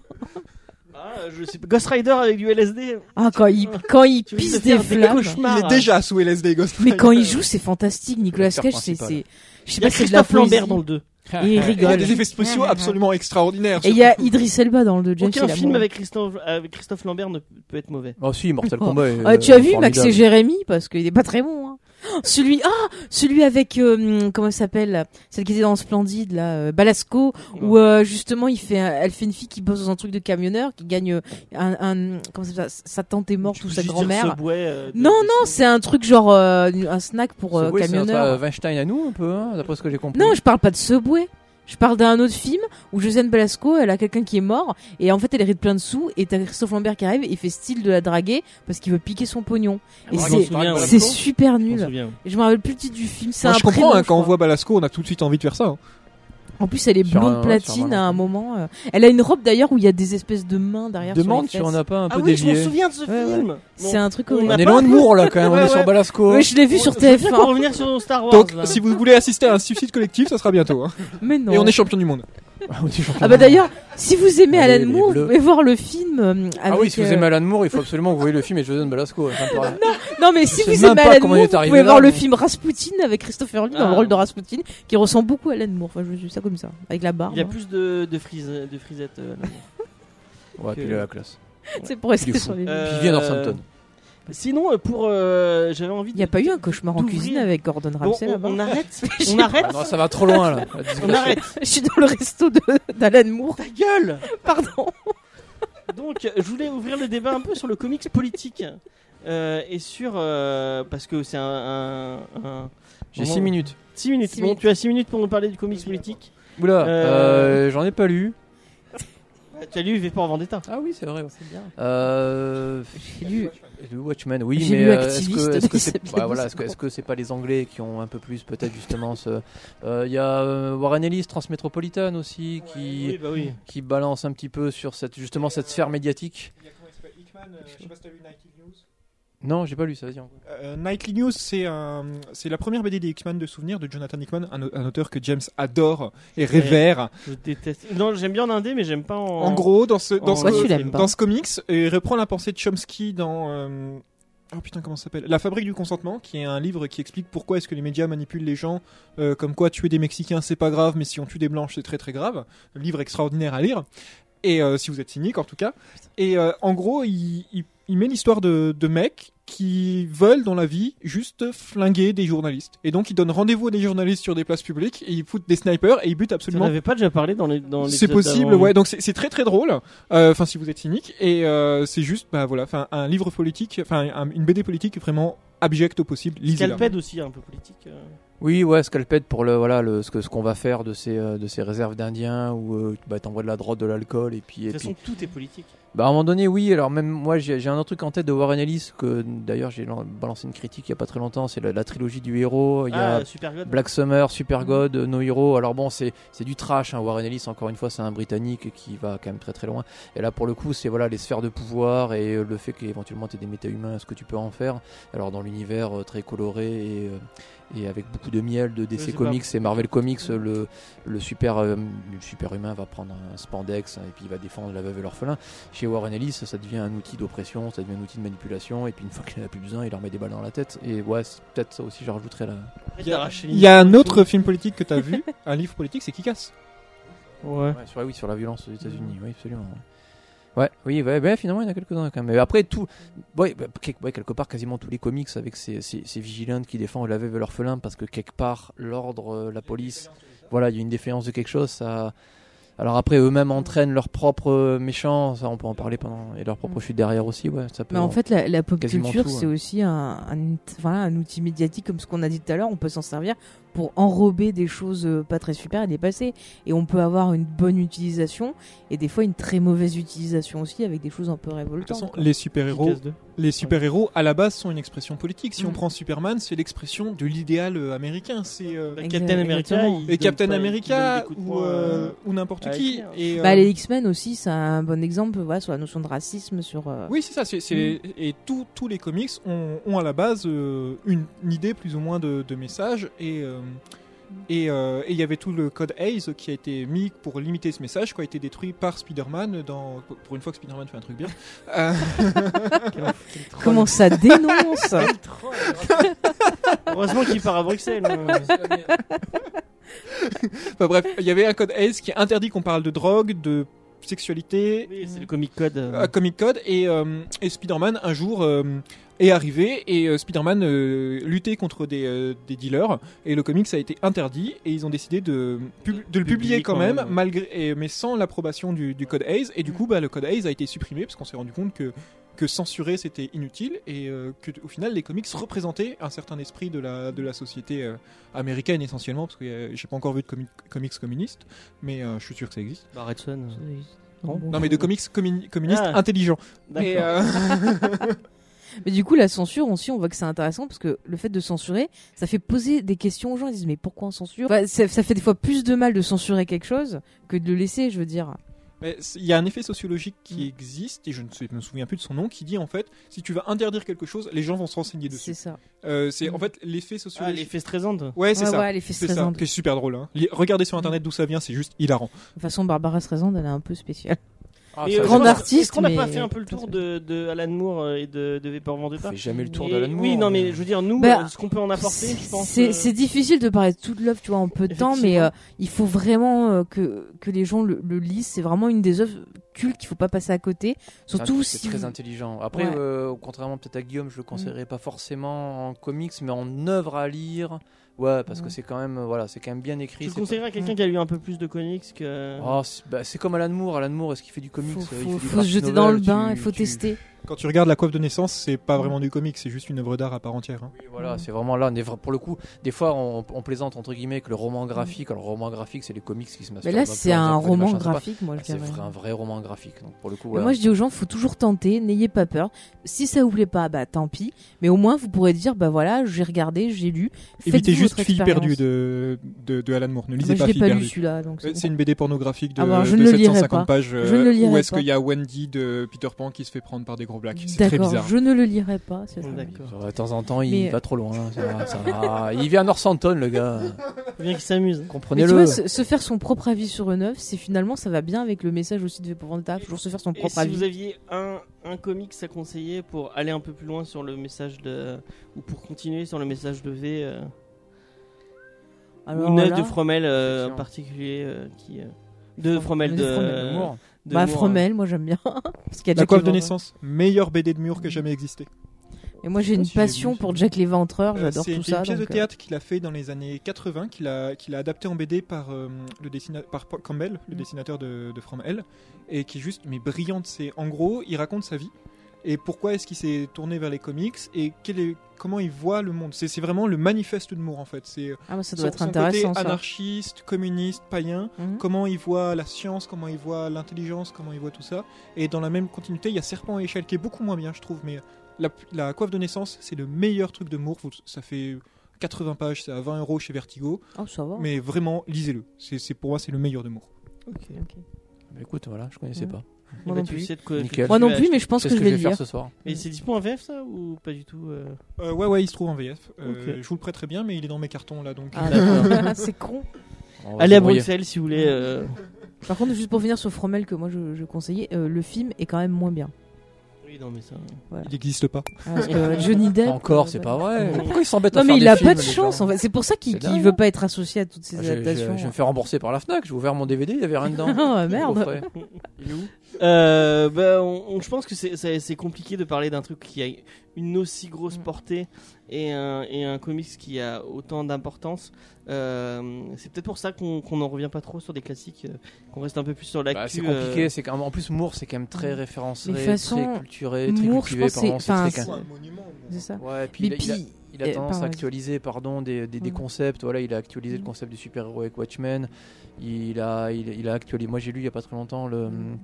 [SPEAKER 1] Ah, je sais pas. Ghost Rider avec du LSD.
[SPEAKER 2] Ah quand il quand il
[SPEAKER 1] Tu risques de
[SPEAKER 2] pisse
[SPEAKER 1] faire
[SPEAKER 2] des
[SPEAKER 1] des
[SPEAKER 2] flammes.
[SPEAKER 1] cauchemars.
[SPEAKER 4] Il est déjà sous LSD Ghost
[SPEAKER 2] Mais
[SPEAKER 4] Rider.
[SPEAKER 2] quand il joue, c'est fantastique. Nicolas
[SPEAKER 3] L'acteur
[SPEAKER 2] Cage, c'est c'est
[SPEAKER 3] principal.
[SPEAKER 2] je sais
[SPEAKER 1] Il y a
[SPEAKER 2] pas si c'est de la
[SPEAKER 1] Christophe Lambert
[SPEAKER 2] poésie.
[SPEAKER 1] dans le 2.
[SPEAKER 2] Et il
[SPEAKER 4] Il y a
[SPEAKER 2] rigole.
[SPEAKER 4] des effets spéciaux absolument extraordinaires.
[SPEAKER 2] Et il y a Idris Elba dans le de James.
[SPEAKER 1] Aucun
[SPEAKER 2] il a
[SPEAKER 1] film
[SPEAKER 2] mon-
[SPEAKER 1] avec Christophe, avec Christophe Lambert ne peut être mauvais.
[SPEAKER 3] Oh si, Mortal
[SPEAKER 2] Oh.
[SPEAKER 3] Kombat. est,
[SPEAKER 2] Euh, tu as
[SPEAKER 3] euh,
[SPEAKER 2] vu Max et
[SPEAKER 3] formidable.
[SPEAKER 2] Jérémy parce qu'il est pas très bon. hein. Celui ah celui avec euh, comment elle s'appelle là celle qui était dans Splendide là euh, Balasco où euh, justement il fait un- elle fait une fille qui bosse dans un truc de camionneur qui gagne euh, un, un- comment ça s'appelle ça sa tante est morte
[SPEAKER 1] Tu
[SPEAKER 2] ou
[SPEAKER 1] peux
[SPEAKER 2] sa
[SPEAKER 1] juste dire
[SPEAKER 2] grand-mère.
[SPEAKER 1] Subway, euh, de-
[SPEAKER 2] Non
[SPEAKER 1] de-
[SPEAKER 2] non c'est un truc genre euh, un snack pour euh,
[SPEAKER 3] Subway, c'est notre, euh,
[SPEAKER 2] camionneur.
[SPEAKER 3] Weinstein à nous un peu, hein, d'après ce que j'ai compris.
[SPEAKER 2] Non je parle pas de Subway. Je parle d'un autre film où Josiane Balasco, elle a quelqu'un qui est mort et en fait elle hérite plein de sous et t'as Christophe Lambert qui arrive et il fait style de la draguer parce qu'il veut piquer son pognon. Et
[SPEAKER 1] Ah,
[SPEAKER 2] c'est
[SPEAKER 1] je m'en souviens, ouais.
[SPEAKER 2] c'est
[SPEAKER 1] Je
[SPEAKER 2] super
[SPEAKER 1] m'en
[SPEAKER 2] nul. Ah
[SPEAKER 1] souviens.
[SPEAKER 2] Je me rappelle plus le titre du film. C'est
[SPEAKER 4] Moi,
[SPEAKER 2] un
[SPEAKER 4] je comprends,
[SPEAKER 2] prénom,
[SPEAKER 4] hein,
[SPEAKER 2] je
[SPEAKER 4] quand on
[SPEAKER 2] crois.
[SPEAKER 4] voit Balasco, on a tout de suite envie de faire ça. hein.
[SPEAKER 2] En plus, elle est
[SPEAKER 3] Sur
[SPEAKER 2] blonde
[SPEAKER 3] un- sur un
[SPEAKER 2] platine à un
[SPEAKER 3] Valentin.
[SPEAKER 2] moment. euh. Elle a une robe d'ailleurs où il y a des espèces de mains derrière.
[SPEAKER 3] Demande si
[SPEAKER 2] sur les
[SPEAKER 3] on
[SPEAKER 2] fesses.
[SPEAKER 3] n'a pas un
[SPEAKER 1] Ah
[SPEAKER 3] peu
[SPEAKER 1] oui, je m'en
[SPEAKER 3] dévié.
[SPEAKER 1] souviens de ce
[SPEAKER 3] Ouais,
[SPEAKER 1] film.
[SPEAKER 2] C'est un truc.
[SPEAKER 1] On
[SPEAKER 2] horrible.
[SPEAKER 3] On
[SPEAKER 1] a
[SPEAKER 3] est
[SPEAKER 1] pas-
[SPEAKER 3] loin de Moore là quand même, on
[SPEAKER 1] Ouais,
[SPEAKER 3] est sur
[SPEAKER 1] ouais.
[SPEAKER 3] Balasco.
[SPEAKER 2] Oui, je l'ai vu sur
[SPEAKER 1] Je viens pour
[SPEAKER 2] TF1.
[SPEAKER 1] revenir sur Star Wars.
[SPEAKER 4] Donc,
[SPEAKER 1] là.
[SPEAKER 4] si vous voulez assister à un suicide collectif, ça sera bientôt. hein.
[SPEAKER 2] Mais non.
[SPEAKER 4] Et on est champion du monde.
[SPEAKER 3] On dit champion.
[SPEAKER 2] Ah bah d'ailleurs, si vous aimez
[SPEAKER 3] Allez,
[SPEAKER 2] Alan
[SPEAKER 3] les
[SPEAKER 2] Moore, vous
[SPEAKER 3] Bleus.
[SPEAKER 2] pouvez voir le film. euh,
[SPEAKER 3] Ah
[SPEAKER 2] avec,
[SPEAKER 3] oui, si vous
[SPEAKER 2] euh,
[SPEAKER 3] aimez Alan Moore, il faut absolument que vous voyez le film et Jason Balasco. hein, ça me paraît-
[SPEAKER 2] Non mais si
[SPEAKER 3] je sais
[SPEAKER 2] vous
[SPEAKER 3] même
[SPEAKER 2] aimez
[SPEAKER 3] pas
[SPEAKER 2] Alan
[SPEAKER 3] comment il est
[SPEAKER 2] Moore, vous
[SPEAKER 3] arrivé
[SPEAKER 2] pouvez
[SPEAKER 3] là,
[SPEAKER 2] voir le
[SPEAKER 3] mais-
[SPEAKER 2] film Rasputin avec Christopher Lee dans le
[SPEAKER 1] Ah.
[SPEAKER 2] rôle de Rasputin qui ressemble beaucoup à Alan Moore. Enfin, je me suis ça comme ça, avec la barbe. hein.
[SPEAKER 1] Il y a plus de, de, frise- de frisettes. euh, là.
[SPEAKER 3] Ouais, puis il a la classe.
[SPEAKER 2] C'est pour rester
[SPEAKER 3] Il est
[SPEAKER 2] sur
[SPEAKER 3] fou.
[SPEAKER 2] les.
[SPEAKER 1] Euh,
[SPEAKER 3] Puis il vient Northampton.
[SPEAKER 1] Sinon, euh, pour. euh, J'avais envie
[SPEAKER 2] Il
[SPEAKER 1] de.
[SPEAKER 2] n'y a pas eu un cauchemar en
[SPEAKER 1] d'ouvrir.
[SPEAKER 2] cuisine avec Gordon
[SPEAKER 1] Bon,
[SPEAKER 2] Ramsay
[SPEAKER 1] on,
[SPEAKER 2] là-bas
[SPEAKER 1] on arrête.
[SPEAKER 2] J'ai-
[SPEAKER 1] on arrête.
[SPEAKER 3] Ah, Non, ça va trop loin là. la
[SPEAKER 1] On
[SPEAKER 3] discussion.
[SPEAKER 1] arrête.
[SPEAKER 2] Je suis dans le resto de- d'Alan Moore.
[SPEAKER 1] Ta gueule
[SPEAKER 2] Pardon.
[SPEAKER 3] Oh,
[SPEAKER 1] Donc, euh, je voulais ouvrir le débat un peu sur le comics politique. Euh, et sur. euh, parce que c'est un.
[SPEAKER 3] J'ai 6 minutes.
[SPEAKER 1] 6 minutes.
[SPEAKER 2] Six
[SPEAKER 1] bon,
[SPEAKER 2] minutes.
[SPEAKER 1] tu as 6 minutes pour nous parler du comics politique. Euh,
[SPEAKER 3] Oula, euh, j'en ai pas lu.
[SPEAKER 1] Euh, Tu as lu V pour en Vendetta
[SPEAKER 3] Ah oui, c'est vrai.
[SPEAKER 2] C'est bien.
[SPEAKER 3] Euh,
[SPEAKER 2] J'ai lu-
[SPEAKER 3] Le Watchmen, oui,
[SPEAKER 2] J'ai
[SPEAKER 3] mais
[SPEAKER 2] lu
[SPEAKER 3] euh, est-ce
[SPEAKER 2] Activiste
[SPEAKER 3] que est-ce que
[SPEAKER 2] de
[SPEAKER 3] c'est
[SPEAKER 2] Sabrina
[SPEAKER 3] ouais, voilà, est-ce que- est-ce que c'est pas les Anglais qui ont un peu plus peut-être justement ce Euh, il y a euh, Warren Ellis Transmetropolitan aussi qui
[SPEAKER 1] bah oui.
[SPEAKER 3] qui balance un petit peu sur cette justement cette sphère médiatique. Non, j'ai pas lu ça, vas-y. encore.
[SPEAKER 4] Euh, Nightly News, c'est un- c'est la première BD des X-Men de souvenirs de Jonathan Hickman, un, un auteur que James adore et révère.
[SPEAKER 1] Je déteste. Non, j'aime bien en indé, mais j'aime pas en.
[SPEAKER 4] En gros, dans ce, dans
[SPEAKER 1] en-
[SPEAKER 4] ce,
[SPEAKER 2] Moi, Oh. tu l'aimes pas.
[SPEAKER 4] dans ce comics, il reprend la pensée de Chomsky dans. euh, Oh putain, comment ça s'appelle La fabrique du consentement, qui est un livre qui explique pourquoi est-ce que les médias manipulent les gens, euh, comme quoi tuer des Mexicains c'est pas grave, mais si on tue des Blanches c'est très très grave. Un livre extraordinaire à lire, et euh, si vous êtes cynique en tout cas. Et euh, en gros, il, il- il met l'histoire de, de mecs qui veulent dans la vie juste flinguer des journalistes. Et donc ils donnent rendez-vous à des journalistes sur des places publiques, et ils foutent des snipers, et ils butent
[SPEAKER 1] Tu
[SPEAKER 4] absolument
[SPEAKER 1] n'avais pas déjà parlé dans les. Dans
[SPEAKER 4] c'est
[SPEAKER 1] l'épisode
[SPEAKER 4] possible,
[SPEAKER 1] d'avant.
[SPEAKER 4] ouais. Donc c'est c'est très très drôle. Euh, Enfin, si vous êtes cynique, et euh, c'est juste, bah voilà, enfin un livre politique, enfin un- une BD politique vraiment abjecte au possible. Lisez-la.
[SPEAKER 1] Scalped aussi, un peu politique. euh.
[SPEAKER 3] Oui, ouais, Scalped pour le voilà le ce que ce qu'on va faire de ces euh, de ces réserves d'indiens où euh, bah, t'envoies de la drogue, de l'alcool et puis
[SPEAKER 1] De
[SPEAKER 3] et
[SPEAKER 1] toute
[SPEAKER 3] puis
[SPEAKER 1] façon, tout est politique.
[SPEAKER 3] Bah à un moment donné, oui. Alors même moi, j'ai j'ai un autre truc en tête de Warren Ellis que d'ailleurs j'ai lan- balancé une critique il y a pas très longtemps. C'est la, la trilogie du héros. Il y a
[SPEAKER 1] Ah, Super God.
[SPEAKER 3] Black Summer, Super God, No Hero. Alors bon, c'est c'est du trash. Hein. Warren Ellis, encore une fois, c'est un Britannique qui va quand même très très loin. Et là, pour le coup, c'est voilà les sphères de pouvoir et euh, le fait qu'éventuellement tu des méta-humains, ce que tu peux en faire. Alors dans l'univers euh, très coloré et, euh, et avec beaucoup de miel de
[SPEAKER 1] c'est
[SPEAKER 3] DC
[SPEAKER 1] pas-
[SPEAKER 3] Comics et Marvel Comics, euh, le, le super euh, le super humain va prendre un spandex hein, et puis il va défendre la veuve et l'orphelin. Chez Warren Ellis, ça devient un outil d'oppression, ça devient un outil de manipulation. Et puis une fois qu'il en a plus besoin, il leur met des balles dans la tête. Et ouais, c'est peut-être ça aussi, je rajouterais là.
[SPEAKER 1] Arrête
[SPEAKER 4] Il y a-
[SPEAKER 1] d'arracher les
[SPEAKER 4] il y a un
[SPEAKER 1] micros.
[SPEAKER 4] autre film politique que t'as vu, un livre politique, c'est Kikas.
[SPEAKER 1] Ouais.
[SPEAKER 3] Ouais, sur, la- oui, sur la violence aux États-Unis, oui, absolument. ouais. Mm. Ouais, oui, ouais, ouais, finalement, il y en a quelques-uns quand même. Mais après, tout. Ouais, bah, quelque, ouais, quelque part, quasiment tous les comics avec ces, ces, ces vigilantes qui défendent la veuve et l'orphelin parce que quelque part, l'ordre, euh, la police, voilà, il y a une défaillance de quelque chose. Ça... Alors après, eux-mêmes entraînent leurs propres euh, méchants, ça, on peut en parler pendant. Et leur propre
[SPEAKER 1] Mm.
[SPEAKER 3] chute derrière aussi, ouais. Ça peut
[SPEAKER 2] Mais en fait, la, la pop
[SPEAKER 3] quasiment
[SPEAKER 2] culture,
[SPEAKER 3] tout,
[SPEAKER 2] c'est
[SPEAKER 3] hein.
[SPEAKER 2] aussi un, un- voilà, un outil médiatique, comme ce qu'on a dit tout à l'heure. On peut s'en servir pour enrober des choses euh, pas très super et dépasser. Et on peut avoir une bonne utilisation et des fois une très mauvaise utilisation aussi avec des choses un peu
[SPEAKER 4] De toute
[SPEAKER 2] révoltantes.
[SPEAKER 4] façon,
[SPEAKER 2] quoi.
[SPEAKER 4] les super-héros,
[SPEAKER 1] Kick-Ass 2.
[SPEAKER 4] les super-héros à la base sont une expression politique. Si on
[SPEAKER 2] Mm.
[SPEAKER 4] prend Superman, c'est l'expression de l'idéal euh, américain. C'est euh,
[SPEAKER 1] Bah,
[SPEAKER 2] Exact-
[SPEAKER 1] Captain America.
[SPEAKER 2] exactement.
[SPEAKER 1] il
[SPEAKER 4] et
[SPEAKER 1] donne
[SPEAKER 4] Captain
[SPEAKER 1] pas- il donne
[SPEAKER 4] America
[SPEAKER 1] des coups de
[SPEAKER 4] ou,
[SPEAKER 1] poing,
[SPEAKER 4] euh,
[SPEAKER 1] euh,
[SPEAKER 4] ou n'importe
[SPEAKER 1] à
[SPEAKER 4] qui.
[SPEAKER 1] quelqu'un.
[SPEAKER 4] Et, euh,
[SPEAKER 2] Bah, les X-Men aussi, c'est un bon exemple voilà, sur la notion de racisme, sur. euh,
[SPEAKER 4] Oui, c'est ça. c'est- c'est les- et tous- tous les comics ont, ont à la base euh, une, une idée plus ou moins de, de message. Et euh, et euh, et il y avait tout le code Hayes qui a été mis pour limiter ce message, qui a été détruit par Spider-Man. Dans, pour une fois que Spider-Man fait un truc bien. Euh,
[SPEAKER 2] Comment ça dénonce
[SPEAKER 1] Heureusement qu'il part à Bruxelles. hein.
[SPEAKER 4] enfin, bref, il y avait un code Hayes qui interdit qu'on parle de drogue, de sexualité,
[SPEAKER 1] Oui, c'est le comic code. euh,
[SPEAKER 3] Ah,
[SPEAKER 4] à Comic Code et, euh, et Spider-Man un jour euh, est arrivé et euh, Spider-Man euh, luttait contre des, euh, des dealers et le comics a été interdit et ils ont décidé de, pub- de le publier quand même,
[SPEAKER 1] ouais.
[SPEAKER 4] malgré et- mais sans l'approbation du, du code Hayes et du coup bah, le code Hayes a été supprimé parce qu'on s'est rendu compte que que censurer c'était inutile et euh, que au final les comics représentaient un certain esprit de la de la société euh, américaine essentiellement parce que euh, j'ai pas encore vu de comi- comics communistes mais euh, je suis sûr que ça existe
[SPEAKER 1] Bah, Red Son, euh,
[SPEAKER 4] non mais de comics communi- communistes
[SPEAKER 1] Ah.
[SPEAKER 4] intelligents mais
[SPEAKER 1] d'accord.
[SPEAKER 4] euh,
[SPEAKER 2] Mais du coup, la censure aussi, on voit que c'est intéressant parce que le fait de censurer, ça fait poser des questions aux gens. Ils disent mais pourquoi on censure Enfin, ça, ça fait des fois plus de mal de censurer quelque chose que de le laisser, je veux dire.
[SPEAKER 4] Mais c- il y a un effet sociologique
[SPEAKER 2] Mm.
[SPEAKER 4] qui existe, et je ne sais- me souviens plus de son nom, qui dit en fait, si tu vas interdire quelque chose, les gens vont se renseigner
[SPEAKER 2] C'est
[SPEAKER 4] dessus.
[SPEAKER 2] ça. Mm.
[SPEAKER 4] Euh, C'est en fait l'effet
[SPEAKER 1] Ah, les
[SPEAKER 4] sociologique.
[SPEAKER 1] fesses trésantes.
[SPEAKER 4] Ouais, c'est
[SPEAKER 2] ouais,
[SPEAKER 4] ça.
[SPEAKER 2] ouais, Mm. les faits
[SPEAKER 4] c'est ça,
[SPEAKER 2] Streisand.
[SPEAKER 4] qui est super drôle. hein. Li- Regardez sur internet d'où ça vient, c'est juste hilarant.
[SPEAKER 2] De toute façon, Barbara Streisand, elle est un peu spéciale.
[SPEAKER 3] Ah,
[SPEAKER 1] Et,
[SPEAKER 3] ça,
[SPEAKER 1] euh,
[SPEAKER 2] Grand
[SPEAKER 1] je pense-
[SPEAKER 2] artiste,
[SPEAKER 1] Est-ce qu'on n'a pas
[SPEAKER 2] mais- euh,
[SPEAKER 1] fait un peu le tour de, de Alan Moore euh, et de, de Vaporware de
[SPEAKER 3] on
[SPEAKER 1] part
[SPEAKER 3] fait jamais le tour
[SPEAKER 1] Et-
[SPEAKER 3] de l'anneau.
[SPEAKER 1] Oui, non, mais je veux dire, nous,
[SPEAKER 2] Bah,
[SPEAKER 1] euh, ce qu'on peut en apporter, je pense.
[SPEAKER 2] C'est
[SPEAKER 1] euh,
[SPEAKER 2] c'est difficile de parler de toute l'œuvre, tu vois, en peu de temps, mais
[SPEAKER 1] Effectivement.
[SPEAKER 2] euh, il faut vraiment euh, que, que les gens le, le lisent. C'est vraiment une des œuvres cultes qu'il faut pas passer à côté. Surtout
[SPEAKER 3] c'est
[SPEAKER 2] si.
[SPEAKER 3] très
[SPEAKER 2] vous-
[SPEAKER 3] intelligent. Après,
[SPEAKER 2] Ouais. Mm.
[SPEAKER 3] euh, contrairement peut-être à Guillaume, je le conseillerais pas forcément en comics, mais en œuvre à lire. Ouais, parce
[SPEAKER 2] Ouais.
[SPEAKER 3] que c'est quand même, euh, voilà, c'est quand même bien
[SPEAKER 1] Tu
[SPEAKER 3] écrit.
[SPEAKER 1] le
[SPEAKER 3] c'est
[SPEAKER 1] conseillerais à quelqu'un qui a lu un peu plus de comics que.
[SPEAKER 3] pas- Oh, c'est bah, c'est comme Alan Moore. Alan Moore, est-ce qu'il fait du comics
[SPEAKER 2] faut,
[SPEAKER 3] euh,
[SPEAKER 2] faut-
[SPEAKER 3] il fait du
[SPEAKER 2] faut se
[SPEAKER 3] graphic
[SPEAKER 2] jeter dans le
[SPEAKER 3] novel,
[SPEAKER 2] bain,
[SPEAKER 3] tu-
[SPEAKER 2] il faut
[SPEAKER 3] tu-
[SPEAKER 2] tester.
[SPEAKER 4] Quand tu regardes la coiffe de naissance, c'est pas
[SPEAKER 2] Mm.
[SPEAKER 4] vraiment du comic, c'est juste une œuvre d'art à part entière. hein.
[SPEAKER 3] Oui, Voilà, c'est vraiment là. on est vra- Pour le coup, des fois, on, on plaisante entre guillemets avec le roman graphique. Alors, le roman graphique, c'est les comics qui se masturbent.
[SPEAKER 2] Mm. Mais là,
[SPEAKER 3] un peu,
[SPEAKER 2] c'est
[SPEAKER 3] on
[SPEAKER 2] un
[SPEAKER 3] dirait, des
[SPEAKER 2] roman
[SPEAKER 3] machins sympas.
[SPEAKER 2] graphique, moi,
[SPEAKER 3] Ah,
[SPEAKER 2] je
[SPEAKER 3] c'est
[SPEAKER 2] dirais.
[SPEAKER 3] vrai- un vrai roman graphique. Donc, pour le coup,
[SPEAKER 2] Mais
[SPEAKER 3] voilà.
[SPEAKER 2] Moi, je dis aux gens, faut toujours tenter, n'ayez pas peur. Si ça vous plaît pas, bah tant pis. Mais au moins, vous pourrez dire, bah voilà, j'ai regardé, j'ai lu. Faites-vous
[SPEAKER 4] Évitez juste
[SPEAKER 2] votre
[SPEAKER 4] Fille
[SPEAKER 2] expérience.
[SPEAKER 4] perdue de, de, de Alan Moore. Ne
[SPEAKER 2] Ah,
[SPEAKER 4] lisez
[SPEAKER 2] bah,
[SPEAKER 4] pas
[SPEAKER 2] je l'ai
[SPEAKER 4] Fille
[SPEAKER 2] pas lu
[SPEAKER 4] perdue. Euh,
[SPEAKER 2] celui-là, donc c'est
[SPEAKER 4] C'est
[SPEAKER 2] bon.
[SPEAKER 4] une BD pornographique de,
[SPEAKER 2] Ah, bah, je
[SPEAKER 4] de
[SPEAKER 2] ne le lirai
[SPEAKER 4] 750
[SPEAKER 2] pas.
[SPEAKER 4] pages. euh,
[SPEAKER 2] Je ne le lirai
[SPEAKER 4] où est-ce
[SPEAKER 2] pas.
[SPEAKER 4] qu'il y a Wendy de Peter Pan qui se fait prendre par des gros blacks C'est très
[SPEAKER 2] D'accord,
[SPEAKER 4] bizarre.
[SPEAKER 2] je ne le lirai pas. c'est vrai.
[SPEAKER 1] D'accord.
[SPEAKER 3] Ça va, De temps en temps, il
[SPEAKER 2] Mais-
[SPEAKER 3] va trop loin. Ça va, ça va. Il vit à Northampton, le gars.
[SPEAKER 1] Faut bien qu'il s'amuse.
[SPEAKER 2] Mais tu
[SPEAKER 3] Comprenez-le.
[SPEAKER 2] vois, se, se faire son propre avis sur une œuvre, c'est finalement, ça va bien avec le message aussi de Vaporwanda, toujours se faire son
[SPEAKER 1] Et
[SPEAKER 2] propre
[SPEAKER 1] si vous
[SPEAKER 2] avis.
[SPEAKER 1] aviez un, un comics à conseiller pour aller un peu plus loin sur le message de. ou pour continuer sur le message de V, euh, ou une œuvre
[SPEAKER 2] là,
[SPEAKER 1] de Fromel euh, en
[SPEAKER 3] Effectivement.
[SPEAKER 1] particuer euh, qui. euh, de Fromel
[SPEAKER 2] mais
[SPEAKER 1] de.
[SPEAKER 2] Frommel,
[SPEAKER 3] Moore.
[SPEAKER 1] de
[SPEAKER 2] bah,
[SPEAKER 1] Moore,
[SPEAKER 2] Fromel, moi j'aime bien. Parce qu'il y a
[SPEAKER 4] La
[SPEAKER 2] Jack
[SPEAKER 4] coiffe de
[SPEAKER 2] Léventreur.
[SPEAKER 4] naissance, meilleure BD de Moore
[SPEAKER 2] Mm.
[SPEAKER 4] que jamais existé.
[SPEAKER 2] Et moi j'ai
[SPEAKER 4] Je sais pas
[SPEAKER 2] une
[SPEAKER 4] si j'ai vu
[SPEAKER 2] passion
[SPEAKER 4] ça.
[SPEAKER 2] pour Jack Léventreur,
[SPEAKER 4] Euh,
[SPEAKER 2] Oh, j'adore
[SPEAKER 4] C'est
[SPEAKER 2] tout
[SPEAKER 4] une
[SPEAKER 2] ça.
[SPEAKER 4] pièce de
[SPEAKER 2] donc, euh,
[SPEAKER 4] théâtre qu'il a fait dans les années 80, qu'il a, qu'il a adapté en BD par, euh, le dessina- par Paul Campbell, le
[SPEAKER 2] Mm.
[SPEAKER 4] dessinateur de, de From Hell, et qui est juste mais brillante. C'est en gros, il raconte sa vie et pourquoi est-ce qu'il s'est tourné vers les comics et quel est- comment il voit le monde. C'est c'est vraiment le manifeste de Moore en fait. C'est
[SPEAKER 2] Ah, bah, ça
[SPEAKER 4] son-
[SPEAKER 2] doit être
[SPEAKER 4] son
[SPEAKER 2] intéressant
[SPEAKER 4] côté
[SPEAKER 2] ça.
[SPEAKER 4] anarchiste, communiste, païen.
[SPEAKER 2] Mhm.
[SPEAKER 4] Comment il voit la science, comment il voit l'intelligence, comment il voit tout ça. Et dans la même continuité, il y a Serpent et Échelle qui est beaucoup moins bien, je trouve. Mais la, la coiffe de naissance, c'est le meilleur truc de Moore. Vous- Ça fait 80 pages, c'est à 20 euros chez Vertigo.
[SPEAKER 2] Oh, ça va.
[SPEAKER 4] Mais vraiment, lisez-le. C'est c'est- pour moi, c'est le meilleur de Moore.
[SPEAKER 2] Ok.
[SPEAKER 3] Bah, écoute, voilà, je connaissais
[SPEAKER 2] Mm.
[SPEAKER 3] pas.
[SPEAKER 1] Eh ben,
[SPEAKER 2] Moi non
[SPEAKER 1] hein. tu
[SPEAKER 2] plus.
[SPEAKER 1] sais de quoi-
[SPEAKER 3] Nickel.
[SPEAKER 1] que tu
[SPEAKER 2] Moi non
[SPEAKER 1] vas
[SPEAKER 2] plus, mais je pense
[SPEAKER 3] C'est
[SPEAKER 2] que
[SPEAKER 3] ce
[SPEAKER 2] je
[SPEAKER 3] que
[SPEAKER 2] vais
[SPEAKER 3] je
[SPEAKER 2] le
[SPEAKER 3] vais faire
[SPEAKER 2] lire.
[SPEAKER 3] ce soir.
[SPEAKER 1] Mais c'est dispo en VF ça ou pas du tout euh
[SPEAKER 4] Euh, ouais, ouais, il se trouve en VF. Euh,
[SPEAKER 1] Ok.
[SPEAKER 4] Je vous le prêterai bien, mais il est dans mes cartons là. Donc,
[SPEAKER 2] Ah,
[SPEAKER 1] D'accord.
[SPEAKER 2] d'accord. c'est con.
[SPEAKER 3] On
[SPEAKER 1] Allez
[SPEAKER 3] va
[SPEAKER 1] à
[SPEAKER 3] se débrouiller.
[SPEAKER 1] Bruxelles si vous voulez. euh,
[SPEAKER 2] Par contre, juste pour finir sur Fromel que moi je, je conseillais, euh, le film est quand même moins bien.
[SPEAKER 1] Oui, non, mais ça. hein.
[SPEAKER 4] Il n'existe pas.
[SPEAKER 2] Parce que Johnny Depp.
[SPEAKER 3] Encore, c'est pas vrai. Pourquoi ils s'embêtent à
[SPEAKER 2] Non, mais
[SPEAKER 3] faire
[SPEAKER 2] il
[SPEAKER 3] des
[SPEAKER 2] a
[SPEAKER 3] films,
[SPEAKER 2] pas de
[SPEAKER 3] les
[SPEAKER 2] chance.
[SPEAKER 3] gens
[SPEAKER 2] En fait. C'est pour ça qu'il
[SPEAKER 3] C'est
[SPEAKER 2] qu'il
[SPEAKER 3] dingue.
[SPEAKER 2] veut pas être associé à toutes ces
[SPEAKER 3] Ah, j'ai- j'ai-
[SPEAKER 2] adaptations.
[SPEAKER 3] Je vais me faire rembourser par la Fnac. J'ai ouvert mon DVD, il y avait rien dedans.
[SPEAKER 2] Ah,
[SPEAKER 3] Au
[SPEAKER 2] merde.
[SPEAKER 3] frais.
[SPEAKER 1] Euh, bah, on- on- je pense que c'est- c'est c'est compliqué de parler d'un truc qui a une aussi grosse
[SPEAKER 2] Mm.
[SPEAKER 1] portée et un, et un comics qui a autant d'importance. Euh, c'est peut-être pour ça qu'on qu'on n'en revient pas trop sur des classiques, euh, qu'on reste un peu plus sur l'actu.
[SPEAKER 3] Bah, c'est
[SPEAKER 1] euh,
[SPEAKER 3] compliqué. C'est quand même- En plus, Moore, c'est quand même très référencé,
[SPEAKER 2] Mais de toute façon,
[SPEAKER 3] très culturé, très
[SPEAKER 2] Moore, je
[SPEAKER 3] cultivé.
[SPEAKER 2] pense
[SPEAKER 3] pardon,
[SPEAKER 2] c'est-
[SPEAKER 3] c'est
[SPEAKER 2] enfin,
[SPEAKER 3] très
[SPEAKER 2] c'est-
[SPEAKER 3] cal-
[SPEAKER 4] C'est un monument. moi.
[SPEAKER 2] C'est ça.
[SPEAKER 3] Ouais, puis
[SPEAKER 2] Mais
[SPEAKER 3] il a- il a-
[SPEAKER 2] puis.
[SPEAKER 3] Il a
[SPEAKER 2] Euh,
[SPEAKER 3] tendance
[SPEAKER 2] pardon,
[SPEAKER 3] à
[SPEAKER 2] vas-y.
[SPEAKER 3] actualiser pardon, des, des, des
[SPEAKER 2] Mm.
[SPEAKER 3] concepts. Voilà, il a actualisé
[SPEAKER 2] Mm.
[SPEAKER 3] le concept du super-héros avec Watchmen. Il a, il, il a actualisé. Moi, j'ai lu il y a pas très longtemps le
[SPEAKER 2] Mm.
[SPEAKER 3] hum,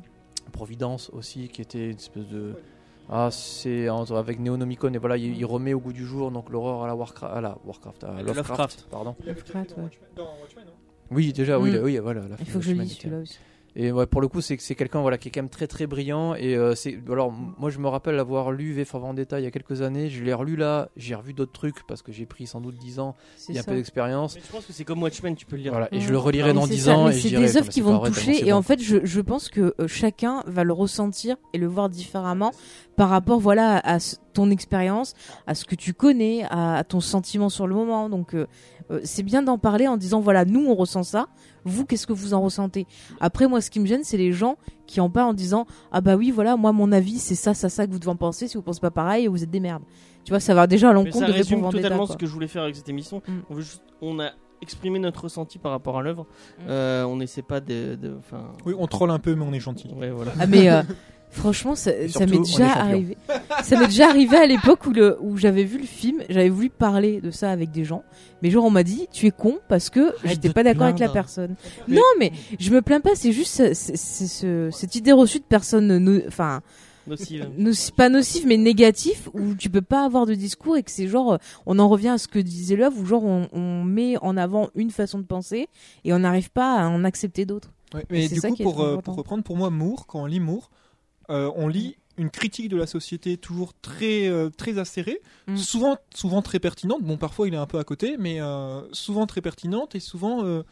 [SPEAKER 3] Providence aussi, qui était une espèce de. Ah, c'est entre- avec Neonomicon. Et voilà, il,
[SPEAKER 2] Mm.
[SPEAKER 3] il remet au goût du jour donc l'horreur à la Warcraft. À la Warcraft. à
[SPEAKER 1] À la
[SPEAKER 3] Lovecraft,
[SPEAKER 1] Lovecraft.
[SPEAKER 3] pardon.
[SPEAKER 4] Il a fait
[SPEAKER 2] Lovecraft,
[SPEAKER 4] dans
[SPEAKER 2] ouais.
[SPEAKER 4] Watchmen- dans Watchmen, hein.
[SPEAKER 3] Oui, déjà, oui,
[SPEAKER 2] Mm.
[SPEAKER 3] la- oui, voilà. la
[SPEAKER 2] Il
[SPEAKER 3] fin
[SPEAKER 2] faut que
[SPEAKER 3] de
[SPEAKER 2] je
[SPEAKER 3] Watchmen,
[SPEAKER 2] lise
[SPEAKER 3] tiens.
[SPEAKER 2] celui-là aussi.
[SPEAKER 3] Et ouais, pour le coup, c'est c'est quelqu'un voilà qui est quand même très très brillant. Et euh, c'est alors m- moi je me rappelle avoir lu V for Vendetta il y a quelques années. Je l'ai relu là, j'ai revu d'autres trucs parce que j'ai pris sans doute 10 ans,
[SPEAKER 2] C'est
[SPEAKER 3] il y a un
[SPEAKER 2] ça.
[SPEAKER 3] peu d'expérience.
[SPEAKER 1] Mais je pense que c'est comme Watchmen, tu peux le lire.
[SPEAKER 3] Voilà, et je
[SPEAKER 2] Ouais.
[SPEAKER 3] le relirai
[SPEAKER 1] Ah,
[SPEAKER 3] dans
[SPEAKER 2] Mais Mm. c'est
[SPEAKER 3] 10
[SPEAKER 2] ça,
[SPEAKER 3] ans.
[SPEAKER 2] mais
[SPEAKER 3] et je
[SPEAKER 2] c'est
[SPEAKER 3] dirai,
[SPEAKER 2] des
[SPEAKER 3] putain,
[SPEAKER 2] œuvres
[SPEAKER 3] mais
[SPEAKER 2] qui
[SPEAKER 3] c'est
[SPEAKER 2] vont
[SPEAKER 3] pas
[SPEAKER 2] te
[SPEAKER 3] vrai, tellement
[SPEAKER 2] toucher
[SPEAKER 3] c'est
[SPEAKER 2] et
[SPEAKER 3] bon.
[SPEAKER 2] en fait je, je pense que euh, chacun va le ressentir et le voir différemment par rapport voilà à ce- ton expérience, à ce que tu connais, à, à ton sentiment sur le moment. Donc euh, euh, c'est bien d'en parler en disant voilà nous on ressent ça, vous qu'est-ce que vous en ressentez Après moi ce qui me gêne c'est les gens qui en parlent en disant ah bah oui voilà moi mon avis c'est ça ça ça que vous devez en penser si vous pensez pas pareil vous êtes des merdes. Tu vois ça va déjà à
[SPEAKER 1] Mais ça
[SPEAKER 2] l'encontre de
[SPEAKER 1] résume
[SPEAKER 2] répondre
[SPEAKER 1] totalement ce que je voulais faire avec cette émission.
[SPEAKER 2] Mm.
[SPEAKER 1] On, veut juste- on a exprimé notre ressenti par rapport à l'œuvre.
[SPEAKER 2] Mm.
[SPEAKER 1] Euh, on n'essaie pas de. de- enfin,
[SPEAKER 4] Oui, on troll un peu, mais on est gentil.
[SPEAKER 1] ouais, voilà.
[SPEAKER 2] Ah mais euh, franchement, ça, ça
[SPEAKER 3] surtout,
[SPEAKER 2] m'est
[SPEAKER 3] on
[SPEAKER 2] déjà
[SPEAKER 3] est champion.
[SPEAKER 2] arrivé. Ça m'est déjà arrivé à l'époque où le où j'avais vu le film, j'avais voulu parler de ça avec des gens, mais genre on m'a dit tu es con parce que j'étais
[SPEAKER 1] de
[SPEAKER 2] pas
[SPEAKER 1] te
[SPEAKER 2] d'accord avec la
[SPEAKER 1] plaindre.
[SPEAKER 2] personne.
[SPEAKER 1] Mais-
[SPEAKER 2] Non mais je me plains pas, c'est juste ce- c'est- c'est ce- cette idée reçue de personne no- enfin
[SPEAKER 1] Nocive.
[SPEAKER 2] noci- pas nocive mais négatif où tu peux pas avoir de discours et que c'est genre euh, on en revient à ce que disait l'œuvre où genre on, on met en avant une façon de penser et on n'arrive pas à en accepter d'autres.
[SPEAKER 4] Ouais, mais
[SPEAKER 2] c'est
[SPEAKER 4] du
[SPEAKER 2] ça
[SPEAKER 4] coup,
[SPEAKER 2] qui est
[SPEAKER 4] pour,
[SPEAKER 2] très
[SPEAKER 4] euh,
[SPEAKER 2] important.
[SPEAKER 4] pour reprendre, pour moi, Moore, quand on lit Moore, euh, on lit
[SPEAKER 2] Mm.
[SPEAKER 4] une critique de la société toujours très, euh, très acérée,
[SPEAKER 2] Mm.
[SPEAKER 4] souvent, souvent très pertinente. Bon, parfois il est un peu à côté, mais euh, souvent très pertinente et souvent euh,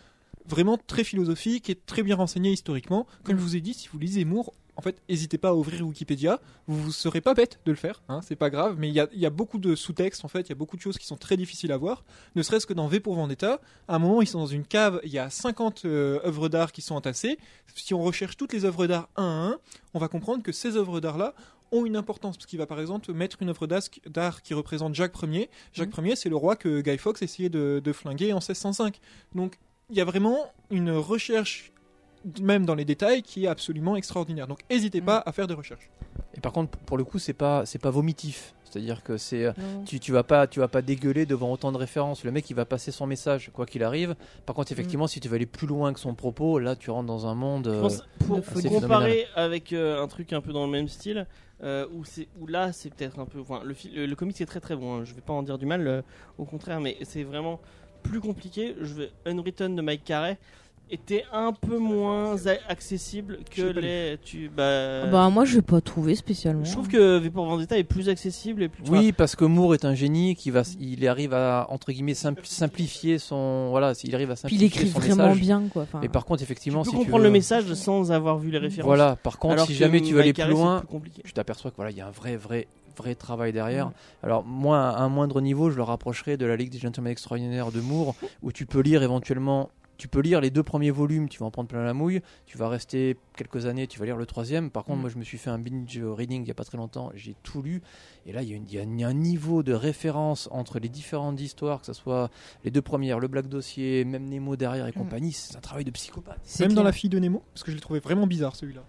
[SPEAKER 4] vraiment très philosophique et très bien renseignée historiquement. Comme
[SPEAKER 2] Mm.
[SPEAKER 4] je vous ai dit, si vous lisez Moore, en fait, n'hésitez pas à ouvrir Wikipédia. Vous ne serez pas bête de le faire, hein, c'est pas grave, mais il y a, il y a beaucoup de sous-textes, en fait, il y a beaucoup de choses qui sont très difficiles à voir. Ne serait-ce que dans V pour Vendetta, à un moment, ils sont dans une cave, il y a 50 euh, œuvres d'art qui sont entassées. Si on recherche toutes les œuvres d'art un à un, on va comprendre que ces œuvres d'art-là ont une importance, parce qu'il va par exemple mettre une œuvre d'as- d'art qui représente Jacques Ier. Jacques
[SPEAKER 2] Mmh.
[SPEAKER 4] Ier, c'est le roi que Guy Fawkes essayait de, de flinguer en 1605. Donc, il y a vraiment une recherche, même dans les détails, qui est absolument extraordinaire. Donc, n'hésitez
[SPEAKER 2] Mhm.
[SPEAKER 4] pas à faire des recherches.
[SPEAKER 3] Et par contre, pour le coup, c'est pas c'est pas vomitif. C'est-à-dire que c'est euh, tu, tu vas pas tu vas pas dégueuler devant autant de références. Le mec, il va passer son message quoi qu'il arrive. Par contre, effectivement,
[SPEAKER 2] Mm.
[SPEAKER 3] si tu veux aller plus loin que son propos, là, tu rentres dans un monde.
[SPEAKER 1] Je
[SPEAKER 3] euh,
[SPEAKER 1] pense- pour
[SPEAKER 2] folie.
[SPEAKER 1] pour comparer avec euh, un truc un peu dans le même style, euh, où, c'est- où là c'est peut-être un peu. Enfin, le, fil- le, le comics est très très bon, hein, je vais pas en dire du mal, euh, au contraire, mais c'est vraiment plus compliqué. Je vais, Unwritten de Mike Carey était un peu moins a- accessible que
[SPEAKER 4] Je l'ai pas
[SPEAKER 1] les. Tu, bah,
[SPEAKER 2] Bah moi je vais pas trouvé spécialement.
[SPEAKER 1] je trouve que V pour Vendetta est plus accessible et plus. tu vois,
[SPEAKER 3] Oui, parce que Moore est un génie qui va, il arrive à entre guillemets simpl- simplifier son voilà, il arrive à
[SPEAKER 2] Puis
[SPEAKER 3] simplifier
[SPEAKER 2] il écrit
[SPEAKER 3] son
[SPEAKER 2] vraiment
[SPEAKER 3] message.
[SPEAKER 2] bien quoi. Enfin,
[SPEAKER 3] Et par contre, effectivement,
[SPEAKER 1] tu
[SPEAKER 3] si
[SPEAKER 1] peux
[SPEAKER 3] tu
[SPEAKER 1] comprendre
[SPEAKER 3] veux-
[SPEAKER 1] le message hein. sans avoir vu les références.
[SPEAKER 3] Voilà, par contre,
[SPEAKER 1] Alors
[SPEAKER 3] si
[SPEAKER 1] que
[SPEAKER 3] jamais tu veux aller
[SPEAKER 1] Mike Carey,
[SPEAKER 3] plus
[SPEAKER 1] c'est
[SPEAKER 3] loin,
[SPEAKER 1] plus compliqué.
[SPEAKER 3] tu t'aperçois que voilà, il y a un vrai, vrai, vrai travail derrière. Alors moi, à un moindre niveau, je le rapprocherai de la Ligue des Gentlemen Extraordinaires de Moore, où tu peux lire éventuellement, tu peux lire les deux premiers volumes, tu vas en prendre plein la mouille, tu vas rester quelques années, tu vas lire le troisième. Par contre,
[SPEAKER 2] Mm.
[SPEAKER 3] moi, je me suis fait un binge reading il y a pas très longtemps, j'ai tout lu, et là, il y, a une- il y a- il y a un niveau de référence entre les différentes histoires, que ce soit les deux premières, le Black Dossier, même Nemo derrière et compagnie, c'est un travail de psychopathe.
[SPEAKER 2] c'est
[SPEAKER 4] Même dans La
[SPEAKER 2] clair.
[SPEAKER 4] fille de Nemo, parce que je l'ai trouvé vraiment bizarre celui-là.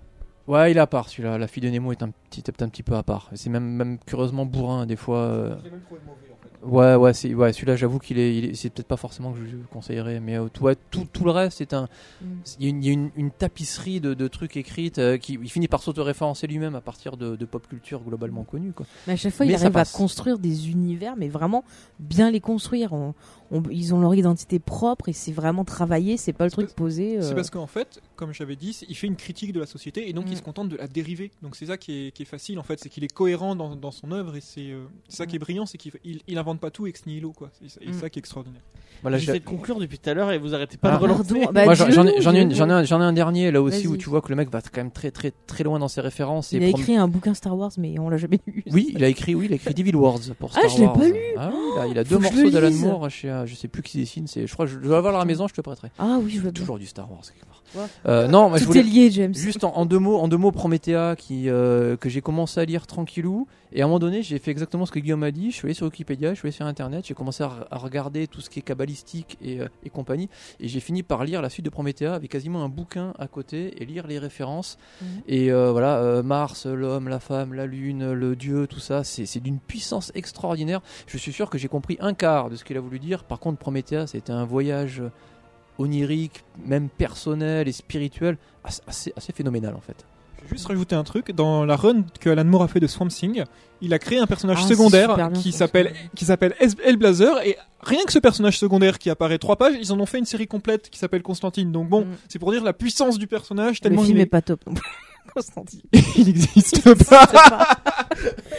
[SPEAKER 3] Ouais, il est à part celui-là. La fille de Nemo est un petit, est un petit peu à part. C'est même, même curieusement bourrin des fois. euh.
[SPEAKER 4] Je l'ai même trouvé mauvais en fait.
[SPEAKER 3] Ouais, ouais, c'est, ouais celui-là, j'avoue qu'il est, il est- c'est peut-être pas forcément que je le conseillerais, mais euh, tout- ouais, tout, tout le reste est un.
[SPEAKER 2] Mm.
[SPEAKER 3] Il y a une, il y a une- une tapisserie de, de trucs écrites euh, qui il finit par s'auto-référencer lui-même à partir de, de pop culture globalement connue. Quoi.
[SPEAKER 2] Mais à chaque fois,
[SPEAKER 3] Mais
[SPEAKER 2] ils
[SPEAKER 3] ça
[SPEAKER 2] arrivent à
[SPEAKER 3] passe.
[SPEAKER 2] construire des univers, mais vraiment bien les construire. On- on- ils ont leur identité propre et c'est vraiment travaillé, c'est pas le
[SPEAKER 4] C'est
[SPEAKER 2] truc posé. euh.
[SPEAKER 4] C'est parce qu'en fait, comme j'avais dit, c'est- il fait une critique de la société et donc il
[SPEAKER 2] Mm.
[SPEAKER 4] se contente de la dériver. Donc c'est ça qui est, qui est facile en fait, c'est qu'il est cohérent dans, dans son œuvre et c'est euh, c'est ça qui est brillant, c'est qu'il il, il invente pas tout ex nihilo quoi. C'est ça- et
[SPEAKER 2] Mm.
[SPEAKER 4] ça qui est extraordinaire.
[SPEAKER 3] Voilà, Bah, j'ai-
[SPEAKER 1] J'essaie de conclure depuis tout à l'heure et vous arrêtez pas
[SPEAKER 3] Ah,
[SPEAKER 1] de relancer.
[SPEAKER 2] Pardon, bah,
[SPEAKER 3] Moi, j'en- j'en ai,
[SPEAKER 2] dis-nous,
[SPEAKER 3] j'en ai une-
[SPEAKER 2] dis-nous.
[SPEAKER 3] j'en ai un- j'en ai un dernier là aussi
[SPEAKER 2] Vas-y.
[SPEAKER 3] où tu vois que le mec va quand même très très très loin dans ses références. Et
[SPEAKER 2] Il a
[SPEAKER 3] prom-
[SPEAKER 2] écrit un bouquin Star Wars, mais on l'a jamais lu.
[SPEAKER 3] Oui, il a écrit, oui, il a écrit Devil Wars pour Star
[SPEAKER 2] Ah, je l'ai
[SPEAKER 3] Wars.
[SPEAKER 2] pas lu.
[SPEAKER 3] Ah oui, il a, il a deux
[SPEAKER 2] que je le
[SPEAKER 3] morceaux d'Alan
[SPEAKER 2] lise.
[SPEAKER 3] Moore chez, euh, je sais plus qui dessine. C'est, je crois, que je, je dois avoir à la maison, je te le prêterai.
[SPEAKER 2] Ah oui, je veux bien.
[SPEAKER 3] Toujours du Star Wars quelque part.
[SPEAKER 2] Ouais.
[SPEAKER 3] Euh, non, moi, je
[SPEAKER 2] Tout
[SPEAKER 3] voulais
[SPEAKER 2] est lié, James.
[SPEAKER 3] juste en, en deux mots, en deux mots Promethea qui euh, que j'ai commencé à lire tranquillou. Et à un moment donné, j'ai fait exactement ce que Guillaume a dit. Je suis allé sur Wikipédia, je suis allé sur Internet, j'ai commencé à, à regarder tout ce qui est cabalistique et, euh, et compagnie. Et j'ai fini par lire la suite de Promethea avec quasiment un bouquin à côté et lire les références. Et euh, voilà, euh, Mars, l'homme, la femme, la lune, le dieu, tout ça, c'est c'est d'une puissance extraordinaire. Je suis sûr que j'ai compris un quart de ce qu'il a voulu dire. Par contre, Promethea, c'était un voyage onirique, même personnel et spirituel, assez, assez- assez phénoménal en fait.
[SPEAKER 4] Je vais juste rajouter un truc dans la run que Alan Moore a fait de Swamp Thing, il a créé un personnage
[SPEAKER 2] Ah, c'est super
[SPEAKER 4] secondaire
[SPEAKER 2] bien,
[SPEAKER 4] qui
[SPEAKER 2] Swamp
[SPEAKER 4] s'appelle
[SPEAKER 2] Thing.
[SPEAKER 4] qui s'appelle Es- Hellblazer et rien que ce personnage secondaire qui apparaît trois pages, ils en ont fait une série complète qui s'appelle Constantine. Donc bon,
[SPEAKER 2] Mm.
[SPEAKER 4] c'est pour dire la puissance du personnage
[SPEAKER 2] Le
[SPEAKER 4] tellement
[SPEAKER 2] film
[SPEAKER 4] il,
[SPEAKER 2] est
[SPEAKER 4] est-
[SPEAKER 2] pas top non plus. Constantine.
[SPEAKER 4] il n'existe pas.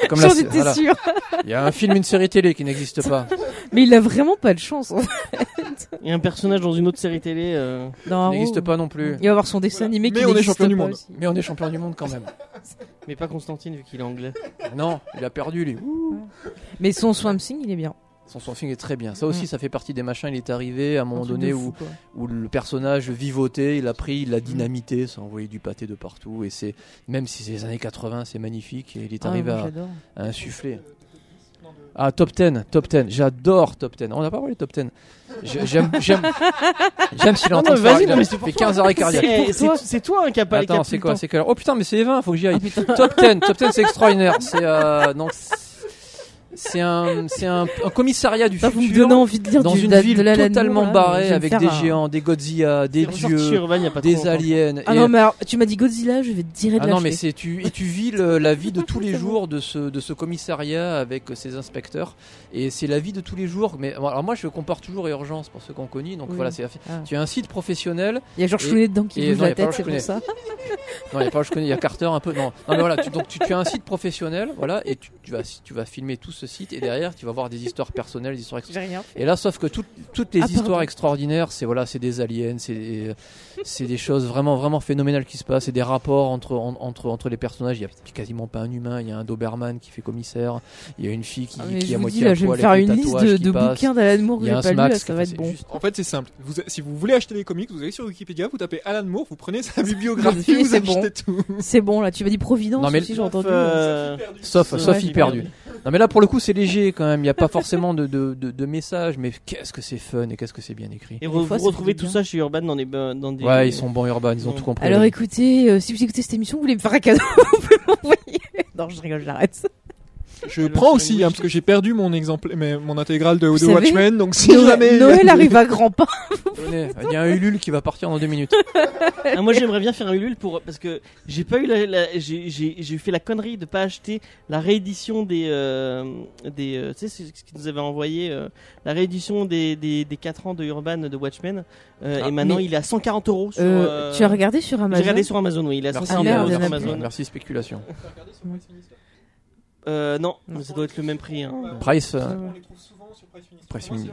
[SPEAKER 3] Comme
[SPEAKER 2] J'en
[SPEAKER 3] c'est-
[SPEAKER 2] étais
[SPEAKER 3] voilà.
[SPEAKER 2] sûre.
[SPEAKER 3] Il y a un film, une série télé qui n'existe pas.
[SPEAKER 2] Mais il a vraiment pas de chance. en fait.
[SPEAKER 1] Et un personnage dans une autre série télé. euh,
[SPEAKER 3] Il
[SPEAKER 2] Non,
[SPEAKER 3] n'existe
[SPEAKER 2] oh.
[SPEAKER 3] pas non plus.
[SPEAKER 2] Il va avoir son dessin
[SPEAKER 4] Voilà.
[SPEAKER 2] animé qui
[SPEAKER 4] Mais on est
[SPEAKER 2] n'existe
[SPEAKER 4] champion du
[SPEAKER 2] pas
[SPEAKER 4] monde.
[SPEAKER 2] aussi.
[SPEAKER 3] Mais on est champion du monde quand même.
[SPEAKER 1] Mais pas Constantine vu qu'il est anglais.
[SPEAKER 3] Non, il a perdu lui.
[SPEAKER 2] Mais son Swamp Thing, il est bien.
[SPEAKER 3] Son Swamp Thing est très bien. Ça aussi, ça fait partie des machins. Il est arrivé à un moment
[SPEAKER 2] Mm. truc
[SPEAKER 3] donné
[SPEAKER 2] de
[SPEAKER 3] où
[SPEAKER 2] fou, Mm. quoi.
[SPEAKER 3] où le personnage vivotait, il a pris, il l'a dynamité, ça a envoyé du pâté de partout. Et c'est même si c'est les années 80, c'est magnifique. Et il est
[SPEAKER 2] Ah,
[SPEAKER 3] arrivé
[SPEAKER 2] moi,
[SPEAKER 3] à-
[SPEAKER 2] j'adore.
[SPEAKER 3] à, insuffler. Euh, Ah, top 10, top 10. J'adore top 10. On n'a pas parlé de top 10. J'ai- J'aime, j'aime, j'aime s'il
[SPEAKER 1] Non, non,
[SPEAKER 3] entend. faire-
[SPEAKER 1] vas-y,
[SPEAKER 3] il a-
[SPEAKER 1] non, mais
[SPEAKER 3] il
[SPEAKER 1] c'est pour
[SPEAKER 3] fait
[SPEAKER 1] toi.
[SPEAKER 3] 15 arrêts cardiaques.
[SPEAKER 1] C'est-
[SPEAKER 2] pour
[SPEAKER 1] c'est-
[SPEAKER 2] toi.
[SPEAKER 1] C'est toi un qui a pas les
[SPEAKER 3] Attends,
[SPEAKER 1] capes
[SPEAKER 3] c'est
[SPEAKER 1] tout
[SPEAKER 3] quoi,
[SPEAKER 1] le temps.
[SPEAKER 3] c'est quelle heure Oh putain, mais c'est les 20, faut que j'y
[SPEAKER 2] Ah,
[SPEAKER 3] aille. top 10, top 10, c'est extraordinaire. C'est euh, donc c'est un, c'est un, un commissariat du
[SPEAKER 2] Putain, vous me
[SPEAKER 3] futur.
[SPEAKER 2] donnez envie de lire
[SPEAKER 3] dans
[SPEAKER 2] du,
[SPEAKER 3] une
[SPEAKER 2] de la-
[SPEAKER 3] ville
[SPEAKER 2] de la Lalanne
[SPEAKER 3] totalement
[SPEAKER 2] Moore, là. Je
[SPEAKER 3] barrée
[SPEAKER 2] vais
[SPEAKER 3] avec
[SPEAKER 2] faire
[SPEAKER 3] des
[SPEAKER 2] un-
[SPEAKER 3] géants, des Godzilla, des
[SPEAKER 1] C'est ressorti
[SPEAKER 3] dieux,
[SPEAKER 1] urbain, il y a pas trop
[SPEAKER 3] des
[SPEAKER 1] longtemps.
[SPEAKER 3] aliens.
[SPEAKER 2] Ah
[SPEAKER 3] et-
[SPEAKER 2] non, mais alors, tu m'as dit Godzilla, je vais te dire
[SPEAKER 3] Ah non, mais c'est tu et tu vis le- la vie de tous les
[SPEAKER 2] C'est bon.
[SPEAKER 3] jours de ce de ce commissariat avec ses inspecteurs et c'est la vie de tous les jours. Mais bon, alors moi je compare toujours à Urgence pour ceux qu'on connaît. Donc
[SPEAKER 2] Oui.
[SPEAKER 3] voilà, c'est
[SPEAKER 2] Ah.
[SPEAKER 3] tu as un site professionnel.
[SPEAKER 2] Il y a Georges
[SPEAKER 3] et-
[SPEAKER 2] Clooney dedans qui
[SPEAKER 3] et
[SPEAKER 2] bouge
[SPEAKER 3] non, il y
[SPEAKER 2] la
[SPEAKER 3] a pas
[SPEAKER 2] tête, c'est pour
[SPEAKER 3] Georges
[SPEAKER 2] ça.
[SPEAKER 3] Non, il y a pas je connais, il y a Carter un peu. Non, non mais voilà. Tu, donc tu, tu as un site professionnel, voilà, et tu, tu vas tu vas filmer tout ce site et derrière tu vas voir des histoires personnelles, des histoires
[SPEAKER 2] J'ai rien fait.
[SPEAKER 3] Et là, sauf que tout- toutes les
[SPEAKER 2] Ah, pardon.
[SPEAKER 3] histoires extraordinaires, c'est voilà, c'est des aliens, c'est des, c'est des choses vraiment vraiment phénoménales qui se passent, c'est des rapports entre en- entre entre les personnages. Il y a quasiment pas un humain, il y a un Doberman qui fait commissaire, il y a une fille qui,
[SPEAKER 2] Ah, mais
[SPEAKER 3] qui est
[SPEAKER 2] je
[SPEAKER 3] à
[SPEAKER 2] vous dis,
[SPEAKER 3] moitié
[SPEAKER 2] là,
[SPEAKER 3] à
[SPEAKER 2] je vais me
[SPEAKER 3] poil
[SPEAKER 2] faire
[SPEAKER 3] avec
[SPEAKER 2] une
[SPEAKER 3] des
[SPEAKER 2] liste
[SPEAKER 3] tatouages
[SPEAKER 2] de,
[SPEAKER 3] qui
[SPEAKER 2] de
[SPEAKER 3] passent.
[SPEAKER 2] bouquins d'Alan Moore
[SPEAKER 3] Il
[SPEAKER 2] que
[SPEAKER 3] y a
[SPEAKER 2] j'ai
[SPEAKER 3] un
[SPEAKER 2] pas lu,
[SPEAKER 3] Smax,
[SPEAKER 2] là, ça va
[SPEAKER 3] enfin,
[SPEAKER 2] être
[SPEAKER 3] c'est
[SPEAKER 2] bon.
[SPEAKER 3] juste-
[SPEAKER 4] En fait, c'est simple. Vous, si vous voulez acheter des comics, vous allez sur Wikipédia, vous tapez Alan Moore, vous prenez sa bibliographie,
[SPEAKER 2] Bibliographie,
[SPEAKER 4] vous
[SPEAKER 2] c'est bon.
[SPEAKER 4] achetez tout.
[SPEAKER 2] C'est bon, là, tu m'as dit Providence
[SPEAKER 3] Non, mais-
[SPEAKER 2] aussi, j'ai entendu.
[SPEAKER 1] Euh,
[SPEAKER 3] Sauf
[SPEAKER 1] Ouais,
[SPEAKER 3] sauf
[SPEAKER 1] j'ai
[SPEAKER 3] il perdu.
[SPEAKER 1] perdu.
[SPEAKER 3] Non mais là pour le coup c'est léger quand même. Il y a pas forcément de de, de, de message, mais qu'est-ce que c'est fun et qu'est-ce que c'est bien écrit.
[SPEAKER 1] Et re-
[SPEAKER 2] fois,
[SPEAKER 1] vous
[SPEAKER 2] ça
[SPEAKER 1] retrouvez
[SPEAKER 2] fait du
[SPEAKER 1] tout
[SPEAKER 2] bien.
[SPEAKER 1] ça chez Urban dans des. Dans des
[SPEAKER 3] Ouais, ils sont bons urbains, ils ont tout compris.
[SPEAKER 2] Alors écoutez, euh, si vous écoutez cette émission, vous voulez me faire un cadeau, vous pouvez m'envoyer. Non, je rigole, j'arrête.
[SPEAKER 4] Je
[SPEAKER 1] Elle
[SPEAKER 4] prends
[SPEAKER 1] va
[SPEAKER 4] aussi,
[SPEAKER 1] sur une
[SPEAKER 4] hein, parce que j'ai perdu mon exemple, mais mon intégrale de, de
[SPEAKER 2] savez,
[SPEAKER 4] Watchmen, donc si jamais.
[SPEAKER 2] Noël, Noël arrive à grands pas.
[SPEAKER 3] Tenez, il y a un Ulule qui va partir dans deux minutes.
[SPEAKER 1] Ah, moi j'aimerais bien faire un Ulule pour parce que j'ai pas eu la, la- j'ai, j'ai, j'ai fait la connerie de pas acheter la réédition des euh, des euh, tu sais c'est ce qu'ils nous avaient envoyé euh, la réédition des, des des 4 ans de Urban de Watchmen euh,
[SPEAKER 3] Ah,
[SPEAKER 1] et maintenant
[SPEAKER 2] mais-
[SPEAKER 1] il est à 140 euros sur
[SPEAKER 2] Euh,
[SPEAKER 1] euh,
[SPEAKER 2] Tu as regardé sur
[SPEAKER 1] j'ai
[SPEAKER 2] Amazon
[SPEAKER 1] regardé sur Amazon oui il est à
[SPEAKER 3] Merci, euh,
[SPEAKER 1] 140
[SPEAKER 2] merde,
[SPEAKER 1] euros
[SPEAKER 2] il y
[SPEAKER 1] sur
[SPEAKER 2] en a plus.
[SPEAKER 1] Amazon
[SPEAKER 3] merci spéculation.
[SPEAKER 1] euh, non,
[SPEAKER 2] Non.
[SPEAKER 1] ça doit être le même prix hein.
[SPEAKER 3] Price. euh,
[SPEAKER 2] Ouais.
[SPEAKER 3] Price Minister.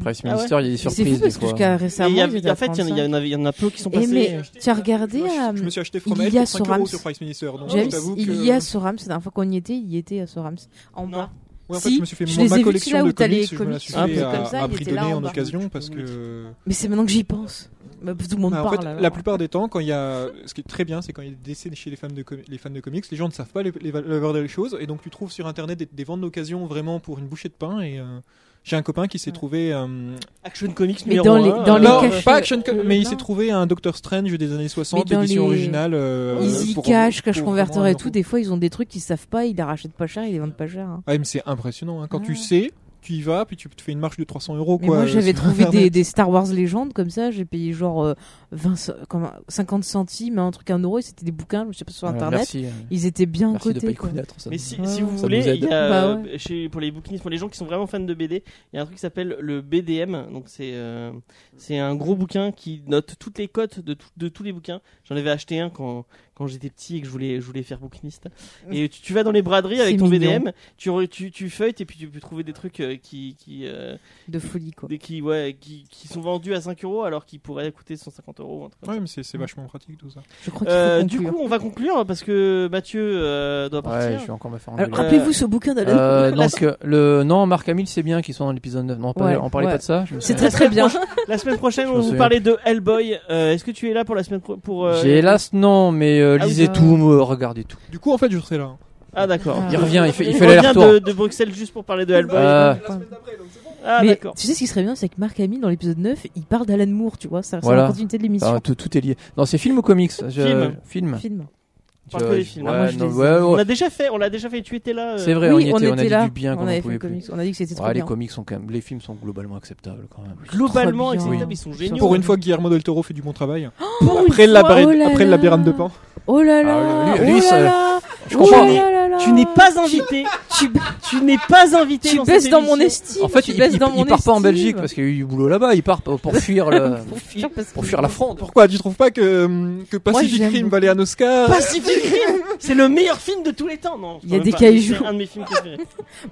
[SPEAKER 3] Price Minister, il y a des
[SPEAKER 2] Mais C'est fou
[SPEAKER 3] surprises des
[SPEAKER 2] parce que
[SPEAKER 3] fois.
[SPEAKER 2] jusqu'à
[SPEAKER 1] Et il
[SPEAKER 2] récemment,
[SPEAKER 1] y a-
[SPEAKER 2] ils étaient
[SPEAKER 1] en
[SPEAKER 2] à
[SPEAKER 1] fait il y, en a-
[SPEAKER 2] 35.
[SPEAKER 1] il y en a il y en a peu qui sont
[SPEAKER 2] Eh,
[SPEAKER 1] passés
[SPEAKER 2] mais- Tu as regardé, euh,
[SPEAKER 4] Je me suis acheté From
[SPEAKER 2] il
[SPEAKER 4] Hell
[SPEAKER 2] y a
[SPEAKER 4] pour 5 euros
[SPEAKER 2] Sorams.
[SPEAKER 4] sur Price Minister. Donc,
[SPEAKER 2] James,
[SPEAKER 4] j'avoue que-
[SPEAKER 2] il y a Sorams, la dernière fois qu'on y était, il y était à Sorams. En
[SPEAKER 1] Non.
[SPEAKER 2] bas.
[SPEAKER 4] Ouais, en fait,
[SPEAKER 2] si,
[SPEAKER 4] je me suis fait
[SPEAKER 2] je
[SPEAKER 4] ma-
[SPEAKER 2] les ai
[SPEAKER 4] ma
[SPEAKER 2] vus,
[SPEAKER 4] collection
[SPEAKER 2] celui-là où
[SPEAKER 4] de
[SPEAKER 2] t'as les
[SPEAKER 4] comics, je me la suis
[SPEAKER 1] comics. Un
[SPEAKER 4] fait
[SPEAKER 1] peu
[SPEAKER 4] à,
[SPEAKER 2] comme ça,
[SPEAKER 4] à
[SPEAKER 2] il
[SPEAKER 4] prix
[SPEAKER 2] était là,
[SPEAKER 4] donné
[SPEAKER 2] en
[SPEAKER 4] en
[SPEAKER 2] bas.
[SPEAKER 4] occasion parce que.
[SPEAKER 2] Mais c'est maintenant que j'y pense. Bah, tout le monde
[SPEAKER 4] Bah, en
[SPEAKER 2] parle.
[SPEAKER 4] fait,
[SPEAKER 2] alors.
[SPEAKER 4] la plupart des temps, quand il y a, ce qui est très bien, c'est quand il y a des décès chez les fans de, comi- les fans de comics, les gens ne savent pas les, les valeurs des choses, et donc tu trouves sur internet des, des ventes d'occasion vraiment pour une bouchée de pain. Et euh, j'ai un copain qui s'est
[SPEAKER 2] Ouais.
[SPEAKER 4] trouvé, euh,
[SPEAKER 1] Action Comics
[SPEAKER 2] Mais
[SPEAKER 1] numéro
[SPEAKER 2] dans les-
[SPEAKER 1] un,
[SPEAKER 2] dans
[SPEAKER 1] euh,
[SPEAKER 2] les
[SPEAKER 4] non,
[SPEAKER 2] cachets.
[SPEAKER 4] pas Action Com-
[SPEAKER 2] Euh,
[SPEAKER 4] mais il
[SPEAKER 2] non.
[SPEAKER 4] s'est trouvé un Doctor Strange des années 60,
[SPEAKER 2] Mais dans
[SPEAKER 4] édition
[SPEAKER 2] les-
[SPEAKER 4] originale. euh,
[SPEAKER 2] Easy
[SPEAKER 4] pour-
[SPEAKER 2] Cash, Cash
[SPEAKER 4] pour
[SPEAKER 2] Converter
[SPEAKER 4] vraiment un
[SPEAKER 2] et
[SPEAKER 4] euro.
[SPEAKER 2] tout, des fois ils ont des trucs qu'ils savent pas, ils les rachètent pas cher, ils les vendent pas cher. hein.
[SPEAKER 4] Ouais, Ah, mais c'est impressionnant. hein. Quand
[SPEAKER 2] Ouais.
[SPEAKER 4] tu sais, tu y vas, puis tu te fais une marche de 300 euros.
[SPEAKER 2] Mais
[SPEAKER 4] quoi,
[SPEAKER 2] moi
[SPEAKER 4] euh,
[SPEAKER 2] j'avais
[SPEAKER 4] sur
[SPEAKER 2] trouvé
[SPEAKER 4] Internet.
[SPEAKER 2] des, des Star Wars légendes comme ça, j'ai payé genre euh, 20, ce- comment, 50 centimes, un truc à 1 euro, et c'était des bouquins, je sais pas, sur internet.
[SPEAKER 3] Merci, euh,
[SPEAKER 2] Ils étaient bien
[SPEAKER 3] merci de
[SPEAKER 2] cotés.
[SPEAKER 3] pas y
[SPEAKER 2] quoi.
[SPEAKER 3] connaître. ça
[SPEAKER 1] Mais
[SPEAKER 3] nous-
[SPEAKER 1] si,
[SPEAKER 2] Ouais,
[SPEAKER 1] si
[SPEAKER 2] ouais.
[SPEAKER 1] vous
[SPEAKER 3] Ça
[SPEAKER 1] voulez,
[SPEAKER 3] nous aide.
[SPEAKER 1] il y a,
[SPEAKER 2] Bah ouais.
[SPEAKER 1] euh, chez, pour les bouquinistes, pour les gens qui sont vraiment fans de BD, il y a un truc qui s'appelle le BDM. Donc c'est euh, c'est un gros bouquin qui note toutes les cotes de, tout- de tous les bouquins. J'en avais acheté un quand, quand j'étais petit et que je voulais, je voulais faire bouquiniste. Et tu, tu vas dans les braderies avec
[SPEAKER 2] C'est
[SPEAKER 1] ton
[SPEAKER 2] mignon.
[SPEAKER 1] BDM, tu, re- tu, tu feuilletes et puis tu peux trouver des trucs euh, qui, qui, euh,
[SPEAKER 2] De folie, quoi.
[SPEAKER 1] des- qui, ouais, qui, qui sont vendus à 5 euros alors qu'ils pourraient coûter 150 euros. un truc comme ça.
[SPEAKER 4] Ouais, mais c'est c'est vachement pratique tout ça.
[SPEAKER 2] Je crois qu'il faut
[SPEAKER 1] Euh, du
[SPEAKER 2] conclure.
[SPEAKER 1] coup, on va conclure parce que Mathieu euh, doit partir.
[SPEAKER 3] Ouais, je vais encore me faire
[SPEAKER 2] Alors,
[SPEAKER 4] euh,
[SPEAKER 3] engueuler.
[SPEAKER 2] rappelez-vous ce bouquin d'Alan.
[SPEAKER 3] Euh, donc, euh, le... Non, Marc Hamill, c'est bien qu'ils sont dans l'épisode 9. Non, on parlait-
[SPEAKER 2] Ouais,
[SPEAKER 3] on parlait
[SPEAKER 2] ouais.
[SPEAKER 3] pas de ça. je me
[SPEAKER 2] C'est
[SPEAKER 3] souviens.
[SPEAKER 2] très très bien.
[SPEAKER 1] La semaine prochaine,
[SPEAKER 3] Je
[SPEAKER 1] on
[SPEAKER 3] me
[SPEAKER 1] va vous
[SPEAKER 3] souviens.
[SPEAKER 1] parler de Hellboy. Euh, Est-ce que tu es là pour la semaine pro- pour euh,
[SPEAKER 3] J'ai hélas non, mais euh,
[SPEAKER 1] Ah oui,
[SPEAKER 3] lisez
[SPEAKER 2] ça-
[SPEAKER 3] tout, euh, regardez tout.
[SPEAKER 4] Du coup, en fait, je serai là. hein.
[SPEAKER 1] Ah d'accord.
[SPEAKER 2] Ah.
[SPEAKER 3] Il revient, il fait, il
[SPEAKER 1] On
[SPEAKER 3] fait
[SPEAKER 1] revient
[SPEAKER 3] l'aller-retour.
[SPEAKER 1] de, de Bruxelles juste pour parler de Hellboy.
[SPEAKER 3] Euh,
[SPEAKER 1] Ah
[SPEAKER 2] Mais
[SPEAKER 1] d'accord.
[SPEAKER 2] tu sais ce qui serait bien, c'est que Marc Hamill dans l'épisode 9, il parle d'Alan Moore, tu vois, ça- c'est
[SPEAKER 3] Voilà.
[SPEAKER 2] la continuité de l'émission.
[SPEAKER 3] Ah, tout, tout est lié. Non, c'est film ou comics je-
[SPEAKER 1] Film.
[SPEAKER 3] Film.
[SPEAKER 2] Film.
[SPEAKER 3] Tu
[SPEAKER 1] Parce que
[SPEAKER 3] vois,
[SPEAKER 1] les films.
[SPEAKER 3] ouais,
[SPEAKER 2] Ah, moi, je
[SPEAKER 3] non,
[SPEAKER 2] les ai.
[SPEAKER 3] ouais, ouais.
[SPEAKER 1] On a déjà fait, on l'a déjà fait. Tu étais là. euh,
[SPEAKER 3] C'est vrai, on y
[SPEAKER 2] oui,
[SPEAKER 3] était,
[SPEAKER 2] on,
[SPEAKER 3] a
[SPEAKER 2] était
[SPEAKER 3] dit
[SPEAKER 2] là.
[SPEAKER 3] du bien
[SPEAKER 2] on
[SPEAKER 3] qu'on
[SPEAKER 2] avait
[SPEAKER 3] en
[SPEAKER 2] fait
[SPEAKER 3] pouvait
[SPEAKER 2] le
[SPEAKER 3] plus.
[SPEAKER 2] comics. On a dit que c'était trop
[SPEAKER 3] Ouais, les
[SPEAKER 2] bien.
[SPEAKER 3] comics sont quand même, les films sont globalement acceptables quand même.
[SPEAKER 1] Globalement
[SPEAKER 2] Trop bien.
[SPEAKER 1] acceptable,
[SPEAKER 3] Oui.
[SPEAKER 1] ils sont géniaux.
[SPEAKER 4] Pour
[SPEAKER 2] Génial.
[SPEAKER 4] une fois, Guillermo del Toro fait du bon travail.
[SPEAKER 2] Pour une
[SPEAKER 4] Après le
[SPEAKER 2] fois,
[SPEAKER 4] labyrinthe-
[SPEAKER 2] oh là
[SPEAKER 4] après le
[SPEAKER 2] là.
[SPEAKER 4] labyrinthe de Pan.
[SPEAKER 2] Oh là
[SPEAKER 3] Ah,
[SPEAKER 2] là,
[SPEAKER 3] lui- lui,
[SPEAKER 2] oh
[SPEAKER 3] ça-
[SPEAKER 2] là là,
[SPEAKER 3] Je
[SPEAKER 2] oh
[SPEAKER 3] comprends.
[SPEAKER 2] là
[SPEAKER 3] mais-
[SPEAKER 2] là là.
[SPEAKER 1] Tu n'es pas invité. tu tu n'es pas invité.
[SPEAKER 2] tu
[SPEAKER 1] dans
[SPEAKER 2] baisses
[SPEAKER 1] cette
[SPEAKER 2] dans mon
[SPEAKER 1] émission.
[SPEAKER 2] estime.
[SPEAKER 3] En fait,
[SPEAKER 2] tu
[SPEAKER 3] il,
[SPEAKER 2] baisses
[SPEAKER 3] il-
[SPEAKER 2] dans mon
[SPEAKER 3] il part pas en
[SPEAKER 2] estime.
[SPEAKER 3] Belgique parce qu'il y a eu du boulot là-bas. Il part pour, pour fuir le,
[SPEAKER 2] Pour fuir, parce
[SPEAKER 3] pour
[SPEAKER 2] que-
[SPEAKER 3] fuir la fronde.
[SPEAKER 4] Pourquoi Tu trouves pas que, que Pacific
[SPEAKER 2] j'aime
[SPEAKER 4] Rim
[SPEAKER 2] beaucoup.
[SPEAKER 4] valait un Oscar
[SPEAKER 1] Pacific Rim, c'est le meilleur film de tous les temps. Non. je
[SPEAKER 2] Il y a
[SPEAKER 1] crois
[SPEAKER 2] des
[SPEAKER 1] même pas.
[SPEAKER 2] cailloux.
[SPEAKER 1] C'est un de mes films préférés.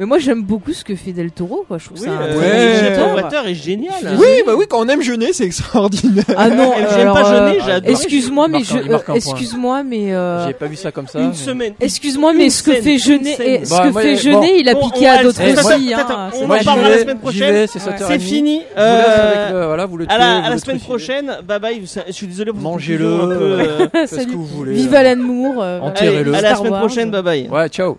[SPEAKER 2] Mais moi, j'aime beaucoup ce que fait Del Toro, quoi. Je trouve
[SPEAKER 1] Oui.
[SPEAKER 2] ça.
[SPEAKER 1] euh,
[SPEAKER 4] Ouais.
[SPEAKER 1] Jet
[SPEAKER 2] auteur.
[SPEAKER 1] Water est génial.
[SPEAKER 4] Oui, bah oui, quand on aime jeûner, c'est extraordinaire.
[SPEAKER 2] Ah non,
[SPEAKER 1] J'aime
[SPEAKER 2] alors,
[SPEAKER 1] pas
[SPEAKER 2] euh,
[SPEAKER 1] jeûner,
[SPEAKER 3] ah,
[SPEAKER 1] j'adore.
[SPEAKER 2] Excuse-moi, mais
[SPEAKER 3] Il
[SPEAKER 2] je.
[SPEAKER 3] marque un- il marque un
[SPEAKER 2] euh,
[SPEAKER 3] point.
[SPEAKER 2] Excuse-moi, mais. euh,
[SPEAKER 3] J'ai pas vu ça comme ça.
[SPEAKER 1] Une
[SPEAKER 3] mais-
[SPEAKER 1] semaine.
[SPEAKER 2] Excuse-moi, mais
[SPEAKER 1] Une
[SPEAKER 2] ce que
[SPEAKER 1] scène,
[SPEAKER 2] fait
[SPEAKER 1] une
[SPEAKER 2] Jeunet,
[SPEAKER 1] scène.
[SPEAKER 2] et- ce
[SPEAKER 3] Bah,
[SPEAKER 2] que
[SPEAKER 3] moi,
[SPEAKER 2] fait
[SPEAKER 3] bon,
[SPEAKER 2] Jeunet, il a
[SPEAKER 1] on-
[SPEAKER 2] piqué
[SPEAKER 1] on
[SPEAKER 2] à
[SPEAKER 1] va-
[SPEAKER 2] d'autres
[SPEAKER 3] eh, moi-
[SPEAKER 2] aussi.
[SPEAKER 1] attends,
[SPEAKER 2] hein,
[SPEAKER 1] on
[SPEAKER 2] c'est
[SPEAKER 1] en
[SPEAKER 3] Moi,
[SPEAKER 2] pas
[SPEAKER 3] j'y
[SPEAKER 1] parlera
[SPEAKER 2] grave.
[SPEAKER 1] la
[SPEAKER 3] vais,
[SPEAKER 1] semaine
[SPEAKER 3] j'y
[SPEAKER 1] prochaine.
[SPEAKER 3] vais, C'est 7h30.
[SPEAKER 1] C'est fini.
[SPEAKER 3] Vous le laisse avec
[SPEAKER 1] Euh,
[SPEAKER 3] le- voilà, vous le
[SPEAKER 1] à la,
[SPEAKER 3] tuez,
[SPEAKER 1] à la
[SPEAKER 3] vous le
[SPEAKER 1] semaine
[SPEAKER 3] truciez.
[SPEAKER 1] prochaine, bye bye, je je suis désolé pour cette
[SPEAKER 3] Mangez-le.
[SPEAKER 1] conclusion un peu, euh,
[SPEAKER 3] Faites ce
[SPEAKER 2] Salut.
[SPEAKER 3] que vous voulez.
[SPEAKER 2] Vive Alan Moore. euh,
[SPEAKER 3] Enterrez-le.
[SPEAKER 1] allez, à la
[SPEAKER 2] Star
[SPEAKER 1] semaine
[SPEAKER 2] Wars.
[SPEAKER 1] prochaine, bye bye.
[SPEAKER 3] Ouais, ciao.